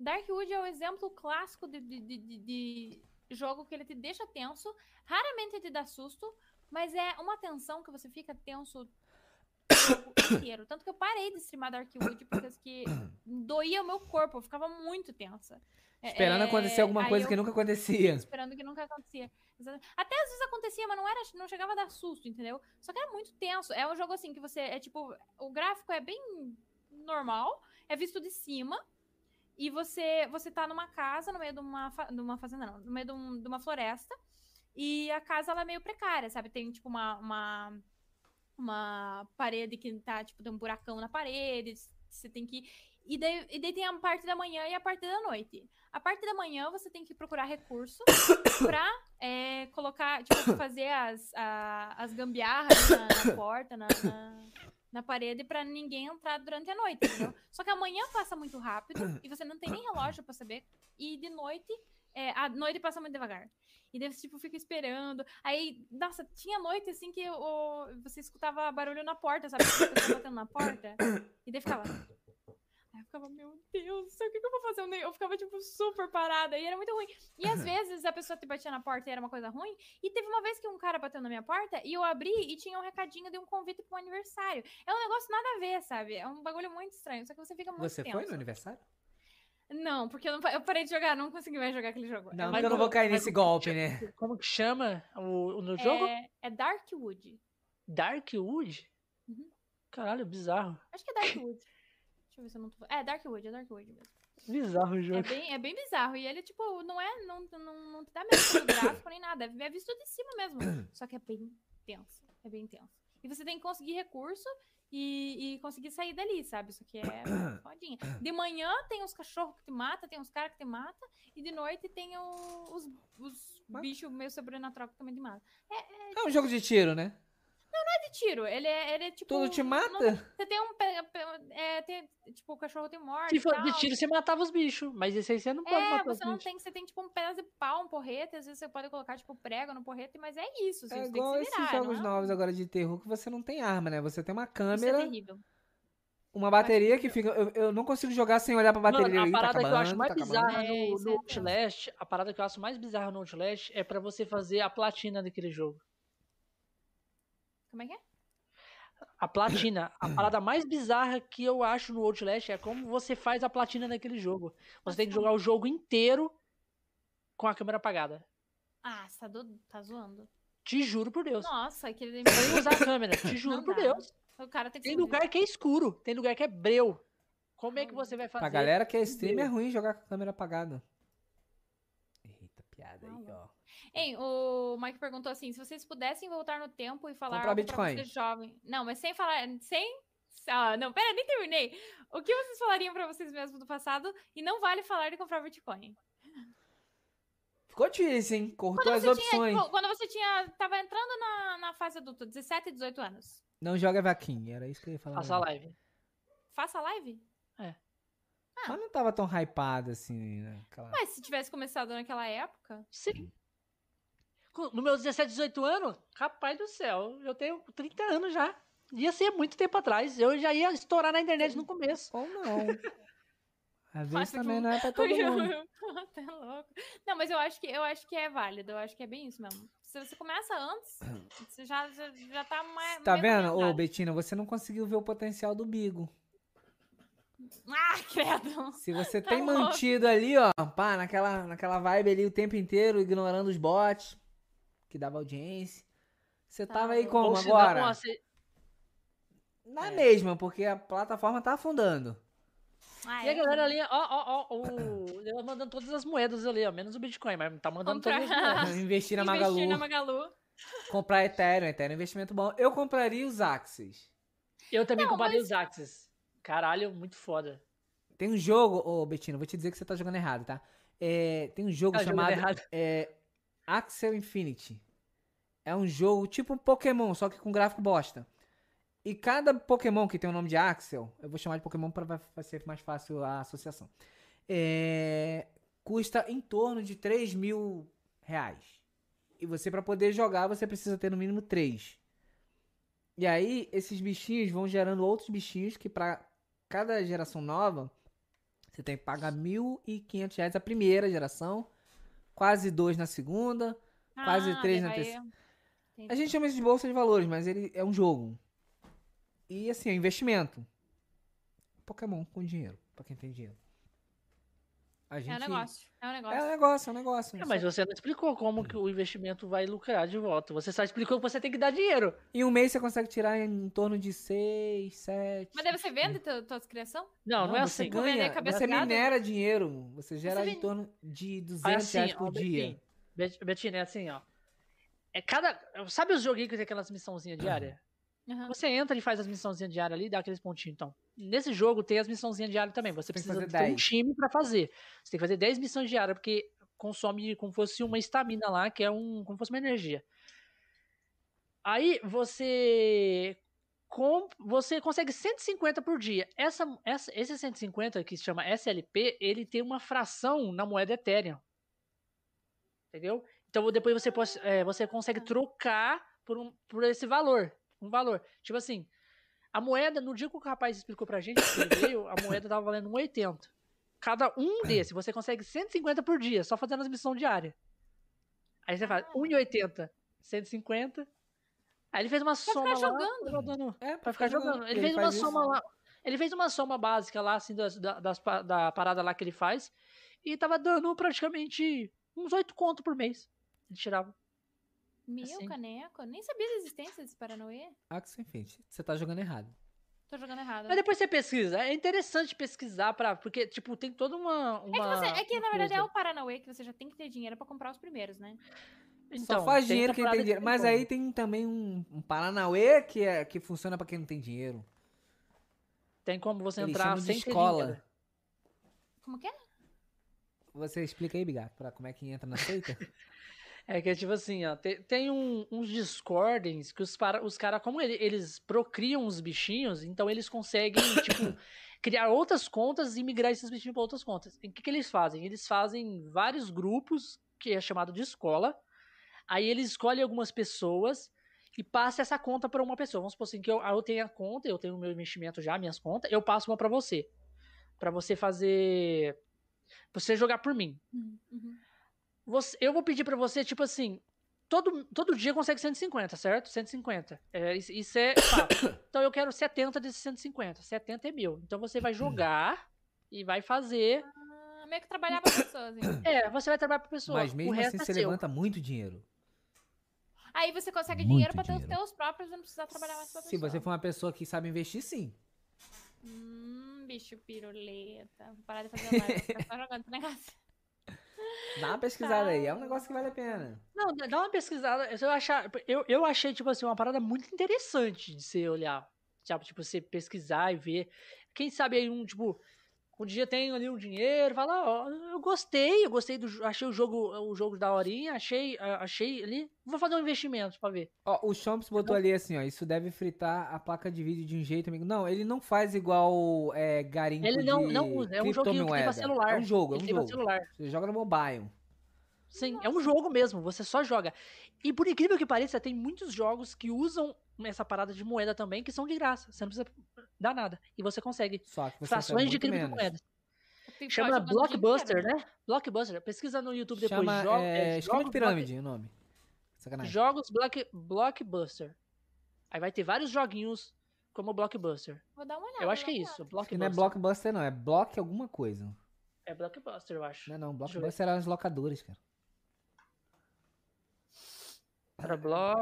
[SPEAKER 3] Darkwood é o exemplo clássico de, de, de- de- de jogo que ele te deixa tenso, raramente te dá susto, mas é uma tensão que você fica tenso o jogo inteiro. Tanto que eu parei de streamar Darkwood por causa que doía o meu corpo, eu ficava muito tensa. É-
[SPEAKER 2] Esperando
[SPEAKER 3] é,
[SPEAKER 2] acontecer alguma
[SPEAKER 3] aí
[SPEAKER 2] coisa
[SPEAKER 3] eu
[SPEAKER 2] que nunca acontecia.
[SPEAKER 3] esperando que nunca acontecia. Exa- Até às vezes acontecia, mas não era, não chegava a dar susto, entendeu? Só que era muito tenso. É um jogo assim que você é tipo, o gráfico é bem normal, é visto de cima e você você tá numa casa no meio de uma, fa- de uma fazenda, não, no meio de, um- de uma floresta e a casa ela é meio precária, sabe? Tem tipo uma uma, uma parede que tá tipo tem um buracão na parede, você tem que e daí, e daí tem a parte da manhã e a parte da noite. A parte da manhã você tem que procurar recurso pra é, colocar, tipo, fazer as, a- as gambiarras na, na porta, na, na, na parede, pra ninguém entrar durante a noite, entendeu? Só que amanhã passa muito rápido e você não tem nem relógio pra saber. E de noite, é, a noite passa muito devagar. E daí você, tipo, fica esperando. Aí, nossa, tinha noite assim que o- você escutava barulho na porta, sabe? Tipo, a pessoa batendo na porta. E daí ficava. Aí eu ficava, meu Deus, do céu, o que, que eu vou fazer? Eu nem- Eu ficava, tipo, super parada. E era muito ruim. E às vezes a pessoa te batia na porta e era uma coisa ruim. E teve uma vez que um cara bateu na minha porta e eu abri e tinha um recadinho de um convite pra um aniversário. É um negócio nada a ver, sabe? É um bagulho muito estranho. Só que você fica muito
[SPEAKER 2] Você foi
[SPEAKER 3] tenso.
[SPEAKER 2] no aniversário?
[SPEAKER 3] Não, porque eu, não, pa- eu parei de jogar, não consegui mais jogar aquele jogo.
[SPEAKER 2] Não,
[SPEAKER 1] mas
[SPEAKER 2] mas eu não
[SPEAKER 1] como-
[SPEAKER 2] vou cair
[SPEAKER 1] mas
[SPEAKER 2] nesse
[SPEAKER 1] como-
[SPEAKER 2] golpe, né?
[SPEAKER 1] Como que chama o, o- no
[SPEAKER 3] é,
[SPEAKER 1] jogo?
[SPEAKER 3] é Darkwood.
[SPEAKER 1] Darkwood?
[SPEAKER 3] Uhum.
[SPEAKER 1] Caralho, bizarro.
[SPEAKER 3] Acho que é Darkwood. Deixa eu ver se eu não tô. É, Darkwood, é Darkwood mesmo.
[SPEAKER 1] Bizarro o
[SPEAKER 3] É
[SPEAKER 1] jogo.
[SPEAKER 3] bem, é bem bizarro. E ele, tipo, não é. Não, não, não te dá medo pelo gráfico nem nada. É visto de cima mesmo. Só que é bem tenso. É bem tenso. E você tem que conseguir recurso e, e conseguir sair dali, sabe? Isso aqui é fodinha. De manhã tem uns cachorros que te matam, tem uns caras que te matam. E de noite tem o- os, os
[SPEAKER 2] Mata.
[SPEAKER 3] bichos meio sobrenatural que também te matam.
[SPEAKER 2] É um jogo de tiro, né?
[SPEAKER 3] é de tiro. Ele é, ele é tipo.
[SPEAKER 2] Tudo te mata?
[SPEAKER 3] Você tem um. pe- pe- É, tem, tipo, o cachorro tem morte.
[SPEAKER 1] Se
[SPEAKER 3] e
[SPEAKER 1] for
[SPEAKER 3] tal.
[SPEAKER 1] de tiro, você matava os bichos. Mas esse aí você não pode
[SPEAKER 3] É,
[SPEAKER 1] matar os
[SPEAKER 3] você não
[SPEAKER 1] bichos.
[SPEAKER 3] tem, você tem tipo um pedaço de pau, um porrete, às vezes você pode colocar tipo prego no porrete, mas é isso, assim,
[SPEAKER 2] É
[SPEAKER 3] você tem
[SPEAKER 2] igual
[SPEAKER 3] que se
[SPEAKER 2] esses
[SPEAKER 3] virar,
[SPEAKER 2] jogos
[SPEAKER 3] não é?
[SPEAKER 2] novos agora de terror que você não tem arma, né? Você tem uma
[SPEAKER 3] Isso é
[SPEAKER 2] câmera,
[SPEAKER 3] terrível.
[SPEAKER 2] uma bateria que fica. Eu, eu não consigo jogar sem olhar pra bateria.
[SPEAKER 1] Mano, a
[SPEAKER 2] Ih, tá
[SPEAKER 1] parada que eu acho
[SPEAKER 2] acabando,
[SPEAKER 1] mais
[SPEAKER 2] tá acabando.
[SPEAKER 1] bizarra
[SPEAKER 3] É,
[SPEAKER 1] no,
[SPEAKER 3] isso
[SPEAKER 1] no
[SPEAKER 3] é tenso.
[SPEAKER 1] Outlast, a parada que eu acho mais bizarra no Outlast é pra você fazer a platina daquele jogo.
[SPEAKER 3] Como é que é?
[SPEAKER 1] A platina, a parada mais bizarra que eu acho no Outlast é como você faz a platina daquele jogo. Você tem que jogar o jogo inteiro com a câmera apagada.
[SPEAKER 3] Ah, você tá, do- tá zoando.
[SPEAKER 1] Te juro por Deus.
[SPEAKER 3] Nossa, aquele
[SPEAKER 1] Sem usar a câmera, te juro
[SPEAKER 3] Não
[SPEAKER 1] por
[SPEAKER 3] dá.
[SPEAKER 1] Deus.
[SPEAKER 3] o cara tem que
[SPEAKER 1] Tem
[SPEAKER 3] se
[SPEAKER 1] lugar que é escuro, tem lugar que é breu. Como é que você vai fazer?
[SPEAKER 2] Pra galera que é stream, é ruim jogar com a câmera apagada. Eita, piada aí, ó.
[SPEAKER 3] Hein, o Mike perguntou assim: se vocês pudessem voltar no tempo e falar
[SPEAKER 2] Comprar
[SPEAKER 3] algo
[SPEAKER 2] Bitcoin.
[SPEAKER 3] pra você jovem. Não, mas sem falar. Sem. Ah, não, pera, nem terminei. O que vocês falariam pra vocês mesmos do passado? E não vale falar de comprar Bitcoin.
[SPEAKER 2] Ficou difícil, hein? Cortou as
[SPEAKER 3] Você tinha,
[SPEAKER 2] opções.
[SPEAKER 3] tipo, quando você tinha. Tava entrando na, na fase adulta, 17, 18 anos.
[SPEAKER 2] Não joga vaquinha, era isso que eu ia falar.
[SPEAKER 1] Passar a live.
[SPEAKER 3] Faça live?
[SPEAKER 2] Mas não tava tão hypado assim, né? Aquela-
[SPEAKER 3] Mas se tivesse começado naquela época.
[SPEAKER 2] Hum.
[SPEAKER 1] Sim. Com- No meu 17, 18 anos, rapaz do céu, eu tenho 30 anos já. Ia ser muito tempo atrás. Eu já ia estourar na internet no começo.
[SPEAKER 2] Ou não. Às vezes
[SPEAKER 3] Fácil
[SPEAKER 2] também
[SPEAKER 3] de-
[SPEAKER 2] não é pra todo mundo.
[SPEAKER 3] tá louco. Não, mas eu acho que eu acho que é válido, eu acho que é bem isso mesmo. Se você começa antes, você já, já, já tá mais.
[SPEAKER 2] Tá
[SPEAKER 3] menos
[SPEAKER 2] vendo, ô
[SPEAKER 3] orientado.
[SPEAKER 2] Betina, você não conseguiu ver o potencial do Bigo.
[SPEAKER 3] Ah, credo!
[SPEAKER 2] Se você
[SPEAKER 3] Tá
[SPEAKER 2] tem
[SPEAKER 3] louco.
[SPEAKER 2] mantido ali, ó, pá, naquela, naquela vibe ali o tempo inteiro, ignorando os bots, que dava audiência. Você
[SPEAKER 3] Tá
[SPEAKER 2] tava aí
[SPEAKER 3] louco.
[SPEAKER 2] como
[SPEAKER 1] Ou se não,
[SPEAKER 2] agora?
[SPEAKER 1] você-
[SPEAKER 2] Na
[SPEAKER 1] É.
[SPEAKER 2] mesma, porque a plataforma tá afundando.
[SPEAKER 3] Ah,
[SPEAKER 1] E a
[SPEAKER 3] é
[SPEAKER 1] galera ali, ó, ó, ó, o... ele tá mandando todas as moedas ali, ó, menos o Bitcoin, mas tá mandando
[SPEAKER 3] Comprar.
[SPEAKER 1] todas as moedas.
[SPEAKER 2] Investir na
[SPEAKER 3] investir
[SPEAKER 2] Magalu,
[SPEAKER 3] na Magalu.
[SPEAKER 2] comprar Ethereum, Ethereum é um investimento bom. Eu compraria os Axis.
[SPEAKER 1] Eu também
[SPEAKER 3] Não,
[SPEAKER 1] comparei os Axis. Caralho, muito foda.
[SPEAKER 2] Tem um jogo, ô Betina, vou te dizer que você tá jogando errado, tá? É, tem um jogo
[SPEAKER 1] Tá jogando
[SPEAKER 2] chamado
[SPEAKER 1] errado.
[SPEAKER 2] é, Axel Infinity. É um jogo tipo um Pokémon, só que com gráfico bosta. E cada Pokémon que tem o nome de Axel, eu vou chamar de Pokémon para ser mais fácil a associação. é, custa em torno de 3 mil reais. E você, pra poder jogar, você precisa ter no mínimo 3. E aí, esses bichinhos vão gerando outros bichinhos que pra cada geração nova, você tem que pagar 1.500 reais a primeira geração, quase dois na segunda. Quase
[SPEAKER 3] ah,
[SPEAKER 2] três na
[SPEAKER 3] daí-
[SPEAKER 2] terceira. A gente chama isso de bolsa de valores, mas ele é um jogo. E assim, é um investimento. Pokémon com dinheiro, pra quem tem dinheiro. A gente...
[SPEAKER 3] É um negócio. É um
[SPEAKER 2] É um
[SPEAKER 3] negócio.
[SPEAKER 2] negócio, é um negócio.
[SPEAKER 1] É, mas você não explicou como que o investimento vai lucrar de volta. Você só explicou que você tem que dar dinheiro.
[SPEAKER 2] Em um mês você consegue tirar em torno de 6, 7.
[SPEAKER 3] Mas daí você vende suas criações?
[SPEAKER 1] Não, não, é
[SPEAKER 2] você
[SPEAKER 1] assim.
[SPEAKER 3] Vender
[SPEAKER 2] Ganha,
[SPEAKER 3] cabeça
[SPEAKER 2] você
[SPEAKER 3] errada?
[SPEAKER 2] minera dinheiro. Você gera em
[SPEAKER 3] vende-
[SPEAKER 2] torno de 200
[SPEAKER 1] É assim,
[SPEAKER 2] reais por
[SPEAKER 1] ó,
[SPEAKER 2] dia.
[SPEAKER 1] Bet- Betina, é assim, ó. É cada. Sabe os joguinhos que tem aquelas missãozinhas diárias?
[SPEAKER 3] Aham.
[SPEAKER 1] Você entra e faz as missãozinhas diárias ali e dá aqueles pontinhos. Então, nesse jogo tem as missãozinhas diárias também. Você
[SPEAKER 2] Tem que
[SPEAKER 1] precisa
[SPEAKER 2] fazer
[SPEAKER 1] ter um
[SPEAKER 2] 10.
[SPEAKER 1] time pra fazer. Você tem que fazer 10 missões diárias, porque consome como fosse uma estamina lá, que é um. como fosse uma energia. Aí você. Com, você consegue 150 por dia. Essa, essa, esse 150 que se chama SLP, ele tem uma fração na moeda Ethereum. Entendeu? Então depois você, pode, é, você consegue trocar por, um, por esse valor. Um valor. Tipo assim, a moeda, no dia que o rapaz explicou pra gente, que ele veio, a moeda tava valendo 1,80. Cada um desse, você consegue 150 por dia, só fazendo as missões diárias. Aí você um faz 1,80, 150. Aí ele fez uma soma lá.
[SPEAKER 3] jogando.
[SPEAKER 1] jogando.
[SPEAKER 2] É,
[SPEAKER 1] Pra ficar jogando. Ele, fez uma
[SPEAKER 2] faz
[SPEAKER 1] soma
[SPEAKER 2] isso.
[SPEAKER 1] lá. Ele fez uma soma básica lá, assim, das, da- das pa- da parada lá que ele faz. E tava dando praticamente uns 8 conto por mês. Ele tirava.
[SPEAKER 3] Meu
[SPEAKER 1] Assim.
[SPEAKER 3] caneco. Nem sabia da existência desse Paranauê.
[SPEAKER 2] Axel Infinity. Ah, Você tá jogando errado.
[SPEAKER 3] Tô jogando errado.
[SPEAKER 1] Mas depois você pesquisa. É interessante pesquisar pra. Porque, tipo, tem toda uma.
[SPEAKER 3] É que,
[SPEAKER 1] uma-
[SPEAKER 3] você- é que, na
[SPEAKER 1] uma
[SPEAKER 3] verdade é
[SPEAKER 1] coisa.
[SPEAKER 3] o Paranauê que você já tem que ter dinheiro pra comprar os primeiros, né?
[SPEAKER 1] Então,
[SPEAKER 2] Só faz
[SPEAKER 1] tem
[SPEAKER 2] dinheiro quem
[SPEAKER 1] temporada
[SPEAKER 2] tem
[SPEAKER 1] que
[SPEAKER 2] dinheiro. Mas
[SPEAKER 1] como.
[SPEAKER 2] aí tem também um, um Paranauê que, é, que funciona pra quem não tem dinheiro.
[SPEAKER 1] Tem como você
[SPEAKER 2] Eles
[SPEAKER 1] entrar
[SPEAKER 2] chamam de
[SPEAKER 1] sem ter dinheiro.
[SPEAKER 2] escola.
[SPEAKER 3] Como que é?
[SPEAKER 2] Você explica aí, Bigato, pra como é que entra na seita?
[SPEAKER 1] É que é tipo assim, ó, te- tem, um- uns discordens que os, para, os caras, como ele- eles procriam os bichinhos, então eles conseguem, tipo, criar outras contas e migrar esses bichinhos para outras contas. E o que, que eles fazem? Eles fazem vários grupos, que é chamado de escola, aí eles escolhem algumas pessoas e passa essa conta para uma pessoa. Vamos supor assim, que eu, ah, eu tenho a conta, eu tenho o meu investimento já, minhas contas, eu passo uma para você. para você fazer... pra você jogar por mim.
[SPEAKER 3] Uhum.
[SPEAKER 1] Você- eu vou pedir pra você, tipo assim, todo, todo dia consegue 150, certo? 150. É, isso, isso é fato. Então eu quero 70 desses 150. 70 é meu. Então você
[SPEAKER 2] Hum.
[SPEAKER 1] vai jogar e vai fazer.
[SPEAKER 3] Ah, meio que trabalhar pra pessoas, hein?
[SPEAKER 1] É, você vai trabalhar pra pessoa.
[SPEAKER 2] Mas
[SPEAKER 1] o
[SPEAKER 2] mesmo
[SPEAKER 1] resto
[SPEAKER 2] assim
[SPEAKER 1] é
[SPEAKER 2] você
[SPEAKER 1] seu.
[SPEAKER 2] levanta muito dinheiro.
[SPEAKER 3] Aí você consegue
[SPEAKER 2] Muito
[SPEAKER 3] dinheiro pra ter os
[SPEAKER 2] dinheiro.
[SPEAKER 3] teus próprios e não precisar trabalhar mais pra
[SPEAKER 2] Se
[SPEAKER 3] pessoa.
[SPEAKER 2] você for uma pessoa que sabe investir, sim.
[SPEAKER 3] Hum, bicho piruleta. Vou parar de fazer live, vou ficar só jogando esse negócio.
[SPEAKER 2] Dá uma pesquisada aí, é um negócio que vale a pena.
[SPEAKER 1] Não, dá dá uma pesquisada. Se Eu, achar, eu, eu achei, tipo assim, uma parada muito interessante de você olhar. Sabe, tipo, você pesquisar e ver. Quem sabe aí um, tipo, um dia tem ali um dinheiro, fala, ó, eu gostei, eu gostei do jo- achei o jogo, o jogo da horinha, achei, ah, achei ali, vou fazer um investimento pra ver.
[SPEAKER 2] Ó, o Chomps botou ali assim, ó, isso deve fritar a placa de vídeo de um jeito, amigo. Não, ele não faz igual é, garimpo
[SPEAKER 1] Ele não-
[SPEAKER 2] de
[SPEAKER 1] não usa, é um joguinho que tem pra
[SPEAKER 2] criptomoeda.
[SPEAKER 1] celular.
[SPEAKER 2] É um jogo, é
[SPEAKER 1] Ele
[SPEAKER 2] um
[SPEAKER 1] tem pra
[SPEAKER 2] jogo.
[SPEAKER 1] celular.
[SPEAKER 2] Você joga no mobile.
[SPEAKER 1] Sim, é um jogo mesmo, você só joga. E por incrível que pareça, tem muitos jogos que usam essa parada de moeda também, que são de graça. Você não precisa dar nada. E você consegue.
[SPEAKER 2] Só que você
[SPEAKER 1] Frações de
[SPEAKER 2] recebe muito menos.
[SPEAKER 1] criptomoedas.
[SPEAKER 3] Eu fico
[SPEAKER 1] Chama
[SPEAKER 3] jogando o dia
[SPEAKER 1] Blockbuster,
[SPEAKER 3] inteiro.
[SPEAKER 1] né? Blockbuster. Pesquisa no YouTube depois.
[SPEAKER 2] Chama,
[SPEAKER 1] jo-
[SPEAKER 2] é,
[SPEAKER 1] é,
[SPEAKER 2] esquema de
[SPEAKER 1] jogos
[SPEAKER 2] pirâmide né? o nome.
[SPEAKER 1] block-
[SPEAKER 2] Sacanagem.
[SPEAKER 1] Jogos block, Blockbuster. Aí vai ter vários joguinhos como Blockbuster.
[SPEAKER 3] Vou dar uma olhada.
[SPEAKER 1] eu acho que é
[SPEAKER 3] vou dar uma
[SPEAKER 1] isso.
[SPEAKER 3] olhada.
[SPEAKER 2] Acho que não é
[SPEAKER 1] Blockbuster.
[SPEAKER 2] blockbuster não, é block alguma coisa.
[SPEAKER 1] É Blockbuster, eu acho.
[SPEAKER 2] Não é não, blockbuster eram os locadores, cara.
[SPEAKER 1] Era Block...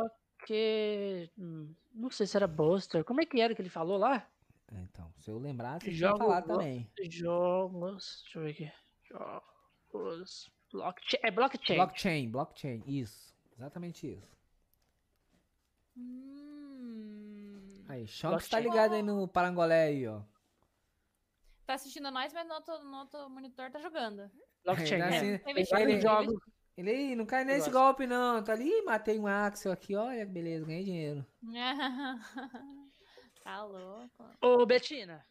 [SPEAKER 1] hum, Não sei se era Buster. Como é que era que ele falou lá?
[SPEAKER 2] É, Então, se eu lembrar, você tinha
[SPEAKER 1] Joga o
[SPEAKER 2] falado
[SPEAKER 1] blo-
[SPEAKER 2] também.
[SPEAKER 1] Jogos... Deixa eu ver aqui. Jogos... Blockchain. É blockchain.
[SPEAKER 2] Blockchain, blockchain, isso. Exatamente isso.
[SPEAKER 3] Hum.
[SPEAKER 2] Aí, Chomps tá
[SPEAKER 1] Blockchain.
[SPEAKER 2] ligado aí no Parangolé aí, ó.
[SPEAKER 3] Tá assistindo nós, mas no outro, no outro monitor tá jogando.
[SPEAKER 1] Blockchain,
[SPEAKER 2] Ele,
[SPEAKER 1] é.
[SPEAKER 2] assim,
[SPEAKER 3] Tem
[SPEAKER 1] Tem
[SPEAKER 3] investido
[SPEAKER 1] vários
[SPEAKER 3] em
[SPEAKER 1] jogos.
[SPEAKER 2] ele aí, não cai nesse
[SPEAKER 1] gosto.
[SPEAKER 2] golpe não. Tá ali, matei um Axel aqui, olha, que beleza, ganhei dinheiro.
[SPEAKER 3] tá louco.
[SPEAKER 1] Ô, Betina.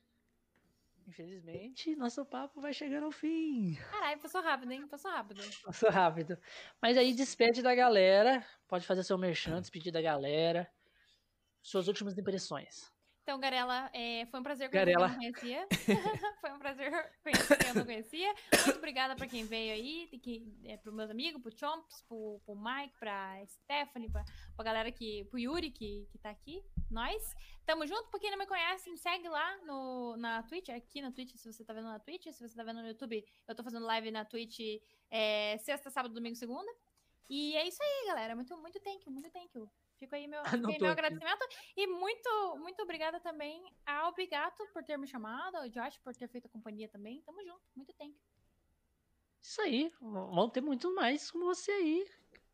[SPEAKER 1] Infelizmente, nosso papo vai chegando ao fim.
[SPEAKER 3] Caralho, passou rápido, hein? Passou rápido.
[SPEAKER 1] Passou rápido. Mas aí despede da galera. Pode fazer seu merchan, despedir da galera. Suas últimas impressões.
[SPEAKER 3] Então, Garela, é, foi um prazer
[SPEAKER 1] Garela.
[SPEAKER 3] conhecer quem eu não conhecia. foi um prazer conhecer quem eu não conhecia. Muito obrigada pra quem veio aí, tem que, é, pros meus amigos, pro Chomps, pro, pro Mike, pra Stephanie, pra, pra galera que. pro Yuri que, que tá aqui. Nós. Tamo junto, pra quem não me conhece, me segue lá no, na Twitch, aqui na Twitch, se você tá vendo na Twitch, se você tá vendo no YouTube, eu tô fazendo live na Twitch é, sexta, sábado, domingo, segunda. E é isso aí, galera. Muito, muito thank you, muito thank you. Fico aí meu,
[SPEAKER 1] Ah,
[SPEAKER 3] fica
[SPEAKER 1] não
[SPEAKER 3] aí
[SPEAKER 1] tô
[SPEAKER 3] meu
[SPEAKER 1] aqui.
[SPEAKER 3] agradecimento. E muito, muito obrigada também ao Bigato por ter me chamado, ao Josh por ter feito a companhia também. Tamo junto, muito thank you.
[SPEAKER 1] Isso aí. Vão ter muito mais com você aí.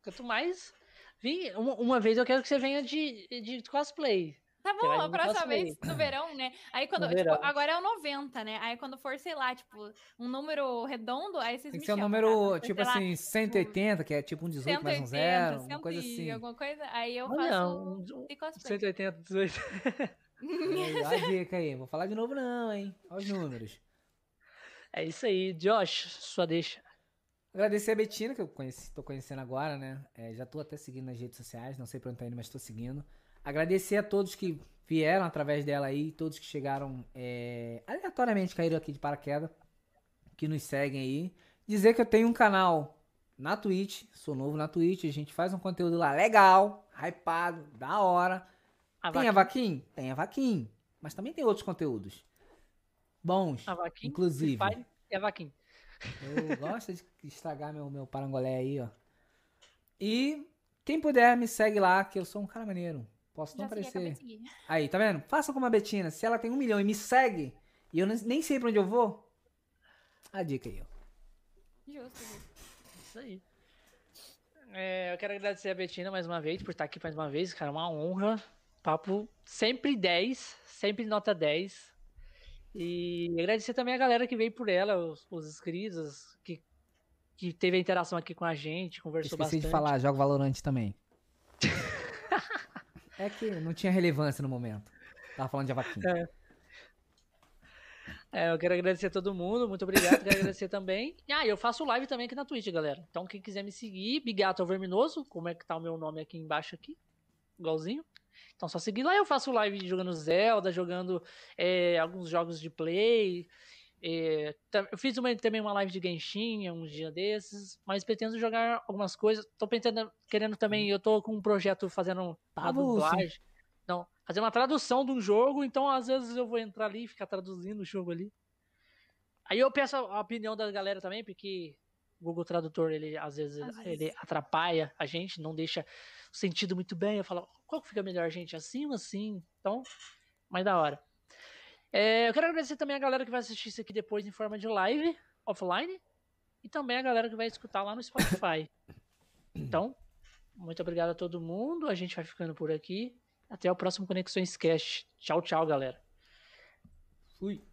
[SPEAKER 1] Quanto mais. Vim, uma, uma vez eu quero que você venha de, de cosplay.
[SPEAKER 3] Tá
[SPEAKER 1] Você
[SPEAKER 3] bom,
[SPEAKER 1] vai
[SPEAKER 3] a
[SPEAKER 1] no
[SPEAKER 3] próxima
[SPEAKER 1] próximo
[SPEAKER 3] vez, no verão, né? Aí quando.
[SPEAKER 1] No
[SPEAKER 3] tipo,
[SPEAKER 1] verão.
[SPEAKER 3] agora é o 90, né? Aí quando for, sei lá, tipo, um número redondo, aí
[SPEAKER 2] Tem
[SPEAKER 3] vocês me
[SPEAKER 2] que ser um
[SPEAKER 3] chamam,
[SPEAKER 2] número,
[SPEAKER 3] tá? Sei
[SPEAKER 2] tipo
[SPEAKER 3] lá,
[SPEAKER 2] assim, 180, que é tipo um 18 mais um zero, uma coisa
[SPEAKER 3] 100,
[SPEAKER 2] assim.
[SPEAKER 3] alguma coisa. Aí eu
[SPEAKER 1] Olha,
[SPEAKER 3] faço
[SPEAKER 1] um- um-
[SPEAKER 3] de cosplay.
[SPEAKER 1] 180, 18.
[SPEAKER 2] Aí, ó a dica aí, vou falar de novo não, hein. Olha os números.
[SPEAKER 1] É isso aí. Josh, sua deixa.
[SPEAKER 2] Agradecer a Betina, que eu conheci, tô conhecendo agora, né? É, já tô até seguindo nas redes sociais, não sei pra onde tá indo, mas tô seguindo. Agradecer a todos que vieram através dela aí, todos que chegaram é, aleatoriamente, caíram aqui de paraquedas, que nos seguem aí. Dizer que eu tenho um canal na Twitch, sou novo na Twitch, a gente faz um conteúdo lá legal, hypado, da hora.
[SPEAKER 1] A
[SPEAKER 2] Tem
[SPEAKER 1] vaquinha.
[SPEAKER 2] a Vaquim? Tem a Vaquim. Mas também tem outros conteúdos. Bons.
[SPEAKER 1] A vaquinha.
[SPEAKER 2] inclusive.
[SPEAKER 1] Free Fire E a vaquinha.
[SPEAKER 2] Eu gosto de estragar meu, meu parangolé aí, ó. E quem puder, me segue lá, que eu sou um cara maneiro. Posso não
[SPEAKER 3] Já sei, acabei
[SPEAKER 2] parecer.
[SPEAKER 3] de seguir.
[SPEAKER 2] Aí, tá vendo? Façam como a Betina. Se ela tem um milhão e me segue, e eu nem- nem sei pra onde eu vou, a dica aí, ó.
[SPEAKER 3] Justo, justo.
[SPEAKER 1] Isso aí. É, eu quero agradecer a Betina mais uma vez por estar aqui mais uma vez, cara, uma honra. Papo sempre 10, sempre nota 10. E agradecer também a galera que veio por ela, os, os inscritos, que que teve a interação aqui com a gente, conversou
[SPEAKER 2] Esqueci
[SPEAKER 1] bastante.
[SPEAKER 2] de falar, jogo Valorant também. é que não tinha relevância no momento. Tava falando de vaquinha.
[SPEAKER 1] É, eu quero agradecer a todo mundo, muito obrigado, quero agradecer também. Ah, eu faço live também aqui na Twitch, galera. Então quem quiser me seguir, Bigato Verminoso, como é que tá o meu nome aqui embaixo aqui, igualzinho. Então só seguir lá, eu faço live jogando Zelda, jogando é, alguns jogos de play. É, tam- eu fiz uma- também uma live de Genshin um dia desses, mas pretendo jogar algumas coisas. Tô pretendendo, querendo também, eu tô com um projeto fazendo a
[SPEAKER 2] Tava o-
[SPEAKER 1] dublagem. Não, fazer uma tradução de um jogo, então às vezes eu vou entrar ali e ficar traduzindo o jogo ali. Aí eu peço a a opinião da galera também, porque o Google Tradutor, ele às vezes,
[SPEAKER 3] Às vezes.
[SPEAKER 1] ele atrapalha a gente, não deixa o sentido muito bem. Eu falo, qual que fica melhor, gente? Assim ou assim? Então, mais da hora. É, eu quero agradecer também a galera que vai assistir isso aqui depois em forma de live, offline, e também a galera que vai escutar lá no Spotify. Então, muito obrigado a todo mundo. A gente vai ficando por aqui. Até o próximo Conexões Cast. Tchau, tchau, galera.
[SPEAKER 2] Fui.